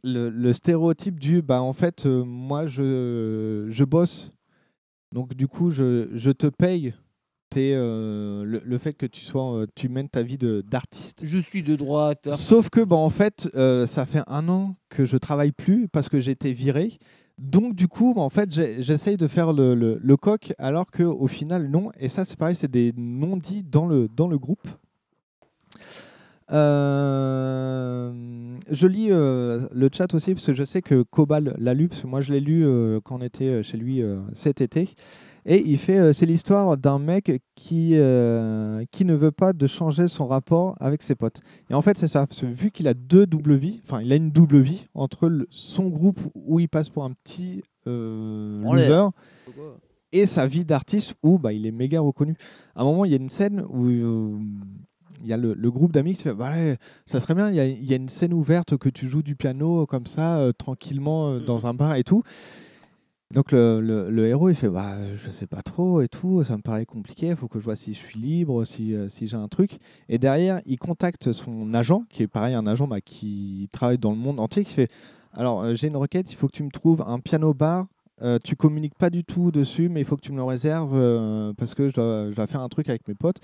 S7: le, le stéréotype du bah, en fait, euh, moi, je, je bosse, donc du coup, je, je te paye tes, euh, le, le fait que tu, sois, euh, tu mènes ta vie de- d'artiste.
S6: Je suis de droite.
S7: Sauf que, bah, en fait, euh, ça fait un an que je travaille plus parce que j'ai été viré. Donc, du coup, bah, en fait, j'ai- j'essaye de faire le, le- le coq alors qu'au final, non. Et ça, c'est pareil, c'est des non-dits dans le, dans le groupe. Euh, je lis euh, le chat aussi parce que je sais que Cobal l'a lu parce que moi je l'ai lu euh, quand on était euh, chez lui euh, cet été et il fait euh, c'est l'histoire d'un mec qui euh, qui ne veut pas de changer son rapport avec ses potes et en fait c'est ça parce que vu qu'il a deux doubles vies enfin il a une double vie entre le- son groupe où il passe pour un petit euh,
S6: Olé.
S7: loser et sa vie d'artiste où bah, il est méga reconnu. À un moment, il y a une scène où euh, il y a le, le groupe d'amis qui fait bah ouais, ça serait bien, il y, a, il y a une scène ouverte que tu joues du piano euh, comme ça, euh, tranquillement, euh, dans un bar et tout. Donc le, le- le héros, il fait bah, je sais pas trop et tout, ça me paraît compliqué, il faut que je vois si je suis libre, si, euh, si j'ai un truc. Et derrière, il contacte son agent, qui est pareil, un agent bah, qui travaille dans le monde entier, qui fait Alors, euh, j'ai une requête, il faut que tu me trouves un piano bar. Euh, tu communiques pas du tout dessus, mais il faut que tu me le réserves euh, parce que je dois, je dois faire un truc avec mes potes.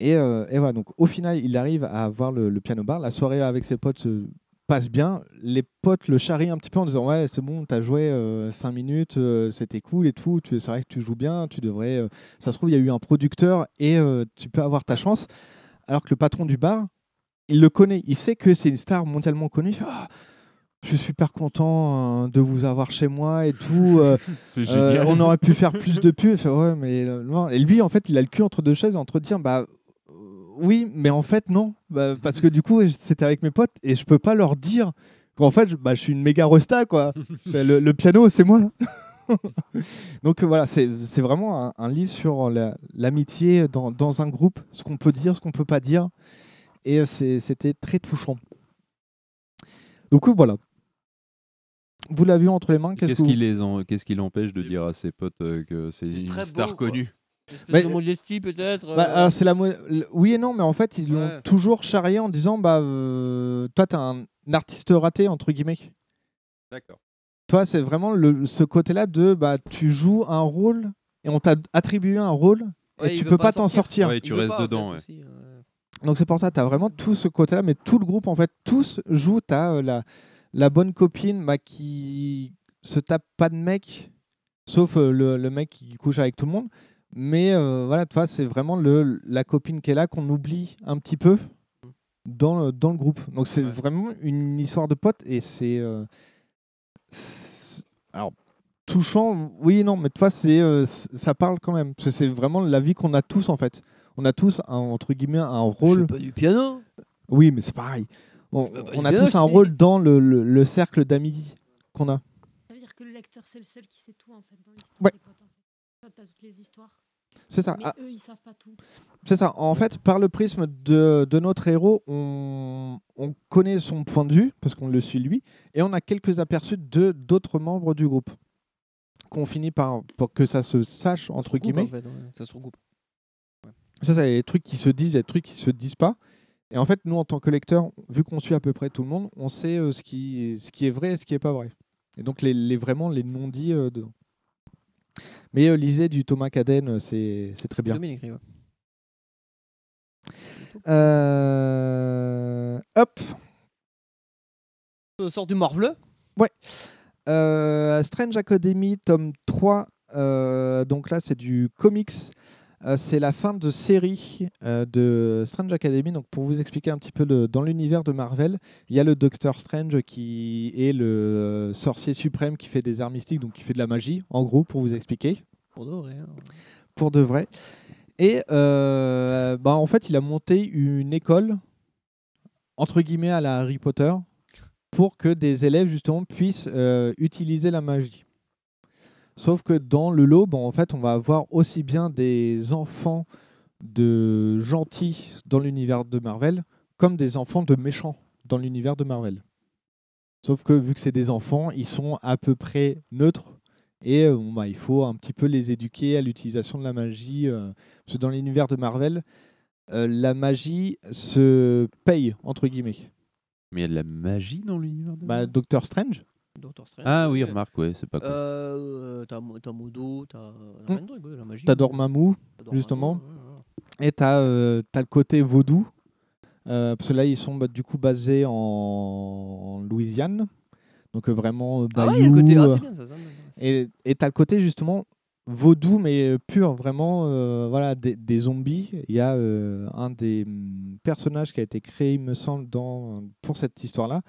S7: Et, euh, et voilà, donc au final, il arrive à avoir le, le piano bar. La soirée avec ses potes se passe bien. Les potes le charrient un petit peu en disant Ouais, c'est bon, t'as joué 5 minutes, euh, c'était cool et tout. Tu- C'est vrai que tu joues bien, tu devrais. euh, Ça se trouve, il y a eu un producteur et euh, tu peux avoir ta chance. Alors que le patron du bar, il le connaît, il sait que c'est une star mondialement connue. Il fait, Ah, je suis super content euh, de vous avoir chez moi et tout. euh,
S8: C'est
S7: euh,
S8: génial.
S7: on aurait pu faire plus de pubs. Il fait, ouais, mais euh, non. Et lui, en fait, il a le cul entre deux chaises, entre dire bah euh, oui, mais en fait non, Bah, parce que du coup, c'était avec mes potes et je peux pas leur dire qu'en fait, je, bah, je suis une méga rosta quoi. Bah, le, le piano, c'est moi. Donc euh, voilà, c'est c'est vraiment un, un livre sur la- l'amitié dans, dans un groupe, ce qu'on peut dire, ce qu'on peut pas dire. Et euh, c'est- c'était très touchant. Donc euh, voilà. Vous l'avez entre les mains. Qu'est-ce
S8: Qu'est-ce
S7: que vous-
S8: qui les en- qu'est-ce qui l'empêche de dire à ses potes euh, que c'est une star connue
S7: Mais-
S6: de modestie peut-être.
S7: Bah,
S6: euh,
S7: alors, c'est la mo- le- Oui et non, mais en fait, ils l'ont
S6: Ouais.
S7: toujours charrié en disant bah, euh, Toi, t'es un artiste raté, entre guillemets.
S8: D'accord.
S7: Toi, c'est vraiment le, ce côté-là de bah, Tu joues un rôle et on t'a attribué un rôle et
S6: ouais, il
S7: tu
S6: veut
S7: peux pas t'en sortir.
S8: Ouais, tu
S6: Il veut
S8: restes
S6: pas, en fait,
S8: dedans, ouais.
S6: aussi, euh.
S7: Donc c'est pour ça, tu as vraiment tout ce côté-là, mais tout le groupe, en fait, tous jouent. Tu la, la bonne copine bah, qui se tape pas de mec, sauf euh, le, le mec qui couche avec tout le monde. Mais euh, voilà, tu vois, c'est vraiment le, la copine qui est là qu'on oublie un petit peu dans le, dans le groupe. Donc c'est vraiment une histoire de potes et c'est... euh, c'est- alors, touchant, oui et non, mais tu vois, c'est, euh, c- ça parle quand même. Parce que c'est vraiment la vie qu'on a tous, en fait. On a tous, un, entre guillemets, un rôle...
S6: pas du piano
S7: Oui, mais c'est pareil. On,
S6: Je peux pas
S7: on
S6: du
S7: a
S6: piano,
S7: tous
S6: je
S7: un
S6: dis.
S7: rôle dans le, le- le cercle d'amis qu'on a.
S5: Ça veut dire que le lecteur, c'est le seul qui sait tout, en fait, dans l'histoire
S7: Ouais.
S5: des potes. En fait. Toi, t'as toutes les histoires.
S7: C'est ça.
S5: Mais
S7: Ah.
S5: eux, ils savent pas tout.
S7: C'est ça. En fait, par le prisme de, de notre héros, on, on connaît son point de vue, parce qu'on le suit lui, et on a quelques aperçus de d'autres membres du groupe. Qu'on finit par, pour que ça se sache, entre
S6: Groupe,
S7: guillemets.
S6: en fait, ouais, Ça se regroupe.
S7: Ça, c'est les trucs qui se disent, les trucs qui se disent pas. Et en fait, nous, en tant que lecteurs, vu qu'on suit à peu près tout le monde, on sait euh, ce, qui, ce qui est vrai et ce qui est pas vrai. Et donc, les, les- vraiment, les non-dits euh, dedans. Mais euh, lisez du Thomas Caden, euh, c'est c'est très bien.
S6: Bien écrit, ouais.
S7: Euh, Hop
S6: On Euh, sort du morvleux.
S7: Ouais. Euh, Strange Academy, tome 3. euh, donc là, c'est du comics. Euh, c'est la fin de série euh, de Strange Academy. Donc pour vous expliquer un petit peu le- dans l'univers de Marvel, il y a le Docteur Strange qui est le euh, sorcier suprême qui fait des arts mystiques, donc qui fait de la magie, en gros, pour vous expliquer
S6: Pour de vrai, hein.
S7: pour de vrai. Et euh, bah, en fait, il a monté une école, entre guillemets, à la Harry Potter, pour que des élèves, justement, puissent euh, utiliser la magie. Sauf que dans le lot, bon, en fait, on va avoir aussi bien des enfants de gentils dans l'univers de Marvel, comme des enfants de méchants dans l'univers de Marvel. Sauf que vu que c'est des enfants, ils sont à peu près neutres et euh, bon, bah, il faut un petit peu les éduquer à l'utilisation de la magie. euh, parce que dans l'univers de Marvel, euh, la magie se paye, entre guillemets.
S8: Mais il y a de la magie dans l'univers de
S6: Mhm.
S7: Bah, Doctor Strange
S6: Doctor Strange.
S8: Ah oui,
S6: ouais.
S8: remarque, ouais, c'est pas cool.
S6: Euh, euh, t'as Mo- t'as Modo, t'as t'as plein de trucs, ouais, la magie.
S7: T'as Dormammu,
S6: Dormammu,
S7: Hmm. justement. Et t'as euh, t'as le côté vaudou. euh, parce que là, ils sont bah, du coup basés en, en Louisiane. Donc euh, vraiment euh,
S6: Ah
S7: bayou.
S6: ouais, il y a le côté- ah, c'est
S7: euh,
S6: bien, ça, ça m'intéresse.
S7: et et t'as le côté justement vaudou mais euh, pur, vraiment euh, voilà des, des zombies. Il y a euh, un des hum, personnages qui a été créé, il me semble, dans, pour cette histoire-là.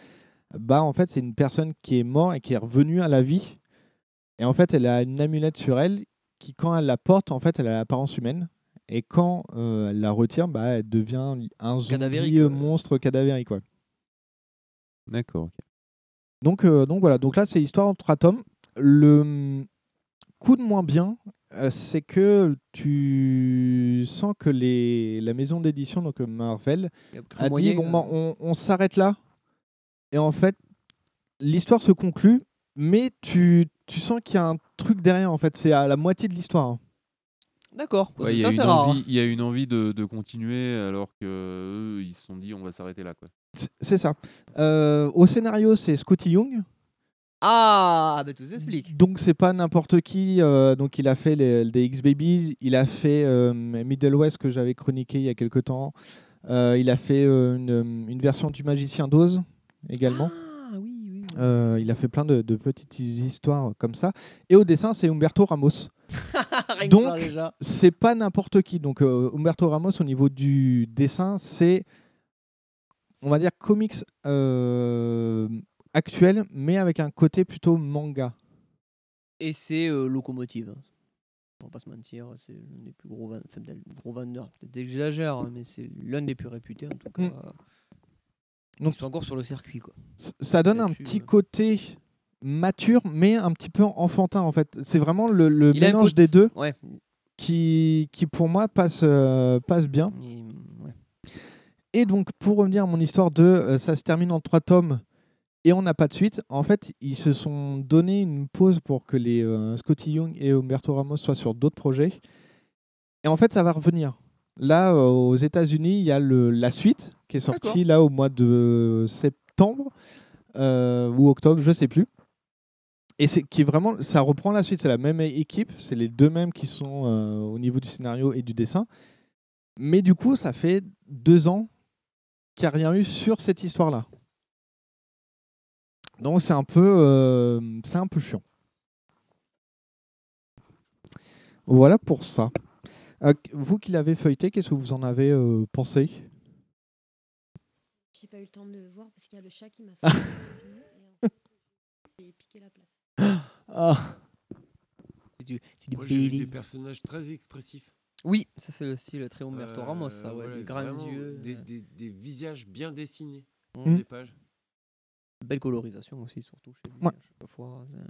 S7: Bah en fait, c'est une personne qui est morte et qui est revenue à la vie. Et en fait, elle a une amulette sur elle qui, quand elle la porte, en fait, elle a l'apparence humaine. Et quand euh, elle la retire, bah, elle devient un
S6: Cadavérique,
S7: zombie euh, monstre cadavérique. quoi.
S8: D'accord. ok.
S7: Donc, euh, donc voilà, donc là c'est l'histoire entre atomes. Le hum, coup de moins bien, euh, c'est que tu sens que les, la maison d'édition, donc euh, Marvel,
S6: Il y a
S7: a dit
S6: moyen,
S7: bon,
S6: euh.
S7: bah, on, on s'arrête là. Et en fait, l'histoire se conclut, mais tu, tu sens qu'il y a un truc derrière. En fait, c'est à la moitié de l'histoire. hein.
S6: D'accord.
S8: Ouais, il y a
S6: ça,
S8: une
S6: c'est rare.
S8: envie- Il y a une envie de, de continuer alors que eux, ils se sont dit on va s'arrêter là quoi.
S7: C'est ça. Euh, au scénario, c'est Scotty Young.
S6: Ah, bah tout s'explique.
S7: Donc c'est pas n'importe qui. euh, donc il a fait les, des X Babies, il a fait euh, Middle West que j'avais chroniqué il y a quelque temps. Euh, il a fait euh, une, une version du Magicien d'Oz également.
S6: Ah,
S7: Euh, il a fait plein de, de petites histoires comme ça. Et au dessin, c'est Humberto Ramos.
S6: Ah, Rien que ça,
S7: Donc,
S6: déjà.
S7: c'est pas n'importe qui. Donc, euh, Humberto Ramos, au niveau du dessin, c'est, on va dire, comics euh, actuel, mais avec un côté plutôt manga.
S6: Et c'est euh, Locomotive. On va pas se mentir, c'est l'un des plus gros, ven- enfin, des gros vendeurs. Peut-être j'exagère, hein, mais c'est l'un des plus réputés en tout cas.
S7: Hmm. Donc,
S6: Ils sont encore sur le circuit quoi.
S7: C- Ça donne un petit côté mature, mais un petit peu enfantin en fait. C'est vraiment le, le
S6: Il a un
S7: mélange
S6: côté-
S7: des deux
S6: ouais.
S7: qui, qui, pour moi, passe, euh, passe bien. Et donc, pour revenir à mon histoire de euh, ça se termine en trois tomes et on n'a pas de suite, en fait, ils se sont donné une pause pour que les euh, Scotty Young et Humberto Ramos soient sur d'autres projets. Et en fait, ça va revenir. Là, euh, aux États-Unis, il y a le, la suite qui est sortie là au mois de septembre euh, ou octobre, je sais plus. Et c'est qui est vraiment, ça reprend la suite. C'est la même équipe, c'est les deux mêmes qui sont euh, au niveau du scénario et du dessin. Mais du coup, ça fait deux ans qu'il n'y a rien eu sur cette histoire-là. Donc c'est un peu, euh, c'est un peu chiant. Voilà pour ça. Euh, vous qui l'avez feuilleté, qu'est-ce que vous en avez euh, pensé
S5: J'ai pas eu le temps de le voir parce qu'il y a le chat qui m'a sauté. J'ai piqué la place.
S10: Moi, j'ai vu des personnages très expressifs.
S6: Oui, ça c'est le style très Humberto
S10: Euh,
S6: Ramos, ça, ouais,
S10: voilà,
S6: des grands
S10: vraiment,
S6: yeux, euh,
S10: Des, des- des visages bien dessinés
S6: Mm.
S10: sur les pages.
S6: belle colorisation aussi surtout chez lui.
S7: Ouais.
S6: à chaque fois, c'est-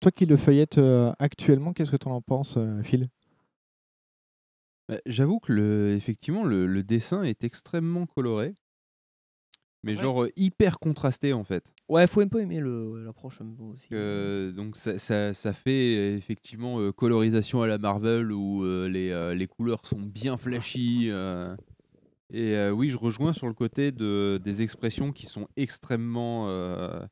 S7: Toi qui le feuillettes euh, actuellement, qu'est-ce que tu en penses, euh, Phil
S8: Bah, J'avoue que
S9: euh,
S8: le, effectivement, le, le dessin est extrêmement coloré, mais genre euh, hyper contrasté en fait.
S6: Ouais, faut un peu aimer le- l'approche un peu aussi.
S8: Euh, donc ça, ça- ça fait euh, effectivement euh, colorisation à la Marvel où euh, les, euh, les couleurs sont bien flashy. euh, et euh, oui, je rejoins sur le côté de, des expressions qui sont extrêmement, euh,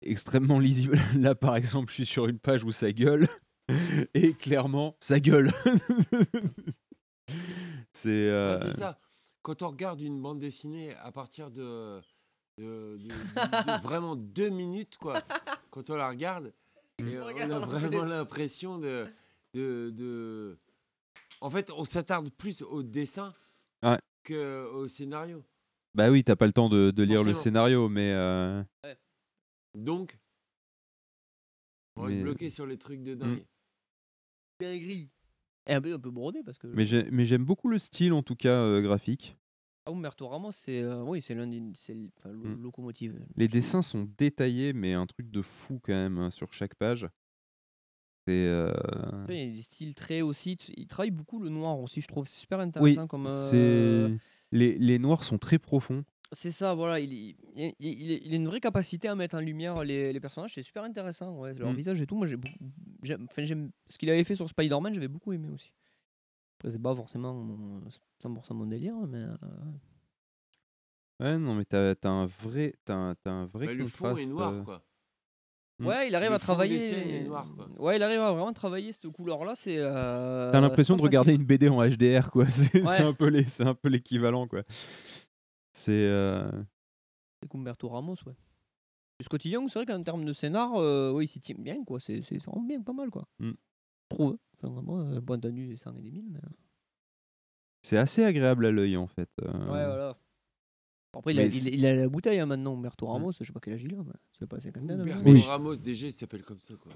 S8: extrêmement lisibles. Là, par exemple, je suis sur une page où ça gueule. Et clairement, ça gueule. C'est euh,
S10: Ah, c'est ça. Quand on regarde une bande dessinée à partir de, de- de- de- de vraiment deux minutes, quoi, quand on la regarde, et euh, on
S6: regarde
S10: a
S6: en
S10: vraiment
S6: plus.
S10: l'impression de, de, de- En fait, on s'attarde plus au dessin
S8: Ouais.
S10: qu'au scénario.
S8: Bah oui, t'as pas le temps de, de lire le
S10: Forcément.
S8: scénario, mais. euh,
S10: Donc, on va
S8: Mais- Mm.
S10: être bloqué sur les trucs de dingue.
S6: Bien gris. Et un peu, un peu brodé parce que.
S8: Mais j'ai- mais j'aime beaucoup le style, en tout cas, euh, graphique.
S6: Ah, Humberto Ramos, c'est euh, oui, c'est l'un des c'est l- enfin, le-
S10: Hmm.
S6: locomotive.
S8: Les dessins sont détaillés, mais un truc de fou quand même hein, sur chaque page. C'est. euh,
S6: Après, Il y a des styles très aussi. tu- Il travaille beaucoup le noir aussi, je trouve. C'est super
S8: Oui,
S6: intéressant comme. euh,
S8: c'est. Les, les noirs sont très profonds.
S6: C'est ça, voilà. Il, il, il- il- il a une vraie capacité à mettre en lumière les, les personnages. C'est super intéressant. Ouais, leur
S8: Mm.
S6: visage et tout. Moi, j'ai beaucoup- j'aime, enfin, j'aime ce qu'il avait fait sur Spider-Man. J'avais beaucoup aimé aussi. Après, c'est pas forcément mon- 100% mon délire, mais. euh,
S8: Ouais, non, mais t'as t'as un vrai, t'as un, t'as un vrai
S10: Bah, le
S8: contraste.
S10: fond est noir,
S8: euh,
S10: quoi.
S8: Mm.
S6: Ouais, il arrive
S10: Le
S6: à
S10: fond de
S6: travailler.
S10: dessin, il est noir, quoi.
S6: Ouais, il arrive à vraiment travailler cette couleur-là. C'est. euh,
S8: T'as l'impression
S6: c'est
S8: de
S6: pas facile.
S8: regarder une BD en HDR, quoi. C'est c'est
S6: Ouais.
S8: un peu les- c'est un peu l'équivalent, quoi. C'est. euh,
S6: C'est Humberto Ramos, ouais. Et Scotty Young, c'est vrai qu'en termes de scénar, euh, ouais, il s'y tient bien, quoi. C'est, c'est, ça rend bien pas mal, quoi.
S8: Mm.
S6: Trouve. Enfin, vraiment, euh, bon entendu, ça en est des mille, mais. euh.
S8: C'est assez agréable à l'œil, en fait. euh.
S6: Ouais, voilà. Après, il a,
S8: Mais
S6: il,
S8: c'est- Mm.
S6: il a la bouteille hein, maintenant, Humberto Ramos. Je sais pas quel âge il a, mais c'est pas la cinquantaine. hein.
S10: Humberto
S6: mais-
S10: Ramos, déjà, il s'appelle comme ça, quoi.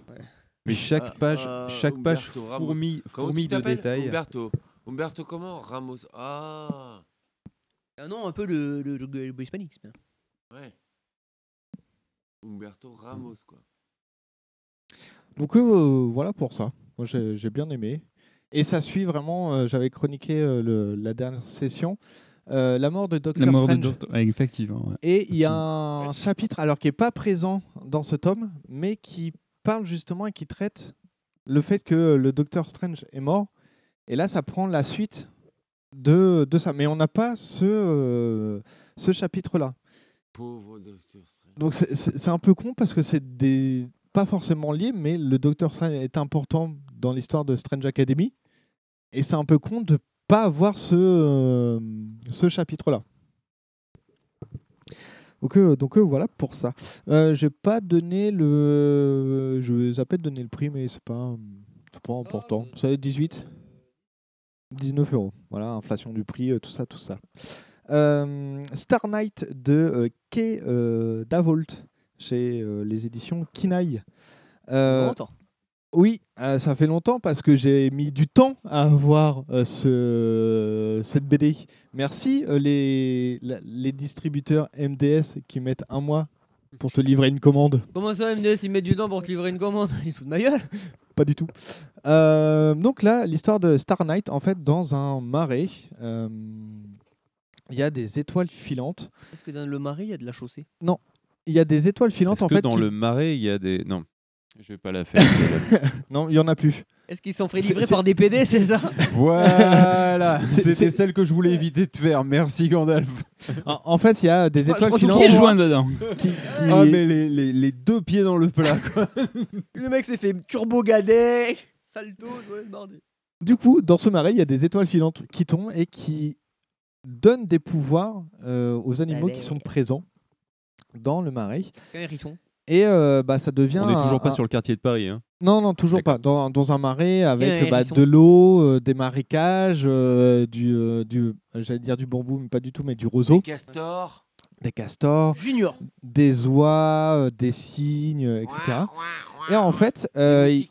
S8: Mais chaque
S10: Ah,
S8: page-
S10: ah,
S8: chaque page
S10: Humberto Ramos.
S8: fourmille-
S10: Comment
S8: fourmille
S10: tu
S8: de
S10: t'appelles
S8: détails.
S10: Humberto. Humberto comment Ramos. Ah
S6: Un nom un peu de, de, de, de, de Hispanics, mais- hein.
S10: Ouais. Humberto Ramos, quoi.
S7: Donc euh, voilà pour ça. Moi j'ai j'ai bien aimé. Et ça suit vraiment, euh, j'avais chroniqué euh, le- la dernière session, euh, la mort de Doctor
S9: La mort de
S7: Strange.
S9: Doctor- ouais, effectivement, ouais.
S7: Et il y a un chapitre, alors qui n'est pas présent dans ce tome, mais qui parle justement et qui traite le fait que le Docteur Strange est mort. Et là, ça prend la suite de, de ça. Mais on n'a pas ce, euh, ce chapitre-là.
S10: Pauvre Docteur Strange.
S7: Donc c'est- c'est c'est un peu con parce que c'est des pas forcément lié, mais le Docteur Strange est important dans l'histoire de Strange Academy. Et c'est un peu con de pas avoir ce, euh, ce chapitre-là. Donc, euh, donc euh, voilà pour ça. Euh, J'ai pas donné le. Je vais zapper de donner le prix, mais c'est pas, euh, c'est pas important. Ça va être 18 19 euros. Voilà, inflation du prix, euh, tout ça, tout ça. Euh, Star Knight de euh, Kay euh, Davolt chez euh, les éditions Kinaï. Euh,
S6: Longtemps.
S7: Oui, euh, ça fait longtemps parce que j'ai mis du temps à avoir euh, ce, cette BD. Merci euh, les, la- les distributeurs MDS qui mettent un mois pour te livrer une commande.
S6: Comment ça, MDS, il met du temps pour te livrer une commande Il est tout de ma gueule
S7: Pas du tout. Euh, donc là, l'histoire de Star Knight, en fait, dans un marais, euh, il y a des étoiles filantes.
S6: Est-ce que dans le marais, il y a de la chaussée
S7: Non, il y a des étoiles filantes
S8: Est-ce
S7: en
S8: que
S7: fait.
S8: dans
S7: qui-
S8: le marais, il y a des. Non, je vais pas la faire.
S7: Non, il y en a plus.
S6: Est-ce qu'ils sont fait
S7: C'est-
S6: livrer
S7: c'est-
S6: par des PD, c'est ça
S8: voilà
S7: C'est- c'est-
S8: C'était celle que je voulais éviter de faire. Merci Gandalf.
S7: En, en fait, il y a des
S8: Ah, je
S7: étoiles
S8: prends tout
S7: filantes.
S8: le pied joint dedans.
S7: Qui-
S8: Ah,
S7: qui-
S8: mais les, les- les deux pieds dans le plat. quoi.
S6: Le mec s'est fait turbogader Salto, Noël mardi.
S7: Du coup, dans ce marais, il y a des étoiles filantes qui tombent et qui donnent des pouvoirs euh, aux animaux qui sont présents dans le marais.
S6: Un hérisson.
S7: Et euh, bah, ça devient.
S8: On n'est
S7: un-
S8: toujours pas
S7: un-
S8: sur le quartier de Paris. Hein.
S7: Non, non, toujours pas. Dans, dans un marais
S8: qu'il y a
S7: avec
S8: un
S7: bah,
S8: hérisson
S7: de l'eau, euh, des marécages, euh, du, euh, du euh, j'allais dire du bambou, mais pas du tout, mais du roseau. Des
S10: castors.
S7: Des castors.
S6: Junior.
S7: Des oies, euh, des cygnes, euh, etc. Et en fait, euh, il-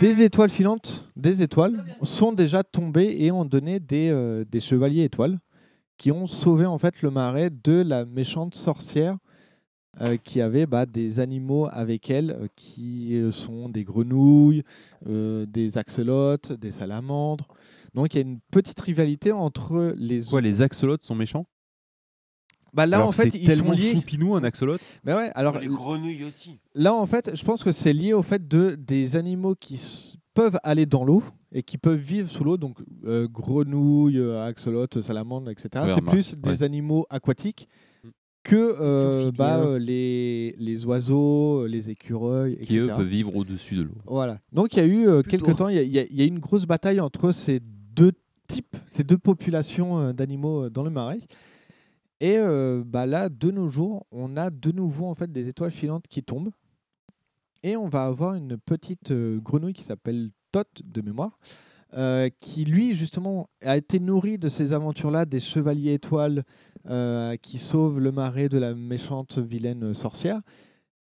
S7: des étoiles filantes, des étoiles, sont déjà tombées et ont donné des, euh, des chevaliers étoiles qui ont sauvé en fait le marais de la méchante sorcière euh, qui avait bah, des animaux avec elle euh, qui euh, sont des grenouilles, euh, des axolotes, des salamandres. Donc il y a une petite rivalité entre les.
S8: Quoi, les axolotes sont méchants
S7: Bah là
S8: Alors,
S7: en fait
S8: c'est
S7: ils sont
S8: tellement
S7: liés.
S8: choupinou, un axolote.
S7: Bah ouais, alors
S10: les grenouilles aussi.
S7: Là, en fait, je pense que c'est lié au fait de des animaux qui s- peuvent aller dans l'eau et qui peuvent vivre sous l'eau, donc euh, grenouilles, euh, axolotes, salamandres, etc.
S8: Ouais,
S7: c'est
S8: remarque,
S7: plus des
S8: ouais.
S7: animaux aquatiques que euh, bah, euh, les, les oiseaux, euh, les écureuils, etc.
S8: Qui eux peuvent vivre au-dessus de l'eau.
S7: Voilà. Donc il y a eu euh, quelque temps, il y a- il y, a- il y a eu une grosse bataille entre ces deux types, ces deux populations euh, d'animaux euh, dans le marais. Et euh, bah là, de nos jours, on a de nouveau en fait des étoiles filantes qui tombent. Et on va avoir une petite euh, grenouille qui s'appelle Tot de mémoire, euh, qui lui justement a été nourri de ces aventures-là des chevaliers étoiles euh, qui sauvent le marais de la méchante vilaine euh, sorcière.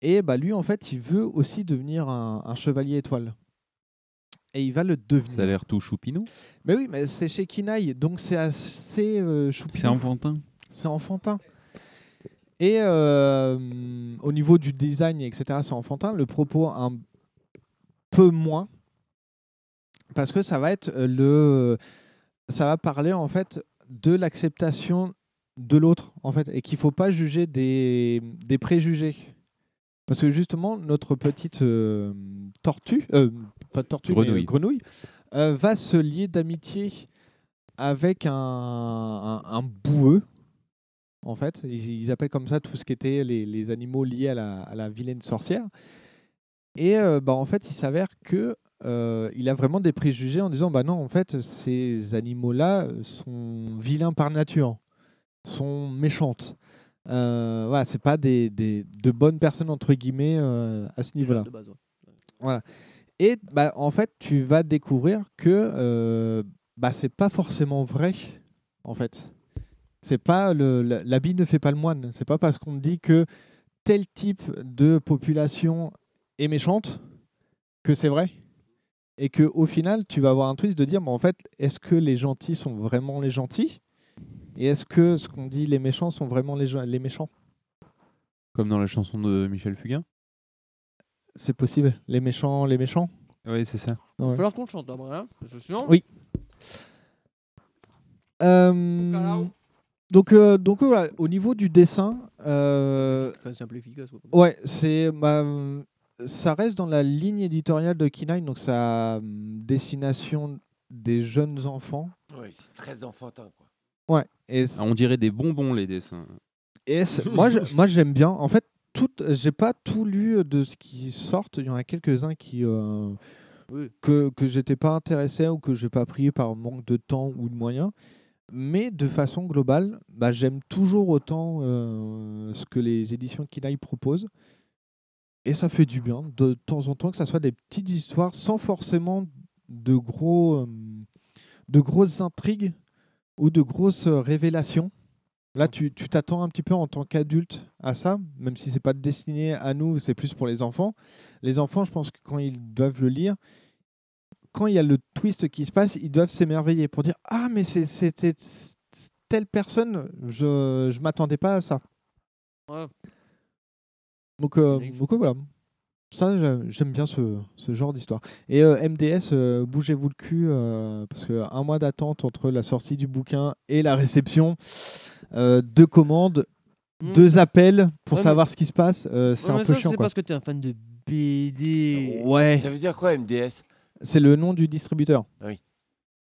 S7: Et bah lui en fait, il veut aussi devenir un, un chevalier étoile. Et il va le devenir.
S8: Ça a l'air tout choupinou.
S7: Mais oui, mais c'est chez Kinaï, donc c'est assez euh, choupinou.
S9: C'est enfantin.
S7: C'est enfantin. Et euh, au niveau du design, etc., c'est enfantin. Le propos, un peu moins. Parce que ça va être euh, le. Ça va parler, en fait, de l'acceptation de l'autre, en fait. Et qu'il faut pas juger des, des préjugés. Parce que justement, notre petite euh, tortue, euh, pas tortue, mais, euh,
S8: Grenouille.
S7: grenouille euh, va se lier d'amitié avec un, un- un boueux, en fait. Ils, ils appellent comme ça tout ce qui était les, les animaux liés à la, à la vilaine sorcière. Et euh, bah, en fait, il s'avère que euh, il a vraiment des préjugés en disant bah non, en fait, ces animaux-là euh, sont vilains par nature, sont méchantes. Euh, voilà, c'est pas des, des- de bonnes personnes entre guillemets euh, à ce niveau-là.
S6: De base, ouais.
S7: Voilà. Et bah, en fait, tu vas découvrir que euh, bah, c'est pas forcément vrai, en fait. C'est pas le la- l'habit ne fait pas le moine. C'est pas parce qu'on dit que tel type de population est méchante que c'est vrai. Et que au final, tu vas avoir un twist de dire, bah, en fait, est-ce que les gentils sont vraiment les gentils Et est-ce que ce qu'on dit les méchants sont vraiment les, gens- les méchants
S8: Comme dans la chanson de Michel Fugain.
S7: C'est possible. Les méchants, les méchants.
S8: Oui, c'est ça.
S6: Il va
S7: Ouais.
S6: falloir qu'on chante après, hein, parce que sinon-
S7: Oui. Euh, donc, euh, donc euh, voilà, au niveau du dessin, euh,
S6: Enfin, simple et efficace. Quoi.
S7: ouais, c'est bah, euh, ça reste dans la ligne éditoriale de Kinai, donc sa euh, destination hum, des jeunes enfants.
S10: Ouais. c'est très enfantin, quoi.
S7: Ouais. Et c-
S8: Ah, on dirait des bonbons, les dessins.
S7: Et c'est- moi, je- moi, j'aime bien. En fait, tout, j'ai pas tout lu de ce qui sort. Il y en a quelques-uns qui euh, que que j'étais pas intéressé ou que j'ai pas pris par manque de temps ou de moyens. Mais de façon globale, bah, j'aime toujours autant euh, ce que les éditions Kinaï proposent. Et ça fait du bien de temps en temps que ça soit des petites histoires sans forcément de gros, euh, de grosses intrigues ou de grosses euh, révélations. Là, tu tu t'attends un petit peu en tant qu'adulte à ça, même si c'est pas destiné à nous, c'est plus pour les enfants. Les enfants, je pense que quand ils doivent le lire, quand il y a le twist qui se passe, ils doivent s'émerveiller pour dire Ah, mais c'est c'est- c'est- c'est telle personne, je je m'attendais pas à ça.
S6: Ouais.
S7: Donc, euh, donc, euh, voilà. Ça, j'a- j'aime bien ce, ce genre d'histoire. Et euh, MDS, euh, bougez-vous le cul, euh, parce qu'un mois d'attente entre la sortie du bouquin et la réception, euh, deux commandes,
S6: Mm.
S7: deux appels pour
S6: Ouais, mais-
S7: savoir ce qui se passe, euh, c'est
S6: Ouais,
S7: un
S6: mais
S7: peu
S6: ça,
S7: chiant.
S6: C'est
S7: quoi.
S6: parce que t'es un fan de BD.
S9: Eh.
S7: Ouais.
S10: Ça veut dire quoi, MDS
S7: C'est le nom du distributeur.
S10: Ah Oui.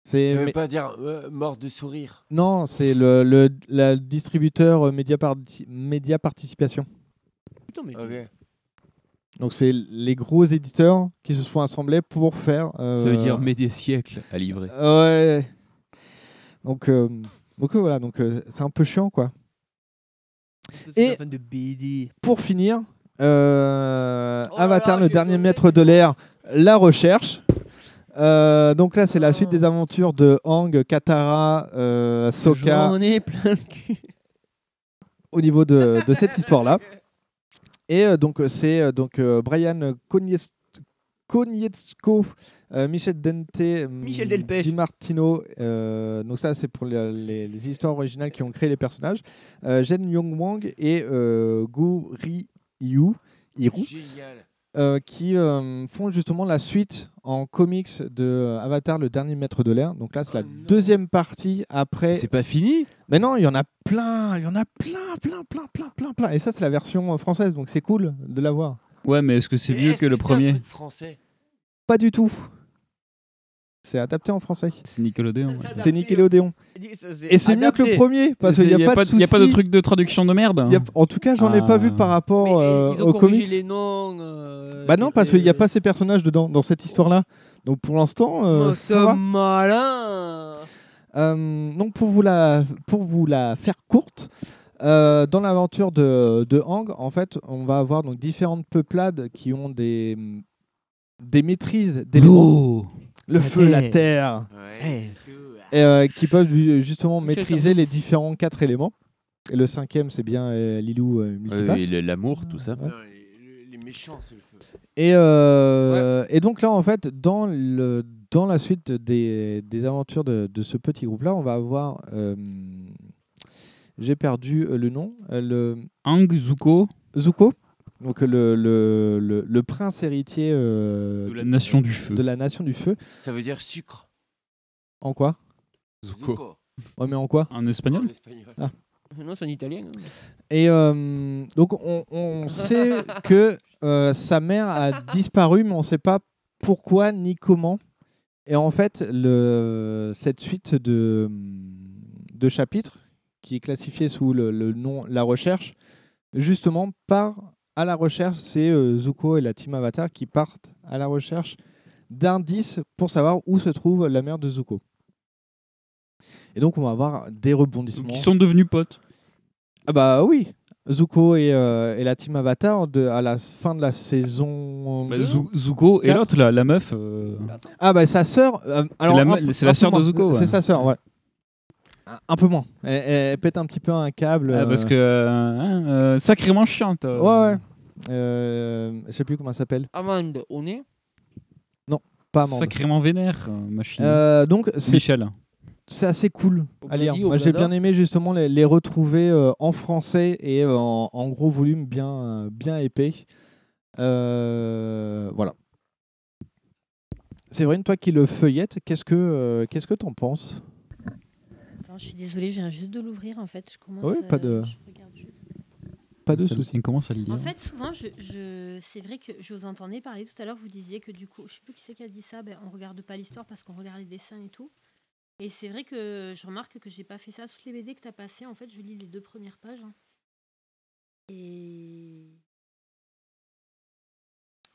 S7: C'est,
S9: Eh,
S10: Ça veut
S7: mais-
S10: pas dire euh, mort de sourire.
S7: Non, c'est le, le la distributeur euh, Média, Parti- Média Participation.
S6: Putain, mais.
S10: Ok.
S7: Donc c'est les gros éditeurs qui se sont assemblés pour faire. euh,
S8: Ça veut dire mais des siècles à livrer.
S7: Ouais. Donc, euh, donc euh, voilà, donc euh, c'est un peu chiant quoi.
S6: Et fan de BD.
S7: Pour finir, euh,
S6: Oh là
S7: Avatar,
S6: là,
S7: le
S6: j'ai
S7: dernier maître de l'air, la recherche. Euh, donc là,
S6: Ah.
S7: c'est la suite des aventures de Hang, Katara, euh, Sokka.
S6: J'en ai plein le cul.
S7: au niveau de, de cette histoire-là. Et euh, donc, euh, c'est euh, donc euh, Brian Konies- Konietzko, euh, Michel Dente,
S6: Michel
S7: Delpech. Di Martino. euh, donc, ça, c'est pour les, les- les histoires originales qui ont créé les personnages. Euh, Jen Yong Wang et euh, Gu Ri Yu. Hiru,
S10: Génial.
S7: euh, qui euh, font justement la suite en comics de euh, Avatar, le dernier maître de l'air. Donc là, c'est la
S6: Oh
S7: deuxième partie après. C'est
S8: pas fini
S7: Mais non, il y en a plein, il y en a plein, plein, plein, plein, plein, plein. Et ça, c'est la version euh, française, donc c'est cool de l'avoir.
S9: Ouais, mais est-ce que c'est mieux que, le premier
S10: Français.
S7: Pas du tout. C'est adapté en français.
S9: C'est Nickelodeon.
S7: C'est Nickelodeon.
S9: c'est
S7: Et c'est mieux que le
S9: adapté.
S7: premier, parce
S9: C'est-
S7: qu'il n'y a,
S9: y a
S7: pas de
S9: pas de- y a pas de
S7: souci.
S9: truc de traduction de merde, hein.
S7: Y a- En tout cas, j'en ai pas vu par rapport euh,
S6: Ils ont
S7: au
S6: corrigé
S7: comics.
S6: les noms. euh,
S7: Bah non, parce qu'il n'y a pas ces personnages dedans, dans cette histoire-là. Donc pour l'instant, euh,
S6: Oh,
S7: ça
S6: ce
S7: va.
S6: malin
S7: Euh, donc pour vous la, pour vous la faire courte, euh, dans l'aventure de, de Hang, en fait, on va avoir donc différentes peuplades qui ont des, des maîtrises d'éléments.
S9: L'eau.
S7: Le
S9: La
S7: feu, la
S9: terre.
S7: terre. Eh.
S9: Ouais.
S7: Et, euh, qui peuvent euh, justement
S9: Michel
S7: maîtriser les différents quatre éléments. Et le cinquième, c'est bien euh, Lilou euh, Multipass.
S8: Euh, et le- l'amour, tout ça.
S10: Les méchants, c'est le feu.
S7: Et, euh, et donc là, en fait, dans, le, dans la suite des, des aventures de, de ce petit groupe-là, on va avoir. euh, J'ai perdu euh, le nom. euh, le...
S9: Ang Zuko.
S7: Zuko. Donc le, le, le, le prince héritier. euh,
S9: De la Nation du Feu.
S7: De la Nation du Feu.
S10: Ça veut dire sucre.
S7: En quoi
S10: Zuko.
S7: Ouais, mais en quoi
S9: En espagnol
S10: En espagnol.
S7: Ah.
S6: Non, c'est en italien. hein.
S7: Et euh, donc, on, on sait que euh, sa mère a disparu, mais on ne sait pas pourquoi ni comment. Et en fait, le, cette suite de, de chapitres, qui est classifiée sous le, le nom La Recherche, justement, part à la recherche. C'est euh, Zuko et la team Avatar qui partent à la recherche d'indices pour savoir où se trouve la mère de Zuko. Et donc, on va avoir des rebondissements.
S9: Qui sont devenus potes.
S7: Ah bah oui, Zuko et, euh, et la team Avatar de, à la fin de la saison.
S9: Bah,
S7: deux
S9: Zu- Zuko et
S7: Quatre.
S9: l'autre, la, la meuf. euh,
S7: Ah bah sa sœur. euh, alors
S9: la
S7: un
S9: me-
S7: peu-
S9: c'est la
S7: un peu
S9: sœur de
S7: moins.
S9: Zuko, ouais.
S7: C'est sa sœur, ouais. Un- Un peu moins. Elle, elle pète un petit peu un câble.
S9: ah,
S7: euh,
S9: parce que. euh, hein, euh, sacrément chiante. euh.
S7: Ouais ouais. Euh, je sais plus comment elle s'appelle.
S6: Amande, on est
S7: Non, pas Amanda.
S9: Sacrément vénère, euh, machine.
S7: Euh, donc c'est-
S9: Michel.
S7: C'est assez cool à
S9: Obladi,
S7: lire. Moi j'ai
S9: Oblada.
S7: bien aimé justement les, les retrouver euh, en français et euh, en, en gros volume bien, euh, bien épais. Euh, voilà. Séverine, toi qui le feuillettes, qu'est-ce que euh, qu'est-ce que t'en penses
S5: Attends, je suis désolée, je viens juste de l'ouvrir en fait. Je commence.
S7: Ah Oui, pas de-
S5: euh, je regarde juste.
S7: Pas de
S9: Ça-
S7: soucis.
S9: Il commence à le hein
S5: En
S9: lire.
S5: fait, souvent, je, je- c'est vrai que je vous entendais parler tout à l'heure. Vous disiez que du coup, je sais plus qui c'est qui a dit ça. Ben, on regarde pas l'histoire parce qu'on regarde les dessins et tout. Et c'est vrai que je remarque que j'ai pas fait ça. Toutes les BD que t'as passées, en fait, je lis les deux premières pages. hein. Et.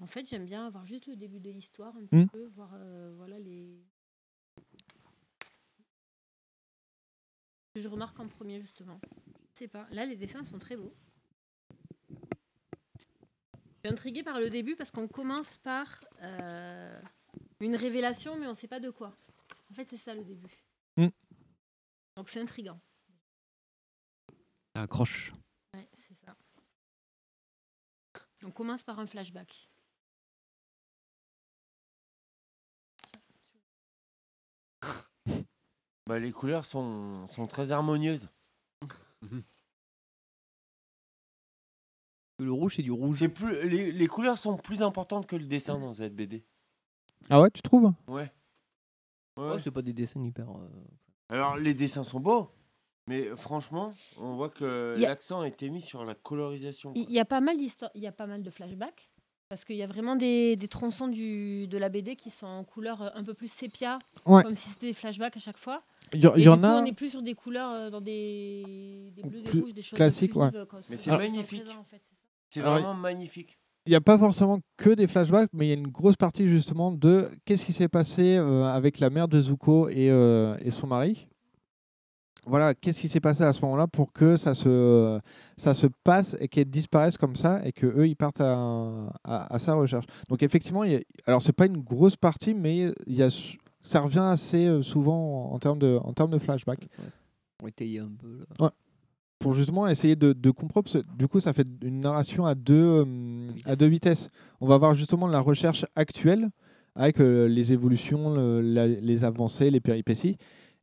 S5: En fait, j'aime bien avoir juste le début de l'histoire, un petit
S7: Hmm.
S5: peu, voir euh, voilà, les. que je remarque en premier, justement. Je sais pas. Là, les dessins sont très beaux. Je suis intriguée par le début parce qu'on commence par euh, une révélation, mais on ne sait pas de quoi. En fait, c'est ça le début.
S7: Mm.
S5: Donc c'est intriguant.
S9: Accroche.
S5: Ouais, c'est ça. On commence par un flashback.
S10: Bah, les couleurs sont, sont très harmonieuses.
S6: Le rouge, c'est du rouge.
S10: plus, les, les couleurs sont plus importantes que le dessin dans cette BD.
S7: Ah ouais, tu trouves
S10: Ouais.
S6: Oh, c'est pas des dessins hyper. euh,
S10: Alors, les dessins sont beaux, mais franchement, on voit que
S5: Y a-
S10: l'accent a été mis sur la colorisation. quoi.
S5: Il y a pas mal d'histoires, il y a pas mal de flashbacks parce qu'il y a vraiment des, des tronçons du, de la BD qui sont en couleur euh, un peu plus sépia,
S7: Ouais.
S5: comme si c'était des flashbacks à chaque fois.
S7: Il y en-
S5: Et
S7: il y
S5: du
S7: en
S5: coup,
S7: a-
S5: On est plus sur des couleurs euh, dans des, des bleus, des
S7: Plus
S5: rouges, des choses
S7: classique,
S5: plus
S7: ouais.
S5: vives, quoi.
S10: Mais c'est
S7: Alors-
S10: magnifique. C'est
S7: Alors,
S10: vraiment magnifique.
S7: Il n'y a pas forcément que des flashbacks, mais il y a une grosse partie justement de qu'est-ce qui s'est passé euh, avec la mère de Zuko et, euh, et son mari. Voilà, qu'est-ce qui s'est passé à ce moment-là pour que ça se, ça se passe et qu'elle disparaisse comme ça et que eux ils partent à, à- à sa recherche. Donc effectivement, il y a- alors c'est pas une grosse partie, mais il y a, s- ça revient assez euh, souvent en, en termes de, en termes de flashback.
S6: On étayait un peu. Là.
S7: Ouais. Pour justement essayer de, de comprendre, parce que du coup, ça fait une narration à deux, euh, à deux vitesses. On va voir justement la recherche actuelle avec euh, les évolutions, le- la- les avancées, les péripéties,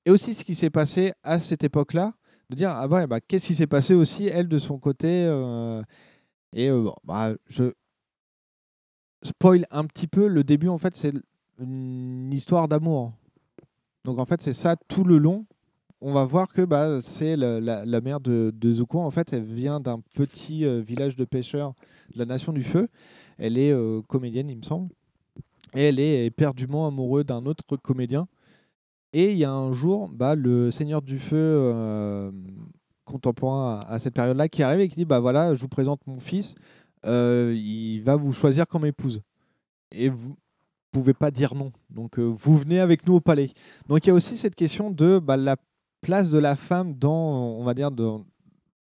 S7: et aussi ce qui s'est passé à cette époque-là, de dire ah bah, eh bah, qu'est-ce qui s'est passé aussi elle de son côté, euh, et euh, bon, bah, je spoil un petit peu le début en fait c'est une histoire d'amour. Donc en fait c'est ça tout le long on va voir que bah, c'est la, la- la mère de, de Zuko. En fait, elle vient d'un petit euh, village de pêcheurs de la Nation du Feu. Elle est euh, comédienne, il me semble. Et elle est éperdument amoureuse d'un autre comédien. Et il y a un jour, bah, le Seigneur du Feu euh, contemporain à, à cette période-là qui arrive et qui dit bah voilà, je vous présente mon fils. Euh, il va vous choisir comme épouse. Et vous, pouvez pas dire non. Donc euh, vous venez avec nous au palais. Donc il y a aussi cette question de bah, la place de la femme dans, on va dire, dans,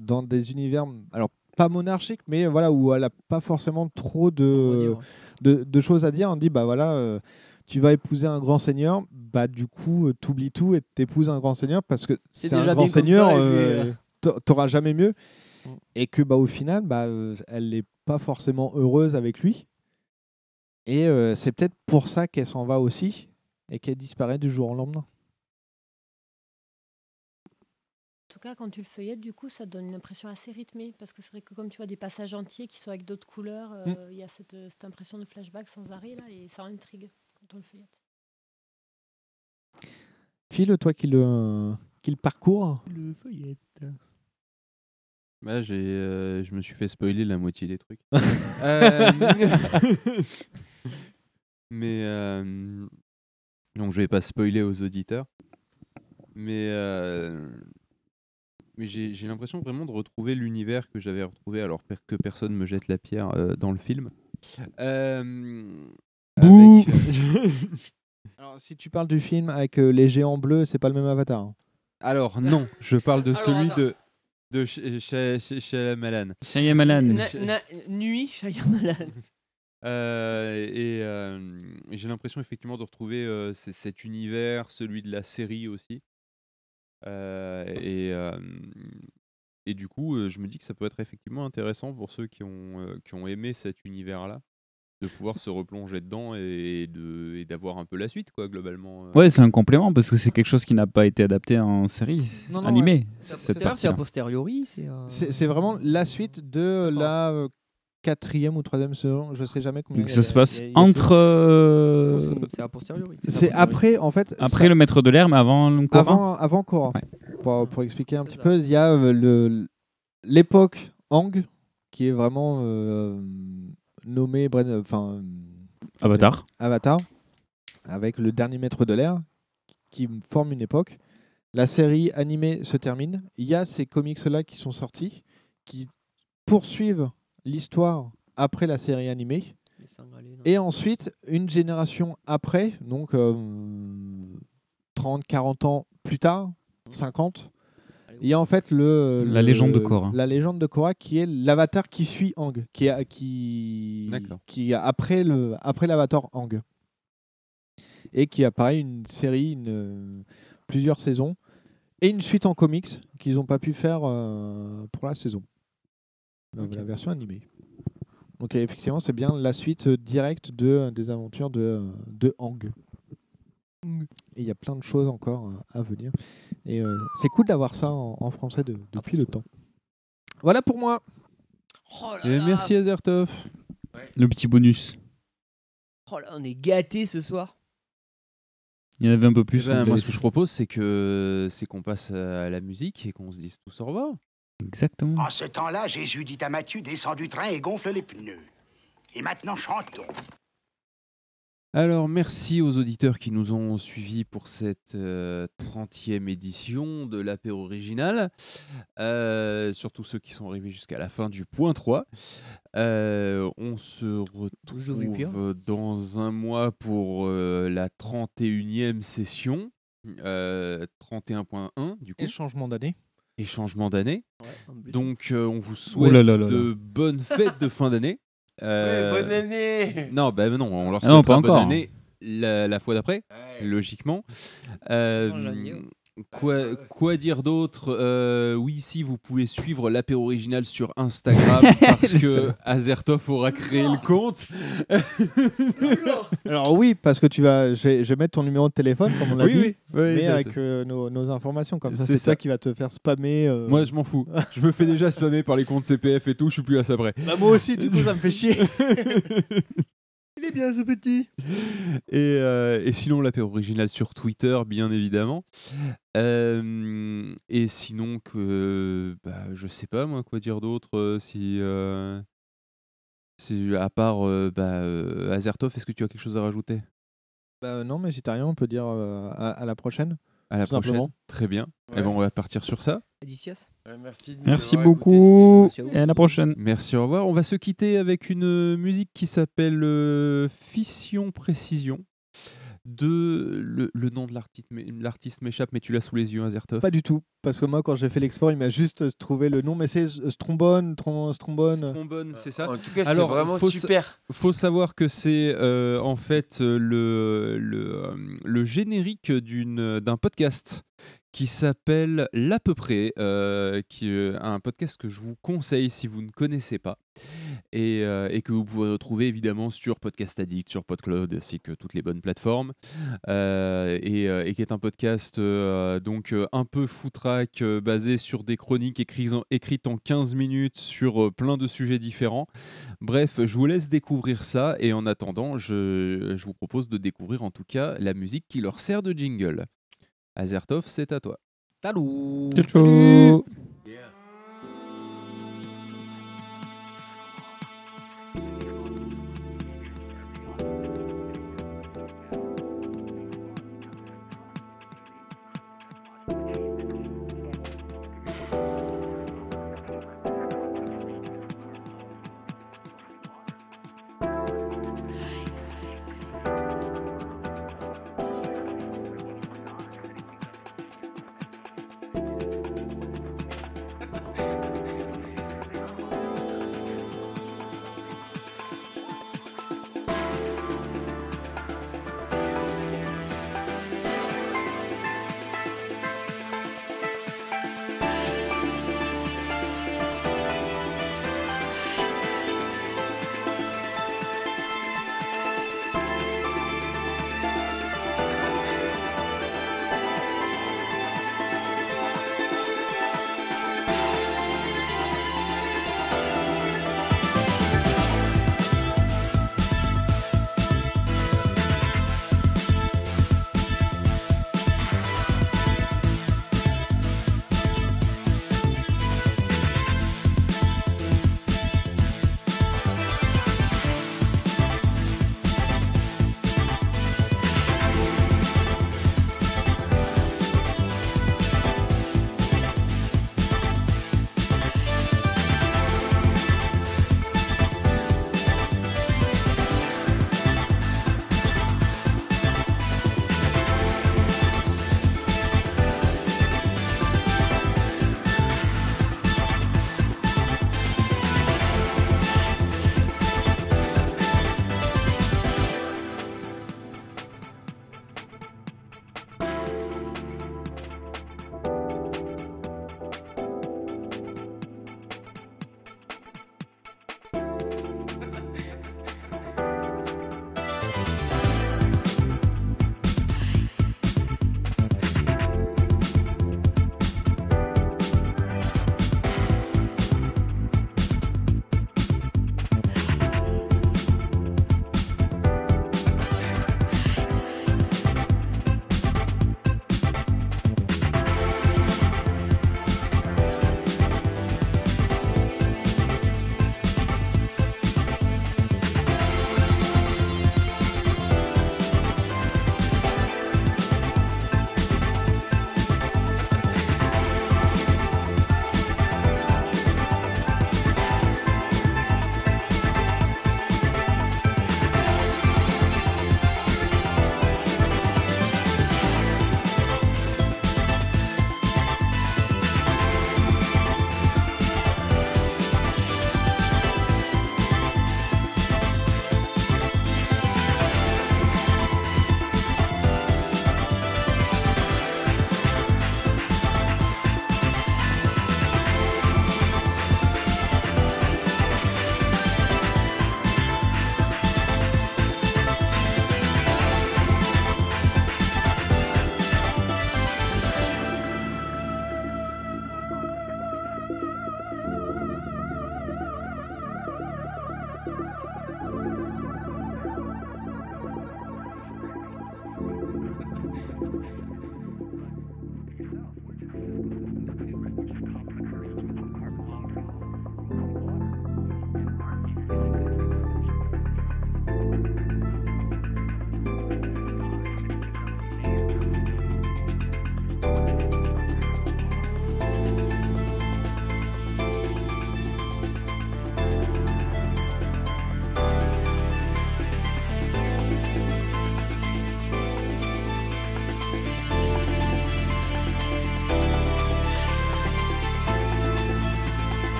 S7: dans des univers, alors pas monarchiques, mais euh, voilà, où elle n'a pas forcément trop de, de, de choses à dire. On dit, bah voilà, euh, tu vas épouser un grand seigneur, bah du coup, euh, t'oublies tout et t'épouses un grand seigneur parce que
S6: C'est
S7: c'est un
S6: déjà
S7: grand
S6: bien comme
S7: seigneur,
S6: ça, et puis,
S7: euh,
S6: euh, Mm.
S7: t'a- t'auras jamais mieux. Et que bah au final, bah, euh, elle n'est pas forcément heureuse avec lui. Et euh, c'est peut-être pour ça qu'elle s'en va aussi et qu'elle disparaît du jour au lendemain.
S5: En tout cas, quand tu le feuillettes, du coup, ça te donne une impression assez rythmée. Parce que c'est vrai que comme tu vois des passages entiers qui sont avec d'autres couleurs, euh, il y a cette, cette impression de flashback sans arrêt, là, et ça intrigue quand on le feuillette.
S7: Phil, toi qui le, qui le parcours
S6: Le feuillette.
S8: Bah, j'ai, euh, je me suis fait spoiler la moitié des trucs.
S7: Euh,
S8: mais euh, donc je vais pas spoiler aux auditeurs. Mais euh, mais j'ai, j'ai l'impression vraiment de retrouver l'univers que j'avais retrouvé alors per- que personne me jette la pierre euh, dans le film. Euh, avec-
S7: Alors, si tu parles du film avec euh, les géants bleus, c'est pas le même avatar. hein.
S8: Alors non, je parle de
S7: Alors,
S8: celui
S7: attends.
S8: de de Sh- Sh- Sh- Shyamalan.
S9: Shyamalan.
S6: Na- na- nuit, Shyamalan.
S8: Euh, et euh, et j'ai l'impression effectivement de retrouver euh, c- cet univers, celui de la série aussi. Euh, et, euh, et du coup, euh, je me dis que ça peut être effectivement intéressant pour ceux qui ont, euh, qui ont aimé cet univers-là, de pouvoir se replonger dedans et, de- et d'avoir un peu la suite, quoi, globalement. euh.
S9: Ouais, c'est un complément parce que c'est quelque chose qui n'a pas été adapté en série c'est
S7: Non, non,
S9: animée.
S7: ouais,
S9: c'est- hein.
S7: c'est-
S9: cette
S7: c'est-
S9: partie-là.
S6: posteriori, c'est. euh,
S7: C'est c'est vraiment la suite de la euh, quatrième ou troisième saison, je sais jamais combien.
S9: Donc
S7: il y
S9: ça
S7: a-
S9: se
S7: il
S9: passe
S7: y a- il y a-
S9: entre. euh,
S6: Non, Oh, c'est- c'est a posteriori.
S7: C'est après, en fait.
S9: Après
S7: ça-
S9: le maître de l'air, mais avant le Coran.
S7: Avant, avant Korra. Pour, pour expliquer un petit peu, il y a euh, le- l'époque Ang, qui est vraiment euh, nommée Bren- enfin, euh,
S9: Avatar.
S7: Avatar, avec le dernier maître de l'air, qui forment une époque. La série animée se termine. Il y a ces comics-là qui sont sortis, qui poursuivent l'histoire après la série animée. Et ensuite, une génération après, donc euh, 30, 40 ans plus tard, 50, il y a en fait le,
S9: La
S7: le-
S9: légende de Korra.
S7: La légende de Korra qui est l'avatar qui suit Ang, qui est qui, qui est après le après l'avatar Ang. Et qui apparaît une série, une, euh, plusieurs saisons et une suite en comics qu'ils n'ont pas pu faire euh, pour la saison. La- La version animée. Donc euh, effectivement, c'est bien la suite euh, directe de, euh, des aventures de, euh, de Hang. Et il y a plein de choses encore euh, à venir. Et euh, c'est cool d'avoir ça en, en français de- depuis le temps. Voilà pour moi.
S6: Oh
S9: Et merci Azertov.
S6: Ouais.
S9: Le petit bonus.
S6: Oh là, on est gâtés ce soir.
S9: Il y en avait un peu
S8: Eh
S9: plus.
S8: ben,
S9: on
S8: moi,
S9: l'avait
S8: ce que je propose, c'est que c'est qu'on passe à la musique et qu'on se dise tous au revoir.
S9: Exactement.
S24: En ce temps-là, Jésus dit à Matthieu descend du train et gonfle les pneus. Et maintenant chantons.
S8: Alors, merci aux auditeurs qui nous ont suivis pour cette euh, 30e édition de l'apéro original. Euh, surtout ceux qui sont arrivés jusqu'à la fin du point 3. Euh, on se
S6: les pierres.
S8: retrouve dans un mois pour euh, la 31e session. Euh, 31.1 du coup.
S7: Et changement d'année.
S8: Et changement d'année.
S6: en plus.
S8: Donc euh, on vous
S9: Oh
S8: souhaite
S9: là là là
S8: de
S9: là.
S8: bonnes fêtes de fin d'année. Euh,
S10: bonne année
S8: Non, bah non, on leur
S9: Ah non,
S8: souhaite
S9: pas
S8: bonne
S9: encore.
S8: année la, la fois d'après, logiquement. Euh,
S9: En janvier, ouais.
S8: Quoi,
S6: euh,
S8: quoi dire d'autre Euh, Oui, si vous pouvez suivre l'apéro original sur Instagram parce
S9: Le
S8: que
S9: salaud.
S8: Azertov aura créé le compte.
S7: Alors oui, parce que tu vas, je vais, je vais mettre ton numéro de téléphone comme on l'a
S8: Oui,
S7: dit,
S8: oui. Oui,
S7: mais
S8: ça,
S7: avec
S8: ça.
S7: euh, nos, nos informations comme ça.
S8: C'est
S7: C'est ça.
S8: ça.
S7: qui va te faire spammer. euh.
S8: Moi, je m'en fous. Je me fais déjà spammer par les comptes CPF et tout. Je suis plus à ça près.
S7: Bah, moi aussi, du coup, ça me fait chier.
S8: Il est bien ce petit. Et, euh, et sinon, l'apéro original sur Twitter, bien évidemment. Euh, et sinon, que bah, je sais pas moi quoi dire d'autre. euh, si, euh, si- à part euh, bah, euh, Azertov, est-ce que tu as quelque chose à rajouter
S7: Bah, non, mais si t'as rien, on peut dire euh, à, à la prochaine.
S8: À la
S7: Tout
S8: prochaine.
S7: simplement.
S8: Très bien. Et ben, on va partir sur ça.
S6: Adicios.
S10: merci
S9: Merci beaucoup.
S6: Merci à vous.
S9: Et à la prochaine.
S8: Merci, au revoir. On va se quitter avec une euh, musique qui s'appelle euh, Fission Précision. De le, le nom de l'artiste m'é- l'artiste m'échappe, mais tu l'as sous les yeux, Azertov.
S7: Pas du tout, parce que moi, quand j'ai fait l'export, il m'a juste euh, trouvé le nom, mais c'est euh, Strombone, Trom- Strombone.
S8: Trombone, c'est ça.
S10: En tout cas, c'est
S8: Alors,
S10: vraiment
S8: faut sa-
S10: super.
S8: faut savoir que c'est euh, en fait euh, le, le, euh, le générique d'une- d'un podcast qui s'appelle L'à peu près, euh, qui est un podcast que je vous conseille si vous ne connaissez pas et, euh, et que vous pouvez retrouver évidemment sur Podcast Addict, sur PodCloud ainsi que toutes les bonnes plateformes Euh, et, euh, et qui est un podcast euh, donc euh, un peu foutraque euh, basé sur des chroniques écrites en, écrites en 15 minutes sur euh, plein de sujets différents. Bref, je vous laisse découvrir ça et en attendant, je, je vous propose de découvrir en tout cas la musique qui leur sert de jingle. Azertov, c'est à toi.
S6: Talou.
S9: Ciao, ciao.
S6: Salut.